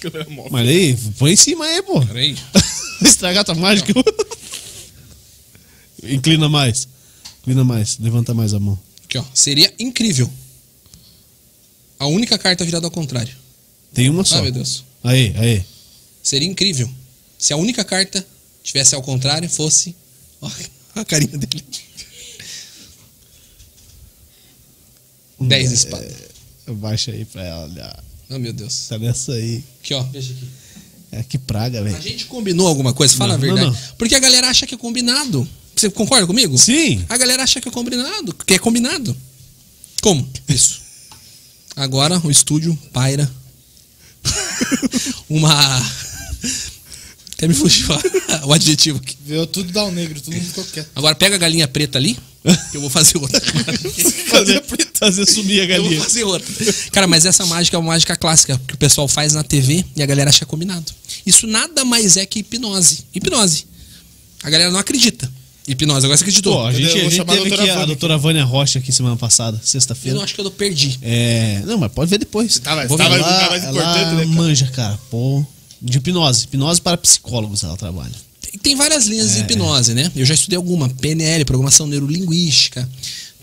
[SPEAKER 2] Câmera móvel.
[SPEAKER 1] Mas aí, põe em cima aí, pô.
[SPEAKER 3] Pera aí.
[SPEAKER 1] Estragar tua mágica. Inclina mais. Inclina mais. Levanta mais a mão.
[SPEAKER 3] Aqui, ó. Seria incrível. A única carta virada ao contrário.
[SPEAKER 1] Tem uma só.
[SPEAKER 3] Ah, meu Deus.
[SPEAKER 1] Aí, aí.
[SPEAKER 3] Seria incrível se a única carta tivesse ao contrário fosse. Ó, a carinha dele.
[SPEAKER 1] Hum,
[SPEAKER 3] 10
[SPEAKER 1] é.
[SPEAKER 3] de espada.
[SPEAKER 1] Baixa aí pra ela olhar.
[SPEAKER 3] Oh, meu Deus.
[SPEAKER 1] Tá nessa aí.
[SPEAKER 3] Aqui, ó.
[SPEAKER 1] É que praga,
[SPEAKER 3] A
[SPEAKER 1] velho.
[SPEAKER 3] gente combinou alguma coisa, fala
[SPEAKER 1] Não,
[SPEAKER 3] a verdade.
[SPEAKER 1] não, não.
[SPEAKER 3] Porque a galera acha que é combinado. Você concorda comigo?
[SPEAKER 1] Sim.
[SPEAKER 3] A galera acha que é combinado, que é combinado. Como? Isso. Agora o estúdio paira uma até me fugiu a- o adjetivo aqui.
[SPEAKER 2] Viu tudo dá um negro, todo mundo ficou quieto.
[SPEAKER 3] Agora pega a galinha preta ali, que eu vou fazer outra.
[SPEAKER 1] Fazer, fazer subir a
[SPEAKER 3] Eu vou
[SPEAKER 1] galinha.
[SPEAKER 3] fazer outra. Cara, mas essa mágica é uma mágica clássica que o pessoal faz na TV e a galera acha combinado. Isso nada mais é que hipnose. Hipnose. A galera não acredita. Hipnose, agora você acreditou.
[SPEAKER 1] Pô, a
[SPEAKER 2] Eu
[SPEAKER 1] gente,
[SPEAKER 2] vou
[SPEAKER 1] a gente
[SPEAKER 2] chamar a
[SPEAKER 1] teve
[SPEAKER 2] doutora
[SPEAKER 1] aqui a
[SPEAKER 2] Vânia
[SPEAKER 1] doutora Vânia Rocha aqui semana passada,
[SPEAKER 3] eu não
[SPEAKER 1] sexta-feira.
[SPEAKER 3] acho que eu perdi.
[SPEAKER 1] É. Não, mas pode ver depois.
[SPEAKER 2] Tá, mas
[SPEAKER 3] Vou
[SPEAKER 2] tava
[SPEAKER 3] ver
[SPEAKER 2] o
[SPEAKER 1] ela,
[SPEAKER 2] cara mais
[SPEAKER 1] ela
[SPEAKER 2] importante, né, cara?
[SPEAKER 1] manja, cara. Pô. De hipnose. Hipnose para psicólogos ela trabalha.
[SPEAKER 3] Tem- Tem várias
[SPEAKER 1] É.
[SPEAKER 3] linhas de hipnose, né? Eu já estudei alguma. PNL, programação neurolinguística.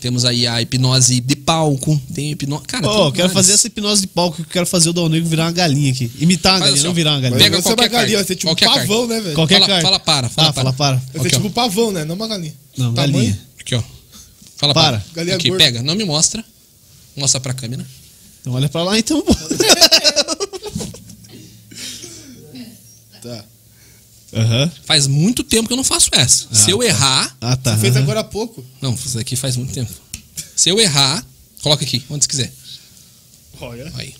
[SPEAKER 3] Temos aí a hipnose de palco. Tem hipnose. Cara,
[SPEAKER 1] Pô,
[SPEAKER 3] tem
[SPEAKER 1] eu quero
[SPEAKER 3] várias.
[SPEAKER 1] fazer essa hipnose de palco que eu quero fazer o Dal Negro virar uma galinha aqui. Imitar uma
[SPEAKER 3] Faz
[SPEAKER 1] galinha,
[SPEAKER 3] assim,
[SPEAKER 1] não
[SPEAKER 3] ó.
[SPEAKER 1] virar uma galinha.
[SPEAKER 3] Pega
[SPEAKER 2] Você é
[SPEAKER 3] qualquer
[SPEAKER 2] uma galinha,
[SPEAKER 3] carta.
[SPEAKER 2] você é tipo
[SPEAKER 3] Qualquer
[SPEAKER 2] um
[SPEAKER 3] carta.
[SPEAKER 2] pavão, né, velho?
[SPEAKER 1] Qualquer
[SPEAKER 3] Fala-
[SPEAKER 1] carta.
[SPEAKER 3] fala para, fala
[SPEAKER 1] ah, fala para.
[SPEAKER 2] Você é
[SPEAKER 3] Aqui, ó.
[SPEAKER 2] tipo um pavão, né? Não uma galinha.
[SPEAKER 1] Não,
[SPEAKER 2] Tamanho.
[SPEAKER 1] galinha.
[SPEAKER 3] Aqui, ó. Fala
[SPEAKER 1] Para.
[SPEAKER 3] para.
[SPEAKER 2] Galinha
[SPEAKER 3] Aqui,
[SPEAKER 2] gorda.
[SPEAKER 3] pega. Não me mostra. Mostra pra câmera.
[SPEAKER 1] Então olha pra lá então, pô.
[SPEAKER 2] Tá.
[SPEAKER 1] Aham.
[SPEAKER 3] Faz muito tempo que eu não faço essa. Se eu errar.
[SPEAKER 1] Ah, tá.
[SPEAKER 2] Fez
[SPEAKER 1] aham.
[SPEAKER 2] agora há pouco.
[SPEAKER 3] Não, isso aqui faz muito tempo. Se eu errar, coloca aqui, onde você quiser.
[SPEAKER 2] Olha.
[SPEAKER 3] Aí.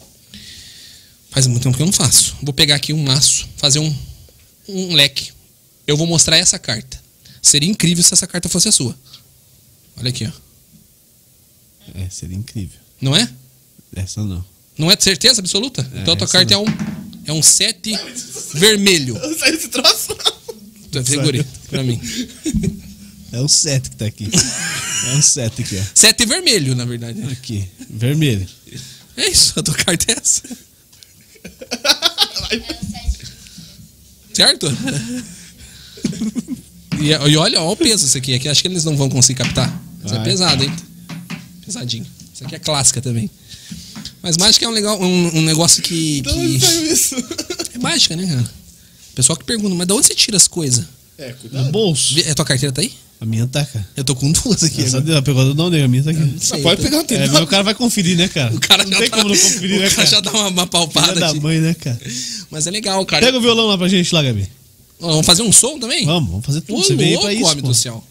[SPEAKER 3] Faz muito tempo que eu não faço. Vou pegar aqui um maço, fazer um, um leque. Eu vou mostrar essa carta. Seria incrível se essa carta fosse a sua. Olha aqui, ó.
[SPEAKER 1] É, seria incrível.
[SPEAKER 3] Não é?
[SPEAKER 1] Essa não.
[SPEAKER 3] Não é de certeza absoluta? então a tua
[SPEAKER 1] essa
[SPEAKER 3] carta
[SPEAKER 1] não.
[SPEAKER 3] é um é um 7 vermelho.
[SPEAKER 2] Saiu esse troço.
[SPEAKER 3] Tu é figurino pra mim.
[SPEAKER 1] É o 7 que tá aqui. é o 7 aqui, ó.
[SPEAKER 3] 7 vermelho, na verdade. né?
[SPEAKER 1] Aqui. Vermelho.
[SPEAKER 3] É isso, a tua carta é essa. Certo? E, é, e olha, olha o peso isso aqui. aqui. Acho que eles não vão conseguir captar. Isso é
[SPEAKER 1] Vai.
[SPEAKER 3] pesado, hein? Pesadinho. Isso aqui é clássica também. Mas mágica é um, legal, um, um negócio
[SPEAKER 2] De
[SPEAKER 3] que,
[SPEAKER 1] Então,
[SPEAKER 2] onde
[SPEAKER 3] que.
[SPEAKER 2] Então, saiu isso?
[SPEAKER 3] É mágica, né, cara? Pessoal que pergunta, mas de onde você tira as coisas?
[SPEAKER 2] É, cuidado.
[SPEAKER 1] No bolso.
[SPEAKER 3] Vê- A tua carteira tá aí?
[SPEAKER 1] A minha tá, cara.
[SPEAKER 3] Eu tô com duas aqui.
[SPEAKER 1] Essa
[SPEAKER 3] agora.
[SPEAKER 1] dela pegou do Dal Negro, a minha tá
[SPEAKER 3] Não
[SPEAKER 1] aqui.
[SPEAKER 3] sei,
[SPEAKER 2] Pode
[SPEAKER 3] eu tô-
[SPEAKER 2] pegar um
[SPEAKER 1] É,
[SPEAKER 2] tênis.
[SPEAKER 1] mas o cara vai conferir, né, cara?
[SPEAKER 3] O cara
[SPEAKER 1] não
[SPEAKER 3] já
[SPEAKER 1] tem
[SPEAKER 3] tá-
[SPEAKER 1] como não conferir,
[SPEAKER 3] o
[SPEAKER 1] né,
[SPEAKER 3] cara,
[SPEAKER 1] cara?
[SPEAKER 3] já dá uma, uma
[SPEAKER 1] Filha
[SPEAKER 3] palpada
[SPEAKER 1] da
[SPEAKER 3] aqui.
[SPEAKER 1] mãe, né, cara?
[SPEAKER 3] Mas é legal, cara.
[SPEAKER 1] Pega o violão lá pra gente lá, Gabi.
[SPEAKER 3] Ó, Vamos fazer um som também?
[SPEAKER 1] Vamos, vamos fazer
[SPEAKER 3] Ô,
[SPEAKER 1] tudo. Você veio
[SPEAKER 3] louco,
[SPEAKER 1] pra isso,
[SPEAKER 3] homem
[SPEAKER 1] pô.
[SPEAKER 3] do céu.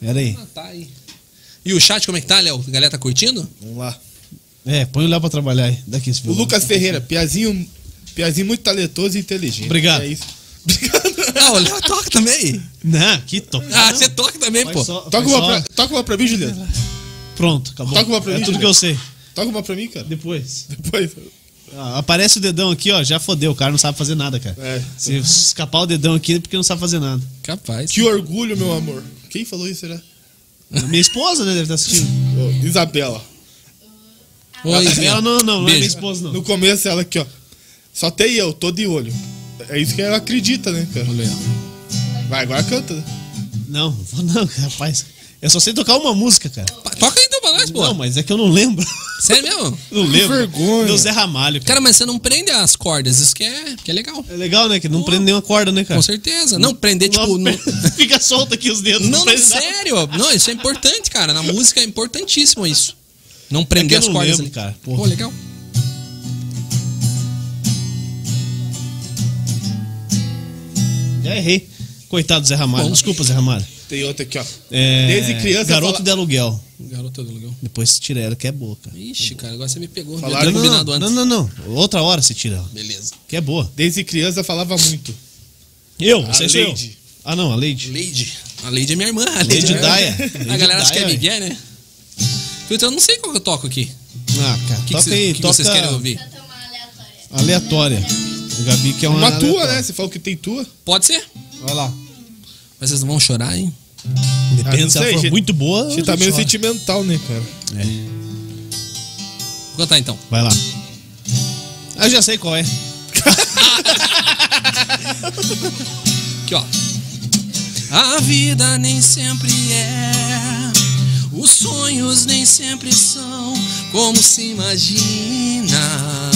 [SPEAKER 1] Pera aí.
[SPEAKER 3] Ah, tá aí. E o chat, como é que tá, Léo? A galera tá curtindo?
[SPEAKER 2] Vamos lá.
[SPEAKER 1] É, põe o Léo pra trabalhar aí. Daqui esse
[SPEAKER 2] O
[SPEAKER 1] violão.
[SPEAKER 2] Lucas Ferreira, Piazinho, Piazinho muito talentoso e inteligente.
[SPEAKER 1] Obrigado.
[SPEAKER 2] É isso. Obrigado.
[SPEAKER 3] Ah, o Léo toca também.
[SPEAKER 1] Não, que toca.
[SPEAKER 3] Ah, você toca também,
[SPEAKER 1] Vai
[SPEAKER 3] pô.
[SPEAKER 1] só-
[SPEAKER 2] Toca
[SPEAKER 1] vai
[SPEAKER 2] uma,
[SPEAKER 1] só-
[SPEAKER 2] pra, toca uma pra mim, Juliano.
[SPEAKER 1] Pronto, acabou.
[SPEAKER 2] Toca uma pra
[SPEAKER 1] é
[SPEAKER 2] mim,
[SPEAKER 1] tudo
[SPEAKER 2] Juliano.
[SPEAKER 1] que eu sei.
[SPEAKER 2] Toca uma pra mim, cara.
[SPEAKER 1] Depois.
[SPEAKER 2] Depois.
[SPEAKER 1] Ah, aparece o dedão aqui, ó. Já fodeu. O cara não sabe fazer nada, cara.
[SPEAKER 2] É.
[SPEAKER 1] Se escapar o dedão aqui é porque não sabe fazer nada.
[SPEAKER 3] Capaz.
[SPEAKER 2] Que orgulho, meu amor. Quem falou isso, né?
[SPEAKER 1] A minha esposa, né, deve estar assistindo.
[SPEAKER 2] Ô, Isabela.
[SPEAKER 3] Oi,
[SPEAKER 1] Ela não, não, não é
[SPEAKER 3] Beijo.
[SPEAKER 1] minha esposa, não.
[SPEAKER 2] No começo, ela aqui, ó. Só tem eu, tô de olho. É isso que ela acredita, né, cara?
[SPEAKER 3] Olha aí, ó.
[SPEAKER 2] Vai, agora canta. né?
[SPEAKER 1] Não, vou não, rapaz. Eu só sei tocar uma música, cara.
[SPEAKER 3] Pa- Toca aí então pra nós. mais, pô?
[SPEAKER 1] Não, mas é que eu não lembro.
[SPEAKER 3] Sério mesmo?
[SPEAKER 1] Não lembro.
[SPEAKER 2] vergonha.
[SPEAKER 1] Do Zé Ramalho. Cara.
[SPEAKER 3] Cara, mas você não prende as cordas, isso que é, que é legal.
[SPEAKER 1] É legal, né? Que não prende nenhuma corda, né, cara?
[SPEAKER 3] Com certeza. Não, prender, tipo.
[SPEAKER 1] Não-
[SPEAKER 3] no-
[SPEAKER 1] Fica solto aqui os dedos.
[SPEAKER 3] Não, não,
[SPEAKER 1] prende nada.
[SPEAKER 3] sério. Não, isso é importante, cara. Na música é importantíssimo isso. Não prender
[SPEAKER 1] É que eu
[SPEAKER 3] as
[SPEAKER 1] não
[SPEAKER 3] cordas
[SPEAKER 1] lembro,
[SPEAKER 3] ali.
[SPEAKER 1] cara. Porra.
[SPEAKER 3] Pô, legal.
[SPEAKER 1] Já errei. Coitado do Zé Ramalho.
[SPEAKER 3] Bom.
[SPEAKER 1] Desculpa, Zé Ramalho.
[SPEAKER 2] Tem outra aqui, ó.
[SPEAKER 1] É,
[SPEAKER 2] Desde criança
[SPEAKER 1] Garoto
[SPEAKER 2] fala-
[SPEAKER 1] de aluguel.
[SPEAKER 3] Garota do legal.
[SPEAKER 1] Depois tira ela, que é boa, cara.
[SPEAKER 3] Ixi, cara, agora você me pegou.
[SPEAKER 2] Falaram
[SPEAKER 3] Devia ter
[SPEAKER 1] Não, não,
[SPEAKER 3] combinado
[SPEAKER 1] não,
[SPEAKER 3] antes.
[SPEAKER 1] não, não. Outra hora você tira ela.
[SPEAKER 3] Beleza.
[SPEAKER 1] Que é boa.
[SPEAKER 2] Desde criança falava muito.
[SPEAKER 1] Eu,
[SPEAKER 2] A
[SPEAKER 1] você sou eu.
[SPEAKER 2] Lady.
[SPEAKER 1] Ah, não, a Leide.
[SPEAKER 3] Lady. A Lady é minha irmã. A
[SPEAKER 1] Lady
[SPEAKER 3] é minha
[SPEAKER 1] Daya.
[SPEAKER 3] irmã. A
[SPEAKER 1] Lady
[SPEAKER 3] galera acha que é
[SPEAKER 1] Daya,
[SPEAKER 3] Miguel, né? Então eu não sei qual que eu toco aqui.
[SPEAKER 1] Ah, cara.
[SPEAKER 3] O que,
[SPEAKER 1] toca
[SPEAKER 3] que, vocês,
[SPEAKER 1] aí,
[SPEAKER 3] o que
[SPEAKER 1] toca
[SPEAKER 3] vocês querem ouvir?
[SPEAKER 5] Só tomar aleatória.
[SPEAKER 1] Aleatória. O Gabi que é uma.
[SPEAKER 2] Uma tua,
[SPEAKER 1] aleatória.
[SPEAKER 2] né? Você falou que tem tua.
[SPEAKER 3] Pode ser?
[SPEAKER 1] Vai lá.
[SPEAKER 3] Mas vocês não vão chorar, hein?
[SPEAKER 1] Depende
[SPEAKER 2] Ah, não
[SPEAKER 1] se ela
[SPEAKER 2] sei,
[SPEAKER 1] for
[SPEAKER 2] gente-
[SPEAKER 1] muito boa.
[SPEAKER 2] Você tá
[SPEAKER 1] a gente
[SPEAKER 2] meio
[SPEAKER 1] chora.
[SPEAKER 2] sentimental, né, cara?
[SPEAKER 1] É.
[SPEAKER 3] Vou cantar então.
[SPEAKER 1] Vai lá. Ah, eu já sei qual é.
[SPEAKER 3] Aqui, ó. A vida nem sempre é, os sonhos nem sempre são como se imagina.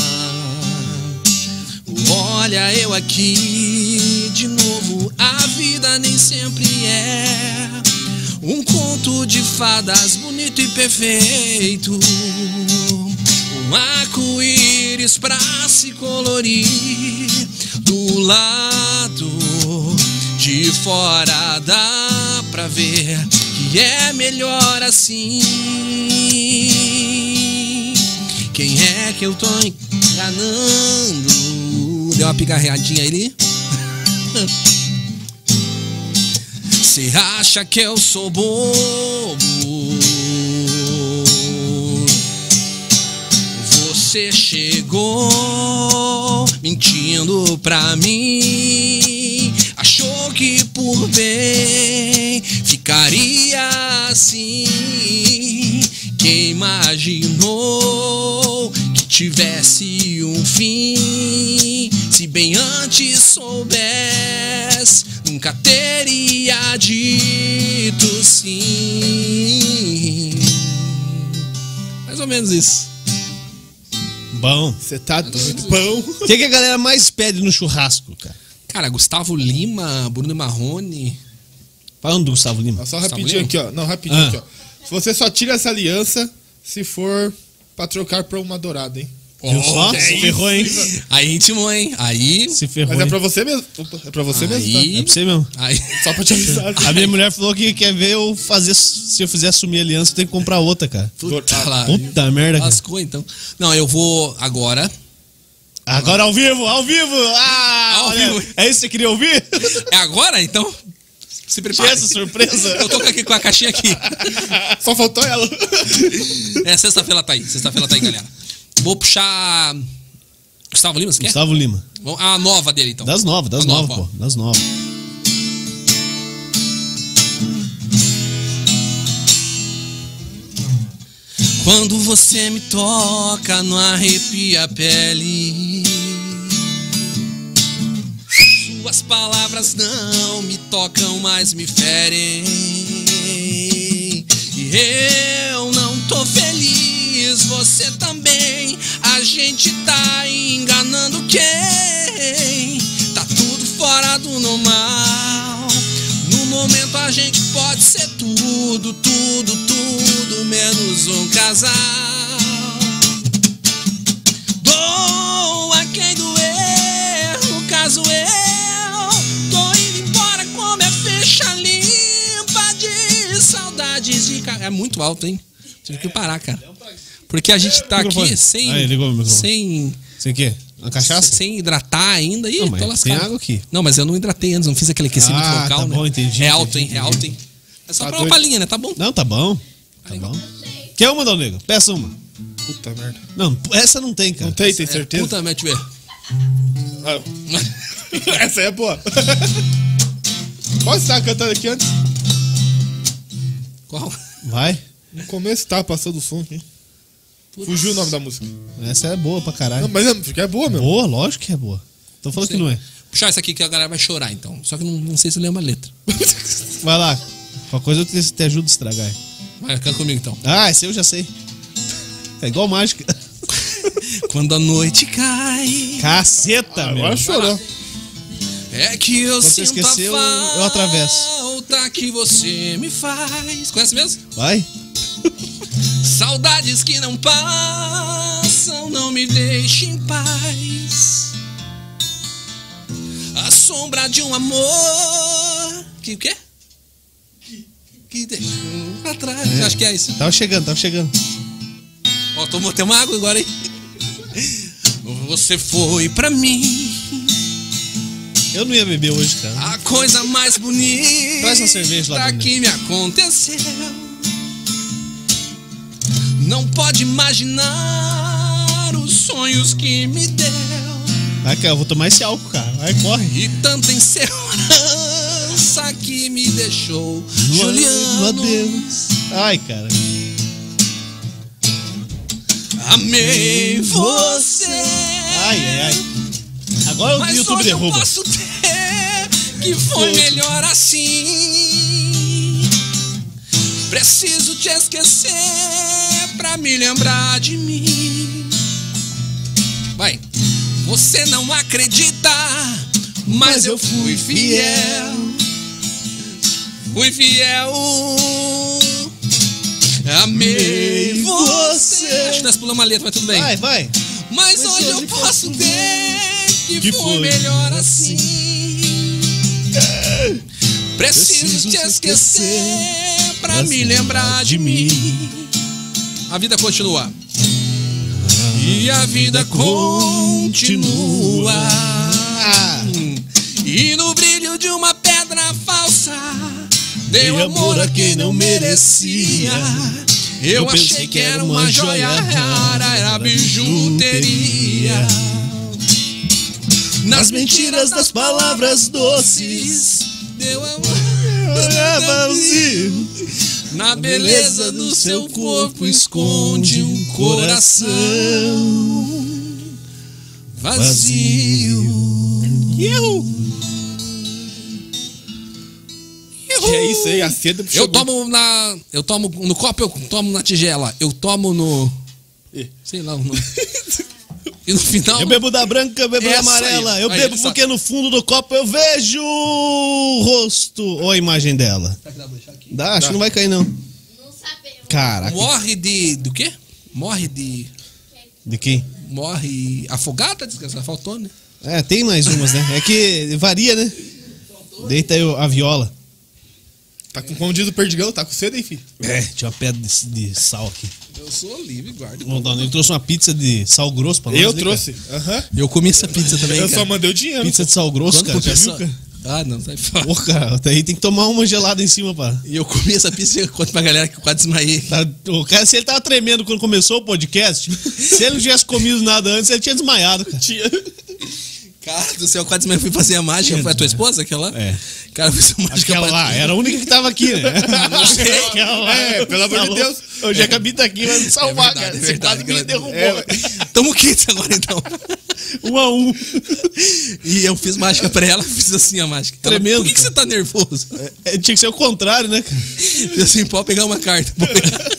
[SPEAKER 3] Olha eu aqui de novo, a vida nem sempre é um conto de fadas bonito e perfeito. Um arco-íris pra se colorir do lado de fora dá pra ver que é melhor assim. Quem é que eu tô enganando? Deu uma picarreadinha ali. Você acha que eu sou bobo? Você chegou mentindo pra mim. Achou que por bem ficaria assim. Quem imaginou que tivesse um fim? Se bem antes soubesse, nunca teria dito sim. Mais ou menos isso.
[SPEAKER 1] Bom.
[SPEAKER 2] Você tá doido. Pão.
[SPEAKER 1] O que, que a galera mais pede no churrasco, cara?
[SPEAKER 3] Cara, Gustavo Lima, Bruno Marrone.
[SPEAKER 1] Falando um do Gustavo Lima.
[SPEAKER 2] Só
[SPEAKER 3] Sabe
[SPEAKER 2] rapidinho
[SPEAKER 3] ler?
[SPEAKER 2] aqui, ó. Não, rapidinho
[SPEAKER 1] Ah.
[SPEAKER 2] aqui, ó. Você só tira essa aliança se for pra trocar pra uma dourada, hein?
[SPEAKER 1] Viu só?
[SPEAKER 3] Olha
[SPEAKER 1] Se
[SPEAKER 3] aí.
[SPEAKER 1] ferrou, hein?
[SPEAKER 3] é Aí intimou, hein? Aí.
[SPEAKER 1] Se ferrou.
[SPEAKER 2] Mas é
[SPEAKER 1] hein?
[SPEAKER 2] pra você mesmo. Opa, É pra você mesmo, tá?
[SPEAKER 3] Aí.
[SPEAKER 1] É pra você mesmo.
[SPEAKER 3] Aí.
[SPEAKER 2] Só pra te avisar.
[SPEAKER 1] A minha mulher falou que quer ver eu fazer. Se eu fizer assumir a aliança, eu tenho que comprar outra, cara.
[SPEAKER 3] Puta
[SPEAKER 1] Tá
[SPEAKER 3] lá.
[SPEAKER 1] Puta merda, cara.
[SPEAKER 3] Lascou então. Não, eu vou agora.
[SPEAKER 1] Agora ao vivo, ao vivo! Ah!
[SPEAKER 3] Ao
[SPEAKER 1] olha,
[SPEAKER 3] vivo.
[SPEAKER 1] É isso que você queria ouvir?
[SPEAKER 3] É agora então? Se prepare.
[SPEAKER 1] Tinha essa surpresa?
[SPEAKER 3] Eu tô aqui com a caixinha aqui.
[SPEAKER 2] tá? Só faltou ela.
[SPEAKER 3] É, sexta-feira tá aí. Sexta-feira tá aí, galera. Vou puxar. Gustavo Lima, você quer?
[SPEAKER 1] Gustavo Lima.
[SPEAKER 3] Vamos- A nova dele então.
[SPEAKER 1] Das novas, das
[SPEAKER 3] A nova,
[SPEAKER 1] novas, pô. Das novas.
[SPEAKER 3] Quando você me toca, não arrepia a pele. Suas palavras não me tocam, mas me ferem. E eu não tô feliz, você também. A gente tá enganando quem? Tá tudo fora do normal. No momento a gente pode ser tudo, tudo, tudo, menos um casal. Doa quem doer, no caso eu Tô indo embora com minha ficha limpa de saudades de... ca- É muito alto, hein? Tive que parar, cara. Porque a gente tá aqui
[SPEAKER 1] Microfone.
[SPEAKER 3] sem...
[SPEAKER 1] Aí, ligou o microfone.
[SPEAKER 3] sem...
[SPEAKER 1] Sem o quê? Uma cachaça?
[SPEAKER 3] Sem hidratar ainda e
[SPEAKER 1] Não, mas
[SPEAKER 3] tô
[SPEAKER 1] tem
[SPEAKER 3] lascado.
[SPEAKER 1] água aqui.
[SPEAKER 3] Não, mas eu não hidratei antes, não fiz aquele aquecimento
[SPEAKER 1] Ah,
[SPEAKER 3] local,
[SPEAKER 1] tá
[SPEAKER 3] né?
[SPEAKER 1] bom, entendi,
[SPEAKER 3] É alto, hein?
[SPEAKER 1] entendi,
[SPEAKER 3] É alto, hein? É só
[SPEAKER 2] Tá
[SPEAKER 3] pra uma
[SPEAKER 2] doido.
[SPEAKER 3] palhinha, né? Tá bom.
[SPEAKER 1] Não, tá bom. Tá bom. Quer uma, Dal Negro? Peça uma.
[SPEAKER 2] Puta merda.
[SPEAKER 1] Não, essa não tem, cara.
[SPEAKER 2] Não tem, tem
[SPEAKER 3] É,
[SPEAKER 2] certeza?
[SPEAKER 3] Puta, Matt Bear.
[SPEAKER 2] Ah, Essa aí é boa. Posso estar cantando aqui antes?
[SPEAKER 3] Qual?
[SPEAKER 1] Vai.
[SPEAKER 2] No começo tá passando o som aqui. Fugiu o nome da música.
[SPEAKER 1] Essa é boa pra caralho.
[SPEAKER 2] Não, mas é, porque é boa, meu.
[SPEAKER 1] Boa, lógico que é boa. Tô falando que não é.
[SPEAKER 3] Puxar essa aqui que a galera vai chorar, então. Só que não, não sei se eu lembro a letra.
[SPEAKER 1] Vai lá. Qualquer coisa eu te, te ajudo a estragar.
[SPEAKER 3] Vai. Vai, canta comigo então.
[SPEAKER 1] Ah, esse eu já sei. É igual mágica.
[SPEAKER 3] Quando a noite cai.
[SPEAKER 1] Caceta, meu.
[SPEAKER 2] Agora chorou.
[SPEAKER 3] É que eu
[SPEAKER 1] você
[SPEAKER 3] sinto
[SPEAKER 1] esqueceu,
[SPEAKER 3] a falta
[SPEAKER 1] eu atravesso.
[SPEAKER 3] que você me faz. Conhece mesmo?
[SPEAKER 1] Vai.
[SPEAKER 3] Saudades que não passam, não me deixem em paz. A sombra de um amor. Que o quê? Que deixou pra trás. Acho que é isso.
[SPEAKER 1] Tava chegando, tava chegando.
[SPEAKER 3] Ó, tomou até uma água agora, hein? Você foi pra mim
[SPEAKER 1] Eu não ia beber hoje, cara.
[SPEAKER 3] a coisa mais bonita
[SPEAKER 1] Traz uma cerveja lá pra mim.
[SPEAKER 3] que me aconteceu. Não pode imaginar os sonhos que me deu.
[SPEAKER 1] Vai, cara, eu vou tomar esse álcool, cara. Vai, corre.
[SPEAKER 3] E tanta insegurança que me deixou
[SPEAKER 1] Meu
[SPEAKER 3] Juliano
[SPEAKER 1] adeus. Ai, cara.
[SPEAKER 3] Amei você
[SPEAKER 1] Ai, ai, ai. Agora o
[SPEAKER 3] Mas
[SPEAKER 1] YouTube
[SPEAKER 3] hoje
[SPEAKER 1] derruba.
[SPEAKER 3] eu posso ter Que foi melhor assim Preciso te esquecer Pra me lembrar de mim Vai Você não acredita Mas eu fui fiel Fui fiel Amei
[SPEAKER 1] Amei
[SPEAKER 3] você
[SPEAKER 1] você.
[SPEAKER 3] Acho que nós pulamos a letra, mas tudo bem
[SPEAKER 1] Vai, vai.
[SPEAKER 3] mas hoje eu posso ter que,
[SPEAKER 1] Que
[SPEAKER 3] foi
[SPEAKER 1] foi.
[SPEAKER 3] melhor assim. Preciso te esquecer pra me lembrar de mim. A vida continua. E Ah, a vida continua. E no brilho de uma pedra falsa, deu um amor a quem não merecia. Eu achei que era uma joia rara, era bijuteria. Nas mentiras das palavras doces, deu amor. Na beleza do seu corpo esconde um coração vazio.
[SPEAKER 2] Que é isso aí, a seda
[SPEAKER 3] Eu tomo na. Eu tomo no copo, eu tomo na tigela. Eu tomo no.
[SPEAKER 2] Ih.
[SPEAKER 3] Sei lá o nome. E no final.
[SPEAKER 1] Eu bebo da branca, eu bebo
[SPEAKER 3] Essa
[SPEAKER 1] da amarela.
[SPEAKER 3] aí.
[SPEAKER 1] Eu
[SPEAKER 3] Aí,
[SPEAKER 1] bebo
[SPEAKER 3] essa-
[SPEAKER 1] porque no fundo do copo eu vejo o rosto ou a imagem dela. Dá, acho que não vai cair, não.
[SPEAKER 5] Não sabemos.
[SPEAKER 1] Caraca,
[SPEAKER 3] Morre de. Do quê? Morre de.
[SPEAKER 1] de quem?
[SPEAKER 3] Morre afogada, desgraçada. Faltou, né?
[SPEAKER 1] É, tem mais umas, né? É que varia, né? Deita aí a viola.
[SPEAKER 2] Tá com, como diz o Perdigão, tá com seda, hein, filho?
[SPEAKER 1] É, tinha uma pedra de, de sal aqui.
[SPEAKER 3] Eu sou livre, guarda.
[SPEAKER 1] Não, não, ele trouxe uma pizza de sal grosso pra nós.
[SPEAKER 2] Eu
[SPEAKER 1] né,
[SPEAKER 2] trouxe. Aham.
[SPEAKER 3] Eu comi essa pizza também.
[SPEAKER 2] Eu
[SPEAKER 3] cara.
[SPEAKER 2] só mandei o dinheiro.
[SPEAKER 1] Pizza de sal grosso,
[SPEAKER 3] Quanto
[SPEAKER 1] cara.
[SPEAKER 3] por
[SPEAKER 1] Já viu,
[SPEAKER 3] pessoa?
[SPEAKER 1] cara?
[SPEAKER 3] Ah, não, sai fora.
[SPEAKER 1] Pô, cara, até aí tem que tomar uma gelada em cima, pá.
[SPEAKER 3] E eu comi essa pizza e eu conto pra galera que eu quase desmaiei.
[SPEAKER 1] Tá- o cara, se ele tava tremendo quando começou o podcast, se ele não tivesse comido nada antes, ele tinha desmaiado, cara.
[SPEAKER 3] Cara do céu, eu quase desmaiei. Fui fazer a mágica. Foi a tua esposa, aquela?
[SPEAKER 1] É.
[SPEAKER 3] Cara, eu fiz a mágica.
[SPEAKER 1] Aquela
[SPEAKER 3] pra-
[SPEAKER 1] lá, é ah, era a única que tava aqui, né? Aquela lá.
[SPEAKER 2] É, pelo amor de
[SPEAKER 1] Tá
[SPEAKER 2] Deus.
[SPEAKER 1] louco? Hoje a Gabi tá aqui, vai me salvar,
[SPEAKER 3] verdade,
[SPEAKER 1] cara.
[SPEAKER 3] é
[SPEAKER 1] Você
[SPEAKER 3] verdade, É.
[SPEAKER 1] quase me
[SPEAKER 3] cara.
[SPEAKER 1] derrubou.
[SPEAKER 3] Tamo quentes agora, então.
[SPEAKER 1] Um a um.
[SPEAKER 3] E eu fiz mágica pra ela, fiz assim a mágica. Ela,
[SPEAKER 1] Tremendo,
[SPEAKER 3] Por que, que você tá nervoso?
[SPEAKER 1] É, tinha que ser o contrário, né, cara?
[SPEAKER 3] Fiz assim, pode pegar uma carta. pode pegar.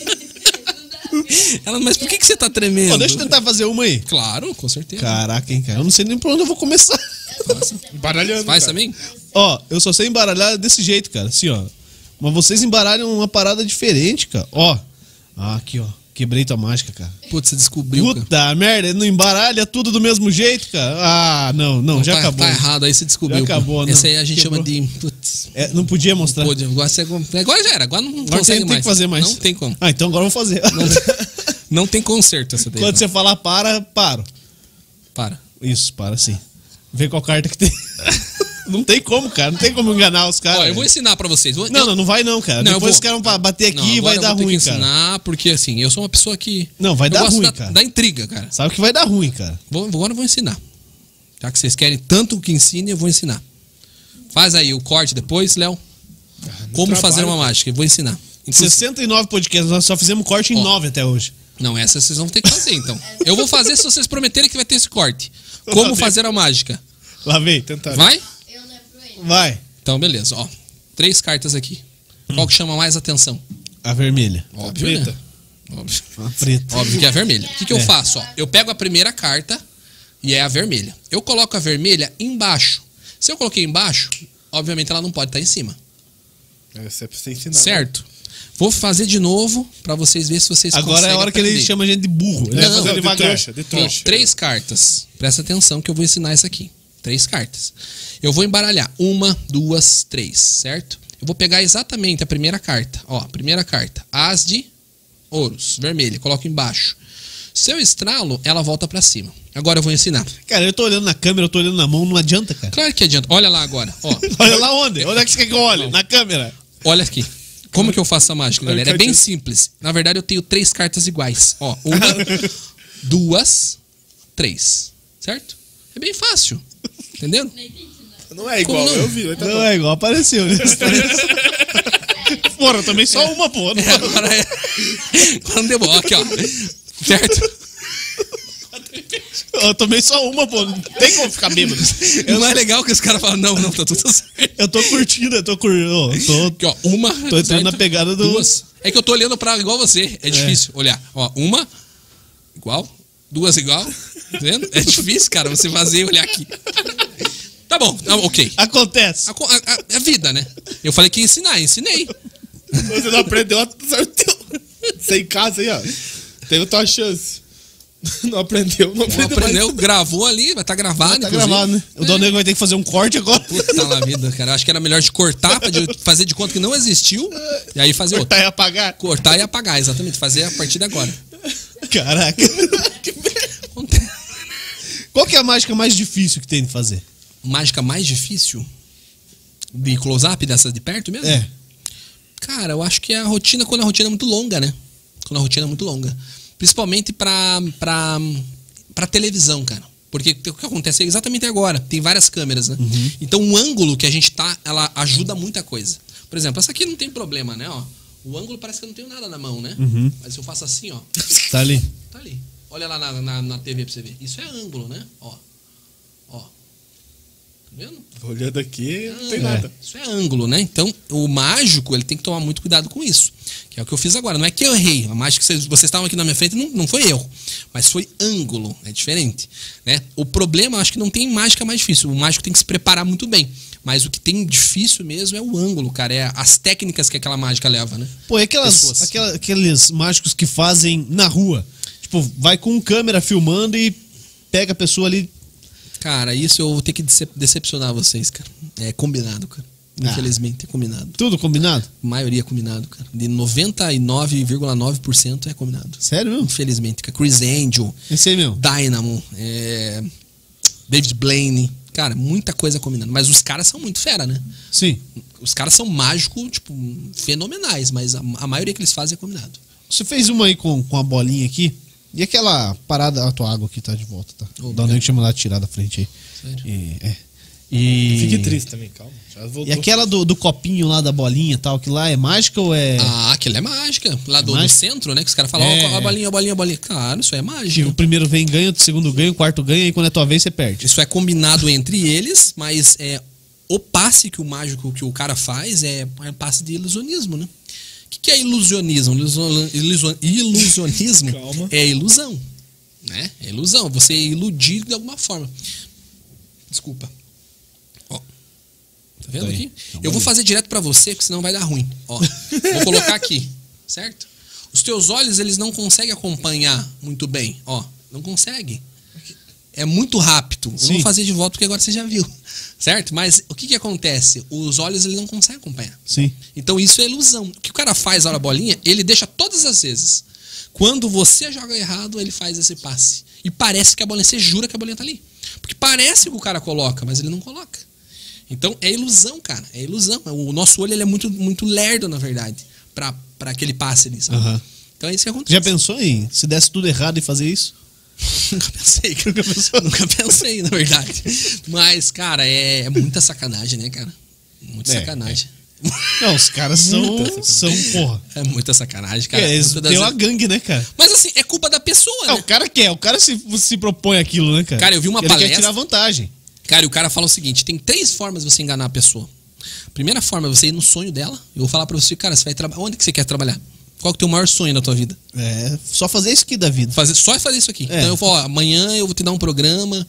[SPEAKER 3] Ela, mas por que, que você tá tremendo?
[SPEAKER 1] Pô, deixa eu tentar fazer uma aí.
[SPEAKER 3] Claro, com certeza.
[SPEAKER 1] Caraca, hein, cara. Eu não sei nem por onde eu vou começar.
[SPEAKER 2] Baralhando.
[SPEAKER 3] Faz
[SPEAKER 2] cara.
[SPEAKER 3] também?
[SPEAKER 1] Ó, eu só sei embaralhar desse jeito, cara. Assim, ó. Mas vocês embaralham uma parada diferente, cara. Ó. Ah, aqui, ó. Quebrei tua mágica, cara.
[SPEAKER 3] Putz, você descobriu, cara.
[SPEAKER 1] Puta merda, não embaralha tudo do mesmo jeito, cara. Ah, não, não, já
[SPEAKER 3] tá,
[SPEAKER 1] acabou.
[SPEAKER 3] Tá errado, aí você descobriu.
[SPEAKER 1] Já acabou,
[SPEAKER 3] cara.
[SPEAKER 1] não.
[SPEAKER 3] Essa aí a gente
[SPEAKER 1] Quebrou.
[SPEAKER 3] chama de... Putz,
[SPEAKER 1] É, não podia mostrar.
[SPEAKER 3] pô, Diego, agora, você- é agora já era, agora não
[SPEAKER 1] Agora você
[SPEAKER 3] consegue
[SPEAKER 1] não tem que fazer mais.
[SPEAKER 3] Não tem como.
[SPEAKER 1] Ah, então agora eu vou fazer.
[SPEAKER 3] Não tem conserto essa daí.
[SPEAKER 1] Quando
[SPEAKER 3] cara.
[SPEAKER 1] você falar para, paro.
[SPEAKER 3] Para.
[SPEAKER 1] Isso, para sim. Vê qual carta que tem. não tem como, cara. Não tem como enganar os caras.
[SPEAKER 3] Ó, eu vou
[SPEAKER 1] velho.
[SPEAKER 3] ensinar pra vocês. Vou-
[SPEAKER 1] Não, não, não vai não, cara.
[SPEAKER 3] Não, eu
[SPEAKER 1] Depois
[SPEAKER 3] vou.
[SPEAKER 1] os caras vão pa- bater
[SPEAKER 3] Não,
[SPEAKER 1] aqui e
[SPEAKER 3] agora
[SPEAKER 1] vai
[SPEAKER 3] eu
[SPEAKER 1] dar
[SPEAKER 3] vou ter
[SPEAKER 1] ruim,
[SPEAKER 3] que
[SPEAKER 1] cara.
[SPEAKER 3] ensinar, porque assim, eu sou uma pessoa que...
[SPEAKER 1] Não, vai
[SPEAKER 3] eu
[SPEAKER 1] dar
[SPEAKER 3] gosto
[SPEAKER 1] ruim,
[SPEAKER 3] da,
[SPEAKER 1] cara.
[SPEAKER 3] da intriga, cara.
[SPEAKER 1] Sabe que vai dar ruim, cara.
[SPEAKER 3] Vou, agora eu vou ensinar. Já que vocês querem tanto que ensine, eu vou ensinar. Faz aí o corte depois, Léo. Como
[SPEAKER 2] trabalho,
[SPEAKER 3] fazer uma mágica. Eu vou ensinar. Inclusive-
[SPEAKER 1] 69 podcasts, nós só fizemos corte em
[SPEAKER 3] Ó.
[SPEAKER 1] 9 até hoje.
[SPEAKER 3] Não, essa vocês vão ter que fazer, então. Eu vou fazer se vocês prometerem que vai ter esse corte. Como fazer a mágica.
[SPEAKER 1] Lá vem.
[SPEAKER 2] Tentar.
[SPEAKER 3] Vai?
[SPEAKER 5] Eu
[SPEAKER 6] é
[SPEAKER 5] lembro ele.
[SPEAKER 1] Vai.
[SPEAKER 3] Então, beleza. Ó, três cartas aqui. Qual que chama mais atenção?
[SPEAKER 1] A vermelha.
[SPEAKER 3] Óbvio,
[SPEAKER 2] preta.
[SPEAKER 3] né? Óbvio.
[SPEAKER 1] A preta.
[SPEAKER 3] Óbvio que é a vermelha. O que, que eu
[SPEAKER 1] É.
[SPEAKER 3] faço? Ó, eu pego a primeira carta e é a vermelha. Eu coloco a vermelha embaixo. Se eu coloquei embaixo, obviamente ela não pode estar em cima.
[SPEAKER 2] Essa é pra você ensinar.
[SPEAKER 3] Certo? Vou fazer de novo pra vocês verem se vocês
[SPEAKER 1] Agora é a
[SPEAKER 3] conseguem
[SPEAKER 1] hora que ele
[SPEAKER 3] aprender.
[SPEAKER 1] chama a gente de burro. Ele
[SPEAKER 2] né?
[SPEAKER 1] vai
[SPEAKER 2] Não,
[SPEAKER 1] fazer
[SPEAKER 2] não, de
[SPEAKER 1] devagar.
[SPEAKER 2] trouxa, de
[SPEAKER 3] Tem
[SPEAKER 2] trouxa.
[SPEAKER 3] três cartas. Presta atenção que eu vou ensinar isso aqui. Três cartas. Eu vou embaralhar. Uma, duas, três, certo? Eu vou pegar exatamente a primeira carta. Ó, primeira carta. As de ouros, vermelha. Coloco embaixo. Se eu estralo, ela volta pra cima. Agora eu vou ensinar.
[SPEAKER 1] Cara, eu tô olhando na câmera, eu tô olhando na mão, não adianta, cara.
[SPEAKER 3] Claro que adianta. Olha lá agora. Ó,
[SPEAKER 1] Olha lá onde? Onde é que você quer que eu olhe? Na câmera.
[SPEAKER 3] olha aqui. Como que eu faço a mágica,
[SPEAKER 2] Claro que
[SPEAKER 3] galera? É bem
[SPEAKER 2] adianta.
[SPEAKER 3] simples. Na verdade, eu tenho três cartas iguais. Ó, uma, duas, três. Certo? É bem fácil. Entendeu?
[SPEAKER 2] Não é igual,
[SPEAKER 3] Como não?
[SPEAKER 2] eu vi. mas tá
[SPEAKER 1] não
[SPEAKER 2] bom.
[SPEAKER 1] é igual, apareceu. Né? Porra, eu tomei só uma, porra.
[SPEAKER 3] É, agora é. Quando deu bom, aqui, ó. Certo?
[SPEAKER 1] Eu tomei só uma, pô. Não tem como ficar bêbado.
[SPEAKER 3] Não é legal que os caras falam, não, não, tá tudo certo.
[SPEAKER 1] Eu tô curtindo, eu tô curtindo.
[SPEAKER 3] Aqui, ó, uma.
[SPEAKER 1] Tô entrando na pegada do-
[SPEAKER 3] Duas. É que eu tô olhando pra igual você. É difícil olhar. Ó, uma. Igual. Duas igual. Tá vendo? É difícil, cara, você fazer e olhar aqui. Tá bom, tá, ok.
[SPEAKER 1] Acontece.
[SPEAKER 3] A, co- a- a- é vida, né? Eu falei que ia ensinar, ensinei.
[SPEAKER 2] Você não aprendeu a
[SPEAKER 1] tá
[SPEAKER 2] sorteio. Você em casa aí, ó. Teve a tua
[SPEAKER 1] Tá
[SPEAKER 2] chance. Não aprendeu, não
[SPEAKER 3] Não
[SPEAKER 2] aprendeu. mais.
[SPEAKER 3] aprendeu, gravou ali, vai estar gravado.
[SPEAKER 1] Tá
[SPEAKER 3] inclusive.
[SPEAKER 1] gravado, né? O Dom Negro vai ter que fazer um corte agora.
[SPEAKER 3] Puta lá vida, cara. Acho que era melhor de cortar, pra de- fazer de conta que não existiu, e aí fazer outro.
[SPEAKER 1] Tá aí apagar.
[SPEAKER 3] Cortar e apagar, exatamente. Fazer a partir de agora.
[SPEAKER 1] Caraca. Qual que é a mágica mais difícil que tem de fazer?
[SPEAKER 3] Mágica mais difícil? De close-up dessas de perto mesmo?
[SPEAKER 1] É.
[SPEAKER 3] Cara, eu acho que é a rotina quando a rotina é muito longa, né? Quando a rotina é muito longa. Principalmente pra, pra, pra televisão, cara. Porque o que acontece é exatamente agora. Tem várias câmeras, né? Então o ângulo que a gente tá, ela ajuda muita coisa. Por exemplo, essa aqui não tem problema, né? Ó, o ângulo parece que eu não tenho nada na mão, né? Mas se eu faço assim, ó,
[SPEAKER 1] Tá ali.
[SPEAKER 3] Tá ali. Olha lá na, na, na TV pra você ver. Isso é ângulo, né? Ó. Ó. Tá vendo?
[SPEAKER 2] Olhando aqui, não tem
[SPEAKER 3] É.
[SPEAKER 2] nada.
[SPEAKER 3] Isso é ângulo, né? Então, o mágico, ele tem que tomar muito cuidado com isso. Que é o que eu fiz agora. Não é que eu errei. A mágica que vocês, vocês estavam aqui na minha frente não, não foi erro. Mas foi ângulo. É diferente. Né? O problema, eu acho que não tem mágica mais difícil. O mágico tem que se preparar muito bem. Mas o que tem difícil mesmo é o ângulo, cara. É as técnicas que aquela mágica leva, né?
[SPEAKER 1] Pô, e aquelas,
[SPEAKER 3] Pessoas.
[SPEAKER 1] aquela- aqueles mágicos que fazem na rua? Tipo, vai com câmera filmando e pega a pessoa ali.
[SPEAKER 3] Cara, isso eu vou ter que decep- decepcionar vocês, cara. É combinado, cara.
[SPEAKER 1] Ah.
[SPEAKER 3] Infelizmente, é combinado.
[SPEAKER 1] Tudo combinado?
[SPEAKER 3] A maioria é combinado, cara. De 99,9% é combinado.
[SPEAKER 1] Sério mesmo?
[SPEAKER 3] Infelizmente, cara. Chris Angel,
[SPEAKER 1] Esse aí mesmo.
[SPEAKER 3] Dynamo, é, David Blaine. Cara, muita coisa combinando. Mas os caras são muito fera, né?
[SPEAKER 1] Sim.
[SPEAKER 3] Os caras são mágicos, tipo, fenomenais. Mas a, a maioria que eles fazem é combinado.
[SPEAKER 1] Você fez uma aí com, com a bolinha aqui. E aquela parada. A tua água aqui tá de volta, tá?
[SPEAKER 3] Obrigado.
[SPEAKER 1] Dá um que chama lá tirar da frente aí.
[SPEAKER 3] Sério?
[SPEAKER 1] E, é. E.
[SPEAKER 2] Fique triste também, calma. Já voltou.
[SPEAKER 1] E aquela do, do copinho lá da bolinha e tal, que lá é mágica ou é.
[SPEAKER 3] Ah, aquilo é mágica. Lá do, do
[SPEAKER 1] mágica?
[SPEAKER 3] centro, né? Que os caras falam, ó,
[SPEAKER 1] É.
[SPEAKER 3] a bolinha, a bolinha, a bolinha. Cara, isso é mágica.
[SPEAKER 1] que o primeiro vem ganha, o segundo ganha, o quarto ganha, e quando é tua vez você perde.
[SPEAKER 3] Isso é combinado entre eles, mas é o passe que o mágico que o cara faz é um passe de ilusionismo, né? O que, que é ilusionismo? Ilusio- ilusio- ilusionismo
[SPEAKER 2] Calma.
[SPEAKER 3] é ilusão, né? É ilusão, você iludir de alguma forma. Desculpa. Ó. Tá vendo
[SPEAKER 1] Tá aí.
[SPEAKER 3] aqui?
[SPEAKER 1] Tá
[SPEAKER 3] Eu vou
[SPEAKER 1] bonito.
[SPEAKER 3] fazer direto pra você, porque senão vai dar ruim. Ó. Vou colocar aqui, certo? Os teus olhos, eles não conseguem acompanhar muito bem, ó. Não conseguem é muito rápido. Eu não
[SPEAKER 1] Sim.
[SPEAKER 3] vou fazer de volta porque agora você já viu, certo? Mas o que, que acontece? Os olhos ele não conseguem acompanhar.
[SPEAKER 1] Sim.
[SPEAKER 3] Então isso é ilusão. O que o cara faz na hora da bolinha, ele deixa todas as vezes. Quando você joga errado, ele faz esse passe. E parece que a bolinha, você jura que a bolinha tá ali. Porque parece que o cara coloca, mas ele não coloca. Então é ilusão, cara. É ilusão. O nosso olho ele é muito, muito lerdo, na verdade, pra, pra aquele passe ali, sabe?
[SPEAKER 1] Aham.
[SPEAKER 3] Então é isso que acontece.
[SPEAKER 1] Já pensou em se desse tudo errado e fazer isso?
[SPEAKER 3] Nunca pensei, cara. nunca pensei, na verdade. Mas, cara, é, é muita sacanagem, né, cara? Muita
[SPEAKER 1] É,
[SPEAKER 3] sacanagem.
[SPEAKER 1] Não, os caras são. são, porra.
[SPEAKER 3] É. muita sacanagem, cara.
[SPEAKER 1] é, eles
[SPEAKER 3] Muitas das
[SPEAKER 1] têm uma
[SPEAKER 3] vezes-
[SPEAKER 1] gangue, né, cara?
[SPEAKER 3] Mas assim, é culpa da pessoa,
[SPEAKER 1] É,
[SPEAKER 3] né?
[SPEAKER 1] o cara quer, o cara se, se propõe aquilo, né, cara?
[SPEAKER 3] Cara, eu vi uma
[SPEAKER 1] Ele
[SPEAKER 3] palestra-
[SPEAKER 1] quer tirar vantagem.
[SPEAKER 3] Cara, e o cara fala o seguinte: tem três formas de você enganar a pessoa. Primeira forma é você ir no sonho dela. Eu vou falar pra você, cara, você vai trabalhar. Onde que você quer trabalhar? Qual que é o teu maior sonho na tua vida?
[SPEAKER 1] É, só fazer isso aqui da vida.
[SPEAKER 3] Fazer, só é fazer isso aqui.
[SPEAKER 1] É.
[SPEAKER 3] Então eu falo, ó, amanhã eu vou te dar um programa,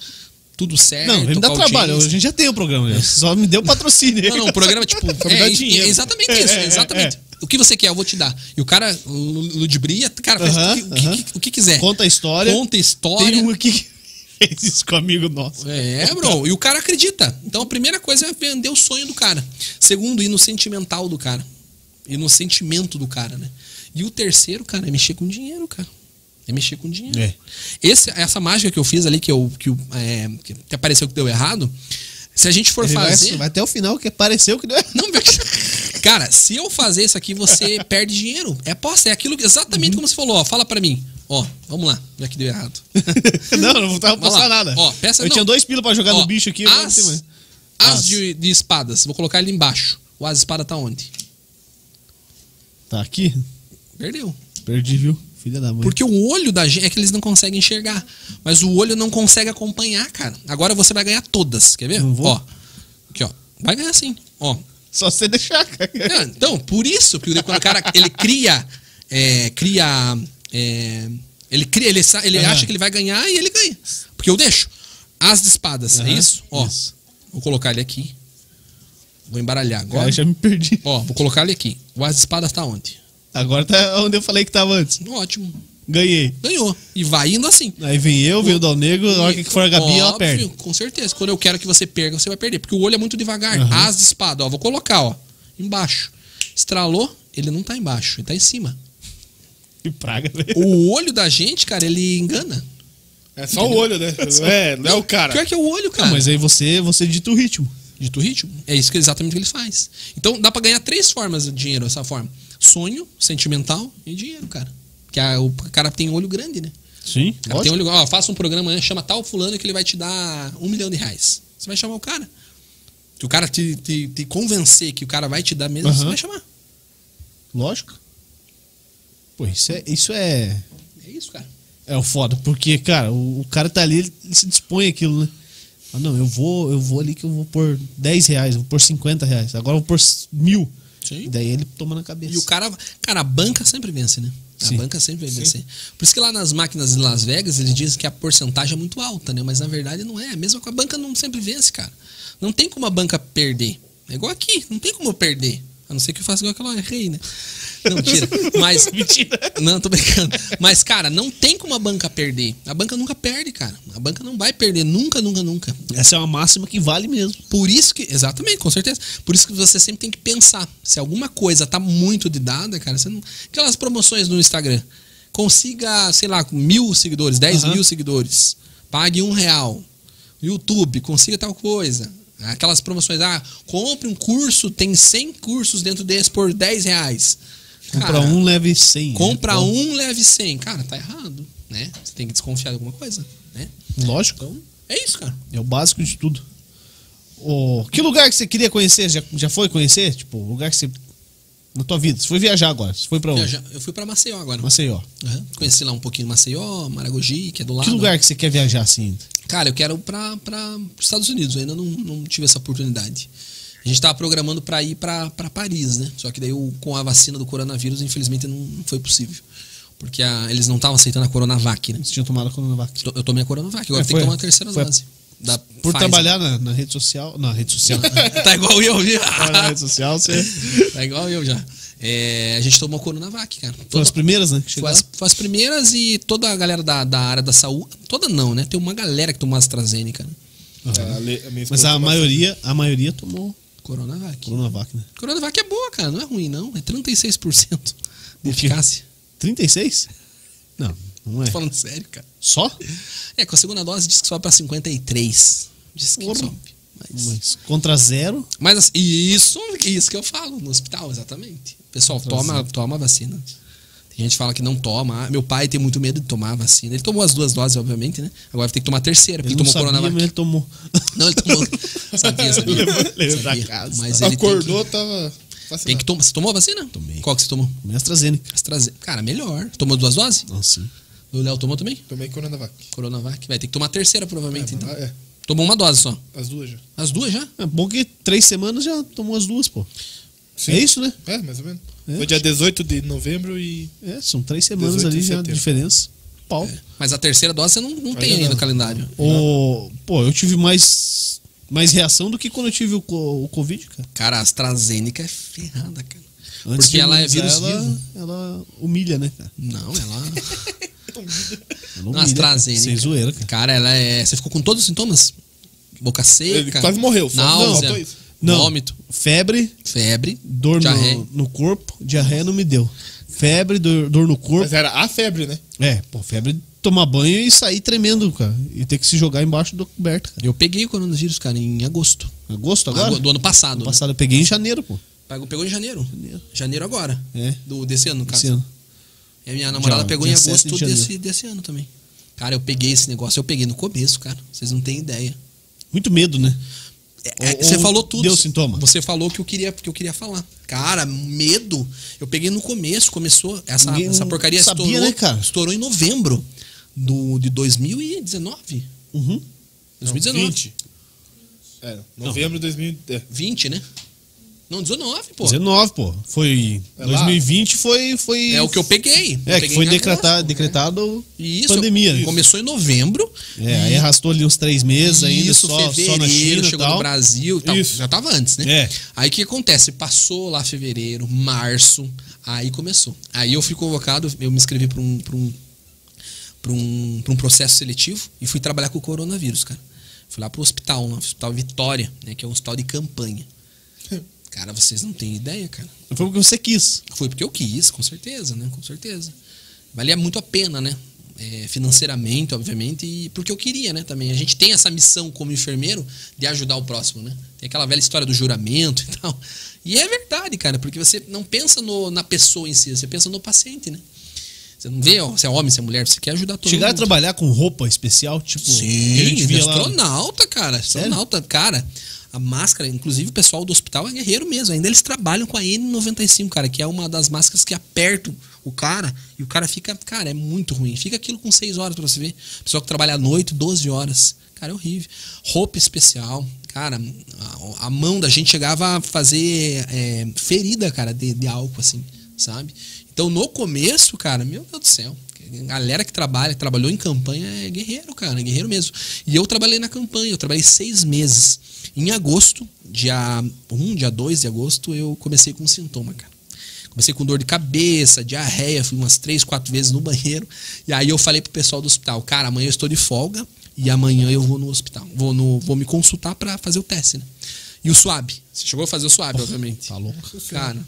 [SPEAKER 3] tudo certo.
[SPEAKER 1] Não, ele dá
[SPEAKER 3] com a
[SPEAKER 1] trabalho. A
[SPEAKER 3] audiência.
[SPEAKER 1] gente já tem o programa, né? Só me deu patrocínio.
[SPEAKER 3] Não, não, o programa, tipo,
[SPEAKER 2] Só me dá
[SPEAKER 3] é,
[SPEAKER 2] dinheiro.
[SPEAKER 3] é exatamente isso,
[SPEAKER 1] É, é,
[SPEAKER 3] é exatamente.
[SPEAKER 1] é.
[SPEAKER 3] O que você quer, eu vou te dar. E o cara lu- ludibria, cara, faz
[SPEAKER 1] Aham,
[SPEAKER 3] o, que, o que-
[SPEAKER 1] aham.
[SPEAKER 3] o que quiser.
[SPEAKER 1] Conta a história.
[SPEAKER 3] Conta a história.
[SPEAKER 1] Tem um aqui que fez isso com um amigo nosso.
[SPEAKER 3] É, bro. E o cara acredita. Então a primeira coisa é vender o sonho do cara. Segundo, ir no sentimental do cara. Ir no sentimento do cara, né? E o terceiro, cara, é mexer com dinheiro, cara. É mexer com dinheiro.
[SPEAKER 1] É.
[SPEAKER 3] Esse, essa mágica que eu fiz ali, que, eu, que, eu, é, que até pareceu que deu errado. Se a gente for
[SPEAKER 1] Ele vai-
[SPEAKER 3] fazer.
[SPEAKER 1] vai até o final, que pareceu que é. deu errado.
[SPEAKER 3] Não, meu- cara, se eu fazer isso aqui, você perde dinheiro. É aposta, é aquilo que- exatamente
[SPEAKER 1] Uhum.
[SPEAKER 3] como você falou. Ó, fala pra mim. Ó, vamos lá, já que deu errado.
[SPEAKER 1] não, não tava
[SPEAKER 3] Vai lá.
[SPEAKER 1] passando nada.
[SPEAKER 3] Ó, peça-
[SPEAKER 1] eu
[SPEAKER 3] não.
[SPEAKER 1] tinha dois pila pra jogar
[SPEAKER 3] Ó,
[SPEAKER 1] no bicho aqui. agora não tem
[SPEAKER 3] As,
[SPEAKER 1] mais.
[SPEAKER 3] as de, de espadas, vou colocar ele embaixo. O as de espada tá onde?
[SPEAKER 1] Tá aqui?
[SPEAKER 3] Perdeu.
[SPEAKER 1] Perdi, viu? Filha da mãe.
[SPEAKER 3] Porque o olho da gente é que eles não conseguem enxergar. Mas o olho não consegue acompanhar, cara. Agora você vai ganhar todas, quer ver?
[SPEAKER 1] Não vou.
[SPEAKER 3] Ó. Aqui, ó. Vai ganhar sim. Ó.
[SPEAKER 1] Só você deixar, cara.
[SPEAKER 3] É, Então, por isso que o- quando o cara ele cria. é, cria. é, ele cria, ele, sa- ele
[SPEAKER 1] Aham.
[SPEAKER 3] acha que ele vai ganhar e ele ganha. Porque eu deixo. As de espadas, é
[SPEAKER 1] Aham,
[SPEAKER 3] isso? Ó.
[SPEAKER 1] isso.
[SPEAKER 3] Vou colocar ele aqui. Vou embaralhar agora.
[SPEAKER 1] Agora já me perdi.
[SPEAKER 3] Ó, vou colocar ele aqui. O as de espadas tá onde?
[SPEAKER 1] Agora tá onde eu falei que tava antes.
[SPEAKER 3] Ótimo.
[SPEAKER 1] Ganhei.
[SPEAKER 3] Ganhou. E vai indo assim.
[SPEAKER 1] Aí vem eu, vem o Dal Negro, na hora que for a Gabi, ela
[SPEAKER 3] Óbvio,
[SPEAKER 1] perde.
[SPEAKER 3] Com certeza. Quando eu quero que você perca, você vai perder. Porque o olho é muito devagar.
[SPEAKER 1] Aham.
[SPEAKER 3] As de espada, ó. Vou colocar, ó. Embaixo. Estralou, ele não tá embaixo, ele tá em cima.
[SPEAKER 1] Que praga, né? velho.
[SPEAKER 3] O olho da gente, cara, ele engana.
[SPEAKER 2] É só o olho, né? É, não é o cara.
[SPEAKER 3] Pior que é o olho, cara.
[SPEAKER 1] Ah, mas aí você, você dita o ritmo.
[SPEAKER 3] Dito ritmo. É isso que é exatamente o que ele faz. Então dá pra ganhar três formas de dinheiro dessa forma: sonho, sentimental e dinheiro, cara. Que a- o cara tem olho grande, né?
[SPEAKER 1] Sim.
[SPEAKER 3] O Cara, tem um lugar, ó, faça um programa, né? chama tal fulano que ele vai te dar um milhão de reais. Você vai chamar o cara. Se o cara te, te, te convencer que o cara vai te dar mesmo,
[SPEAKER 1] Aham.
[SPEAKER 3] você vai chamar.
[SPEAKER 1] Lógico. Pô, isso é, isso é,
[SPEAKER 3] É isso, cara.
[SPEAKER 1] é o foda, porque, cara, o, o cara tá ali, ele, ele se dispõe aquilo, né? Ah, não, eu vou, eu vou ali que eu vou por 10 reais, eu vou por 50 reais, agora eu vou por s- mil.
[SPEAKER 3] Sim.
[SPEAKER 1] E daí ele toma na cabeça.
[SPEAKER 3] E o cara. Cara, a banca sempre vence, né? A
[SPEAKER 1] Sim.
[SPEAKER 3] banca sempre vai
[SPEAKER 2] Sim.
[SPEAKER 3] vencer. Por isso que lá nas máquinas de Las Vegas, eles dizem que a porcentagem é muito alta, né? Mas na verdade não é. Mesmo com a banca não sempre vence, cara. Não tem como a banca perder. É igual aqui, não tem como eu perder. A não ser que eu faça igual aquela errei, né? Não, mentira. Mas. mentira. Não, tô brincando. Mas, cara, não tem como a banca perder. A banca nunca perde, cara. A banca não vai perder. Nunca, nunca, nunca.
[SPEAKER 1] Essa é uma máxima que vale mesmo.
[SPEAKER 3] Por isso que. Exatamente, com certeza. Por isso que você sempre tem que pensar. Se alguma coisa tá muito de dada, cara, você não. Aquelas promoções no Instagram. Consiga, sei lá, com mil seguidores, dez
[SPEAKER 1] Aham.
[SPEAKER 3] mil seguidores. Pague um real. YouTube, consiga tal coisa. Aquelas promoções, ah, compre um curso, tem 100 cursos dentro desse por 10 reais.
[SPEAKER 1] Compra
[SPEAKER 3] Cara,
[SPEAKER 1] um, leve 100. né?
[SPEAKER 3] Compra
[SPEAKER 1] Então,
[SPEAKER 3] um, leve 100. Cara, tá errado, né? Você tem que desconfiar de alguma coisa, né?
[SPEAKER 1] Lógico,
[SPEAKER 3] Então, é isso, cara.
[SPEAKER 1] é o básico de tudo. Ô, que lugar que você queria conhecer? Já, já foi conhecer? Tipo, lugar que você. Na tua vida, você foi viajar agora, você foi pra onde?
[SPEAKER 3] Viajar. Eu fui pra Maceió agora.
[SPEAKER 1] Maceió.
[SPEAKER 3] Aham. Conheci lá um pouquinho Maceió, Maragogi, que é do lado.
[SPEAKER 1] Que lugar que você quer viajar assim?
[SPEAKER 3] Cara, eu quero pra, pra os Estados Unidos, eu ainda não, não tive essa oportunidade. A gente tava programando pra ir pra, pra Paris, né? Só que daí o- com a vacina do coronavírus, infelizmente, não, não foi possível. Porque a- eles não estavam aceitando a Coronavac, né?
[SPEAKER 1] Você tinha tomado a Coronavac?
[SPEAKER 3] To- Eu tomei a Coronavac, agora
[SPEAKER 1] É,
[SPEAKER 3] tem
[SPEAKER 1] foi-
[SPEAKER 3] que tomar a terceira
[SPEAKER 1] foi-
[SPEAKER 3] dose. da
[SPEAKER 1] Por
[SPEAKER 3] Pfizer.
[SPEAKER 1] trabalhar na, na rede social. Na rede social. né?
[SPEAKER 3] tá igual eu, viu?
[SPEAKER 1] na rede social, você.
[SPEAKER 3] tá igual eu já. É, a gente tomou a Coronavac, cara.
[SPEAKER 1] Foi
[SPEAKER 3] Toda-
[SPEAKER 1] as primeiras, né? Que
[SPEAKER 3] Foi
[SPEAKER 1] chegou.
[SPEAKER 3] as, foi as primeiras e toda a galera da, da área da saúde. Toda não, né? Tem uma galera que tomou AstraZeneca, né?
[SPEAKER 2] É, a le- a minha
[SPEAKER 1] Mas
[SPEAKER 2] esposa
[SPEAKER 1] a
[SPEAKER 2] toma-
[SPEAKER 1] maioria, a maioria tomou
[SPEAKER 3] Coronavac.
[SPEAKER 1] Coronavac, né?
[SPEAKER 3] Coronavac é boa, cara. Não é ruim, não. É 36% de eficácia.
[SPEAKER 1] 36? Não, não é.
[SPEAKER 3] Tô falando sério, cara.
[SPEAKER 1] Só?
[SPEAKER 3] É, com a segunda dose diz que sobe pra 53. Diz que
[SPEAKER 1] Porra.
[SPEAKER 3] sobe. Mas,
[SPEAKER 1] Mas contra zero.
[SPEAKER 3] mas assim, isso, isso que eu falo no hospital, exatamente. Pessoal,
[SPEAKER 1] Então, assim.
[SPEAKER 3] toma, toma a vacina. Tem gente que fala que não toma. Ah, Meu pai tem muito medo de tomar a vacina. Ele tomou as duas doses, obviamente, né? Agora tem que tomar a terceira, É porque
[SPEAKER 1] Ele
[SPEAKER 3] ele
[SPEAKER 1] não
[SPEAKER 3] tomou
[SPEAKER 1] sabia,
[SPEAKER 3] Coronavac.
[SPEAKER 1] mas ele tomou.
[SPEAKER 3] Não, ele tomou. Sabia, sabia.
[SPEAKER 1] Levou- levou pra
[SPEAKER 3] sabia.
[SPEAKER 1] casa.
[SPEAKER 3] Mas ele
[SPEAKER 2] Acordou,
[SPEAKER 3] Tem que,
[SPEAKER 2] tava.
[SPEAKER 3] tem que
[SPEAKER 2] vacinado.
[SPEAKER 3] tomar. Você tomou a vacina?
[SPEAKER 1] Tomei.
[SPEAKER 3] Qual que você tomou?
[SPEAKER 1] Tomei AstraZeneca.
[SPEAKER 3] AstraZeneca. Cara, melhor. Tomou duas doses?
[SPEAKER 1] Não, sim.
[SPEAKER 3] O Léo tomou também?
[SPEAKER 2] Tomei Coronavac.
[SPEAKER 3] Coronavac. Vai ter que tomar a terceira, provavelmente. então. É
[SPEAKER 2] Ah, é,
[SPEAKER 3] Tomou uma dose só.
[SPEAKER 2] as duas já.
[SPEAKER 3] As duas já?
[SPEAKER 1] É bom que três semanas já tomou as duas, pô. É isso, né?
[SPEAKER 2] É, mais ou menos.
[SPEAKER 1] É.
[SPEAKER 2] Foi dia 18 de novembro e.
[SPEAKER 1] É, são três semanas
[SPEAKER 2] 18 de
[SPEAKER 1] ali já de
[SPEAKER 2] setembro.
[SPEAKER 1] diferença. Pau.
[SPEAKER 3] Mas a terceira dose você não, não tem
[SPEAKER 2] Ainda
[SPEAKER 3] ainda
[SPEAKER 2] não.
[SPEAKER 3] no calendário.
[SPEAKER 1] O,
[SPEAKER 3] é.
[SPEAKER 1] pô, eu tive mais, mais reação do que quando eu tive o, co- o Covid, cara.
[SPEAKER 3] Cara, a AstraZeneca é ferrada, cara.
[SPEAKER 1] Antes
[SPEAKER 3] Porque
[SPEAKER 1] de
[SPEAKER 3] ela é
[SPEAKER 1] imunizar,
[SPEAKER 3] vírus
[SPEAKER 1] ela,
[SPEAKER 3] vivo.
[SPEAKER 1] ela humilha, né, cara?
[SPEAKER 3] Não, ela.
[SPEAKER 1] Ela
[SPEAKER 3] Não,
[SPEAKER 1] humilha,
[SPEAKER 3] a AstraZeneca.
[SPEAKER 1] Sem zoeira, cara.
[SPEAKER 3] Cara, ela é. Você ficou com todos os sintomas? Boca seca.
[SPEAKER 2] Ele quase morreu, só- não,
[SPEAKER 3] Náusea,
[SPEAKER 2] faltou isso.
[SPEAKER 1] Não.
[SPEAKER 3] vômito,
[SPEAKER 1] Febre,
[SPEAKER 3] febre,
[SPEAKER 1] dor
[SPEAKER 3] diarreia.
[SPEAKER 1] no, no corpo, diarreia não me deu. Febre, dor, dor no corpo.
[SPEAKER 2] Mas era a febre, né?
[SPEAKER 1] É, pô, febre tomar banho e sair tremendo, cara. E ter que se jogar embaixo da coberta, cara.
[SPEAKER 3] Eu peguei o coronavírus, cara, em agosto.
[SPEAKER 1] Agosto agora?
[SPEAKER 3] Agu- Do ano passado.
[SPEAKER 1] Ano
[SPEAKER 3] né?
[SPEAKER 1] passado eu peguei em janeiro, pô.
[SPEAKER 3] Pegou, pegou em janeiro.
[SPEAKER 1] Janeiro.
[SPEAKER 3] Janeiro agora.
[SPEAKER 1] É.
[SPEAKER 3] Do, desse ano, no caso.
[SPEAKER 1] Esse ano.
[SPEAKER 3] E a minha namorada
[SPEAKER 1] Dia-
[SPEAKER 3] pegou em
[SPEAKER 1] 17
[SPEAKER 3] agosto
[SPEAKER 1] de janeiro.
[SPEAKER 3] desse, desse ano também. Cara, eu peguei esse negócio, eu peguei no começo, cara. Vocês não têm ideia.
[SPEAKER 1] Muito medo, né?
[SPEAKER 3] É,
[SPEAKER 1] Ou-
[SPEAKER 3] você
[SPEAKER 1] ou
[SPEAKER 3] falou tudo.
[SPEAKER 1] deu sintoma?
[SPEAKER 3] Você falou o que eu queria, que eu queria falar. Cara, medo. Eu peguei no começo, começou essa,
[SPEAKER 1] Ninguém
[SPEAKER 3] essa porcaria
[SPEAKER 1] sabia,
[SPEAKER 3] estourou,
[SPEAKER 1] né, cara?
[SPEAKER 3] estourou em novembro do, de 2019.
[SPEAKER 1] Uhum.
[SPEAKER 3] 2019.
[SPEAKER 2] 20. É, novembro de 2000. É.
[SPEAKER 3] 20, né? Não, 19, pô.
[SPEAKER 1] 19, pô. Foi.
[SPEAKER 2] É lá.
[SPEAKER 1] 2020 foi, foi.
[SPEAKER 3] É o que eu peguei. Eu
[SPEAKER 1] É, que
[SPEAKER 3] peguei
[SPEAKER 1] foi
[SPEAKER 3] em agosto,
[SPEAKER 1] decretado,
[SPEAKER 3] né?
[SPEAKER 1] decretado
[SPEAKER 3] E isso,
[SPEAKER 1] pandemia. né?
[SPEAKER 3] Começou em novembro.
[SPEAKER 1] É, aí arrastou ali uns três meses ainda,
[SPEAKER 3] isso,
[SPEAKER 1] só, só na
[SPEAKER 3] fevereiro,
[SPEAKER 1] China e
[SPEAKER 3] chegou no
[SPEAKER 1] tal.
[SPEAKER 3] Brasil e tal.
[SPEAKER 2] Isso.
[SPEAKER 3] Já tava antes, né?
[SPEAKER 1] É.
[SPEAKER 3] Aí o que acontece? Passou lá fevereiro, março, aí começou. Aí eu fui convocado, eu me inscrevi para um, pra um, pra um, pra um processo seletivo e fui trabalhar com o coronavírus, cara. Fui lá pro hospital, no hospital Vitória, né? Que é um hospital de campanha.
[SPEAKER 1] É.
[SPEAKER 3] Cara, vocês não têm ideia, cara.
[SPEAKER 1] Foi porque você quis.
[SPEAKER 3] Foi porque eu quis, com certeza, né? Com certeza. Valia muito a pena, né? É, financeiramente, obviamente, e porque eu queria, né? Também. A gente tem essa missão como enfermeiro de ajudar o próximo, né? Tem aquela velha história do juramento e tal. E é verdade, cara, porque você não pensa no- na pessoa em si, você pensa no paciente, né? Você não vê ó, se é homem, se é mulher, você quer ajudar todo
[SPEAKER 1] Chegaram a
[SPEAKER 3] mundo.
[SPEAKER 1] trabalhar com roupa especial, tipo. que a gente
[SPEAKER 3] Sim, é
[SPEAKER 1] via lá.
[SPEAKER 3] astronauta, cara. Astronauta, cara. A máscara, inclusive o pessoal do hospital é guerreiro mesmo. Ainda eles trabalham com a N95, cara, que é uma das máscaras que apertam o cara e o cara fica. Cara, é muito ruim. Fica aquilo com 6 horas pra você ver. Pessoal que trabalha à noite, 12 horas. Cara, é horrível. Roupa especial. Cara, a, a mão da gente chegava a fazer é, ferida, cara, de, de álcool, assim, sabe? Então no começo, cara, meu Deus do céu. A galera que trabalha, que trabalhou em campanha é guerreiro, cara, é guerreiro mesmo. E eu trabalhei na campanha, eu trabalhei seis meses. Em agosto, dia 1, dia 2 de agosto, eu comecei com sintoma, cara. Comecei com dor de cabeça, diarreia, fui umas três, quatro vezes no banheiro. E aí eu falei pro pessoal do hospital, cara, amanhã eu estou de folga e amanhã eu vou no hospital. Vou, no, vou me consultar para fazer o teste, né? E o SWAB. Você chegou a fazer o SWAB, obviamente.
[SPEAKER 1] Tá louco.
[SPEAKER 3] Cara,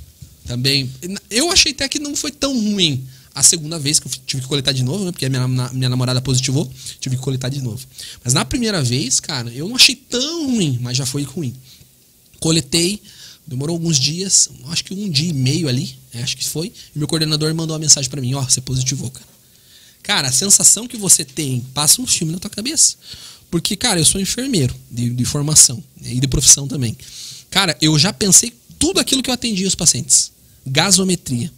[SPEAKER 3] também. Eu achei até que não foi tão ruim a segunda vez que eu tive que coletar de novo, né? Porque a minha, na- minha namorada positivou, tive que coletar de novo. Mas na primeira vez, cara, eu não achei tão ruim, mas já foi ruim. Coletei, demorou alguns dias, acho que um dia e meio ali, é, acho que foi. E meu coordenador mandou uma mensagem pra mim: ó, você positivou, cara. Cara, a sensação que você tem passa um filme na tua cabeça. Porque, cara, eu sou enfermeiro de, de formação né, e de profissão também. Cara, eu já pensei tudo aquilo que eu atendia os pacientes. Gasometria.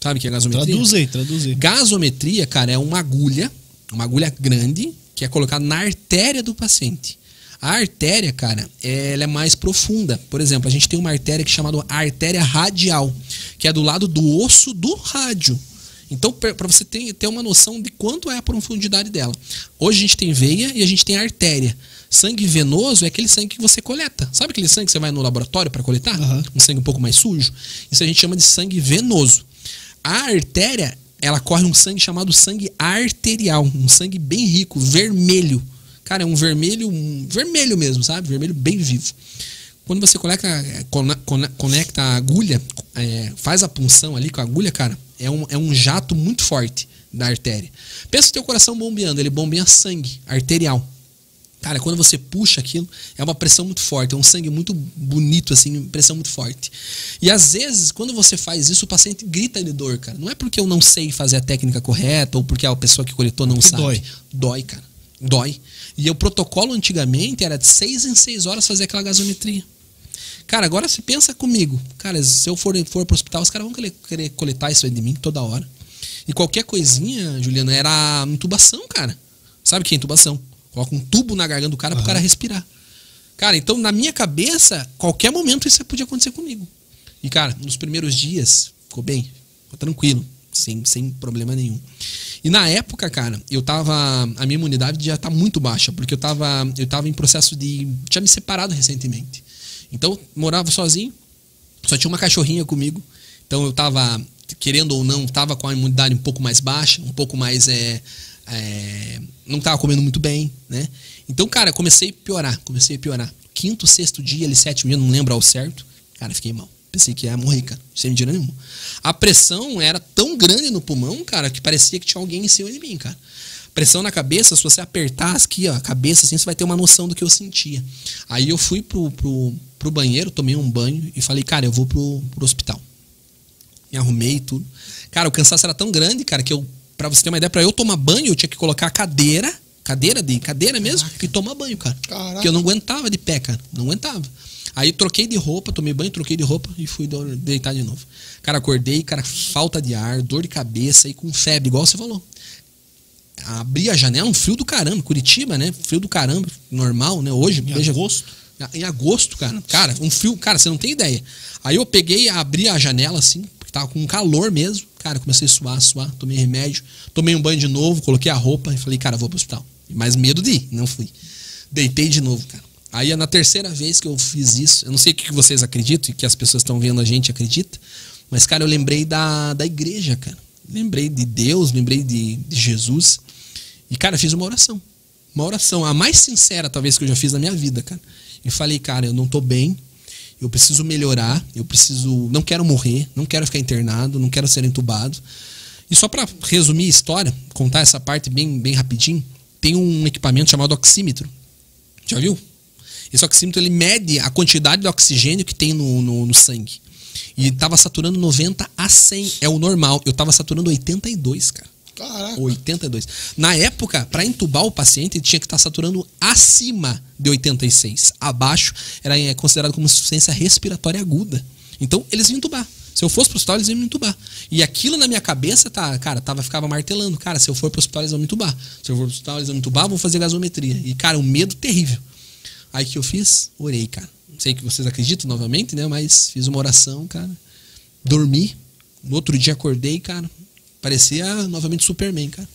[SPEAKER 3] Sabe o que é gasometria?
[SPEAKER 1] Traduz aí, traduz aí.
[SPEAKER 3] Gasometria, cara, é uma agulha, uma agulha grande que é colocada na artéria do paciente. A artéria, cara, ela é mais profunda. Por exemplo, a gente tem uma artéria que é chamada artéria radial, que é do lado do osso do rádio. Então, para você ter, ter uma noção de quanto é a profundidade dela. Hoje a gente tem veia e a gente tem artéria. Sangue venoso é aquele sangue que você coleta. Sabe aquele sangue que você vai no laboratório para coletar?
[SPEAKER 1] Aham.
[SPEAKER 3] Um sangue um pouco mais sujo? Isso a gente chama de sangue venoso. A artéria, ela corre um sangue chamado sangue arterial, um sangue bem rico, vermelho. Cara, é um vermelho, um vermelho mesmo, sabe? Vermelho bem vivo. Quando você conecta, cone- cone- conecta a agulha, é, faz a punção ali com a agulha, cara, é um, é um jato muito forte da artéria. Pensa o teu coração bombeando, ele bombeia sangue arterial. Cara, quando você puxa aquilo, é uma pressão muito forte, é um sangue muito bonito, assim, pressão muito forte. E às vezes, quando você faz isso, o paciente grita de dor, cara. Não é porque eu não sei fazer a técnica correta ou porque a pessoa que coletou não sabe.
[SPEAKER 1] dói.
[SPEAKER 3] Dói, cara. Dói. E o protocolo antigamente era de seis em seis horas fazer aquela gasometria. Cara, agora se pensa comigo. Cara, se eu for, for pro hospital, os caras vão querer, querer coletar isso aí de mim toda hora. E qualquer coisinha, Juliana, era intubação, cara. Sabe o que é intubação? Coloca um tubo na garganta do cara pro cara respirar. Cara, então na minha cabeça, qualquer momento isso podia acontecer comigo. E, cara, nos primeiros dias, ficou bem, ficou tranquilo, sem, sem problema nenhum. E na época, cara, eu tava. A minha imunidade já tá muito baixa, porque eu tava, eu tava em processo de. Tinha me separado recentemente. Então, morava sozinho, só tinha uma cachorrinha comigo. Então eu tava, querendo ou não, tava com a imunidade um pouco mais baixa, um pouco mais. É, é, não tava comendo muito bem, né? Então, cara, comecei a piorar, comecei a piorar. Quinto, sexto dia, ele sétimo dia, não lembro ao certo. Cara, fiquei mal. Pensei que ia morrer, cara. Sem mentira nenhuma. A pressão era tão grande no pulmão, cara, que parecia que tinha alguém em cima de mim, cara. Pressão na cabeça, se você apertar aqui, ó, a cabeça, assim, você vai ter uma noção do que eu sentia. Aí eu fui pro, pro, pro banheiro, tomei um banho e falei, cara, eu vou pro, pro hospital me arrumei e tudo. Cara, o cansaço era tão grande, cara, que eu, pra você ter uma ideia, pra eu tomar banho, eu tinha que colocar a cadeira, cadeira de cadeira mesmo, e tomar banho, cara.
[SPEAKER 2] Caraca.
[SPEAKER 3] Porque eu não aguentava de pé, cara. Não aguentava. Aí troquei de roupa, tomei banho, troquei de roupa e fui do- deitar de novo. Cara, acordei, cara, falta de ar, dor de cabeça e com febre, igual você falou. Abri a janela, um frio do caramba, Curitiba, né? Frio do caramba, normal, né? Hoje,
[SPEAKER 1] Em
[SPEAKER 3] veja-
[SPEAKER 1] agosto?
[SPEAKER 3] em agosto, cara. Cara, um frio, cara, você não tem ideia. Aí eu peguei, abri a janela assim, porque tava com calor mesmo. Cara, comecei a suar, suar, tomei remédio, tomei um banho de novo, coloquei a roupa e falei, cara, vou pro hospital. Mas medo de ir, não fui. Deitei de novo, cara. Aí é na terceira vez que eu fiz isso, eu não sei o que que vocês acreditam e que as pessoas estão vendo a gente acredita, mas, cara, eu lembrei da, da igreja, cara. Lembrei de Deus, lembrei de, de Jesus. E, cara, eu fiz uma oração. Uma oração, a mais sincera, talvez, que eu já fiz na minha vida, cara. E falei, cara, eu não tô bem, eu preciso melhorar, eu preciso. Não quero morrer, não quero ficar internado, não quero ser entubado. E só pra resumir a história, contar essa parte bem, bem rapidinho, tem um equipamento chamado oxímetro. Já viu? Esse oxímetro ele mede a quantidade de oxigênio que tem no, no, no sangue. E tava saturando 90 a 100, é o normal. Eu tava saturando 82, cara.
[SPEAKER 2] Caraca.
[SPEAKER 3] 82. Na época, para entubar o paciente, ele tinha que estar saturando acima de 86. Abaixo era é, considerado como insuficiência respiratória aguda. Então, eles iam entubar. Se eu fosse pro hospital, eles iam me entubar. E aquilo na minha cabeça, tá, cara, tava, ficava martelando. Cara, se eu for pro hospital, eles vão me entubar. Se eu for pro hospital, eles vão me entubar, vou fazer gasometria. E, cara, um medo terrível. Aí o que eu fiz? Orei, cara. Não sei que vocês acreditam novamente, né? Mas fiz uma oração, cara. Dormi. No outro dia acordei, cara. Parecia ah, novamente Superman, cara.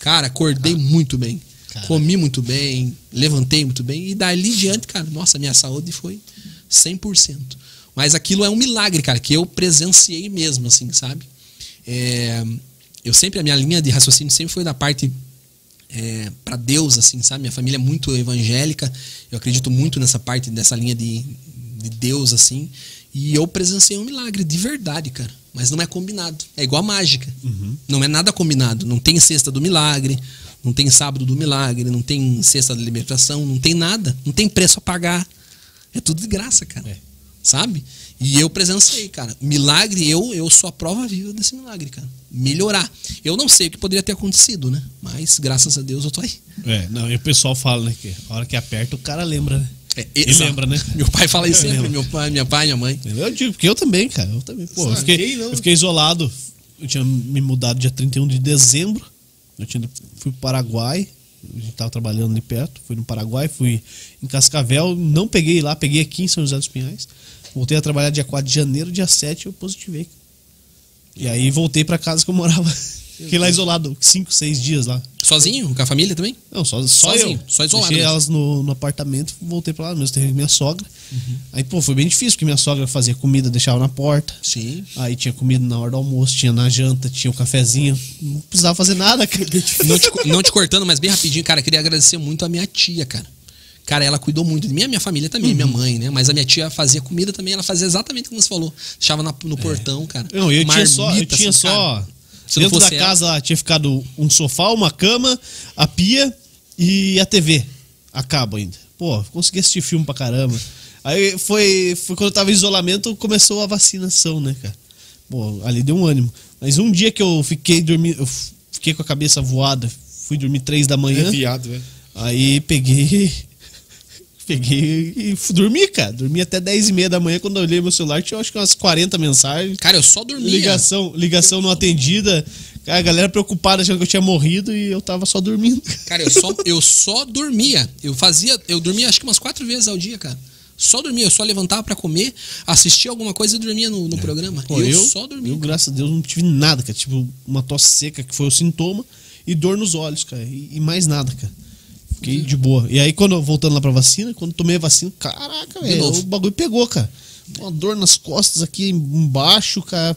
[SPEAKER 3] Cara, acordei muito bem. Comi muito bem, levantei muito bem. E dali em diante, cara, nossa, minha saúde foi 100%. Mas aquilo é um milagre, cara, que eu presenciei mesmo, assim, sabe? É, eu sempre, a minha linha de raciocínio sempre foi da parte é, para Deus, assim, sabe? Minha família é muito evangélica, eu acredito muito nessa parte, nessa linha de, de Deus, assim. E eu presenciei um milagre, de verdade, cara. Mas não é combinado. É igual a mágica. Não é nada combinado. Não tem sexta do milagre, não tem sábado do milagre, não tem sexta da libertação, não tem nada. Não tem preço a pagar. É tudo de graça, cara. Sabe? E eu presenciei, cara. Milagre, eu, eu sou a prova viva desse milagre, cara. Melhorar. Eu não sei o que poderia ter acontecido, né? Mas graças a Deus eu tô aí.
[SPEAKER 1] É, não, e o pessoal fala, né? Que a hora que aperta, o cara lembra, né? e
[SPEAKER 3] É, exato.
[SPEAKER 1] lembra, né?
[SPEAKER 3] Meu pai fala isso sempre, meu pai, minha pai, minha mãe.
[SPEAKER 1] Eu digo, porque eu também, cara. Eu também. Pô, eu
[SPEAKER 2] Saquei,
[SPEAKER 1] fiquei,
[SPEAKER 2] não.
[SPEAKER 1] eu fiquei isolado. Eu tinha me mudado dia 31 de dezembro. Eu tinha, fui pro Paraguai. A gente tava trabalhando ali perto. Fui no Paraguai, fui em Cascavel. Não peguei lá, peguei aqui em São José dos Pinhais. Voltei a trabalhar dia 4 de janeiro, dia 7 eu positivei. E aí voltei pra casa que eu morava. Fiquei lá isolado 5, 6 dias lá.
[SPEAKER 3] Sozinho, com a família também?
[SPEAKER 1] Não, só, só
[SPEAKER 3] Sozinho,
[SPEAKER 1] eu.
[SPEAKER 3] só isolado
[SPEAKER 1] Deixei
[SPEAKER 3] mesmo.
[SPEAKER 1] elas no, no apartamento, voltei pra lá mesmo, terreno com minha sogra.
[SPEAKER 3] Uhum.
[SPEAKER 1] Aí, pô, foi bem difícil, porque minha sogra fazia comida, deixava na porta.
[SPEAKER 3] Sim.
[SPEAKER 1] Aí tinha comida na hora do almoço, tinha na janta, tinha o cafezinho. Não precisava fazer nada, cara.
[SPEAKER 3] Não te, co- não te cortando, mas bem rapidinho, cara, queria agradecer muito a minha tia, cara. Cara, ela cuidou muito de mim, a minha família também, minha mãe, né? Mas a minha tia fazia comida também, ela fazia exatamente como você falou. Deixava na- no portão, cara.
[SPEAKER 1] Não, eu tinha
[SPEAKER 3] Marmita,
[SPEAKER 1] só. Eu tinha
[SPEAKER 3] assim, cara.
[SPEAKER 1] só
[SPEAKER 3] se não
[SPEAKER 1] dentro da
[SPEAKER 3] fosse ela-
[SPEAKER 1] casa lá, tinha ficado um sofá, uma cama, a pia e a TV. Acaba ainda. Pô, consegui assistir filme pra caramba. Aí foi, foi quando eu tava em isolamento, começou a vacinação, né, cara? Pô, ali deu um ânimo. Mas um dia que eu fiquei dormindo, eu f- fiquei com a cabeça voada, fui dormir três da manhã.
[SPEAKER 2] É viado, velho.
[SPEAKER 1] Aí peguei. Peguei e f- dormi, cara. Dormi até 10 e meia da manhã. Quando eu olhei meu celular, tinha acho que umas 40 mensagens.
[SPEAKER 3] Cara, eu só dormia.
[SPEAKER 1] Ligação, ligação não atendida. Cara, a galera preocupada achando que eu tinha morrido e eu tava só dormindo.
[SPEAKER 3] Cara, eu só, eu só dormia. Eu fazia, eu dormia acho que umas quatro vezes ao dia, cara. Só dormia, eu só levantava pra comer, assistia alguma coisa e dormia no, no programa.
[SPEAKER 1] É. Pô,
[SPEAKER 3] eu,
[SPEAKER 1] eu,
[SPEAKER 3] só dormia.
[SPEAKER 1] eu, graças a Deus, não tive nada, cara. Tipo, uma tosse seca, que foi o sintoma, e dor nos olhos, cara. E, e mais nada, cara. Fiquei de boa. E aí, quando eu- voltando lá pra vacina, quando tomei a vacina, caraca, velho,
[SPEAKER 3] novo.
[SPEAKER 1] o bagulho pegou, cara. Uma dor nas costas aqui em- embaixo, cara.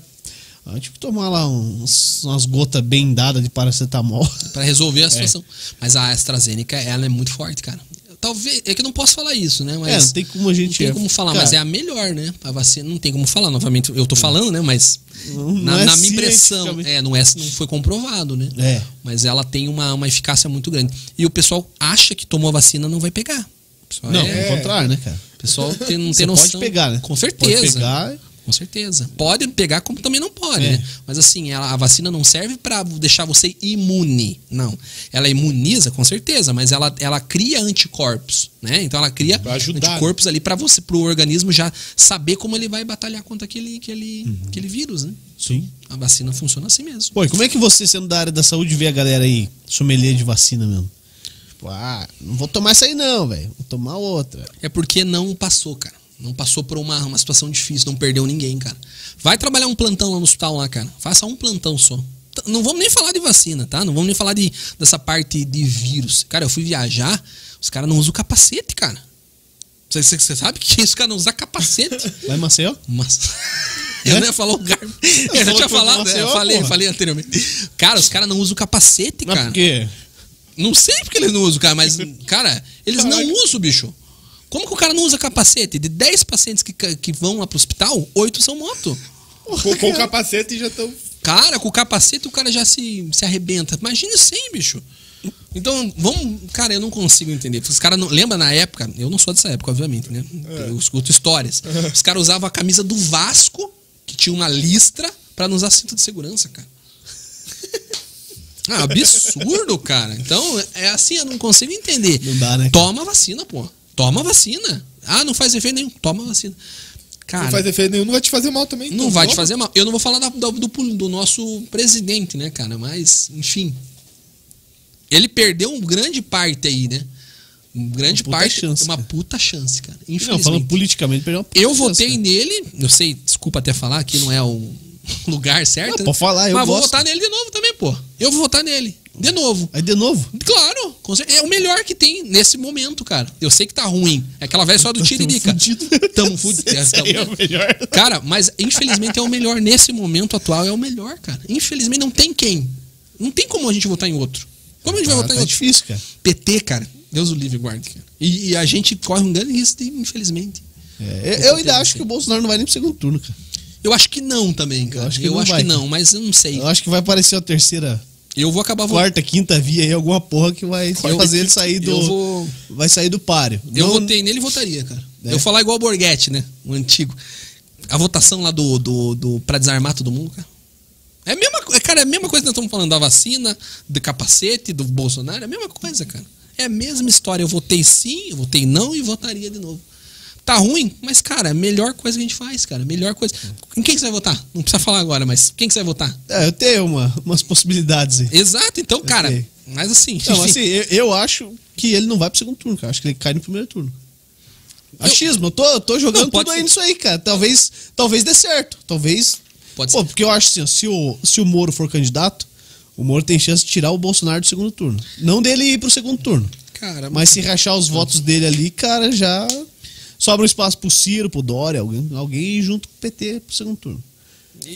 [SPEAKER 1] Ah, tive que tomar lá uns- umas gotas bem dadas de paracetamol.
[SPEAKER 3] Pra
[SPEAKER 1] É.
[SPEAKER 3] resolver a situação. Mas a AstraZeneca, ela é muito forte, cara. Talvez, é que eu não posso falar isso, né? Mas
[SPEAKER 1] É, não tem como a gente-
[SPEAKER 3] Não tem como falar,
[SPEAKER 1] Cara. É.
[SPEAKER 3] mas é a melhor, né? A vacina não tem como falar, novamente. Eu tô falando, né? Mas
[SPEAKER 1] Não-
[SPEAKER 3] na,
[SPEAKER 1] não é
[SPEAKER 3] na minha impressão,
[SPEAKER 1] cientificamente-
[SPEAKER 3] é, não, é, não foi comprovado, né?
[SPEAKER 1] É.
[SPEAKER 3] Mas ela tem uma, uma eficácia muito grande. E o pessoal acha que tomou a vacina não vai pegar. O pessoal,
[SPEAKER 1] Não,
[SPEAKER 3] é,
[SPEAKER 1] ao contrário, né, cara?
[SPEAKER 3] o pessoal tem, não
[SPEAKER 1] Você
[SPEAKER 3] tem noção.
[SPEAKER 1] pode pegar, né?
[SPEAKER 3] Com certeza.
[SPEAKER 1] Pode pegar.
[SPEAKER 3] Com certeza. Pode pegar, como também não pode,
[SPEAKER 1] É.
[SPEAKER 3] né? Mas assim, ela- a vacina não serve para deixar você imune, não. Ela imuniza, com certeza, mas ela, ela cria anticorpos, né? Então ela cria
[SPEAKER 2] Pra ajudar,
[SPEAKER 1] né?
[SPEAKER 3] anticorpos ali para você, pro organismo já saber como ele vai batalhar contra aquele, aquele,
[SPEAKER 1] Uhum.
[SPEAKER 3] aquele vírus, né?
[SPEAKER 1] Sim.
[SPEAKER 3] A vacina funciona assim mesmo.
[SPEAKER 1] Pô, e como é que você, sendo da área da saúde, vê a galera aí, sommelier de vacina mesmo? Tipo, ah, não vou tomar essa aí não, velho. Vou tomar outra.
[SPEAKER 3] É porque não passou, cara. Não passou por uma, uma situação difícil, não perdeu ninguém, cara. Vai trabalhar um plantão lá no hospital lá, cara. Faça um plantão só. T- Não vamos nem falar de vacina, tá? Não vamos nem falar de, dessa parte de vírus. Cara, eu fui viajar, os caras não usam capacete, cara. Você sabe que isso, cara, não usar capacete.
[SPEAKER 1] Vai, Marcel?
[SPEAKER 3] Mas. Eu não ia falar o lugar. Eu já
[SPEAKER 1] falou que
[SPEAKER 3] tinha
[SPEAKER 1] foi
[SPEAKER 3] falado,
[SPEAKER 1] Maceió,
[SPEAKER 3] é, eu falei,
[SPEAKER 1] porra.
[SPEAKER 3] falei anteriormente. Cara, os caras não usam capacete,
[SPEAKER 1] Mas
[SPEAKER 3] cara.
[SPEAKER 1] por quê?
[SPEAKER 3] Não sei porque eles não usam, cara, mas, cara, eles não usam, bicho. Como que o cara não usa capacete? De 10 pacientes que, ca- que vão lá pro hospital, 8 são moto.
[SPEAKER 2] Colocou o capacete e já estão.
[SPEAKER 3] Cara, com o capacete o cara já se, se arrebenta. Imagina sem, bicho. Então, vamos. Cara, eu não consigo entender. Os caras não. Lembra na época? Eu não sou dessa época, obviamente, né?
[SPEAKER 2] É.
[SPEAKER 3] Eu escuto histórias. Os caras usavam a camisa do Vasco, que tinha uma listra, pra não usar cinto de segurança, cara. Ah, absurdo, cara. Então, é assim, eu não consigo entender.
[SPEAKER 1] Não dá, né, cara?
[SPEAKER 3] Toma a vacina, pô. Toma a vacina. Ah, não faz efeito nenhum. Toma a vacina. Cara,
[SPEAKER 2] Não faz efeito nenhum, não vai te fazer mal também.
[SPEAKER 3] não
[SPEAKER 2] então,
[SPEAKER 3] vai
[SPEAKER 1] Uhum.
[SPEAKER 2] toma.
[SPEAKER 3] te fazer mal. Eu não vou falar da- da- do, do nosso presidente, né, cara? Mas, enfim. Ele perdeu um grande parte aí, né? Um grande
[SPEAKER 1] puta
[SPEAKER 3] parte.
[SPEAKER 1] chance,
[SPEAKER 3] uma
[SPEAKER 1] cara.
[SPEAKER 3] puta chance, cara.
[SPEAKER 1] Não,
[SPEAKER 3] Infelizmente.
[SPEAKER 1] falando politicamente, perdeu uma puta
[SPEAKER 3] eu
[SPEAKER 1] chance,
[SPEAKER 3] votei
[SPEAKER 1] cara.
[SPEAKER 3] nele. Eu sei, desculpa até falar que não é o lugar certo.
[SPEAKER 1] Não,
[SPEAKER 3] né?
[SPEAKER 1] pode falar, eu
[SPEAKER 3] Mas vou
[SPEAKER 1] gosto.
[SPEAKER 3] votar nele de novo também, pô. Eu vou votar nele. De novo.
[SPEAKER 1] Aí de novo.
[SPEAKER 3] Claro, com cer- é o melhor que tem nesse momento, cara. Eu sei que tá ruim. É aquela velha só do Tiririca. Tamo fudido. É,
[SPEAKER 1] Esse aí é
[SPEAKER 3] tamo-
[SPEAKER 1] o melhor.
[SPEAKER 3] Cara, mas infelizmente é o melhor. Nesse momento atual é o melhor, cara. Infelizmente não tem quem. Não tem como a gente votar em outro. Como a gente vai
[SPEAKER 1] Ah,
[SPEAKER 3] votar
[SPEAKER 1] tá
[SPEAKER 3] em outro?
[SPEAKER 1] difícil, cara.
[SPEAKER 3] PT, cara. Deus o livre guarde, cara. E, e a gente corre um grande risco, de, infelizmente.
[SPEAKER 1] É, eu- eu
[SPEAKER 3] certeza,
[SPEAKER 1] ainda acho
[SPEAKER 3] sim.
[SPEAKER 1] que o Bolsonaro não vai nem pro segundo turno, cara.
[SPEAKER 3] Eu acho que não também, cara. Eu acho que, não,
[SPEAKER 1] vai.
[SPEAKER 3] mas eu não sei.
[SPEAKER 1] Eu acho que vai aparecer a terceira,
[SPEAKER 3] Eu vou acabar votando.
[SPEAKER 1] quarta, quinta via aí, alguma porra que vai
[SPEAKER 3] Eu-
[SPEAKER 1] fazer ele sair do.
[SPEAKER 3] eu vou-
[SPEAKER 1] Vai sair do páreo.
[SPEAKER 3] Eu
[SPEAKER 1] Não-
[SPEAKER 3] votei nele e votaria, cara.
[SPEAKER 1] É.
[SPEAKER 3] Eu falar igual o Borghetti, né? O antigo. A votação lá do, do, do pra desarmar todo mundo, cara. É a mesma coisa, cara, é a mesma coisa que nós estamos falando da vacina, do capacete, do Bolsonaro, é a mesma coisa, cara. É a mesma história. Eu votei sim, eu votei não e votaria de novo. Tá ruim, mas, cara, é a melhor coisa que a gente faz, cara. É a Melhor coisa. Em quem que você vai votar? Não precisa falar agora, mas quem que você vai votar?
[SPEAKER 1] É, eu tenho uma, umas possibilidades aí.
[SPEAKER 3] Exato, então, cara.
[SPEAKER 1] sei.
[SPEAKER 3] Mas assim.
[SPEAKER 1] Não, mas
[SPEAKER 3] enfim.
[SPEAKER 1] assim, eu, eu acho que ele não vai pro segundo turno, cara. Acho que ele cai no primeiro turno. Achismo, eu tô, eu tô jogando
[SPEAKER 3] Não, pode
[SPEAKER 1] tudo aí
[SPEAKER 3] ser.
[SPEAKER 1] nisso aí, cara. Talvez, talvez dê certo. Talvez.
[SPEAKER 3] Pode
[SPEAKER 1] Pô,
[SPEAKER 3] ser.
[SPEAKER 1] porque eu acho assim, ó, se o, se o Moro for candidato, o Moro tem chance de tirar o Bolsonaro do segundo turno. Não dele ir pro segundo turno.
[SPEAKER 3] Cara,
[SPEAKER 1] Mas se rachar os votos dele ali, cara, já sobra um espaço pro Ciro, pro Dória, alguém, alguém junto com o PT pro segundo turno.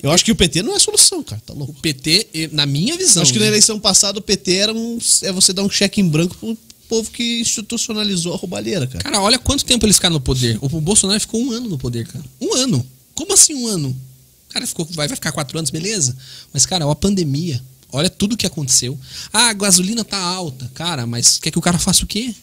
[SPEAKER 1] Eu acho que o PT não é a solução, cara. Tá louco.
[SPEAKER 3] o PT, eh, na minha visão.
[SPEAKER 1] Acho que é na
[SPEAKER 3] né?
[SPEAKER 1] eleição passada o PT era um. É você dar um cheque em branco pro povo que institucionalizou a roubalheira, cara.
[SPEAKER 3] Cara, olha quanto tempo eles ficaram no poder. O Bolsonaro ficou um ano no poder, cara. Um ano. Como assim um ano? Cara, ficou, vai, vai ficar quatro anos, beleza? Mas, cara, ó, a pandemia. Olha tudo que aconteceu. Ah, a gasolina tá alta. Cara, mas quer que o cara faça o quê?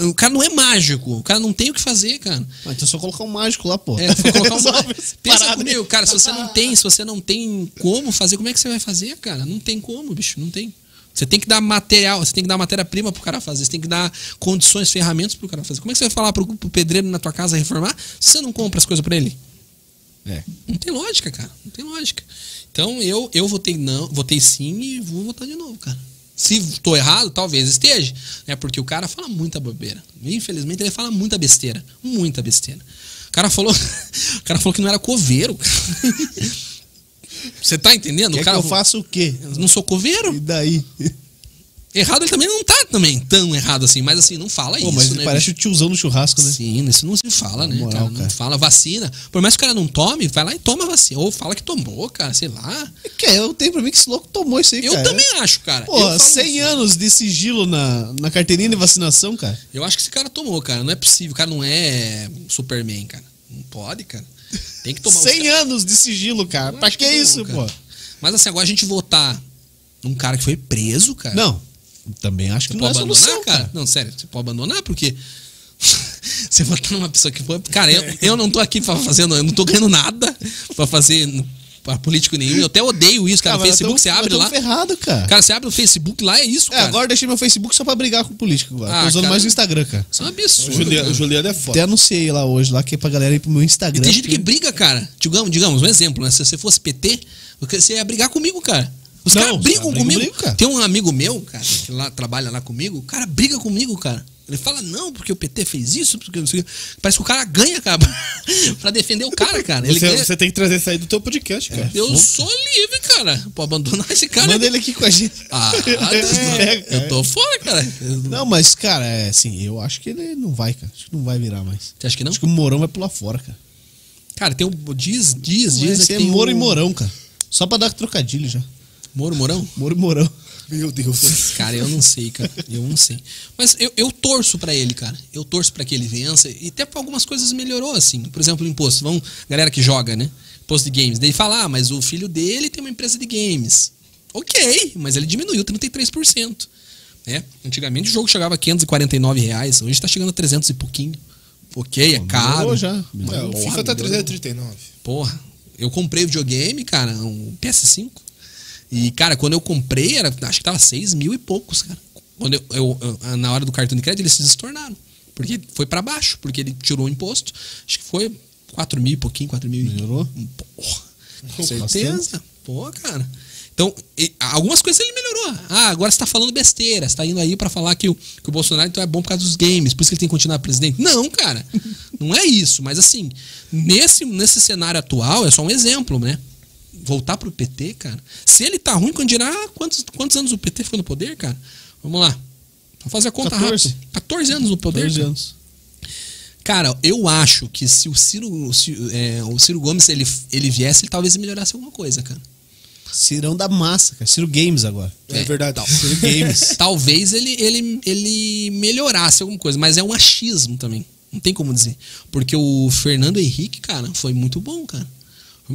[SPEAKER 3] O cara não é mágico. O cara não tem o que fazer, cara.
[SPEAKER 1] Ah, então é só colocar um mágico lá, pô.
[SPEAKER 3] É, foi colocar uma...
[SPEAKER 1] Resolve essa
[SPEAKER 3] Pensa
[SPEAKER 1] parada aí.
[SPEAKER 3] comigo, cara, se você não tem, se você não tem como fazer, como é que você vai fazer, cara? Não tem como, bicho, não tem. Você tem que dar material, você tem que dar matéria-prima pro cara fazer, você tem que dar condições, ferramentas pro cara fazer. Como é que você vai falar pro, pro pedreiro na tua casa reformar se você não compra as coisas pra ele?
[SPEAKER 1] É.
[SPEAKER 3] Não tem lógica, cara. Não tem lógica. Então eu, eu votei não, votei sim e vou votar de novo, cara. Se estou errado, talvez esteja, né? Porque o cara fala muita bobeira. Infelizmente, ele fala muita besteira. Muita besteira. O cara falou, o cara falou que não era coveiro. Você tá entendendo?
[SPEAKER 1] Quer
[SPEAKER 3] o cara É
[SPEAKER 1] que eu
[SPEAKER 3] falou,
[SPEAKER 1] faça o quê?
[SPEAKER 3] não sou coveiro.
[SPEAKER 1] E daí?
[SPEAKER 3] Errado ele também não tá também tão errado assim, mas assim, não fala
[SPEAKER 1] Pô,
[SPEAKER 3] isso,
[SPEAKER 1] mas
[SPEAKER 3] né?
[SPEAKER 1] ele parece o tiozão do churrasco, né?
[SPEAKER 3] Sim, isso não se fala, né?
[SPEAKER 1] moral,
[SPEAKER 3] cara?
[SPEAKER 1] cara.
[SPEAKER 3] Não fala vacina. Por mais que o cara não tome, vai lá e toma a vacina. Ou fala que tomou, cara, sei lá.
[SPEAKER 1] É Que eu tenho pra mim que esse louco tomou isso aí,
[SPEAKER 3] Eu
[SPEAKER 1] cara.
[SPEAKER 3] também acho, cara. eu
[SPEAKER 1] É. Pô,
[SPEAKER 3] falo
[SPEAKER 1] 100
[SPEAKER 3] isso.
[SPEAKER 1] anos de sigilo na, na carteirinha de vacinação, cara.
[SPEAKER 3] Eu acho que esse cara tomou, cara. Não é possível. O cara não é Superman, cara. Não pode, cara. Tem que tomar os
[SPEAKER 1] 100
[SPEAKER 3] caras.
[SPEAKER 1] anos de sigilo, cara.
[SPEAKER 3] Eu
[SPEAKER 1] Pra
[SPEAKER 3] acho
[SPEAKER 1] que
[SPEAKER 3] não,
[SPEAKER 1] isso,
[SPEAKER 3] cara.
[SPEAKER 1] pô?
[SPEAKER 3] Mas assim, agora a gente votar num cara que foi preso, cara.
[SPEAKER 1] Não. Também acho
[SPEAKER 3] Você
[SPEAKER 1] que
[SPEAKER 3] pode
[SPEAKER 1] não é
[SPEAKER 3] abandonar,
[SPEAKER 1] solução,
[SPEAKER 3] cara?
[SPEAKER 1] cara.
[SPEAKER 3] Não, sério, você pode abandonar porque. você votar numa pessoa que foi. Cara, eu, eu não tô aqui pra fazer, não, eu não tô ganhando nada pra fazer pra político nenhum. Eu até odeio isso, cara.
[SPEAKER 1] Ah,
[SPEAKER 3] no
[SPEAKER 1] mas nós tamo-
[SPEAKER 3] Facebook você
[SPEAKER 1] nós
[SPEAKER 3] abre
[SPEAKER 1] tamo
[SPEAKER 3] lá.
[SPEAKER 1] ferrado, cara.
[SPEAKER 3] Cara, você abre o Facebook lá, é isso,
[SPEAKER 1] É,
[SPEAKER 3] cara.
[SPEAKER 1] agora eu deixei meu Facebook só pra brigar com o político agora.
[SPEAKER 3] Ah,
[SPEAKER 1] Tô usando
[SPEAKER 3] cara.
[SPEAKER 1] mais o Instagram, cara.
[SPEAKER 3] Isso é
[SPEAKER 2] O
[SPEAKER 3] um absurdo.
[SPEAKER 2] Juliano,
[SPEAKER 3] cara.
[SPEAKER 2] o Juliano é
[SPEAKER 1] Até
[SPEAKER 2] foda.
[SPEAKER 1] anunciei lá hoje, lá que é pra galera ir pro meu
[SPEAKER 3] E
[SPEAKER 1] Instagram.
[SPEAKER 3] tem gente que
[SPEAKER 1] porque-
[SPEAKER 3] briga, cara. Digamos, digamos um exemplo, né? Se você fosse PT, você ia brigar comigo, cara. Os
[SPEAKER 1] Não,
[SPEAKER 3] caras
[SPEAKER 1] os
[SPEAKER 3] brigam
[SPEAKER 1] caras brigam
[SPEAKER 3] comigo.
[SPEAKER 1] comigo, cara.
[SPEAKER 3] Tem um amigo meu, cara, que lá trabalha lá comigo, o cara briga comigo, cara. Ele fala, não, porque o PT fez isso, porque não sei o quê. Parece que o cara ganha, cara, pra defender o cara, cara. Ele
[SPEAKER 2] Você,
[SPEAKER 3] ganha. É.
[SPEAKER 2] você tem que trazer isso aí do teu podcast, cara.
[SPEAKER 3] Eu sou livre, cara. Pô, abandonar esse cara.
[SPEAKER 1] Manda ele aqui com a gente.
[SPEAKER 3] Ah,
[SPEAKER 1] É,
[SPEAKER 3] eu tô fora, cara.
[SPEAKER 1] Não, mas, cara, é assim, eu acho que ele não vai, cara. Acho que não vai virar mais.
[SPEAKER 3] Você acha que não?
[SPEAKER 1] Acho que o Morão vai pular fora, cara.
[SPEAKER 3] Cara, tem um. Diz, diz,
[SPEAKER 1] Vai
[SPEAKER 3] diz. que
[SPEAKER 1] ser
[SPEAKER 3] tem
[SPEAKER 1] é Moro
[SPEAKER 3] um-
[SPEAKER 1] e Morão, cara. Só pra dar trocadilho já.
[SPEAKER 3] Moro, Morão?
[SPEAKER 1] Moro e Morão. Meu Deus.
[SPEAKER 3] Cara, eu não sei, cara. Eu não sei. Mas eu, eu torço pra ele, cara. Eu torço pra que ele vença. E até pra algumas coisas melhorou, assim. Por exemplo, o imposto. Vamos, galera que joga, né? Imposto de games. Daí fala, ah, mas o filho dele tem uma empresa de games. Ok, mas ele diminuiu 33%. Né? Antigamente o jogo chegava a 549 reais. Hoje tá chegando a 300 e pouquinho. Ok, é caro.
[SPEAKER 1] melhorou já.
[SPEAKER 2] É, o
[SPEAKER 3] Porra,
[SPEAKER 2] FIFA tá
[SPEAKER 3] melhorou.
[SPEAKER 2] 339.
[SPEAKER 3] Porra, eu comprei o videogame, cara, um PS5. E, cara, quando eu comprei, era, acho que tava 6 mil e poucos, cara. Quando eu, eu- eu- na hora do cartão de crédito, eles se destornaram. Porque foi pra baixo, porque ele tirou o imposto. Acho que foi 4 mil e pouquinho, 4 mil e.
[SPEAKER 1] Melhorou?
[SPEAKER 3] Porra, com certeza. Pô, cara. Então, e- algumas coisas ele melhorou. Ah, agora você tá falando besteira. Você tá indo aí pra falar que o, que o Bolsonaro então é bom por causa dos games, por isso que ele tem que continuar presidente. Não, cara. não é isso. Mas assim, nesse, nesse cenário atual, é só um exemplo, né? Voltar pro PT, cara. Se ele tá ruim, quando dirá quantos, quantos anos o PT ficou no poder, cara? Vamos lá. Vamos fazer a conta
[SPEAKER 1] 14.
[SPEAKER 3] rápido. 14 anos no poder.
[SPEAKER 1] 14
[SPEAKER 3] cara.
[SPEAKER 1] anos.
[SPEAKER 3] Cara, eu acho que se o Ciro, o Ciro, é, o Ciro Gomes ele, ele viesse, ele talvez melhorasse alguma coisa, cara.
[SPEAKER 1] Cirão da massa, cara. Ciro Games agora.
[SPEAKER 2] É, verdade.
[SPEAKER 3] tal.
[SPEAKER 1] Games.
[SPEAKER 3] Talvez ele, ele, ele melhorasse alguma coisa, mas é um achismo também. Não tem como dizer. Porque o Fernando Henrique, cara, foi muito bom, cara.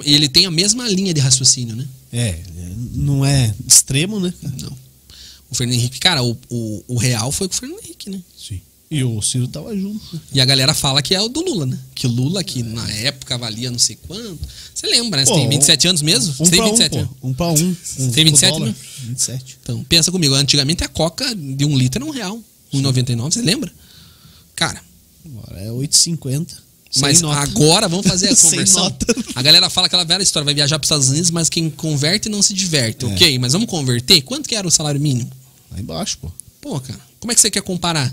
[SPEAKER 3] E ele tem a mesma linha de raciocínio, né?
[SPEAKER 1] É, é, não é extremo, né? cara?
[SPEAKER 3] Não. O Fernando Henrique, cara, o, o, o real foi com o Fernando Henrique, né?
[SPEAKER 1] Sim. E o Ciro tava junto. né?
[SPEAKER 3] E a galera fala que é o do Lula, né? Que Lula, que na época valia não sei quanto. Você lembra, né? Você
[SPEAKER 1] Pô,
[SPEAKER 3] tem 27 anos mesmo?
[SPEAKER 1] Um
[SPEAKER 3] Você tem
[SPEAKER 1] pra
[SPEAKER 3] 27
[SPEAKER 1] um,
[SPEAKER 3] anos.
[SPEAKER 1] pô. Um pra um. um
[SPEAKER 3] Tem 27,
[SPEAKER 1] dólar.
[SPEAKER 3] né?
[SPEAKER 1] 27.
[SPEAKER 3] Então, pensa comigo, antigamente a coca de um litro era um real. 1,99, você lembra? Cara,
[SPEAKER 1] Agora é 8,50. Sem
[SPEAKER 3] mas
[SPEAKER 1] nota.
[SPEAKER 3] agora vamos fazer a
[SPEAKER 1] Sem
[SPEAKER 3] conversão.
[SPEAKER 1] nota.
[SPEAKER 3] a galera fala aquela velha história, vai viajar para os Estados Unidos, mas quem converte não se diverte.
[SPEAKER 1] É.
[SPEAKER 3] Ok, mas vamos converter? Quanto que era o salário mínimo?
[SPEAKER 1] Lá embaixo, pô.
[SPEAKER 3] Pô, cara, como é que você quer comparar?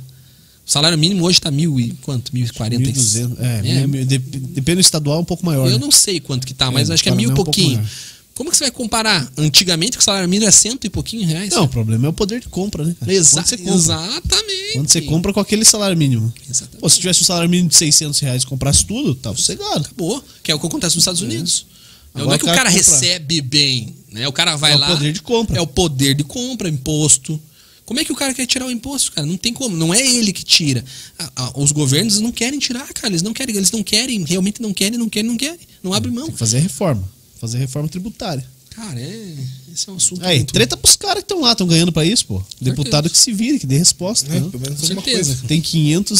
[SPEAKER 3] O salário mínimo hoje tá mil e quanto? Mil e quarenta?
[SPEAKER 1] 1.200. É, mil- mil- dep- depende do estadual, é um pouco maior.
[SPEAKER 3] Eu
[SPEAKER 1] né?
[SPEAKER 3] não sei quanto que tá, mas
[SPEAKER 1] É,
[SPEAKER 3] acho que é
[SPEAKER 1] o
[SPEAKER 3] mil e
[SPEAKER 1] Paraná é um pouco
[SPEAKER 3] pouquinho.
[SPEAKER 1] maior.
[SPEAKER 3] como que você vai comparar? Antigamente que o salário mínimo era cento e pouquinho reais.
[SPEAKER 1] Não, o problema é o poder de compra, né? cara?
[SPEAKER 3] Exa
[SPEAKER 1] Quando você compra.
[SPEAKER 3] exatamente.
[SPEAKER 1] Quando você compra com aquele salário mínimo.
[SPEAKER 3] Exatamente.
[SPEAKER 1] Pô, se tivesse um salário mínimo de 600 reais e comprasse tudo, tava sossegado.
[SPEAKER 3] Acabou. Que é o que acontece nos Estados Unidos. não
[SPEAKER 1] Agora
[SPEAKER 3] é que o
[SPEAKER 1] o cara
[SPEAKER 3] cara
[SPEAKER 1] compra.
[SPEAKER 3] recebe bem, né? O cara vai
[SPEAKER 1] É o
[SPEAKER 3] lá.
[SPEAKER 1] poder de compra.
[SPEAKER 3] É o poder de compra, imposto. Como é que o cara quer tirar o imposto, cara? Não tem como. Não é ele que tira. A- a- os governos não querem tirar, cara. Eles não querem. Eles não querem. Realmente não querem, não querem, não querem. Não abre mão.
[SPEAKER 1] Tem que fazer reforma. Fazer reforma tributária.
[SPEAKER 3] Cara, é. Esse é um assunto.
[SPEAKER 1] Aí,
[SPEAKER 3] muito-
[SPEAKER 1] treta pros caras que estão lá, estão ganhando pra isso, pô. Deputado que se vire, que dê resposta.
[SPEAKER 3] É,
[SPEAKER 2] Né?
[SPEAKER 1] né?
[SPEAKER 2] Pelo menos
[SPEAKER 3] Com
[SPEAKER 2] alguma
[SPEAKER 3] certeza.
[SPEAKER 2] coisa.
[SPEAKER 1] Tem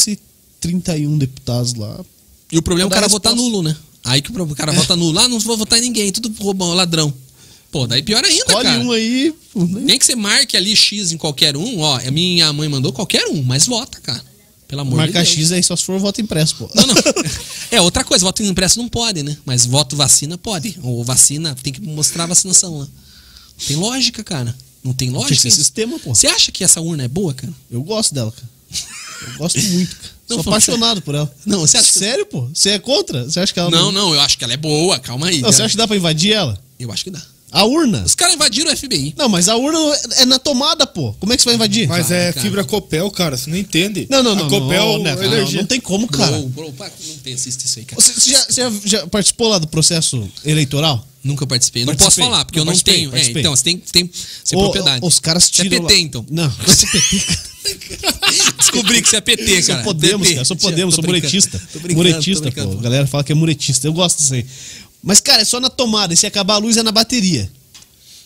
[SPEAKER 1] 531 deputados lá.
[SPEAKER 3] E o problema é o
[SPEAKER 1] Dá
[SPEAKER 3] cara votar
[SPEAKER 1] resposta.
[SPEAKER 3] nulo, né? Aí que o cara vota nulo. Ah, não vou votar em ninguém. Tudo roubão, ladrão. Pô, daí pior ainda,
[SPEAKER 1] Olha
[SPEAKER 3] cara.
[SPEAKER 1] um aí. pô, né?
[SPEAKER 3] Nem que você marque ali X em qualquer um, ó. A minha mãe mandou qualquer um, mas vota, cara. Pelo amor de
[SPEAKER 1] Marcar
[SPEAKER 3] Deus.
[SPEAKER 1] X aí só se for voto impresso, pô.
[SPEAKER 3] é. Não, não. É outra coisa, voto impresso não pode, né? Mas voto vacina pode. Ou vacina, tem que mostrar a vacinação lá. Tem lógica, cara. Não tem
[SPEAKER 1] Tinha que
[SPEAKER 3] lógica
[SPEAKER 1] ser
[SPEAKER 3] isso?
[SPEAKER 1] sistema, pô.
[SPEAKER 3] Você acha que essa urna é boa, cara?
[SPEAKER 1] Eu gosto dela, cara. Eu gosto muito, cara.
[SPEAKER 3] Não,
[SPEAKER 1] Sou
[SPEAKER 3] falando
[SPEAKER 1] apaixonado por ela.
[SPEAKER 3] Não, você acha que-
[SPEAKER 1] Sério, pô? Você é contra? Você acha que ela
[SPEAKER 3] Não, não, eu acho que ela é boa, calma aí.
[SPEAKER 1] Não, você acha que dá pra invadir ela?
[SPEAKER 3] Eu acho que dá.
[SPEAKER 1] A urna?
[SPEAKER 3] Os caras invadiram o FBI.
[SPEAKER 1] Não, mas a urna é na tomada, pô. Como é que você vai invadir?
[SPEAKER 2] Mas
[SPEAKER 3] Cara,
[SPEAKER 2] é
[SPEAKER 3] cara.
[SPEAKER 2] fibra Copel, cara, você não entende.
[SPEAKER 1] Não, não, não. não,
[SPEAKER 2] A Copel
[SPEAKER 1] não, Neto,
[SPEAKER 2] é
[SPEAKER 1] não,
[SPEAKER 2] energia.
[SPEAKER 1] não tem como, cara.
[SPEAKER 3] Bro, bro, pá, não tem, assiste isso aí, cara.
[SPEAKER 1] Você, você já, você já- já participou lá do processo eleitoral?
[SPEAKER 3] Nunca participei. Eu Não
[SPEAKER 1] Participei.
[SPEAKER 3] posso falar, porque eu
[SPEAKER 1] Não
[SPEAKER 3] não
[SPEAKER 1] participei,
[SPEAKER 3] tenho. É,
[SPEAKER 1] participei.
[SPEAKER 3] então, você tem, tem você é
[SPEAKER 1] Ô,
[SPEAKER 3] propriedade.
[SPEAKER 1] Os caras
[SPEAKER 3] Você é
[SPEAKER 1] tiram.
[SPEAKER 3] PT,
[SPEAKER 1] lá-
[SPEAKER 3] então.
[SPEAKER 1] Não, é eu sou PT, cara.
[SPEAKER 3] Descobri que você é PT, cara.
[SPEAKER 1] Só podemos,
[SPEAKER 3] PT.
[SPEAKER 1] cara. Só podemos,
[SPEAKER 3] Tô
[SPEAKER 1] sou
[SPEAKER 3] brincando.
[SPEAKER 1] muretista.
[SPEAKER 3] Tô brincando, tô
[SPEAKER 1] Muretista,
[SPEAKER 3] brincando.
[SPEAKER 1] pô. A galera fala que é muretista. Eu gosto disso aí. Mas, cara, é só na tomada. E se acabar a luz é na bateria.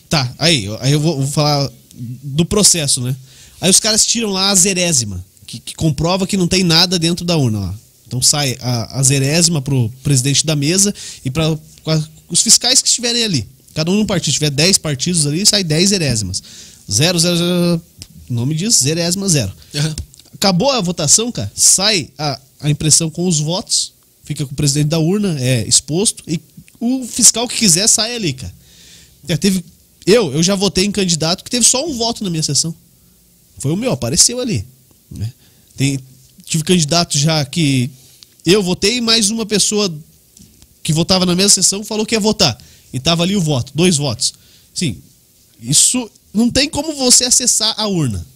[SPEAKER 1] Tá, aí, eu- aí eu vou, vou falar do processo, né? Aí os caras tiram lá a zerésima, que, que comprova que não tem nada dentro da urna lá. Então sai a, a zerésima pro presidente da mesa e para os fiscais que estiverem ali. Cada um num partido. Se tiver 10 partidos ali, sai 10 zerésimas. Zero, zero, zero. O nome diz zerésima zero.
[SPEAKER 3] Aham.
[SPEAKER 1] Acabou a votação, cara. Sai a, a impressão com os votos, fica com o presidente da urna, é exposto, e o fiscal que quiser sai ali, cara. Já É, teve. Eu, eu já votei em candidato que teve só um voto na minha sessão. Foi o meu, apareceu ali. né? Tem- tive candidato já que eu votei e mais uma pessoa que votava na mesma sessão falou que ia votar. E tava ali o voto, dois votos. Sim, isso não tem como você acessar a urna.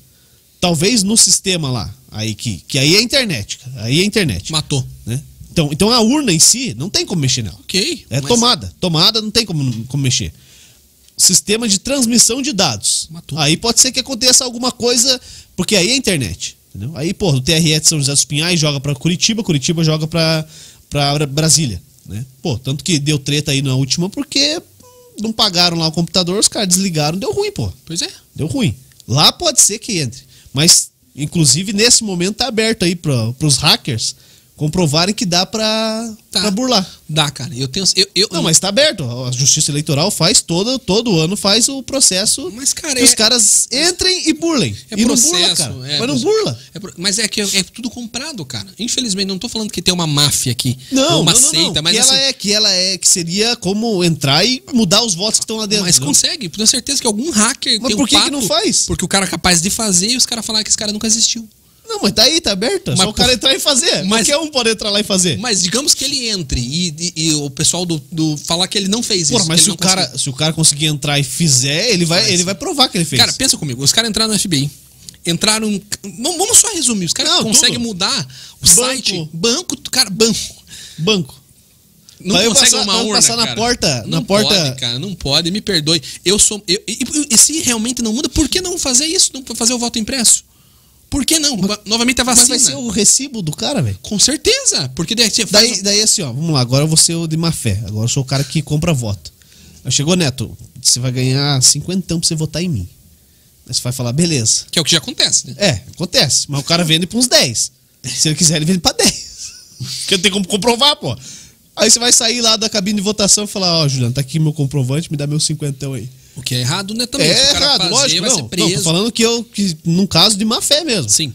[SPEAKER 1] Talvez no sistema lá, aí que, que aí é a internet, cara. Aí é a internet.
[SPEAKER 3] Matou.
[SPEAKER 1] né? Então, então a urna em si não tem como mexer nela.
[SPEAKER 3] Ok.
[SPEAKER 1] É
[SPEAKER 3] mas
[SPEAKER 1] tomada. Tomada não tem como, como mexer. Sistema de transmissão de dados.
[SPEAKER 3] Matou.
[SPEAKER 1] Aí pode ser que aconteça alguma coisa, porque aí é internet. Entendeu? Aí, pô, o TRE de São José dos Pinhais joga pra Curitiba, Curitiba joga pra, pra Bra- Brasília. Né? Pô, tanto que deu treta aí na última, porque não pagaram lá o computador, os caras desligaram, deu ruim, pô.
[SPEAKER 3] Pois é.
[SPEAKER 1] Deu ruim. Lá pode ser que entre. Mas, inclusive, nesse momento tá aberto aí pra, pros hackers comprovarem que dá pra,
[SPEAKER 3] Tá.
[SPEAKER 1] pra burlar.
[SPEAKER 3] Dá, cara. Eu tenho. Eu, eu,
[SPEAKER 1] Não, mas tá aberto. A Justiça Eleitoral faz todo, todo ano faz o processo.
[SPEAKER 3] Mas, cara,
[SPEAKER 1] que
[SPEAKER 3] é-
[SPEAKER 1] os caras entrem e burlem.
[SPEAKER 3] É
[SPEAKER 1] e
[SPEAKER 3] processo,
[SPEAKER 1] não burla, cara.
[SPEAKER 3] é,
[SPEAKER 1] mas não
[SPEAKER 3] mas-
[SPEAKER 1] burla.
[SPEAKER 3] É pro- mas é que é tudo comprado, cara. Infelizmente, não tô falando que tem uma máfia aqui.
[SPEAKER 1] Não,
[SPEAKER 3] uma
[SPEAKER 1] não, não,
[SPEAKER 3] seita,
[SPEAKER 1] não.
[SPEAKER 3] mas
[SPEAKER 1] que
[SPEAKER 3] assim,
[SPEAKER 1] ela é, que ela é, que seria como entrar e mudar os votos que estão lá dentro. né?
[SPEAKER 3] Mas
[SPEAKER 1] entendeu?
[SPEAKER 3] consegue, tenho certeza que algum hacker.
[SPEAKER 1] Mas
[SPEAKER 3] tem
[SPEAKER 1] por
[SPEAKER 3] um
[SPEAKER 1] que que
[SPEAKER 3] pato,
[SPEAKER 1] não faz?
[SPEAKER 3] Porque o cara é capaz de fazer e os caras falaram que esse cara nunca existiu.
[SPEAKER 1] Não, mas tá aí, tá aberto. É
[SPEAKER 3] Mas
[SPEAKER 1] só o cara
[SPEAKER 3] por-
[SPEAKER 1] entrar e fazer.
[SPEAKER 3] Mas-
[SPEAKER 1] Qualquer um pode entrar lá e fazer.
[SPEAKER 3] Mas digamos que ele entre e, e- e o pessoal do, do falar que ele não fez
[SPEAKER 1] Porra,
[SPEAKER 3] isso.
[SPEAKER 1] mas
[SPEAKER 3] que
[SPEAKER 1] se
[SPEAKER 3] ele
[SPEAKER 1] o,
[SPEAKER 3] não conseguiu.
[SPEAKER 1] cara, se o cara conseguir entrar e fizer, ele vai,
[SPEAKER 3] Faz.
[SPEAKER 1] ele vai provar que ele fez.
[SPEAKER 3] Cara, pensa comigo, os caras entraram no FBI. Entraram. v- Vamos só resumir. Os caras
[SPEAKER 1] Não,
[SPEAKER 3] conseguem
[SPEAKER 1] tudo.
[SPEAKER 3] mudar o site. Banco, cara, banco.
[SPEAKER 1] Banco.
[SPEAKER 3] Não
[SPEAKER 1] Vai eu
[SPEAKER 3] consegue
[SPEAKER 1] passar-
[SPEAKER 3] uma
[SPEAKER 1] vai eu
[SPEAKER 3] urna,
[SPEAKER 1] passar na
[SPEAKER 3] cara.
[SPEAKER 1] porta-
[SPEAKER 3] Não
[SPEAKER 1] na porta-
[SPEAKER 3] pode, cara. Não pode, me perdoe. Eu sou. eu- e, e- e se realmente não muda, por que não fazer isso? Não fazer o voto impresso? Por que não? Novamente a
[SPEAKER 1] Mas
[SPEAKER 3] vacina.
[SPEAKER 1] vai ser o recibo do cara, velho.
[SPEAKER 3] Com certeza. Porque daí você faz
[SPEAKER 1] Daí, daí assim, ó, vamos lá, agora eu vou ser o de má fé. Agora eu sou o cara que compra voto. Aí chegou, Neto, você vai ganhar cinquentão pra você votar em mim. Aí você vai falar, beleza.
[SPEAKER 3] um- Que é o que já acontece, né?
[SPEAKER 1] É, acontece. Mas o cara vende pra uns 10. Se ele quiser, ele vende pra 10. Porque não tem como comprovar, pô. Aí você vai sair lá da cabine de votação e falar, ó, Juliano, tá aqui meu comprovante, me dá meu cinquentão aí.
[SPEAKER 3] O que é errado, né? Também. Se
[SPEAKER 1] é
[SPEAKER 3] o cara
[SPEAKER 1] errado,
[SPEAKER 3] fazer,
[SPEAKER 1] lógico,
[SPEAKER 3] vai
[SPEAKER 1] não.
[SPEAKER 3] ser
[SPEAKER 1] Não, tô
[SPEAKER 3] preso.
[SPEAKER 1] falando que eu, que, num caso de má fé mesmo.
[SPEAKER 3] Sim.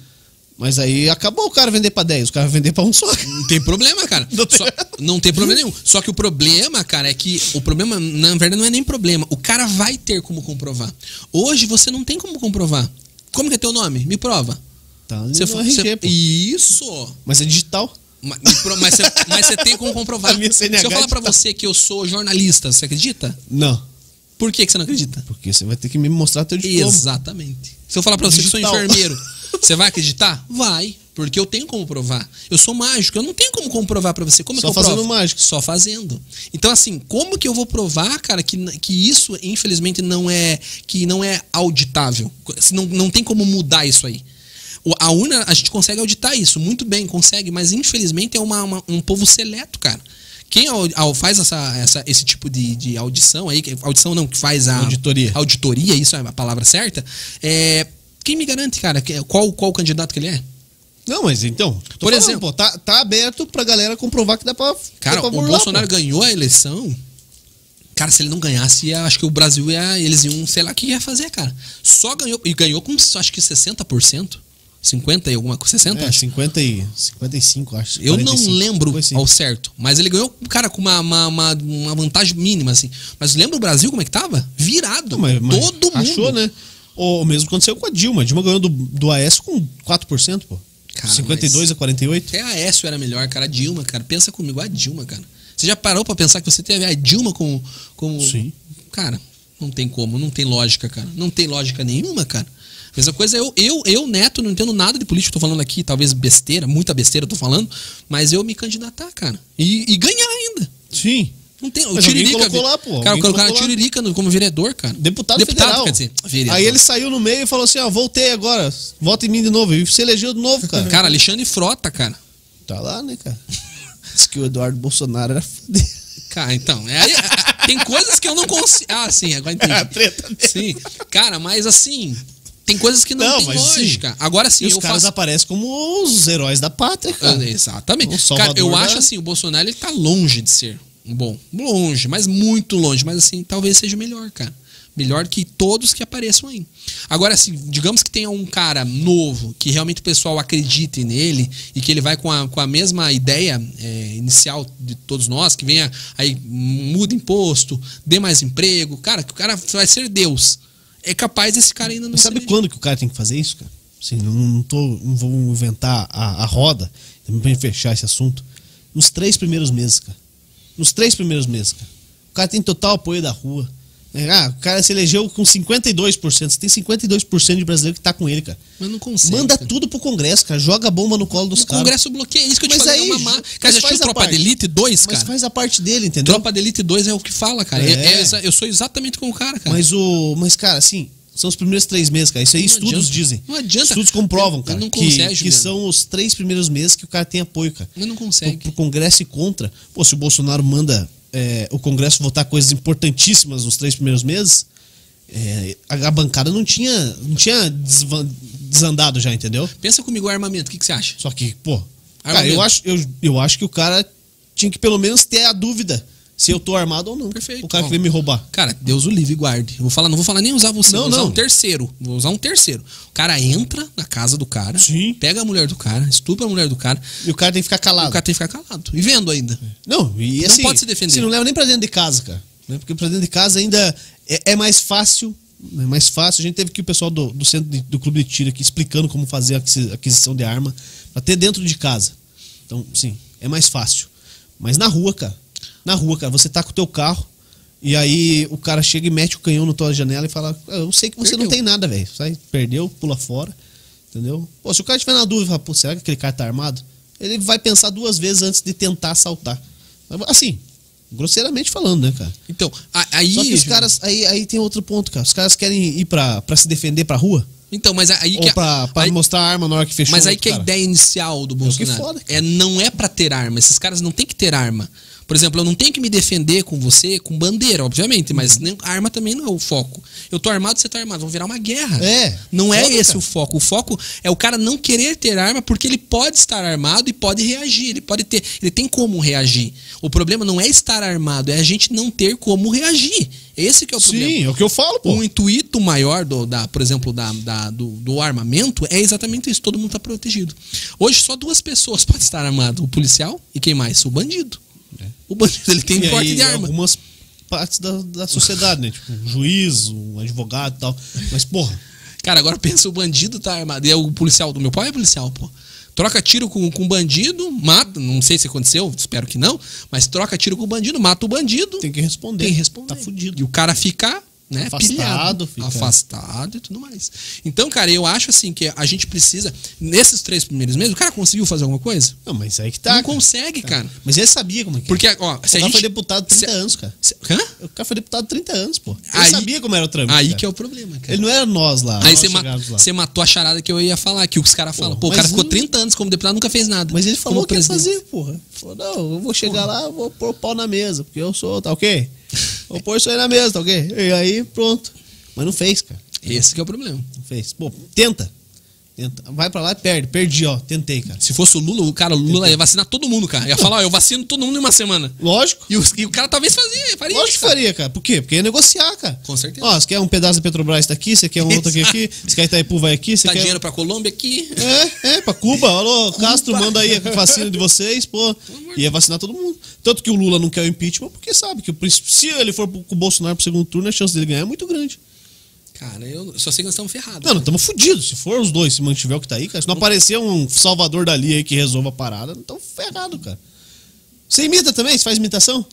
[SPEAKER 1] Mas aí acabou o cara vender pra 10, o cara vai vender pra um só.
[SPEAKER 3] Não tem problema, cara.
[SPEAKER 1] Não tem-
[SPEAKER 3] Só- não tem problema nenhum. Só que o problema, cara, é que o problema, na verdade, não é nem problema. O cara vai ter como comprovar. Hoje você não tem como comprovar. Como que é teu nome? Me prova.
[SPEAKER 1] Tá,
[SPEAKER 3] Você
[SPEAKER 1] no
[SPEAKER 3] fa-
[SPEAKER 1] RG,
[SPEAKER 3] você-
[SPEAKER 1] pô.
[SPEAKER 3] Isso!
[SPEAKER 1] Mas é digital.
[SPEAKER 3] Ma- me pro- Mas você mas você tem como comprovar.
[SPEAKER 1] A minha
[SPEAKER 3] Se
[SPEAKER 1] CNH
[SPEAKER 3] eu falar pra
[SPEAKER 1] digital.
[SPEAKER 3] você que eu sou jornalista, você acredita?
[SPEAKER 1] Não.
[SPEAKER 3] Por que, que você não acredita?
[SPEAKER 1] Porque você vai ter que me mostrar teu diploma.
[SPEAKER 3] Exatamente. Se eu falar pra você que eu sou
[SPEAKER 1] Digital.
[SPEAKER 3] enfermeiro, você vai acreditar? Vai. Porque eu tenho como provar. Eu sou mágico, eu não tenho como comprovar pra você. Como é
[SPEAKER 1] Só
[SPEAKER 3] que eu
[SPEAKER 1] fazendo
[SPEAKER 3] provo?
[SPEAKER 1] mágico.
[SPEAKER 3] Só fazendo. Então, assim, como que eu vou provar, cara, que, que isso, infelizmente, não é que não é auditável? Se Não, não tem como mudar isso aí. O- A urna, a gente consegue auditar isso, muito bem, consegue, mas infelizmente é uma- uma- um povo seleto, cara. Quem au- au- faz essa- essa- esse tipo de, de audição aí, que- audição não, que faz a
[SPEAKER 1] Auditoria.
[SPEAKER 3] auditoria, isso é a palavra certa, é, quem me garante, cara, que- qual, qual o candidato que ele é?
[SPEAKER 1] Não, mas então. tô
[SPEAKER 3] Por exemplo.
[SPEAKER 1] pô, tá, tá aberto pra galera comprovar que dá pra.
[SPEAKER 3] Cara,
[SPEAKER 1] dá pra
[SPEAKER 3] o
[SPEAKER 1] burlar,
[SPEAKER 3] Bolsonaro
[SPEAKER 1] pô.
[SPEAKER 3] ganhou a eleição. Cara, se ele não ganhasse, ia- acho que o Brasil ia. Eles iam, sei lá o que ia fazer, cara. Só ganhou. E ganhou com acho que 60%. 50% e alguma coisa. 60%?
[SPEAKER 1] É, 50 e, 55, acho.
[SPEAKER 3] Eu não
[SPEAKER 1] 45,
[SPEAKER 3] lembro
[SPEAKER 1] coisa assim.
[SPEAKER 3] ao certo. Mas ele ganhou, cara, com uma, uma, uma, uma vantagem mínima, assim. Mas lembra o Brasil como é que tava? Virado.
[SPEAKER 1] Não, mas- mas
[SPEAKER 3] Todo mundo.
[SPEAKER 1] Achou, né? O mesmo aconteceu com a Dilma. A Dilma ganhou do, do Aécio com 4%, pô.
[SPEAKER 3] Cara,
[SPEAKER 1] 52
[SPEAKER 3] mas-
[SPEAKER 1] a 48.
[SPEAKER 3] Até a Aécio era melhor, cara. A Dilma, cara. Pensa comigo, a Dilma, cara. Você já parou pra pensar que você teve a Dilma como. como...
[SPEAKER 1] Sim.
[SPEAKER 3] Cara, não tem como, não tem lógica, cara. Não tem lógica nenhuma, cara. Mesma coisa, eu, eu, eu, neto, não entendo nada de política, tô falando aqui, talvez besteira, muita besteira eu tô falando, mas eu me candidatar, cara. E, e ganhar ainda.
[SPEAKER 1] Sim.
[SPEAKER 3] Não tem. O
[SPEAKER 1] Mas alguém
[SPEAKER 3] Tiririca.
[SPEAKER 1] colocou
[SPEAKER 3] vi-
[SPEAKER 1] lá, pô,
[SPEAKER 3] Cara,
[SPEAKER 1] alguém
[SPEAKER 3] colocaram o
[SPEAKER 1] colocou lá.
[SPEAKER 3] Tiririca no- como vereador, cara.
[SPEAKER 1] Deputado, federal.
[SPEAKER 3] quer dizer, vereador.
[SPEAKER 1] Aí ele saiu no meio e falou assim, ó, voltei agora. Vota em mim de novo. E se elegeu de novo, cara.
[SPEAKER 3] Cara, Alexandre Frota, cara.
[SPEAKER 1] Tá lá, né, cara? Diz que o Eduardo Bolsonaro era foder.
[SPEAKER 3] Cara, então, é, aí- é- tem coisas que eu não consigo. Ah, sim, agora entendi.
[SPEAKER 1] É a treta dele.
[SPEAKER 3] Sim. Cara, mas assim, tem coisas que não,
[SPEAKER 1] Não,
[SPEAKER 3] tem
[SPEAKER 1] mas sim.
[SPEAKER 3] lógica. Agora sim,
[SPEAKER 1] E os
[SPEAKER 3] eu
[SPEAKER 1] caras
[SPEAKER 3] faço.
[SPEAKER 1] aparecem como os heróis da pátria, cara.
[SPEAKER 3] Ah, Exatamente.
[SPEAKER 1] É. O
[SPEAKER 3] Cara,
[SPEAKER 1] Salvador é-
[SPEAKER 3] eu
[SPEAKER 1] da-
[SPEAKER 3] acho assim, o Bolsonaro ele tá longe de ser um bom. Longe, mas muito longe. Mas assim, talvez seja o melhor, cara. Melhor que todos que apareçam aí. Agora, assim, digamos que tenha um cara novo que realmente o pessoal acredite nele e que ele vai com a, com a mesma ideia é, inicial de todos nós, que venha aí, muda imposto, dê mais emprego. Cara, que o cara vai ser Deus. É capaz desse cara ainda não
[SPEAKER 1] Mas sabe
[SPEAKER 3] ser
[SPEAKER 1] quando que o cara tem que fazer isso, cara? Assim, não, não tô, não vou inventar a, a roda pra fechar esse assunto. Nos três primeiros meses, cara. Nos três primeiros meses, cara. O cara tem total apoio da rua. É, Ah, o cara se elegeu com 52%. Você tem 52% de brasileiro que tá com ele, cara.
[SPEAKER 3] Mas não consegue.
[SPEAKER 1] Manda
[SPEAKER 3] cara.
[SPEAKER 1] tudo pro Congresso, cara. Joga a bomba no colo dos
[SPEAKER 3] O
[SPEAKER 1] caras.
[SPEAKER 3] Congresso bloqueia. Isso que eu te
[SPEAKER 1] Mas
[SPEAKER 3] falei
[SPEAKER 1] aí,
[SPEAKER 3] é uma má.
[SPEAKER 1] mas
[SPEAKER 3] Cara, já assistiu
[SPEAKER 1] faz a
[SPEAKER 3] Tropa de
[SPEAKER 1] parte.
[SPEAKER 3] Elite 2,
[SPEAKER 1] Mas
[SPEAKER 3] cara?
[SPEAKER 1] faz a parte dele, entendeu?
[SPEAKER 3] Tropa de Elite 2 é o que fala, cara. É-
[SPEAKER 1] É.
[SPEAKER 3] é exa- eu sou exatamente como o cara, cara.
[SPEAKER 1] Mas o. Mas, cara, assim, são os primeiros três meses, cara. Isso aí
[SPEAKER 3] Não
[SPEAKER 1] estudos
[SPEAKER 3] adianta.
[SPEAKER 1] dizem.
[SPEAKER 3] Não adianta.
[SPEAKER 1] Estudos comprovam, cara.
[SPEAKER 3] Não
[SPEAKER 1] que-
[SPEAKER 3] consegue,
[SPEAKER 1] que,
[SPEAKER 3] Juliano.
[SPEAKER 1] são os três primeiros meses que o cara tem apoio, cara.
[SPEAKER 3] Mas não
[SPEAKER 1] Pro,
[SPEAKER 3] consegue.
[SPEAKER 1] pro Congresso e contra. Pô, se o Bolsonaro manda é, o Congresso votar coisas importantíssimas nos três primeiros meses, é, a, a bancada não tinha, não tinha desvan- desandado já, entendeu?
[SPEAKER 3] Pensa comigo o armamento, o que, que você acha?
[SPEAKER 1] Só que, pô. Cara,
[SPEAKER 3] Armamento.
[SPEAKER 1] eu acho, eu, eu acho que o cara tinha que pelo menos ter a dúvida se eu tô armado ou não.
[SPEAKER 3] Perfeito.
[SPEAKER 1] O cara
[SPEAKER 3] Bom.
[SPEAKER 1] que veio me roubar.
[SPEAKER 3] Cara, Deus o livre e guarde. Eu vou falar, não vou falar nem usar você,
[SPEAKER 1] Não,
[SPEAKER 3] vou usar
[SPEAKER 1] não.
[SPEAKER 3] um terceiro. Vou usar um terceiro. O cara entra na casa do cara,
[SPEAKER 1] Sim.
[SPEAKER 3] pega a mulher do cara, estupra a mulher do cara,
[SPEAKER 1] E o cara tem que ficar calado.
[SPEAKER 3] o cara tem que ficar calado. E vendo ainda.
[SPEAKER 1] Não, e
[SPEAKER 3] Não
[SPEAKER 1] assim,
[SPEAKER 3] pode se defender.
[SPEAKER 1] Você não leva nem pra dentro de casa, cara. né? Porque pra dentro de casa ainda é, é mais fácil. É mais fácil. A gente teve que o pessoal do, do centro de- do clube de tiro aqui explicando como fazer a aquisi- aquisição de arma pra ter dentro de casa. Então, sim, é mais fácil. Mas na rua, cara. Na rua, cara, você tá com o teu carro e aí o cara chega e mete o canhão na tua janela e fala: "Ah, Eu sei que você não
[SPEAKER 3] Perdeu.
[SPEAKER 1] tem nada, velho. Sai, perdeu, pula fora. Entendeu? Pô, se o cara tiver na dúvida, fala, pô, será que aquele cara tá armado? Ele vai pensar duas vezes antes de tentar assaltar. Assim, grosseiramente falando, né, cara?
[SPEAKER 3] Então, a- aí.
[SPEAKER 1] Só que os
[SPEAKER 3] Ju-
[SPEAKER 1] caras. Aí, aí tem outro ponto, cara. Os caras querem ir pra, pra se defender pra rua?
[SPEAKER 3] Então, mas aí que.
[SPEAKER 1] ou pra, pra
[SPEAKER 3] aí-
[SPEAKER 1] mostrar a arma na hora que fechou?
[SPEAKER 3] Mas
[SPEAKER 1] o
[SPEAKER 3] aí
[SPEAKER 1] outro
[SPEAKER 3] que é a
[SPEAKER 1] cara?
[SPEAKER 3] ideia inicial do
[SPEAKER 1] o que
[SPEAKER 3] Bolsonaro
[SPEAKER 1] foda, cara.
[SPEAKER 3] é não é pra ter arma. Esses caras não têm que ter arma. Por exemplo, eu não tenho que me defender com você, com bandeira, obviamente, mas
[SPEAKER 1] Uhum.
[SPEAKER 3] nem- arma também não é o foco. Eu tô armado, você tá armado, vão virar uma guerra.
[SPEAKER 1] É.
[SPEAKER 3] Não é
[SPEAKER 1] Foda,
[SPEAKER 3] esse
[SPEAKER 1] cara.
[SPEAKER 3] o foco. O foco é o cara não querer ter arma porque ele pode estar armado e pode reagir. Ele pode ter, ele tem como reagir. O problema não é estar armado, é a gente não ter como reagir. Esse que é o problema
[SPEAKER 1] Sim, é o que eu falo, pô.
[SPEAKER 3] o Um intuito maior do, da, por exemplo, da, da- do, do armamento é exatamente isso. Todo mundo está protegido. Hoje só duas pessoas podem estar armado: o policial e quem mais? O bandido. O bandido ele tem
[SPEAKER 1] É. E
[SPEAKER 3] porte
[SPEAKER 1] aí,
[SPEAKER 3] de arma.
[SPEAKER 1] Algumas partes da, da sociedade, né? Tipo, um juiz, um advogado e tal. Mas, porra,
[SPEAKER 3] Cara, agora pensa o bandido tá armado. E é o policial do meu pai é policial, pô. Troca tiro com com o bandido, mata. Não sei se aconteceu, espero que não. Mas troca tiro com o bandido, mata o bandido.
[SPEAKER 1] tem que responder.
[SPEAKER 3] Tem que responder.
[SPEAKER 1] Tá fudido.
[SPEAKER 3] E o cara fica, né,
[SPEAKER 1] Afastado,
[SPEAKER 3] pilhado,
[SPEAKER 1] fica-
[SPEAKER 3] afastado e tudo mais. Então, cara, eu acho assim que a gente precisa nesses três primeiros meses, o cara conseguiu fazer alguma coisa?
[SPEAKER 1] Não, mas aí que tá.
[SPEAKER 3] Não
[SPEAKER 1] cara.
[SPEAKER 3] consegue, cara.
[SPEAKER 1] Mas ele sabia como é que
[SPEAKER 3] Porque ó, se
[SPEAKER 1] O
[SPEAKER 3] a
[SPEAKER 1] cara
[SPEAKER 3] gente
[SPEAKER 1] foi deputado 30
[SPEAKER 3] se-
[SPEAKER 1] anos, cara.
[SPEAKER 3] se- hã?
[SPEAKER 1] O cara foi deputado 30 anos, pô. Ele
[SPEAKER 3] Aí-
[SPEAKER 1] sabia como era o trâmite.
[SPEAKER 3] Aí
[SPEAKER 1] cara.
[SPEAKER 3] que é o problema, cara.
[SPEAKER 1] Ele não era nós lá.
[SPEAKER 3] Aí
[SPEAKER 1] nós
[SPEAKER 3] você ma-
[SPEAKER 1] chegávamos lá.
[SPEAKER 3] você matou a charada que eu ia falar, que os caras falam,
[SPEAKER 1] Pô,
[SPEAKER 3] pô, o
[SPEAKER 1] mas
[SPEAKER 3] cara ficou
[SPEAKER 1] não-
[SPEAKER 3] 30 anos como deputado, nunca fez nada.
[SPEAKER 1] Mas ele falou
[SPEAKER 3] Como
[SPEAKER 1] o que ia
[SPEAKER 3] presidente.
[SPEAKER 1] fazer, porra. Falou, não, eu vou chegar lá, vou pôr o pau na mesa, porque eu sou, tá ok? Vou pôr isso aí na mesa, tá ok? E aí, pronto. Mas não fez, cara.
[SPEAKER 3] Esse que é o problema.
[SPEAKER 1] Não fez. Pô, tenta. Tenta. Vai pra lá e perde. Perdi, ó. Tentei, cara.
[SPEAKER 3] Se fosse o Lula, o cara, o Lula ia vacinar todo mundo, cara. Ia falar, ó, eu vacino todo mundo em uma semana.
[SPEAKER 1] Lógico.
[SPEAKER 3] E, os- e o cara talvez fazia, faria
[SPEAKER 1] Lógico que
[SPEAKER 3] isso, cara.
[SPEAKER 1] faria, cara. Por quê? Porque ia negociar, cara.
[SPEAKER 3] Com certeza.
[SPEAKER 1] Ó, você quer um pedaço da Petrobras daqui, você quer um outro aqui, aqui, você quer Itaipu, vai aqui, você
[SPEAKER 3] Tá
[SPEAKER 1] quer...
[SPEAKER 3] dinheiro pra Colômbia aqui.
[SPEAKER 1] É, é, pra Cuba. Alô, Castro, manda aí a vacina de vocês, pô. Ia vacinar todo mundo. Tanto que o Lula não quer o impeachment, porque sabe que o princ- se ele for pro- com o Bolsonaro pro segundo turno, a chance dele ganhar é muito grande.
[SPEAKER 3] Cara, eu só sei que nós estamos ferrados.
[SPEAKER 1] Não, não estamos fodidos. Se for os dois, se mantiver o que tá aí, cara. Se não aparecer um salvador dali aí que resolva a parada, não estamos ferrados, cara. Você imita também? Você faz imitação?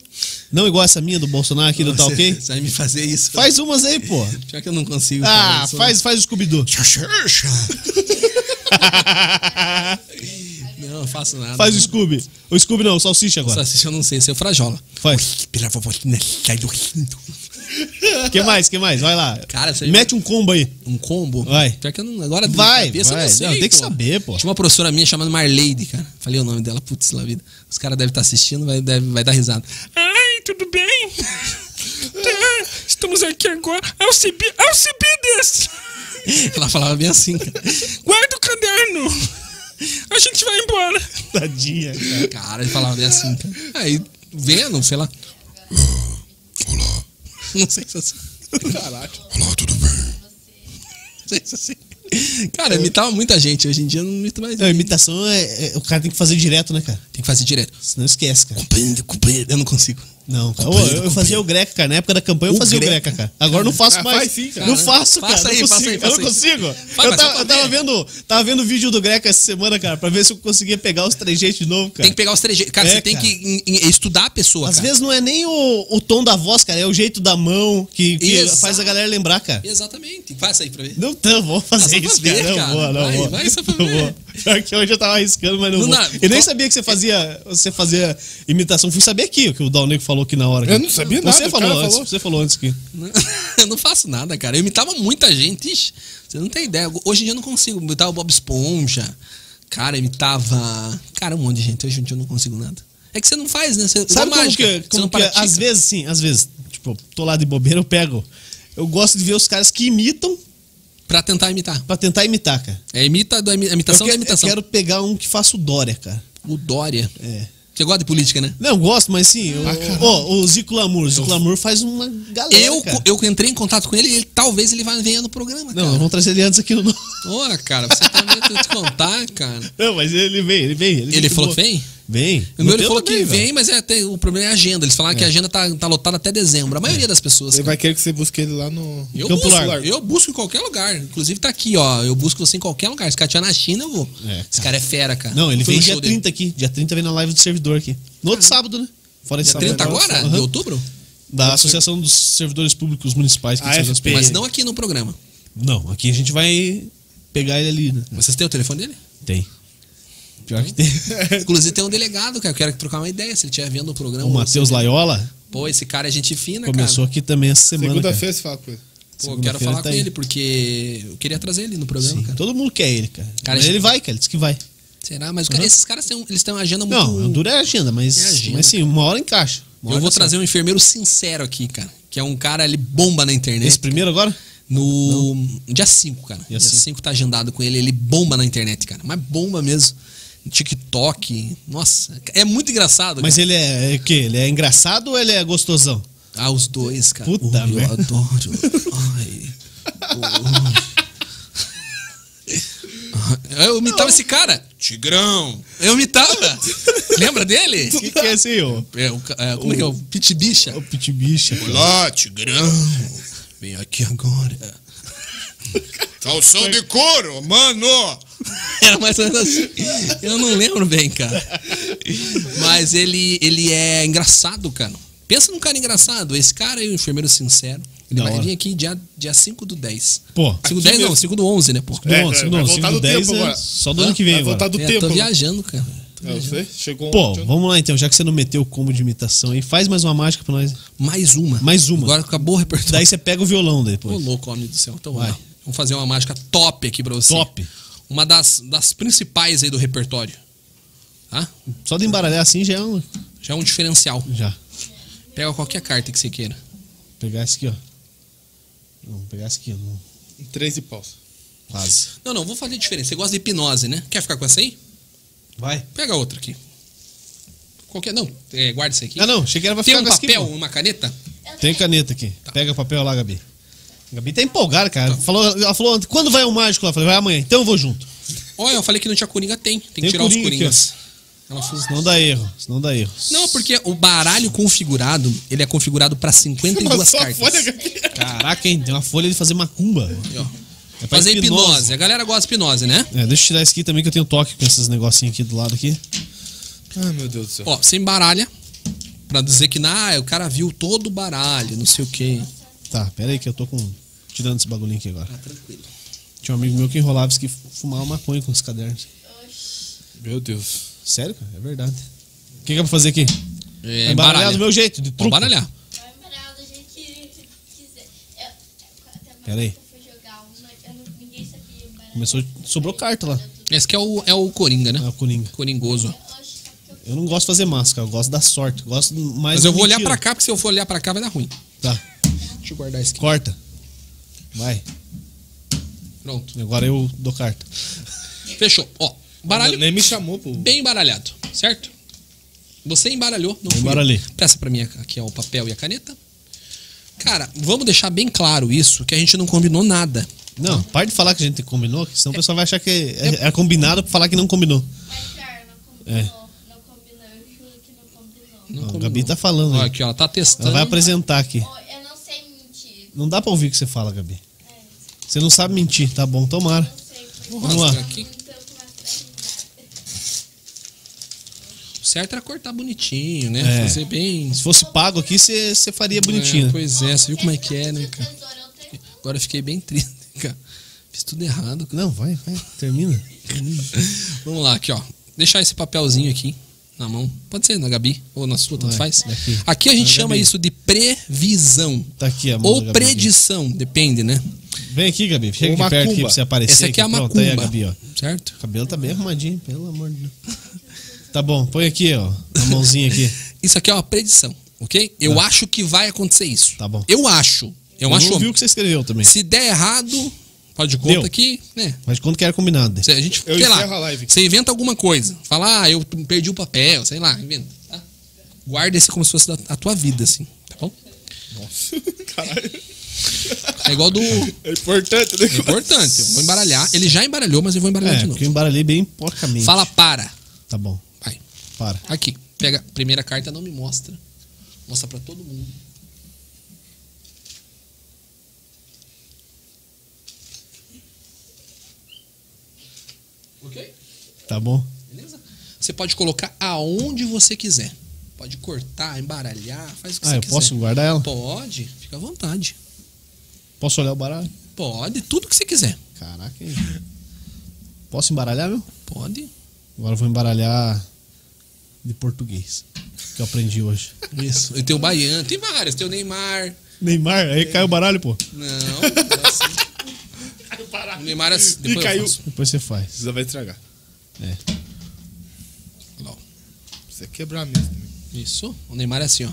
[SPEAKER 1] Não igual essa minha do Bolsonaro aqui do Tá
[SPEAKER 3] Você-
[SPEAKER 1] Ok?
[SPEAKER 3] Você vai me fazer isso?
[SPEAKER 1] Faz umas aí, pô.
[SPEAKER 3] Pior que eu não consigo. cara,
[SPEAKER 1] Ah,
[SPEAKER 3] eu sou-
[SPEAKER 1] faz, faz o Scooby-Doo.
[SPEAKER 3] Não, eu faço nada.
[SPEAKER 1] faz o Scooby. O Scooby não, o Salsicha agora.
[SPEAKER 3] Salsicha eu não sei, se é frajola.
[SPEAKER 1] Faz.
[SPEAKER 3] Pela vovotina,
[SPEAKER 1] né?
[SPEAKER 3] sai do rindo.
[SPEAKER 1] Que mais, que mais? Vai lá.
[SPEAKER 3] Cara, você-
[SPEAKER 1] Mete um combo aí.
[SPEAKER 3] Um combo?
[SPEAKER 1] Vai.
[SPEAKER 3] Pior que eu não. Agora
[SPEAKER 1] Vai,
[SPEAKER 3] de cabeça, eu
[SPEAKER 1] vai.
[SPEAKER 3] Não, sei,
[SPEAKER 1] Não, tem que
[SPEAKER 3] pô.
[SPEAKER 1] saber, pô.
[SPEAKER 3] Tinha uma professora minha chamada Marleide, cara. Falei o nome dela, putz, lá vida. Os caras devem estar assistindo, vai, deve, vai dar risada. Ai, tudo bem? Tá, Estamos aqui agora. É o CB, é o CB desse. Ela falava bem assim, cara. Guarda o caderno. A gente vai embora.
[SPEAKER 1] Tadinha, cara.
[SPEAKER 3] Cara, ele falava bem assim, cara. Aí, vendo, sei lá.
[SPEAKER 5] Olá,
[SPEAKER 3] Não sei se é assim.
[SPEAKER 5] olá, tudo bem?
[SPEAKER 3] Não sei se é assim. Cara, imitava muita gente. Hoje em dia eu não imito mais.
[SPEAKER 1] Não,
[SPEAKER 3] ninguém.
[SPEAKER 1] imitação é, é- O cara tem que fazer direto, né, cara?
[SPEAKER 3] Tem que fazer direto.
[SPEAKER 1] Senão esquece, cara.
[SPEAKER 3] Compreendo, compreendo. Eu não consigo.
[SPEAKER 1] Não, cara. Ô,
[SPEAKER 3] Compreendo,
[SPEAKER 1] eu, eu fazia o Greca, cara. Na época da campanha eu
[SPEAKER 3] O
[SPEAKER 1] fazia o
[SPEAKER 3] Greca.
[SPEAKER 1] Greca, cara. Agora eu não faço
[SPEAKER 2] Ah,
[SPEAKER 1] mais.
[SPEAKER 2] faz sim, cara.
[SPEAKER 1] Não faço, cara.
[SPEAKER 3] Faça aí,
[SPEAKER 1] não
[SPEAKER 3] faça
[SPEAKER 1] consigo.
[SPEAKER 3] aí,
[SPEAKER 1] eu não
[SPEAKER 3] faça
[SPEAKER 1] consigo.
[SPEAKER 3] Vai,
[SPEAKER 1] eu
[SPEAKER 3] mas
[SPEAKER 1] tava,
[SPEAKER 3] só pra
[SPEAKER 1] eu tava
[SPEAKER 3] ver.
[SPEAKER 1] vendo, tava vendo o vídeo do Greca essa semana, cara, pra ver se eu conseguia pegar os trejeitos de novo, cara.
[SPEAKER 3] Tem que pegar os trejeitos. Cara,
[SPEAKER 1] É,
[SPEAKER 3] você tem
[SPEAKER 1] cara.
[SPEAKER 3] que em- em- estudar a pessoa,
[SPEAKER 1] Às
[SPEAKER 3] cara.
[SPEAKER 1] vezes não é nem o, o tom da voz, cara, é o jeito da mão que, que
[SPEAKER 3] Exato.
[SPEAKER 1] faz a galera lembrar, cara.
[SPEAKER 3] Exatamente. Faça aí pra ver.
[SPEAKER 1] Não tá, vou fazer
[SPEAKER 3] Ah, só pra
[SPEAKER 1] isso,
[SPEAKER 3] ver,
[SPEAKER 1] cara. Não
[SPEAKER 3] cara.
[SPEAKER 1] vou, não
[SPEAKER 3] Vai,
[SPEAKER 1] vou.
[SPEAKER 3] vai só pra
[SPEAKER 1] não
[SPEAKER 3] ver.
[SPEAKER 1] vou. Pior que hoje eu tava arriscando, mas não,
[SPEAKER 3] Não
[SPEAKER 1] vou.
[SPEAKER 3] dá.
[SPEAKER 1] Eu nem
[SPEAKER 3] Qual-
[SPEAKER 1] sabia que você fazia, você fazia imitação. Fui saber aqui o que o Dalnego falou aqui na hora. cara.
[SPEAKER 2] Eu não sabia nada,
[SPEAKER 1] Você
[SPEAKER 2] o
[SPEAKER 1] falou
[SPEAKER 2] cara
[SPEAKER 1] antes,
[SPEAKER 2] falou.
[SPEAKER 1] você falou antes que.
[SPEAKER 3] eu não faço nada, cara. Eu imitava muita gente. Ixi, você não tem ideia. Hoje em dia eu não consigo. Eu imitava Bob Esponja. Cara, eu imitava. Cara, um monte de gente. Hoje em dia eu não consigo nada. É que você não faz, né? Você,
[SPEAKER 1] Sabe
[SPEAKER 3] igual
[SPEAKER 1] como
[SPEAKER 3] mágica,
[SPEAKER 1] que, é?
[SPEAKER 3] você
[SPEAKER 1] como
[SPEAKER 3] não
[SPEAKER 1] que
[SPEAKER 3] pratica.
[SPEAKER 1] às vezes, sim, às vezes, tipo, tô lá de bobeira, eu pego. Eu gosto de ver os caras que imitam
[SPEAKER 3] Pra tentar imitar.
[SPEAKER 1] pra tentar imitar, cara.
[SPEAKER 3] É imita da, imi- a imitação
[SPEAKER 1] eu, que-
[SPEAKER 3] da imitação.
[SPEAKER 1] eu quero pegar um que faça o Dória, cara.
[SPEAKER 3] O Dória.
[SPEAKER 1] É.
[SPEAKER 3] Você gosta de política, né?
[SPEAKER 1] Não, eu gosto, mas sim.
[SPEAKER 3] Ah,
[SPEAKER 1] eu- Ó, o Zico Lamour. O Zico Lamour faz uma galera.
[SPEAKER 3] Eu,
[SPEAKER 1] cara.
[SPEAKER 3] eu entrei em contato com ele e ele, talvez ele vá- venha no programa,
[SPEAKER 1] Não,
[SPEAKER 3] cara.
[SPEAKER 1] vamos trazer ele antes aqui no.
[SPEAKER 3] Ora, cara, você tá meio te contar, cara.
[SPEAKER 1] Não, mas ele vem, ele vem. Ele,
[SPEAKER 3] Ele falou que
[SPEAKER 1] que
[SPEAKER 3] vem?
[SPEAKER 1] Vem.
[SPEAKER 3] O meu ele
[SPEAKER 1] teu
[SPEAKER 3] falou
[SPEAKER 1] também,
[SPEAKER 3] que
[SPEAKER 1] velho.
[SPEAKER 3] vem, mas é, tem- o problema é a agenda. Eles falaram que a agenda tá, tá lotada até dezembro. A maioria das pessoas.
[SPEAKER 2] Você
[SPEAKER 3] cara.
[SPEAKER 2] vai querer que você busque ele lá no.
[SPEAKER 3] Eu,
[SPEAKER 1] É. Campo
[SPEAKER 3] busco,
[SPEAKER 1] Largo.
[SPEAKER 3] eu busco em qualquer lugar. Inclusive tá aqui, ó. Eu busco você em qualquer lugar. Se o cara tiver na China, eu vou.
[SPEAKER 1] É,
[SPEAKER 3] Esse cara é fera, cara.
[SPEAKER 1] Não, ele
[SPEAKER 3] Fui
[SPEAKER 1] vem
[SPEAKER 3] no
[SPEAKER 1] dia
[SPEAKER 3] show
[SPEAKER 1] 30
[SPEAKER 3] dele.
[SPEAKER 1] aqui. Dia 30 vem na live do servidor aqui. No outro sábado, né? Fora esse
[SPEAKER 3] Dia 30
[SPEAKER 1] sábado.
[SPEAKER 3] agora?
[SPEAKER 1] Aham.
[SPEAKER 3] De outubro?
[SPEAKER 1] Da Associação dos Servidores Públicos Municipais. Que
[SPEAKER 2] AFP.
[SPEAKER 1] são as PRs.
[SPEAKER 3] Mas não aqui no programa.
[SPEAKER 1] Não, aqui a gente vai pegar ele ali, né?
[SPEAKER 3] Vocês têm o telefone dele?
[SPEAKER 1] Tem. Pior que tem.
[SPEAKER 3] Inclusive tem um delegado, cara. Eu quero trocar uma ideia. Se ele estiver vendo o programa.
[SPEAKER 1] É. O Matheus Laiola
[SPEAKER 3] Pô, esse cara é gente fina,
[SPEAKER 1] começou aqui também essa semana. cara.
[SPEAKER 2] Segunda-feira você fala com ele.
[SPEAKER 3] cara. Pô, eu quero
[SPEAKER 1] Segunda-feira
[SPEAKER 3] falar
[SPEAKER 1] tá
[SPEAKER 3] com
[SPEAKER 1] aí.
[SPEAKER 3] ele, porque eu queria trazer ele no programa,
[SPEAKER 1] Sim,
[SPEAKER 3] cara.
[SPEAKER 1] Todo mundo quer ele, cara.
[SPEAKER 3] Cara,
[SPEAKER 1] Mas
[SPEAKER 3] a gente-
[SPEAKER 1] ele vai, cara. Ele disse que vai.
[SPEAKER 3] Será? Mas os caras- esses caras têm, um- eles têm uma agenda muito.
[SPEAKER 1] Não, dura é a agenda, mas,
[SPEAKER 3] É a agenda,
[SPEAKER 1] mas sim, uma hora encaixa. Assim, Uma
[SPEAKER 3] Eu
[SPEAKER 1] hora
[SPEAKER 3] vou
[SPEAKER 1] dá
[SPEAKER 3] trazer um enfermeiro sincero aqui, cara. Que é um cara, ele bomba na
[SPEAKER 1] certo. Esse
[SPEAKER 3] internet.
[SPEAKER 1] primeiro agora?
[SPEAKER 3] No dia 5, cara. Dia
[SPEAKER 1] cinco.
[SPEAKER 3] 5 tá agendado com ele. Ele bomba na internet, cara. Mas bomba mesmo. TikTok. Nossa, é muito engraçado.
[SPEAKER 1] Mas
[SPEAKER 3] cara.
[SPEAKER 1] ele é, é o quê? Ele é engraçado ou ele é gostosão?
[SPEAKER 3] Ah, os dois, cara.
[SPEAKER 1] Puta
[SPEAKER 3] Ui, eu
[SPEAKER 1] merda.
[SPEAKER 3] adoro. Ai. Ui. Eu imitava esse cara. Tigrão. Eu imitava. Lembra dele?
[SPEAKER 1] O que, que é esse, ô?
[SPEAKER 3] É, o ca- é, como é que é? O Pit Bicha.
[SPEAKER 1] O pitbicha.
[SPEAKER 5] Olá, tigrão.
[SPEAKER 3] Vem aqui agora.
[SPEAKER 5] Calção de couro, mano.
[SPEAKER 3] Era mais ou menos assim. Eu não lembro bem, cara. Mas ele, ele é engraçado, cara. Pensa num cara engraçado. Esse cara é um enfermeiro sincero. Ele
[SPEAKER 1] Da
[SPEAKER 3] vai
[SPEAKER 1] hora.
[SPEAKER 3] vir aqui dia, dia 5 do 10.
[SPEAKER 1] Pô,
[SPEAKER 3] 5 do 10 não, 5 do 11, né, pô?
[SPEAKER 2] É,
[SPEAKER 1] não,
[SPEAKER 2] vai
[SPEAKER 1] segundo,
[SPEAKER 2] voltar
[SPEAKER 1] segundo
[SPEAKER 2] no
[SPEAKER 1] 10
[SPEAKER 2] tempo
[SPEAKER 1] é
[SPEAKER 2] agora.
[SPEAKER 1] só do né? ano que vem
[SPEAKER 2] Vai voltar
[SPEAKER 1] agora.
[SPEAKER 2] do
[SPEAKER 3] É,
[SPEAKER 2] tempo.
[SPEAKER 3] tô
[SPEAKER 2] mano.
[SPEAKER 3] viajando, cara.
[SPEAKER 2] É, eu sei. Chegou
[SPEAKER 1] Pô,
[SPEAKER 2] ontem.
[SPEAKER 1] vamos lá então, já que você não meteu o combo de imitação aí, faz mais uma mágica pra nós.
[SPEAKER 3] Mais uma.
[SPEAKER 1] Mais uma.
[SPEAKER 3] Agora acabou o repertório.
[SPEAKER 1] Daí você pega o violão daí
[SPEAKER 3] Ô,
[SPEAKER 1] depois.
[SPEAKER 3] louco, homem do céu. Então
[SPEAKER 1] Vai.
[SPEAKER 3] vai. Vamos fazer uma mágica top aqui pra você.
[SPEAKER 1] Top.
[SPEAKER 3] Uma das, das principais aí do repertório. Tá?
[SPEAKER 1] Só de embaralhar assim já é um.
[SPEAKER 3] Já é um diferencial.
[SPEAKER 1] Já.
[SPEAKER 3] Pega qualquer carta que você queira.
[SPEAKER 1] Pegar esse aqui, ó. Não, vou pegar esse aqui, ó. Não.
[SPEAKER 2] um Três e paus.
[SPEAKER 1] Quase.
[SPEAKER 3] Não, não, vou fazer diferença. Você gosta de hipnose, né? Quer ficar com essa aí?
[SPEAKER 1] Vai.
[SPEAKER 3] Pega outra aqui. Qualquer. Não, é, guarda isso aqui.
[SPEAKER 1] Ah, não, cheguei, ela vai
[SPEAKER 3] Tem
[SPEAKER 1] ficar
[SPEAKER 3] um
[SPEAKER 1] com esse aqui,
[SPEAKER 3] papel, Tá.
[SPEAKER 1] pô.
[SPEAKER 3] uma caneta?
[SPEAKER 1] Tem caneta aqui. Pega o papel lá, Gabi. A Gabi tá empolgada, cara. Falou, ela falou ontem, quando vai o mágico lá? Eu falei, vai amanhã, então eu vou junto.
[SPEAKER 3] Olha, eu falei que não tinha coringa, tem. Tem que
[SPEAKER 1] Tem um
[SPEAKER 3] tirar
[SPEAKER 1] coringa
[SPEAKER 3] os coringas. Ela fez
[SPEAKER 1] Não dá erro, não dá erro.
[SPEAKER 3] Não, porque o baralho configurado, ele é configurado pra 52
[SPEAKER 2] Passou a
[SPEAKER 3] cartas. assim,
[SPEAKER 2] folha aqui.
[SPEAKER 1] Caraca, hein? Tem uma folha de fazer macumba. É pra
[SPEAKER 3] Fazer hipnose. A galera gosta de hipnose, né?
[SPEAKER 1] É, deixa eu tirar isso aqui também que eu tenho toque com esses negocinhos aqui do lado aqui.
[SPEAKER 2] Ai, meu Deus do céu.
[SPEAKER 3] Ó, você embaralha pra dizer que, ah, o cara viu todo o baralho, não sei o quê.
[SPEAKER 1] Tá, pera aí que eu tô com... Tirando esse bagulhinho aqui agora.
[SPEAKER 3] tranquilo.
[SPEAKER 1] Tinha um amigo meu que enrolava isso que fumava maconha com os cadernos.
[SPEAKER 2] Meu Deus.
[SPEAKER 1] Sério, cara? É verdade. O que, que é pra fazer aqui? embaralhar
[SPEAKER 3] É, embaralha.
[SPEAKER 1] do meu jeito, de
[SPEAKER 3] Vou
[SPEAKER 1] truco.
[SPEAKER 3] embaralhar.
[SPEAKER 6] Vai embaralhar do jeito que tu quiser. Eu, até mais
[SPEAKER 1] Pera aí.
[SPEAKER 6] que eu fui jogar uma, eu não, ninguém sabia embaralhar.
[SPEAKER 1] Começou, sobrou carta lá.
[SPEAKER 3] Esse que é o, é o Coringa, né?
[SPEAKER 1] É o Coringa.
[SPEAKER 3] Coringoso.
[SPEAKER 6] Hoje, sabe que eu
[SPEAKER 1] Eu não gosto de fazer máscara, eu gosto da sorte. eu Gosto mais
[SPEAKER 3] Mas eu
[SPEAKER 1] da
[SPEAKER 3] vou olhar
[SPEAKER 1] mentira.
[SPEAKER 3] pra cá, porque se eu for olhar pra cá vai dar ruim.
[SPEAKER 1] Tá,
[SPEAKER 3] Deixa eu guardar esse aqui.
[SPEAKER 1] corta. Vai,
[SPEAKER 3] Pronto.
[SPEAKER 1] agora eu dou carta.
[SPEAKER 3] Fechou. Ó, baralho
[SPEAKER 2] Nem me chamou, pô.
[SPEAKER 3] bem embaralhado, certo? Você embaralhou, não fui eu.
[SPEAKER 1] Embaralhei.
[SPEAKER 3] Peça pra mim aqui ó, o papel e a caneta. Cara, vamos deixar bem claro isso, que a gente não combinou nada.
[SPEAKER 1] Não,
[SPEAKER 3] Tá.
[SPEAKER 1] para de falar que a gente combinou, que senão o pessoal vai achar que é, é combinado pra falar que não combinou.
[SPEAKER 6] mais pior,
[SPEAKER 3] É.
[SPEAKER 6] não combinou. Não combinou, eu juro que não combinou.
[SPEAKER 3] Não
[SPEAKER 1] Ó, a
[SPEAKER 3] combinou.
[SPEAKER 1] Gabi tá falando.
[SPEAKER 3] Ó,
[SPEAKER 1] aí.
[SPEAKER 3] aqui, ó, ela tá
[SPEAKER 1] Ela
[SPEAKER 3] testando.
[SPEAKER 1] vai apresentar aqui.
[SPEAKER 6] Ó, Eu não sei mentir.
[SPEAKER 1] Não dá pra ouvir o que você fala, Gabi.
[SPEAKER 6] É,
[SPEAKER 1] Você não sabe mentir, tá bom, tomara.
[SPEAKER 6] não sei
[SPEAKER 1] Vamos lá.
[SPEAKER 3] Mostra aqui.
[SPEAKER 6] Então eu começo a terminar.
[SPEAKER 3] O certo era cortar bonitinho, né?
[SPEAKER 1] É.
[SPEAKER 3] Fazer bem.
[SPEAKER 1] Se fosse pago aqui, você você faria bonitinho.
[SPEAKER 3] É,
[SPEAKER 1] né?
[SPEAKER 3] pois é, você viu como é que é, né, cara?
[SPEAKER 6] Tesoura, eu tenho
[SPEAKER 3] Agora eu fiquei bem triste, cara. Fiz tudo errado, cara.
[SPEAKER 1] Não, vai, vai, termina.
[SPEAKER 3] Vamos lá, aqui, ó. Deixar esse papelzinho aqui na mão. Pode ser na Gabi ou na sua, tanto
[SPEAKER 1] Vai,
[SPEAKER 3] faz.
[SPEAKER 1] daqui.
[SPEAKER 3] Aqui a gente
[SPEAKER 1] Na
[SPEAKER 3] chama
[SPEAKER 1] Gabi.
[SPEAKER 3] isso de previsão.
[SPEAKER 1] Tá aqui a mão da
[SPEAKER 3] Ou
[SPEAKER 1] Gabi
[SPEAKER 3] predição, depende, né?
[SPEAKER 1] aqui. Vem aqui, Gabi. Chega
[SPEAKER 2] Ou
[SPEAKER 1] aqui perto
[SPEAKER 2] macumba.
[SPEAKER 1] aqui pra você aparecer.
[SPEAKER 3] Essa aqui é a
[SPEAKER 1] Pronto,
[SPEAKER 3] macumba.
[SPEAKER 1] aí a Gabi, ó.
[SPEAKER 3] Certo?
[SPEAKER 1] O cabelo tá bem arrumadinho, pelo amor de Deus. Tá bom, põe aqui, ó. A mãozinha aqui.
[SPEAKER 3] Isso aqui é uma predição, ok? Eu acho que vai acontecer isso.
[SPEAKER 1] Tá bom.
[SPEAKER 3] Eu acho. Eu,
[SPEAKER 1] Eu
[SPEAKER 3] acho.
[SPEAKER 1] não vi o que você escreveu também.
[SPEAKER 3] Se der errado, pode conta
[SPEAKER 1] Deu.
[SPEAKER 3] que, né?
[SPEAKER 1] Mas quando que era combinado. É,
[SPEAKER 3] Se A gente,
[SPEAKER 2] Eu
[SPEAKER 3] sei lá,
[SPEAKER 2] encerro a live.
[SPEAKER 3] você inventa alguma coisa. Fala, ah, eu perdi o papel, sei lá, inventa. tá? Guarda esse como se fosse da, a tua vida, assim, tá bom?
[SPEAKER 2] Caralho.
[SPEAKER 3] É igual do.
[SPEAKER 2] É importante, né?
[SPEAKER 3] Importante, eu vou embaralhar. Ele já embaralhou, mas eu vou embaralhar
[SPEAKER 1] É,
[SPEAKER 3] de
[SPEAKER 1] porque eu
[SPEAKER 3] novo.
[SPEAKER 1] embaralhei bem porcamente.
[SPEAKER 3] Fala para.
[SPEAKER 1] Tá bom,
[SPEAKER 3] Vai.
[SPEAKER 1] para.
[SPEAKER 3] Aqui. Pega a primeira carta, não me mostra. Mostra pra todo mundo. Ok?
[SPEAKER 1] Tá bom?
[SPEAKER 3] Beleza? Você pode colocar aonde você quiser. Pode cortar, embaralhar, faz o que
[SPEAKER 1] Ah,
[SPEAKER 3] você
[SPEAKER 1] eu
[SPEAKER 3] quiser.
[SPEAKER 1] posso guardar ela?
[SPEAKER 3] Pode, fica à vontade.
[SPEAKER 1] Posso olhar o baralho?
[SPEAKER 3] Pode, tudo que você quiser.
[SPEAKER 1] Caraca, hein? Posso embaralhar, meu?
[SPEAKER 3] Pode.
[SPEAKER 1] Agora eu vou embaralhar de português, que eu aprendi hoje.
[SPEAKER 3] Isso. E tem o Baiano, tem vários. Tem o Neymar.
[SPEAKER 1] Neymar, aí cai o baralho, pô.
[SPEAKER 3] Não, não é assim. O Neymar é assim. Depois
[SPEAKER 2] caiu.
[SPEAKER 3] Eu faço.
[SPEAKER 1] Depois você faz.
[SPEAKER 2] Precisa vai estragar.
[SPEAKER 1] É.
[SPEAKER 3] Olha lá, ó.
[SPEAKER 2] Precisa quebrar mesmo. também.
[SPEAKER 3] Isso. O Neymar é assim, ó.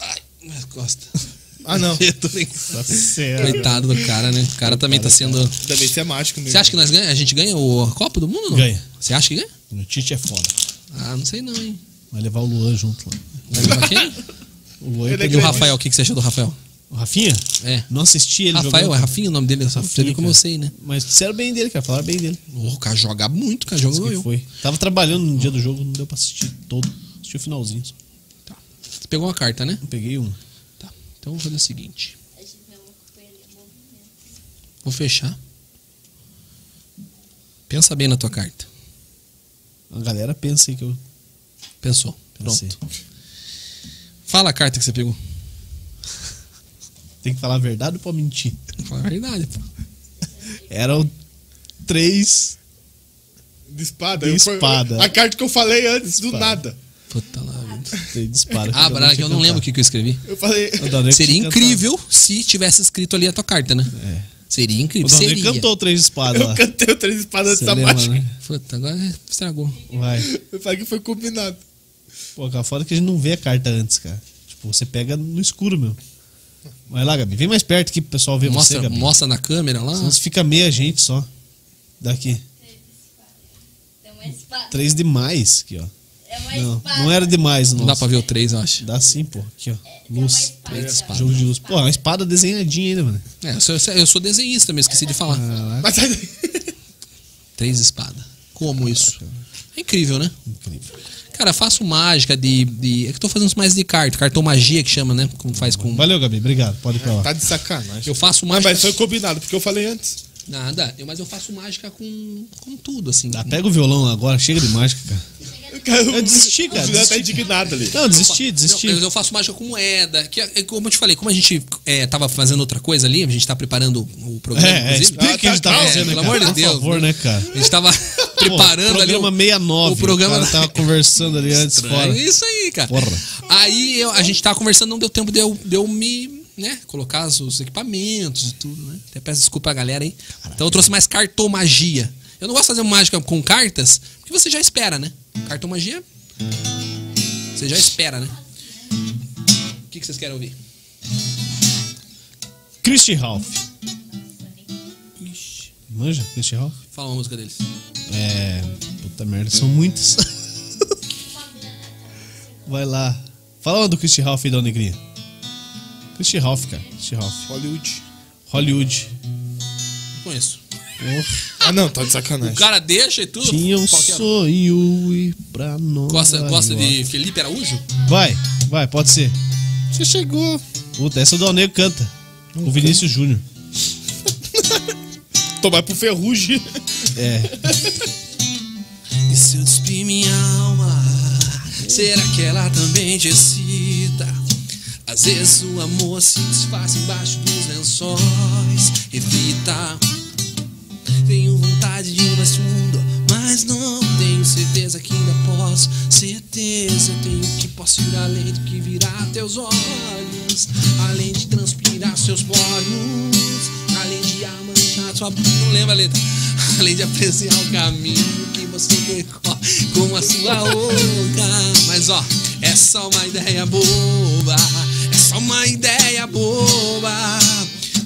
[SPEAKER 3] Ai, minhas costas.
[SPEAKER 2] Ah, não.
[SPEAKER 3] Eu tô nem-
[SPEAKER 1] Tá certo.
[SPEAKER 3] Coitado do cara, né? O cara também tá sendo.
[SPEAKER 2] Ainda bem que é mágico mesmo.
[SPEAKER 3] Você acha que nós ganha? a gente ganha o Copa do Mundo ou não?
[SPEAKER 1] Ganha.
[SPEAKER 3] Você acha que ganha?
[SPEAKER 1] O Tite é foda.
[SPEAKER 3] Ah, não sei não, hein?
[SPEAKER 1] Vai levar o Luan junto lá.
[SPEAKER 3] Vai levar quem?
[SPEAKER 1] O Luan
[SPEAKER 2] Ele é
[SPEAKER 3] E o
[SPEAKER 1] o,
[SPEAKER 2] grande.
[SPEAKER 3] Rafael, o que que você achou do Rafael?
[SPEAKER 1] o Rafinha?
[SPEAKER 3] É.
[SPEAKER 1] Não assisti ele
[SPEAKER 3] Rafael, é
[SPEAKER 1] jogando.
[SPEAKER 3] Rafinha o nome dele? Só você
[SPEAKER 1] Rafinha,
[SPEAKER 3] viu como eu
[SPEAKER 1] cara.
[SPEAKER 3] sei, né?
[SPEAKER 1] Mas disseram bem dele, cara. Falaram bem dele.
[SPEAKER 3] Ô, O cara joga muito, o cara joga igual
[SPEAKER 1] Que
[SPEAKER 3] eu.
[SPEAKER 1] foi. Tava trabalhando no dia do jogo, não deu pra assistir todo. Assisti o finalzinho. só.
[SPEAKER 3] Você pegou uma carta, né?
[SPEAKER 1] Peguei um.
[SPEAKER 3] Tá. Então eu vou fazer o seguinte.
[SPEAKER 6] a gente não acompanha ele, é movimento.
[SPEAKER 3] Vou fechar. Pensa bem na tua carta.
[SPEAKER 1] A galera pensa aí que eu.
[SPEAKER 3] Pensou. Pronto.
[SPEAKER 1] Pensei.
[SPEAKER 3] Fala a carta que você pegou.
[SPEAKER 1] Tem que falar a verdade ou pode mentir?
[SPEAKER 3] Fala a verdade, pô.
[SPEAKER 1] Eram três.
[SPEAKER 2] De espada.
[SPEAKER 1] De
[SPEAKER 2] eu fui-
[SPEAKER 1] espada.
[SPEAKER 2] A carta que eu falei antes, do
[SPEAKER 1] Espada.
[SPEAKER 2] nada.
[SPEAKER 3] Puta lá. vida.
[SPEAKER 1] Três disparos.
[SPEAKER 3] Ah, Braga, eu não lembro o que, que eu escrevi.
[SPEAKER 2] Eu falei.
[SPEAKER 3] Seria incrível se tivesse escrito ali a tua carta, né? Seria
[SPEAKER 1] É. O
[SPEAKER 3] incrível.
[SPEAKER 1] Daniel
[SPEAKER 3] Seria.
[SPEAKER 1] cantou três espadas lá.
[SPEAKER 2] Eu cantei o três espadas
[SPEAKER 1] Você
[SPEAKER 2] dessa
[SPEAKER 1] lembra,
[SPEAKER 2] mágica.
[SPEAKER 1] né?
[SPEAKER 3] Puta, agora estragou.
[SPEAKER 1] Vai.
[SPEAKER 2] Eu falei que foi combinado.
[SPEAKER 1] Pô, cara, foda que a gente não vê a carta antes, cara. Tipo, você pega no escuro, meu. Vai lá, Gabi. Vem mais perto aqui pro pessoal ver você,
[SPEAKER 3] Mostra,
[SPEAKER 1] Gabi.
[SPEAKER 3] mostra na câmera lá.
[SPEAKER 1] Senão você fica meia gente só. Daqui.
[SPEAKER 6] É uma espada.
[SPEAKER 1] Três demais aqui, ó.
[SPEAKER 6] É uma
[SPEAKER 1] Não,
[SPEAKER 6] espada.
[SPEAKER 1] não era demais,
[SPEAKER 3] Não
[SPEAKER 1] não.
[SPEAKER 3] dá pra ver o 3, eu acho.
[SPEAKER 1] Dá sim, pô. Aqui, ó.
[SPEAKER 6] É, Tem uma
[SPEAKER 1] Luz.
[SPEAKER 6] espada.
[SPEAKER 1] Jogo de luz. Pô, é uma espada desenhadinha ainda, mano.
[SPEAKER 3] É, eu sou, eu sou desenhista mesmo, esqueci de falar.
[SPEAKER 2] Mas sai daí.
[SPEAKER 3] Três espadas. Como isso? É incrível, né?
[SPEAKER 1] Incrível.
[SPEAKER 3] Cara, faço mágica de. de é que eu tô fazendo mais de carta, cartão magia que chama, né? Como faz com.
[SPEAKER 1] Valeu, Gabi. Obrigado. Pode ir pra lá.
[SPEAKER 2] Tá de sacanagem.
[SPEAKER 3] Eu faço
[SPEAKER 2] Ah,
[SPEAKER 3] mágica.
[SPEAKER 2] mas foi combinado, porque eu falei antes.
[SPEAKER 3] Nada, eu, mas eu faço mágica com, com tudo, assim.
[SPEAKER 1] Ah, pega o violão agora, chega de mágica, cara. Eu desisti, cara.
[SPEAKER 2] O Juliano tá
[SPEAKER 1] Desisti.
[SPEAKER 2] indignado ali.
[SPEAKER 1] Não, desisti,
[SPEAKER 3] Não,
[SPEAKER 1] desisti.
[SPEAKER 3] mas eu faço mágica com moeda. Que, é- é como eu te falei, como a gente é, tava fazendo outra coisa ali, a gente tá preparando o programa,
[SPEAKER 1] É, é,
[SPEAKER 3] inclusive.
[SPEAKER 1] explica o que a gente tá
[SPEAKER 2] Ah, tá,
[SPEAKER 1] fazendo, né,
[SPEAKER 3] é, pelo
[SPEAKER 1] cara?
[SPEAKER 3] amor de Deus,
[SPEAKER 1] Por favor,
[SPEAKER 3] né?
[SPEAKER 1] né, cara?
[SPEAKER 3] A gente tava preparando
[SPEAKER 1] Pô, programa
[SPEAKER 3] ali. o-
[SPEAKER 1] 69.
[SPEAKER 3] O programa
[SPEAKER 1] O cara tava conversando ali antes
[SPEAKER 3] É
[SPEAKER 1] fora.
[SPEAKER 3] isso aí, cara.
[SPEAKER 1] Tá Porra.
[SPEAKER 3] Aí eu- a gente tava conversando, não deu tempo de eu, de eu me, né, colocar os, os equipamentos e tudo, né? Até peço desculpa a galera aí. Então eu trouxe mais cartomagia. Eu não gosto de fazer mágica com cartas, porque você já espera, né? Cartomagia. Você já espera, né? O que, que vocês querem ouvir?
[SPEAKER 1] Christy Ralph.
[SPEAKER 6] um.
[SPEAKER 1] Manja, Christy Ralph?
[SPEAKER 3] Fala uma música deles.
[SPEAKER 1] É. Puta merda, são muitas. Vai lá. Fala uma do Christy Ralph e da Negrinha. Christy Ralph, cara. Christy Ralph.
[SPEAKER 2] Hollywood.
[SPEAKER 1] Hollywood.
[SPEAKER 3] Não conheço.
[SPEAKER 2] Ah, não, tá de
[SPEAKER 3] O
[SPEAKER 2] sacanagem.
[SPEAKER 3] cara deixa e tudo.
[SPEAKER 1] Tinha um
[SPEAKER 3] Qual que é?
[SPEAKER 1] sonho e pra nós.
[SPEAKER 3] Gosta, gosta de Felipe Araújo?
[SPEAKER 1] Vai, vai, pode ser.
[SPEAKER 2] Você chegou.
[SPEAKER 1] Puta, essa o Dalnego canta. O Vinícius Júnior.
[SPEAKER 2] Tomar pro ferrugem.
[SPEAKER 3] Ah.
[SPEAKER 1] É.
[SPEAKER 3] E se eu despir minha alma, será que ela também te excita? Às vezes o amor se disfarça embaixo dos lençóis. Evita. Tenho vontade de ir mais fundo, mas não tenho certeza que ainda posso. Certeza eu tenho que posso ir além do que virar teus olhos, além de transpirar seus poros, além de amanhar sua. Não lembra a letra? Além de apreciar o caminho que você percorre com a sua boca. Mas ó, é só uma ideia boba, é só uma ideia boba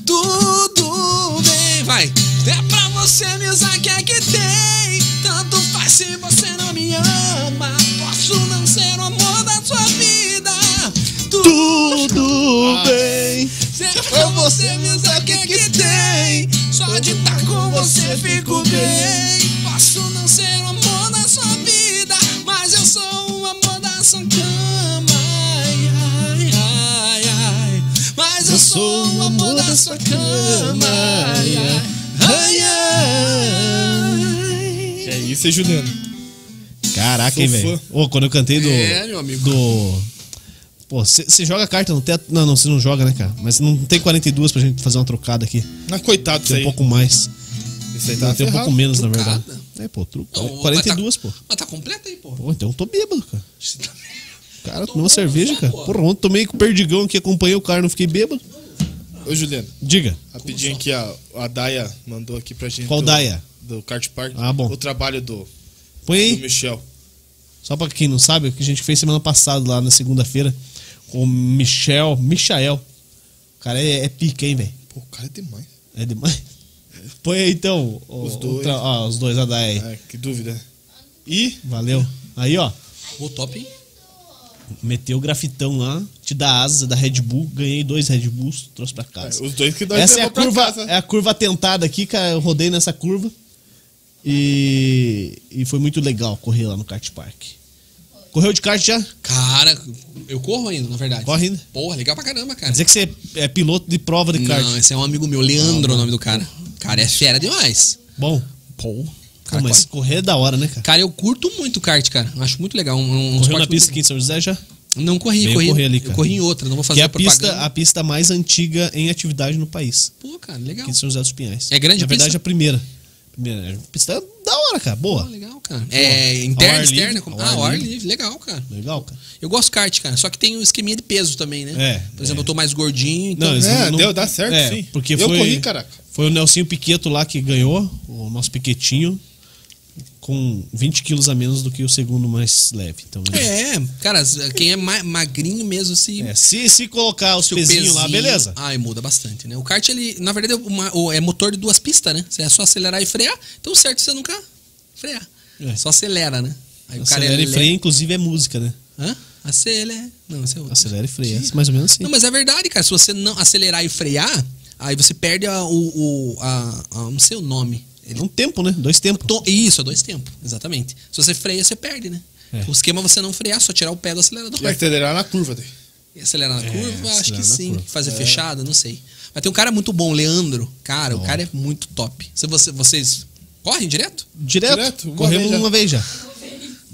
[SPEAKER 3] tudo bem, vai. É pra você me usar que é que tem. Tanto faz se você não me ama. Posso não ser o amor da sua vida.
[SPEAKER 1] Tudo bem.
[SPEAKER 3] Se é pra você me usar o que é que tem. Só de estar com você fico bem. Posso não ser o amor da sua vida. Mas eu sou o amor da sua cama. Ai, ai, ai, ai. Mas eu sou o amor da sua cama. Ai, ai, ai, ai.
[SPEAKER 2] É isso, hein, Juliano?
[SPEAKER 1] Caraca,
[SPEAKER 2] Sou
[SPEAKER 1] hein, velho.
[SPEAKER 2] fã.
[SPEAKER 1] Ô, quando eu cantei do.
[SPEAKER 3] É, meu amigo.
[SPEAKER 1] Do. Pô, você joga carta no teto. Não, não, você não joga, né, cara? Mas não tem 42 pra gente fazer uma trocada aqui.
[SPEAKER 2] Ah, coitado disso
[SPEAKER 1] Tem um
[SPEAKER 2] aí.
[SPEAKER 1] pouco mais.
[SPEAKER 2] Isso aí
[SPEAKER 1] Não,
[SPEAKER 2] tá
[SPEAKER 1] tem um
[SPEAKER 2] ferrado.
[SPEAKER 1] pouco menos, na
[SPEAKER 3] Trucada?
[SPEAKER 1] verdade. É, pô, truco.
[SPEAKER 3] Não, mas
[SPEAKER 1] 42,
[SPEAKER 3] tá-
[SPEAKER 1] pô.
[SPEAKER 3] Mas tá completa aí, pô.
[SPEAKER 1] Pô, então eu tô bêbado, cara.
[SPEAKER 3] tá
[SPEAKER 1] Cara, tomou
[SPEAKER 3] Tomou
[SPEAKER 1] uma cerveja,
[SPEAKER 3] só
[SPEAKER 1] cara.
[SPEAKER 3] agora.
[SPEAKER 1] Porra, ontem tomei com o perdigão que acompanhei o cara, não fiquei bêbado.
[SPEAKER 2] Ô, Juliano,
[SPEAKER 1] Diga.
[SPEAKER 2] rapidinho aqui, a, a Daya mandou aqui pra gente.
[SPEAKER 1] Qual
[SPEAKER 3] Então,
[SPEAKER 2] do-
[SPEAKER 1] Daya?
[SPEAKER 2] Do Kart Park.
[SPEAKER 1] Ah, bom.
[SPEAKER 2] O trabalho do, do
[SPEAKER 1] Põe aí.
[SPEAKER 2] Michel.
[SPEAKER 1] Só pra quem não sabe, o que a gente fez semana passada lá na segunda-feira com o Michel. Michael. O cara é, é pica, hein, velho?
[SPEAKER 2] Pô, o cara é demais.
[SPEAKER 1] É demais. Põe aí então o-
[SPEAKER 2] Os
[SPEAKER 1] o
[SPEAKER 2] dois.
[SPEAKER 1] tra- ó, os dois a dar aí.
[SPEAKER 2] É, que dúvida. E
[SPEAKER 1] Valeu. Aí, ó.
[SPEAKER 3] O top, hein?
[SPEAKER 1] Meteu o grafitão lá, te dá asas é da Red Bull, ganhei dois Red Bulls, trouxe pra casa.
[SPEAKER 2] os dois que nós
[SPEAKER 1] Essa é a
[SPEAKER 2] levamos pra
[SPEAKER 1] curva,
[SPEAKER 2] casa.
[SPEAKER 1] é a curva tentada aqui, cara. Eu rodei nessa curva. E, e foi muito legal correr lá no kart park. Correu de kart já? Quer
[SPEAKER 3] Cara, eu corro ainda, na verdade.
[SPEAKER 1] Corre ainda?
[SPEAKER 3] Porra, legal pra caramba, cara.
[SPEAKER 1] dizer que você é piloto de prova de kart.
[SPEAKER 3] Não, esse é um amigo meu, Leandro, é o nome do cara. Cara, é fera demais.
[SPEAKER 1] Bom,
[SPEAKER 3] Pô, cara,
[SPEAKER 1] pô, mas
[SPEAKER 3] quase-
[SPEAKER 1] correr é da hora, né, cara?
[SPEAKER 3] cara, eu curto muito kart, cara. Eu Acho muito legal. Um, um
[SPEAKER 1] Correu
[SPEAKER 3] esporte
[SPEAKER 1] na pista
[SPEAKER 3] muito-
[SPEAKER 1] aqui em São José já?
[SPEAKER 3] Não corri,
[SPEAKER 1] Veio
[SPEAKER 3] corri.
[SPEAKER 1] correr ali, cara.
[SPEAKER 3] eu corri em outra, não vou fazer
[SPEAKER 1] que é a
[SPEAKER 3] propaganda.
[SPEAKER 1] pista, a pista mais antiga em atividade no país.
[SPEAKER 3] Pô, cara, legal.
[SPEAKER 1] Aqui em São José dos Pinhais.
[SPEAKER 3] É grande
[SPEAKER 1] Na
[SPEAKER 3] a
[SPEAKER 1] verdade,
[SPEAKER 3] pista?
[SPEAKER 1] a primeira. Primeira. A pista é da hora, cara.
[SPEAKER 3] Pô,
[SPEAKER 1] Boa.
[SPEAKER 3] legal, cara. É interna,
[SPEAKER 1] Ao ar
[SPEAKER 3] externa.
[SPEAKER 1] livre,
[SPEAKER 3] como-
[SPEAKER 1] ao
[SPEAKER 3] Ah,
[SPEAKER 1] ar
[SPEAKER 3] o ar
[SPEAKER 1] livre.
[SPEAKER 3] livre, legal, cara.
[SPEAKER 1] Legal, cara.
[SPEAKER 3] Eu gosto de kart, cara. Só que tem um esqueminha de peso também, né?
[SPEAKER 1] É,
[SPEAKER 3] Por exemplo,
[SPEAKER 1] é.
[SPEAKER 3] eu tô mais gordinho, então.
[SPEAKER 1] Não, eles
[SPEAKER 2] É, deu- dá certo, sim.
[SPEAKER 1] Porque
[SPEAKER 2] Eu
[SPEAKER 1] foi,
[SPEAKER 2] corri, caraca.
[SPEAKER 1] Foi o Nelsinho Piqueto lá que ganhou, o nosso Piquetinho, com 20 quilos a menos do que o segundo mais leve. Então, é.
[SPEAKER 3] É, cara, quem é ma- magrinho mesmo se.
[SPEAKER 1] se, se colocar os
[SPEAKER 3] se o
[SPEAKER 1] pezinhos lá, beleza.
[SPEAKER 3] Ai, muda bastante, né? O kart, ele, na verdade, é, uma- o- é motor de duas pistas, né? Você é só acelerar e frear. Então, o certo, é você nunca frear.
[SPEAKER 1] É.
[SPEAKER 3] Só acelera, né? Aí
[SPEAKER 1] Acelera e
[SPEAKER 3] lento.
[SPEAKER 1] freia, inclusive é música, né?
[SPEAKER 3] Hã? Acelera. Não, esse é outro.
[SPEAKER 1] Acelera e freia, mais ou menos assim.
[SPEAKER 3] Não, mas é verdade, cara. Se você não acelerar e frear, aí você perde a, o, o- a, a- não sei o nome.
[SPEAKER 1] É um tempo, né? Dois tempos.
[SPEAKER 3] To- Isso, a dois tempos, exatamente. Se você freia, você perde, né?
[SPEAKER 1] É.
[SPEAKER 3] O esquema é você não frear, só tirar o pé do acelerador.
[SPEAKER 2] E acelerar na curva, daí.
[SPEAKER 3] E acelerar na curva, acho
[SPEAKER 1] É, acelerar
[SPEAKER 3] que
[SPEAKER 1] na
[SPEAKER 3] sim.
[SPEAKER 1] curva. É.
[SPEAKER 3] Fazer fechada, não sei. Mas tem um cara muito bom, Leandro. Cara, o cara é muito top. Se você, vocês correm direto?
[SPEAKER 1] Direto.
[SPEAKER 2] Direto, uma
[SPEAKER 1] Corremos
[SPEAKER 2] vez já.
[SPEAKER 1] uma vez já.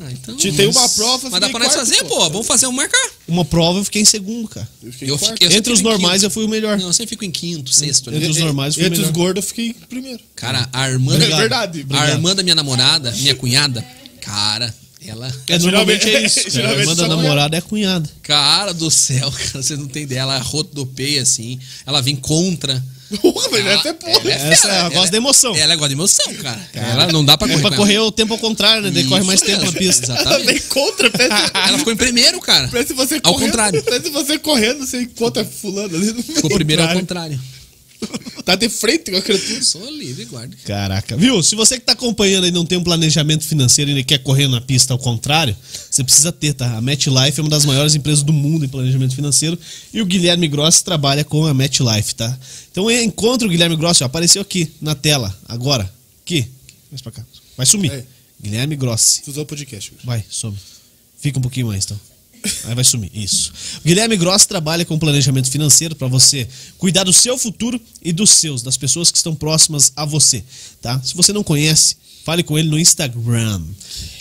[SPEAKER 3] Ah, então.
[SPEAKER 2] Te- tem uma prova,
[SPEAKER 3] Mas dá
[SPEAKER 2] fiquei
[SPEAKER 3] pra nós
[SPEAKER 2] quarto,
[SPEAKER 3] fazer,
[SPEAKER 2] pô.
[SPEAKER 3] pô. Vamos fazer um marcar.
[SPEAKER 1] Uma prova eu fiquei em segundo, cara.
[SPEAKER 2] fiquei
[SPEAKER 3] Eu
[SPEAKER 2] em quarto.
[SPEAKER 3] fiquei- sempre
[SPEAKER 1] Entre os
[SPEAKER 3] fico em
[SPEAKER 1] normais eu fui o melhor.
[SPEAKER 3] Não, eu sempre fico em quinto, sexto.
[SPEAKER 1] Entre
[SPEAKER 3] Né?
[SPEAKER 1] os normais foi
[SPEAKER 2] Entre os
[SPEAKER 1] melhor.
[SPEAKER 2] gordos eu fiquei em primeiro.
[SPEAKER 3] Cara, a irmã.
[SPEAKER 2] É verdade.
[SPEAKER 3] A
[SPEAKER 2] Obrigado.
[SPEAKER 3] irmã da minha namorada, minha cunhada, cara, ela.
[SPEAKER 1] É,
[SPEAKER 2] Geralmente-
[SPEAKER 1] normalmente é isso. cara. A
[SPEAKER 2] geralmente
[SPEAKER 1] irmã da
[SPEAKER 2] só
[SPEAKER 1] namorada é a cunhada.
[SPEAKER 3] Cara do céu, cara, vocês não tem ideia. Ela rodopeia assim, ela vem contra.
[SPEAKER 2] Porra, mas essa é porra.
[SPEAKER 3] Ela é
[SPEAKER 1] Essa
[SPEAKER 3] fera,
[SPEAKER 1] é a voz da emoção.
[SPEAKER 3] Ela gosta de emoção, cara. Ela não dá pra correr.
[SPEAKER 1] É pra
[SPEAKER 3] com ela.
[SPEAKER 1] correr o tempo ao contrário, né? Daí corre mais
[SPEAKER 3] Isso
[SPEAKER 1] tempo na
[SPEAKER 3] mesmo,
[SPEAKER 1] pista.
[SPEAKER 3] Exatamente.
[SPEAKER 2] Nem contra, parece,
[SPEAKER 3] tá Ela ficou em primeiro, cara.
[SPEAKER 2] parece você
[SPEAKER 3] Ao
[SPEAKER 2] correndo.
[SPEAKER 3] contrário.
[SPEAKER 2] Parece você correndo, você encontra fulano ali no
[SPEAKER 3] Ficou
[SPEAKER 2] meio.
[SPEAKER 3] primeiro ao contrário.
[SPEAKER 2] Tá de frente com a criatura.
[SPEAKER 3] Sou livre, guarda.
[SPEAKER 1] Caraca, viu? Se você que tá acompanhando aí não tem um planejamento financeiro e ele quer correr na pista ao contrário, você precisa ter, tá? A MetLife é uma das maiores empresas do mundo em planejamento financeiro e o Guilherme Grossi trabalha com a MetLife, tá? Então encontra o Guilherme Grossi, ó, apareceu aqui na tela, agora. Aqui. Mais pra cá. Vai sumir.
[SPEAKER 2] É.
[SPEAKER 1] Guilherme Grossi.
[SPEAKER 2] Usou o podcast.
[SPEAKER 1] Vai, some. Fica um pouquinho mais, então. Aí vai sumir, isso. O Guilherme Gross trabalha com planejamento financeiro para você cuidar do seu futuro e dos seus, das pessoas que estão próximas a você, tá? Se você não conhece, fale com ele no Instagram.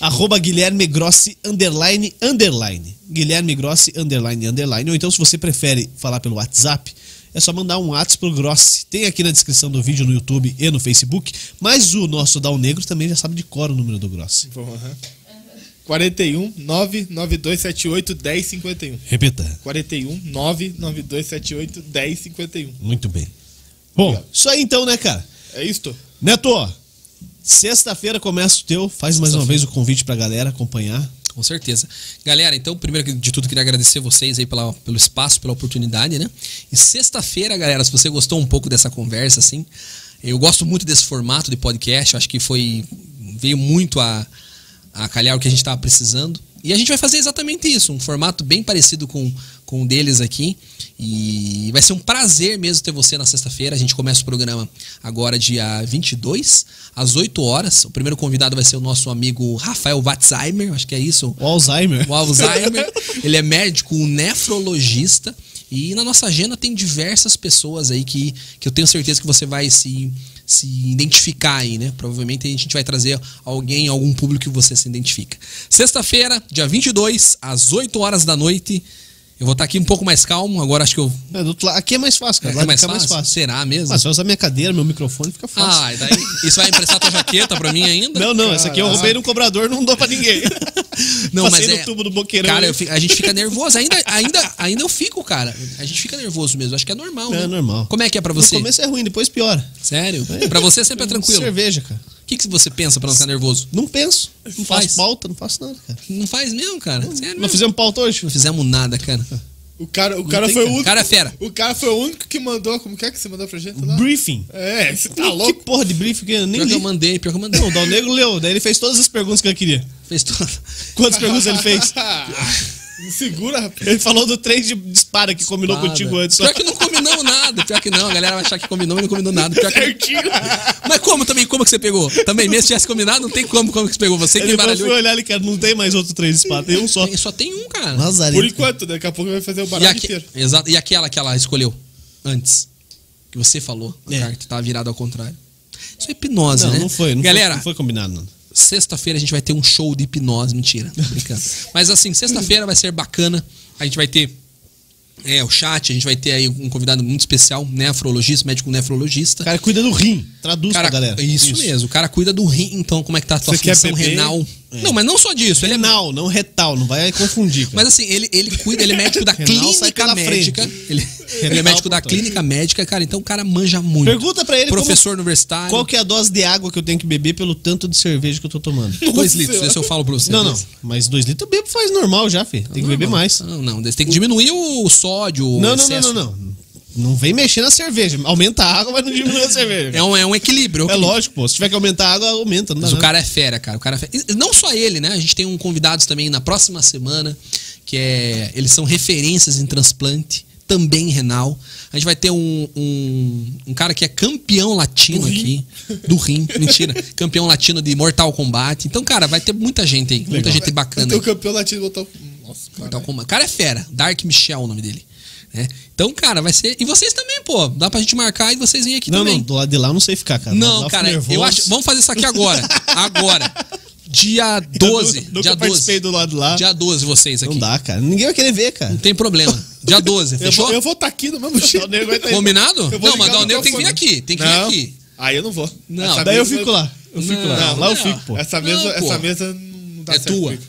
[SPEAKER 1] Arroba Guilherme Grossi, underline, underline. Guilherme Grossi, underline, underline. Ou então, se você prefere falar pelo WhatsApp, é só mandar um WhatsApp pro Grossi. Tem aqui na descrição do vídeo no YouTube e no Facebook. Mas o nosso Dal Negro também já sabe de cor o número do Grossi.
[SPEAKER 2] Bom, aham. 41 99278 1051.
[SPEAKER 1] Repita.
[SPEAKER 2] 41 99278 1051.
[SPEAKER 1] Muito bem. Bom, isso aí então, né, cara?
[SPEAKER 2] É isto?
[SPEAKER 1] Neto, sexta-feira começa o teu. Faz mais uma vez o convite pra galera acompanhar.
[SPEAKER 3] Com certeza. Galera, então, primeiro de tudo, queria agradecer vocês aí pela, pelo espaço, pela oportunidade, né? E sexta-feira, galera, se você gostou um pouco dessa conversa, assim, eu gosto muito desse formato de podcast, eu acho que foi. veio muito a, a calhar o que a gente estava precisando. E a gente vai fazer exatamente isso, um formato bem parecido com, com o deles aqui. E vai ser um prazer mesmo ter você na sexta-feira. A gente começa o programa agora, dia 22, às 8 horas. O primeiro convidado vai ser o nosso amigo Rafael Watzheimer, acho que é isso.
[SPEAKER 1] O Alzheimer.
[SPEAKER 3] O Alzheimer, ele é médico, um nefrologista. E na nossa agenda tem diversas pessoas aí que, que eu tenho certeza que você vai se, se identificar aí, né? Provavelmente a gente vai trazer alguém, algum público que você se identifica. Sexta-feira, dia 22, às 8 horas da noite. Eu vou estar aqui um pouco mais calmo, agora acho que eu.
[SPEAKER 1] É, do outro lado. Aqui é mais fácil, cara.
[SPEAKER 3] É
[SPEAKER 1] Lá
[SPEAKER 3] mais
[SPEAKER 1] fica
[SPEAKER 3] fácil? Será mesmo?
[SPEAKER 1] Mas se eu usar minha cadeira, meu microfone, fica fácil.
[SPEAKER 3] Ah, e daí, isso vai emprestar tua jaqueta pra mim ainda?
[SPEAKER 1] não, não, essa aqui eu roubei num cobrador, não dou pra ninguém.
[SPEAKER 3] Não,
[SPEAKER 1] Passei
[SPEAKER 3] mas
[SPEAKER 1] no
[SPEAKER 3] é-
[SPEAKER 1] tubo do boqueirão.
[SPEAKER 3] Cara, eu fi- a gente fica nervoso. Ainda, ainda, ainda eu fico, cara. A gente fica nervoso mesmo. Acho que é normal.
[SPEAKER 1] É
[SPEAKER 3] né?
[SPEAKER 1] normal.
[SPEAKER 3] Como é que é pra
[SPEAKER 1] No
[SPEAKER 3] você?
[SPEAKER 1] começo é ruim, depois piora.
[SPEAKER 3] Sério? Pra você sempre é tranquilo.
[SPEAKER 1] Cerveja, cara.
[SPEAKER 3] O que, que você pensa pra não ficar nervoso?
[SPEAKER 1] Não penso. Não
[SPEAKER 3] Faz.
[SPEAKER 1] faço pauta, não faço nada, cara.
[SPEAKER 3] Não faz mesmo, cara. Sério
[SPEAKER 1] Nós
[SPEAKER 3] mesmo.
[SPEAKER 1] fizemos pauta hoje?
[SPEAKER 3] Não fizemos nada, cara.
[SPEAKER 2] O cara, o cara
[SPEAKER 1] tem
[SPEAKER 2] foi o
[SPEAKER 1] cara.
[SPEAKER 2] único.
[SPEAKER 3] Cara é fera.
[SPEAKER 2] O cara foi o único que mandou. Como que é que você mandou pra gente lá?
[SPEAKER 1] Briefing.
[SPEAKER 2] É, você tá
[SPEAKER 1] Que
[SPEAKER 2] louco?
[SPEAKER 1] porra de briefing que eu nem
[SPEAKER 3] Pior que eu
[SPEAKER 1] li.
[SPEAKER 3] mandei, pior que eu mandei.
[SPEAKER 1] O Dal Negro leu, daí ele fez todas as perguntas que eu queria.
[SPEAKER 3] Fez tudo.
[SPEAKER 1] Quantas perguntas ele fez?
[SPEAKER 2] Me segura, rapaz.
[SPEAKER 1] Ele falou do três de dispara que combinou
[SPEAKER 3] Nada.
[SPEAKER 1] contigo antes.
[SPEAKER 3] Pior que não combinamos nada. Pior que não. A galera vai achar que combinou e não combinou nada. Pior que... Mas como também? Como que você pegou? Também, mesmo se tivesse combinado, não tem como. Como que você pegou? Você que
[SPEAKER 1] Ele falou,
[SPEAKER 3] embaralhou.
[SPEAKER 1] fui olhar ele, cara, não tem mais outro três de espada, tem um só.
[SPEAKER 3] Tem- Só tem um, cara.
[SPEAKER 2] Por
[SPEAKER 1] Lazarento.
[SPEAKER 2] enquanto, daqui a pouco vai fazer o
[SPEAKER 3] E,
[SPEAKER 2] baralho
[SPEAKER 3] aque,
[SPEAKER 2] inteiro.
[SPEAKER 3] exato, e aquela que ela escolheu antes. Que você falou. A
[SPEAKER 1] É.
[SPEAKER 3] carta que tava virada ao contrário. Isso é hipnose,
[SPEAKER 1] Não,
[SPEAKER 3] né?
[SPEAKER 1] não foi. Não
[SPEAKER 3] Galera,
[SPEAKER 1] foi, não foi combinado, não.
[SPEAKER 3] sexta-feira a gente vai ter um show de hipnose. Mentira, tô brincando. Mas assim, sexta-feira vai ser bacana. A gente vai ter é, o chat, a gente vai ter aí um convidado muito especial, nefrologista, médico nefrologista.
[SPEAKER 1] O cara cuida do rim. Traduz
[SPEAKER 3] Cara, é
[SPEAKER 1] pra galera.
[SPEAKER 3] Isso, mesmo, o cara cuida do rim, então como é que tá a tua
[SPEAKER 1] Você quer
[SPEAKER 3] função
[SPEAKER 1] beber?
[SPEAKER 3] renal? Não, mas não só disso, ele é
[SPEAKER 1] Renal, não retal, não vai confundir. Cara.
[SPEAKER 3] Mas assim, ele, ele cuida, ele é médico da
[SPEAKER 1] Renal sai pela
[SPEAKER 3] clínica médica. Ele, ele é
[SPEAKER 1] Renal
[SPEAKER 3] médico da
[SPEAKER 1] por trás.
[SPEAKER 3] clínica médica, cara. Então o cara manja muito.
[SPEAKER 1] Pergunta pra ele como-
[SPEAKER 3] Professor universitário.
[SPEAKER 1] Qual que é a dose de água que eu tenho que beber pelo tanto de cerveja que eu tô tomando?
[SPEAKER 3] Dois litros, esse é eu falo pra você.
[SPEAKER 1] Não, não. Mas dois litros eu bebo faz normal já, filho. Tem que beber mais.
[SPEAKER 3] Não, Ah, não. Tem que diminuir o sódio, o
[SPEAKER 1] Não, não, não,
[SPEAKER 3] excesso.
[SPEAKER 1] não, não. Não vem mexer na cerveja. Aumenta a água, mas não diminui a cerveja.
[SPEAKER 3] É um, é um equilíbrio.
[SPEAKER 1] É lógico, né? pô. Se tiver que aumentar a água, aumenta. Não dá
[SPEAKER 3] Mas o
[SPEAKER 1] nada.
[SPEAKER 3] cara é fera, cara. O cara é fera. E Não só ele, né? A gente tem um convidados também na próxima semana, que é. Eles são referências em transplante. também em renal. A gente vai ter um, um, um cara que é campeão latino aqui. Do rim. Mentira. campeão latino de Mortal Kombat. Então, cara, vai ter muita gente aí. Muita gente bacana.
[SPEAKER 2] Então,
[SPEAKER 3] aí.
[SPEAKER 2] o campeão latino botou. Nossa, cara.
[SPEAKER 3] Mortal Kombat. O cara é fera. Dark Michel é o nome dele. né? Então, cara, vai ser. E vocês também, pô. Dá pra gente marcar e vocês virem aqui
[SPEAKER 1] Não,
[SPEAKER 3] também.
[SPEAKER 1] não, do lado de lá eu não sei ficar, cara. Lá-
[SPEAKER 3] Não,
[SPEAKER 1] lá eu fico
[SPEAKER 3] cara, eu
[SPEAKER 1] nervoso.
[SPEAKER 3] acho. Vamos fazer isso aqui agora. agora. Dia
[SPEAKER 1] Eu nu-
[SPEAKER 3] 12.
[SPEAKER 1] Nunca
[SPEAKER 3] dia 12.
[SPEAKER 1] participei do lado de lá.
[SPEAKER 3] Dia 12, vocês aqui.
[SPEAKER 1] Não
[SPEAKER 3] Não,
[SPEAKER 1] dá, cara. Ninguém vai querer ver, cara.
[SPEAKER 3] tem problema. Dia 12,
[SPEAKER 2] eu,
[SPEAKER 3] fechou?
[SPEAKER 2] vou, eu vou estar aqui no mesmo jeito.
[SPEAKER 3] tá Combinado?
[SPEAKER 2] Eu vou
[SPEAKER 3] Não,
[SPEAKER 2] ligar
[SPEAKER 3] mas o
[SPEAKER 2] o
[SPEAKER 3] Nego tem que vir
[SPEAKER 2] microfone.
[SPEAKER 3] aqui. Tem que
[SPEAKER 2] Não.
[SPEAKER 3] vir aqui.
[SPEAKER 2] Aí eu não vou.
[SPEAKER 3] Não.
[SPEAKER 2] Essa
[SPEAKER 1] Daí eu
[SPEAKER 2] mesa-
[SPEAKER 1] fico lá. Eu fico lá.
[SPEAKER 3] Não,
[SPEAKER 1] Não, lá eu
[SPEAKER 3] não. assim,
[SPEAKER 1] fico, pô.
[SPEAKER 2] Essa mesa,
[SPEAKER 3] Não, pô.
[SPEAKER 2] essa mesa não dá
[SPEAKER 3] É
[SPEAKER 2] Tá certo.
[SPEAKER 3] tua.
[SPEAKER 2] comigo.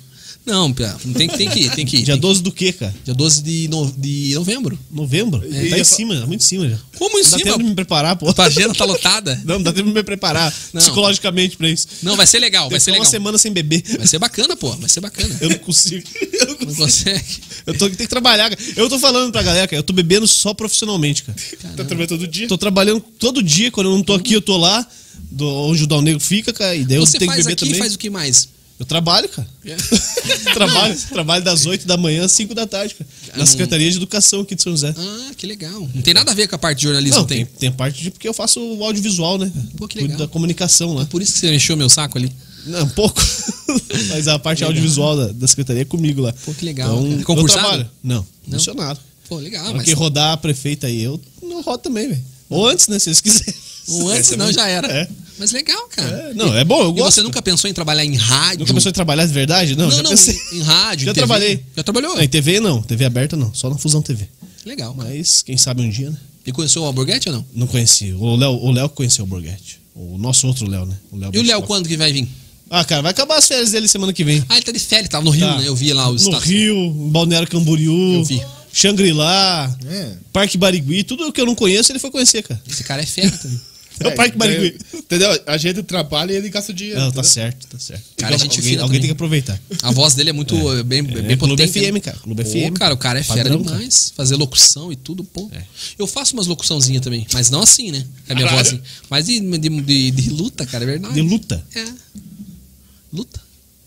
[SPEAKER 3] Não, Pia, não tem, tem que ir, tem que ir.
[SPEAKER 1] Dia
[SPEAKER 3] tem que ir.
[SPEAKER 1] 12 do quê, cara?
[SPEAKER 3] Dia 12 de, no- de novembro.
[SPEAKER 1] Novembro?
[SPEAKER 2] É.
[SPEAKER 1] Tá
[SPEAKER 2] E-
[SPEAKER 1] em cima, muito em cima já. Não
[SPEAKER 3] Como em
[SPEAKER 1] dá tempo de
[SPEAKER 3] cima?
[SPEAKER 1] me preparar, pô.
[SPEAKER 3] Tua agenda tá lotada?
[SPEAKER 1] Não, não dá tempo de me preparar
[SPEAKER 3] Não.
[SPEAKER 1] psicologicamente pra isso.
[SPEAKER 3] Não, vai ser legal, vai
[SPEAKER 1] Tem que
[SPEAKER 3] ser
[SPEAKER 1] ficar
[SPEAKER 3] legal.
[SPEAKER 1] uma semana sem beber.
[SPEAKER 3] Vai ser bacana, pô. Vai ser bacana.
[SPEAKER 1] Eu não consigo. Eu não
[SPEAKER 3] Não
[SPEAKER 1] consigo.
[SPEAKER 3] consegue.
[SPEAKER 1] Eu tô, tenho que trabalhar, cara. Eu tô falando pra galera, cara. Eu tô bebendo só profissionalmente, cara.
[SPEAKER 2] Tá trabalhando todo dia.
[SPEAKER 1] Tô trabalhando todo dia. Quando eu não tô aqui, eu tô lá. Do, onde o Dal Negro fica, cara. E daí eu
[SPEAKER 3] Você
[SPEAKER 1] tenho que
[SPEAKER 3] faz
[SPEAKER 1] beber
[SPEAKER 3] aqui e
[SPEAKER 1] também. É.
[SPEAKER 3] faz o que mais?
[SPEAKER 1] Eu trabalho, cara. trabalho, trabalho das 8 da manhã às 5 da tarde, cara. Na Secretaria de Educação aqui de São José.
[SPEAKER 3] Ah, que legal. Não tem nada a ver com a parte de jornalismo,
[SPEAKER 1] Não,
[SPEAKER 3] tem.
[SPEAKER 1] tem, tem parte de porque eu faço o audiovisual, né? cara?
[SPEAKER 3] Pô, que
[SPEAKER 1] Cuido
[SPEAKER 3] legal.
[SPEAKER 1] da comunicação lá.
[SPEAKER 3] Por isso que você encheu meu saco ali.
[SPEAKER 1] Não, um pouco. Mas a parte audiovisual da, da secretaria é comigo lá.
[SPEAKER 3] Pô, que legal, cara.
[SPEAKER 1] Então,
[SPEAKER 3] Concursado?
[SPEAKER 1] Eu trabalho. Não,
[SPEAKER 3] Não?
[SPEAKER 1] funcionário.
[SPEAKER 3] Pô, legal,
[SPEAKER 1] Pra
[SPEAKER 3] mas.
[SPEAKER 1] quem rodar a prefeita aí, eu não rodo também, velho. Ou antes, né? Se eles quiserem.
[SPEAKER 3] O antes não já era.
[SPEAKER 1] É.
[SPEAKER 3] Mas legal, cara.
[SPEAKER 1] É, não, é bom, eu
[SPEAKER 3] E você
[SPEAKER 1] gosto.
[SPEAKER 3] nunca pensou em trabalhar em rádio?
[SPEAKER 1] Nunca pensou em trabalhar de verdade? Não,
[SPEAKER 3] não,
[SPEAKER 1] já
[SPEAKER 3] não,
[SPEAKER 1] pensei.
[SPEAKER 3] em rádio.
[SPEAKER 1] Já
[SPEAKER 3] em TV.
[SPEAKER 1] trabalhei.
[SPEAKER 3] Já trabalhou?
[SPEAKER 1] Não, em TV não, TV aberta não, só na Fusão TV.
[SPEAKER 3] Legal, mano.
[SPEAKER 1] Mas quem sabe um dia, né?
[SPEAKER 3] E conheceu o Alborguete ou não?
[SPEAKER 1] Não conheci. O Léo, o Léo que conheceu o Borghetti. O nosso outro Léo, né?
[SPEAKER 3] E o Léo
[SPEAKER 1] Bertinotti.
[SPEAKER 3] quando que vai vir?
[SPEAKER 1] Ah, cara, vai acabar as férias dele semana que vem.
[SPEAKER 3] Ah, ele tá de férias, tava no Rio,
[SPEAKER 1] Tá.
[SPEAKER 3] né? Eu vi lá os
[SPEAKER 1] No
[SPEAKER 3] status.
[SPEAKER 1] Rio, em Balneário Camboriú,
[SPEAKER 3] Eu vi.
[SPEAKER 1] Xangri-Lá,
[SPEAKER 2] É.
[SPEAKER 1] Parque Barigui, tudo o que eu não conheço ele foi conhecer, cara.
[SPEAKER 3] Esse cara é fera também.
[SPEAKER 1] É o Parque
[SPEAKER 2] daí-
[SPEAKER 1] Barigui.
[SPEAKER 2] Entendeu? A gente trabalha e ele gasta o dinheiro.
[SPEAKER 1] Não, tá
[SPEAKER 2] entendeu?
[SPEAKER 1] certo, tá certo.
[SPEAKER 3] Cara, é gente
[SPEAKER 1] alguém,
[SPEAKER 3] fina
[SPEAKER 1] alguém
[SPEAKER 3] também.
[SPEAKER 1] tem que aproveitar.
[SPEAKER 3] A voz dele é muito é, bem,
[SPEAKER 1] É,
[SPEAKER 3] bem
[SPEAKER 1] Clube
[SPEAKER 3] potente.
[SPEAKER 1] FM,
[SPEAKER 3] né?
[SPEAKER 1] cara. Clube
[SPEAKER 3] Pô,
[SPEAKER 1] FM.
[SPEAKER 3] Cara, o cara é fera
[SPEAKER 1] Padrão, É.
[SPEAKER 3] demais. Fazer locução e tudo, pô. Eu faço umas locuçãozinhas também, mas não assim, né? É a minha voz.
[SPEAKER 2] Caralho.
[SPEAKER 3] assim. Mas de, de- de- de luta, cara, é verdade.
[SPEAKER 1] De luta.
[SPEAKER 3] É. Luta.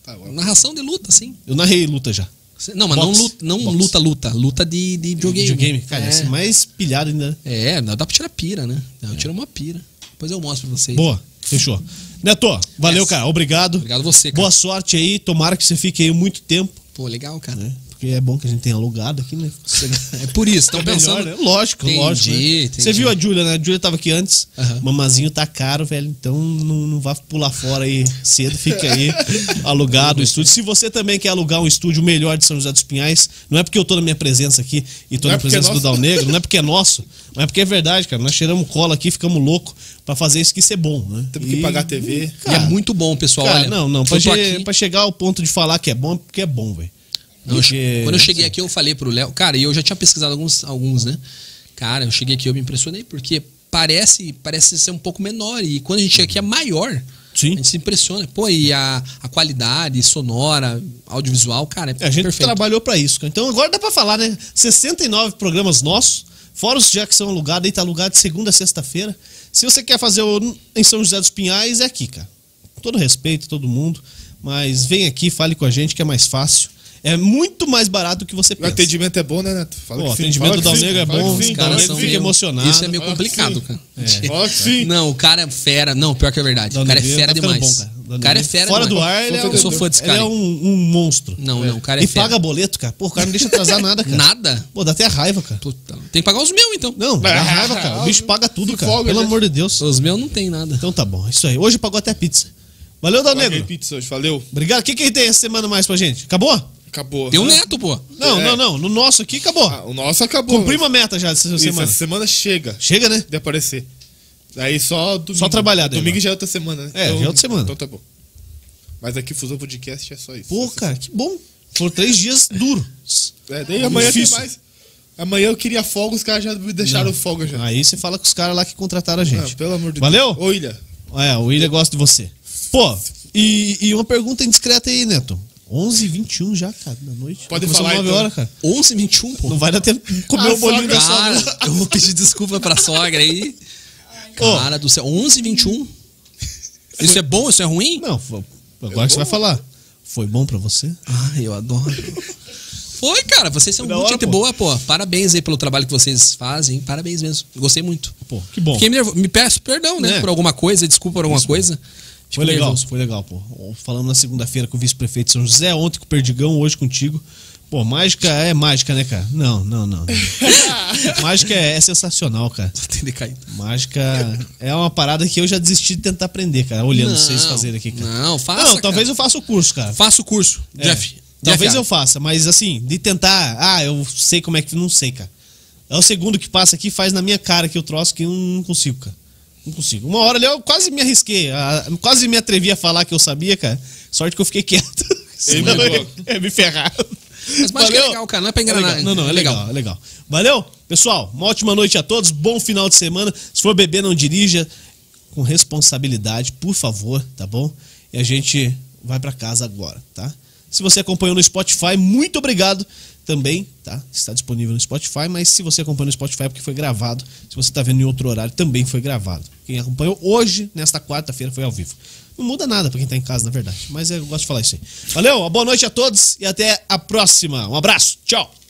[SPEAKER 2] Tá bom.
[SPEAKER 3] Narração de luta, sim.
[SPEAKER 1] Eu narrei luta já.
[SPEAKER 3] Cê- Não, mas não,
[SPEAKER 1] Boxe.
[SPEAKER 3] luta, não
[SPEAKER 1] Boxe.
[SPEAKER 3] luta, luta. Luta de, de videogame.
[SPEAKER 1] Videogame, cara, esse é
[SPEAKER 3] é.
[SPEAKER 1] mais pilhado ainda. né?
[SPEAKER 3] É, não dá pra tirar pira, né? Não, Eu tiro uma pira. Depois eu mostro pra vocês.
[SPEAKER 1] Boa, fechou. Neto, valeu,
[SPEAKER 3] Yes.
[SPEAKER 1] cara. Obrigado.
[SPEAKER 3] Obrigado você, cara.
[SPEAKER 1] Boa sorte aí. Tomara que você fique aí muito tempo,
[SPEAKER 3] Pô, legal, cara.
[SPEAKER 1] né? Porque é bom que a gente tenha alugado aqui, né?
[SPEAKER 3] É por isso, estão
[SPEAKER 1] É melhor,
[SPEAKER 3] pensando.
[SPEAKER 1] né? Lógico,
[SPEAKER 3] Entendi,
[SPEAKER 1] lógico. né?
[SPEAKER 3] entendi.
[SPEAKER 1] Você viu a Júlia, né? A Júlia tava aqui antes.
[SPEAKER 3] Aham.
[SPEAKER 1] Mamazinho tá caro, velho. Então não, não vá pular fora aí cedo. Fica aí alugado o estúdio. Se você também quer alugar um estúdio melhor de São José dos Pinhais, não é porque eu tô na minha presença aqui e tô
[SPEAKER 2] Não é
[SPEAKER 1] na
[SPEAKER 2] porque é
[SPEAKER 1] presença do
[SPEAKER 2] nosso.
[SPEAKER 1] Dal Negro, não é porque é nosso, mas é porque é verdade, cara. Nós cheiramos cola aqui, ficamos louco pra fazer isso que isso é bom, né?
[SPEAKER 2] Temos que
[SPEAKER 1] E-
[SPEAKER 2] pagar a TV.
[SPEAKER 3] E é muito bom, pessoal.
[SPEAKER 1] Cara,
[SPEAKER 3] olha,
[SPEAKER 1] não, não. Pra,
[SPEAKER 3] eu tô
[SPEAKER 1] che-
[SPEAKER 3] aqui-
[SPEAKER 1] pra chegar ao ponto de falar que é bom, é porque é bom, velho.
[SPEAKER 3] Não, eu che-
[SPEAKER 1] Porque-
[SPEAKER 3] Quando eu cheguei aqui, eu falei pro Léo. Cara, e eu já tinha pesquisado alguns, alguns, né? Cara, eu cheguei aqui, eu me impressionei, porque parece, parece ser um pouco menor. E quando a gente chega aqui é maior.
[SPEAKER 1] Sim.
[SPEAKER 3] A gente se impressiona. Pô, e a, a qualidade sonora, audiovisual, cara, é
[SPEAKER 1] É, A gente
[SPEAKER 3] perfeito.
[SPEAKER 1] trabalhou pra isso, cara. Então agora dá pra falar, né? 69 programas nossos, fora os já que são alugados, aí tá alugado de segunda a sexta-feira. Se você quer fazer o- em São José dos Pinhais, é aqui, cara. Com Todo respeito, todo mundo, mas vem aqui, fale com a gente que é mais fácil. É muito mais barato do que você
[SPEAKER 2] O
[SPEAKER 1] pensa.
[SPEAKER 2] atendimento é bom, né, Neto? Fala
[SPEAKER 1] Pô,
[SPEAKER 2] que
[SPEAKER 1] o
[SPEAKER 2] sim,
[SPEAKER 1] atendimento
[SPEAKER 2] fala
[SPEAKER 1] da
[SPEAKER 2] que sim,
[SPEAKER 1] Alnega é
[SPEAKER 2] fala que
[SPEAKER 1] bom,
[SPEAKER 2] sim,
[SPEAKER 1] os caras
[SPEAKER 2] fala que
[SPEAKER 1] são
[SPEAKER 2] sim.
[SPEAKER 1] fica emocionado. É.
[SPEAKER 3] Isso é meio
[SPEAKER 2] Fala que
[SPEAKER 3] complicado,
[SPEAKER 2] sim.
[SPEAKER 3] cara. É.
[SPEAKER 2] Fala que sim.
[SPEAKER 3] Não, o cara é fera. Não, pior que é verdade.
[SPEAKER 1] Dal
[SPEAKER 3] o cara é
[SPEAKER 1] Negreiro
[SPEAKER 3] fera
[SPEAKER 1] tá ficando
[SPEAKER 3] demais.
[SPEAKER 1] bom, cara. Dal
[SPEAKER 3] O cara é
[SPEAKER 1] Negreiro-
[SPEAKER 3] fera
[SPEAKER 1] Fora do
[SPEAKER 3] demais.
[SPEAKER 1] ar, ele é,
[SPEAKER 3] Eu sou fã desse
[SPEAKER 1] ele
[SPEAKER 3] cara.
[SPEAKER 1] é um, um monstro.
[SPEAKER 3] Não, não, o cara é
[SPEAKER 1] e
[SPEAKER 3] fera.
[SPEAKER 1] paga boleto, cara. Pô, o cara não deixa atrasar nada, cara.
[SPEAKER 3] Nada?
[SPEAKER 1] Pô, dá até raiva, cara.
[SPEAKER 3] Puta, tem que pagar os meus, então.
[SPEAKER 1] Não, dá raiva, cara. O bicho paga tudo,
[SPEAKER 2] Se
[SPEAKER 1] cara.
[SPEAKER 2] folga,
[SPEAKER 1] Pelo
[SPEAKER 2] né?
[SPEAKER 1] amor de Deus.
[SPEAKER 3] Os meus não tem nada.
[SPEAKER 1] Então tá bom, é isso aí. Hoje pagou até a pizza. Valeu, Dal
[SPEAKER 2] Paguei
[SPEAKER 1] Negro.
[SPEAKER 2] pizza hoje, valeu.
[SPEAKER 1] Obrigado. O que, que tem essa semana mais pra gente? Acabou?
[SPEAKER 2] Acabou.
[SPEAKER 3] Tem um neto, pô.
[SPEAKER 1] Não,
[SPEAKER 2] É.
[SPEAKER 1] não, não. No nosso aqui acabou.
[SPEAKER 2] Ah, o nosso acabou.
[SPEAKER 1] Cumprimos a meta já dessa
[SPEAKER 2] Isso,
[SPEAKER 1] semana.
[SPEAKER 2] Essa semana chega
[SPEAKER 1] Chega, né?
[SPEAKER 2] de aparecer. Aí só domingo.
[SPEAKER 1] Só trabalhar daí,
[SPEAKER 2] Domingo
[SPEAKER 1] lá.
[SPEAKER 2] já é outra semana, né?
[SPEAKER 1] É, já é outra semana.
[SPEAKER 2] Então tá bom. Mas aqui Fusão Podcast é só isso.
[SPEAKER 1] Pô, cara, que bom. Foram três dias duro.
[SPEAKER 2] É, daí amanhã
[SPEAKER 1] Difícil.
[SPEAKER 2] tem mais. Amanhã eu queria folga, os caras já me deixaram folga já.
[SPEAKER 1] Aí você fala com os caras lá que contrataram a gente.
[SPEAKER 2] Ah, pelo amor de
[SPEAKER 1] Valeu?
[SPEAKER 2] Deus. Valeu? Olha,
[SPEAKER 1] É, o William gosta de você. Pô, e, e uma pergunta indiscreta aí, Neto. 11h21 já, cara, da noite.
[SPEAKER 2] Pode
[SPEAKER 1] Começou
[SPEAKER 2] falar,
[SPEAKER 1] 9
[SPEAKER 2] então.
[SPEAKER 3] Tá.
[SPEAKER 1] horas, cara.
[SPEAKER 3] 11 21, pô.
[SPEAKER 1] Não vai dar tempo de comer
[SPEAKER 2] Ah,
[SPEAKER 1] o bolinho
[SPEAKER 2] sogra.
[SPEAKER 1] da sogra.
[SPEAKER 3] Cara, eu vou pedir desculpa pra sogra aí. Cara do céu, 11 21. Isso é bom? Isso é ruim?
[SPEAKER 1] Não, foi- agora que você vai falar. Foi bom pra você?
[SPEAKER 3] Ai, eu adoro. Foi, cara. Vocês são
[SPEAKER 1] Da
[SPEAKER 3] muito
[SPEAKER 1] hora,
[SPEAKER 3] gente
[SPEAKER 1] pô.
[SPEAKER 3] boa, pô. Parabéns aí pelo trabalho que vocês fazem. Parabéns mesmo. Gostei muito.
[SPEAKER 1] Pô, que bom.
[SPEAKER 3] Fiquei nervo- Me peço perdão, né?
[SPEAKER 1] É.
[SPEAKER 3] Por alguma coisa, desculpa por alguma coisa. Fico
[SPEAKER 1] Foi legal,
[SPEAKER 3] nervoso.
[SPEAKER 1] foi legal, pô. Falando na segunda-feira com o vice-prefeito de São José, ontem com o Perdigão, hoje contigo. Pô, mágica é mágica, né, cara? Não, não, não. não. mágica é, é sensacional, cara.
[SPEAKER 3] Tem decaído.
[SPEAKER 1] Mágica é uma parada que eu já desisti de tentar aprender, cara, olhando vocês fazerem aqui, cara.
[SPEAKER 3] Não, faça.
[SPEAKER 1] Não,
[SPEAKER 3] cara.
[SPEAKER 1] talvez eu faça o curso, cara.
[SPEAKER 3] Faça o curso,
[SPEAKER 1] É.
[SPEAKER 3] Jeff.
[SPEAKER 1] Talvez
[SPEAKER 3] Jeff,
[SPEAKER 1] eu faça, mas assim, de tentar. Ah, eu sei como é que. Não sei, cara. É o segundo que passa aqui, faz na minha cara que eu troço que eu não consigo, cara. Não consigo. Uma hora ali eu quase me arrisquei, ah, quase me atrevi a falar que eu sabia, cara. Sorte que eu fiquei quieto. Senão
[SPEAKER 2] me
[SPEAKER 1] eu ia-
[SPEAKER 2] bloco.
[SPEAKER 1] ia me ferrar.
[SPEAKER 3] Mas mágica é legal, cara, não é pra enganar.
[SPEAKER 1] legal. Não, não, é legal, é legal. Valeu, pessoal. Uma ótima noite a todos, bom final de semana. Se for beber, não dirija. Com responsabilidade, por favor, tá bom? E a gente vai pra casa agora, tá? Se você acompanhou no Spotify, muito obrigado também, tá? Está disponível no Spotify, mas se você acompanhou no Spotify é porque foi gravado. Se você tá vendo em outro horário, também foi gravado. Quem acompanhou hoje, nesta quarta-feira, foi ao vivo. Não muda nada pra quem tá em casa, na verdade. Mas eu gosto de falar isso aí. Valeu, uma boa noite a todos e até a próxima. Um abraço, tchau!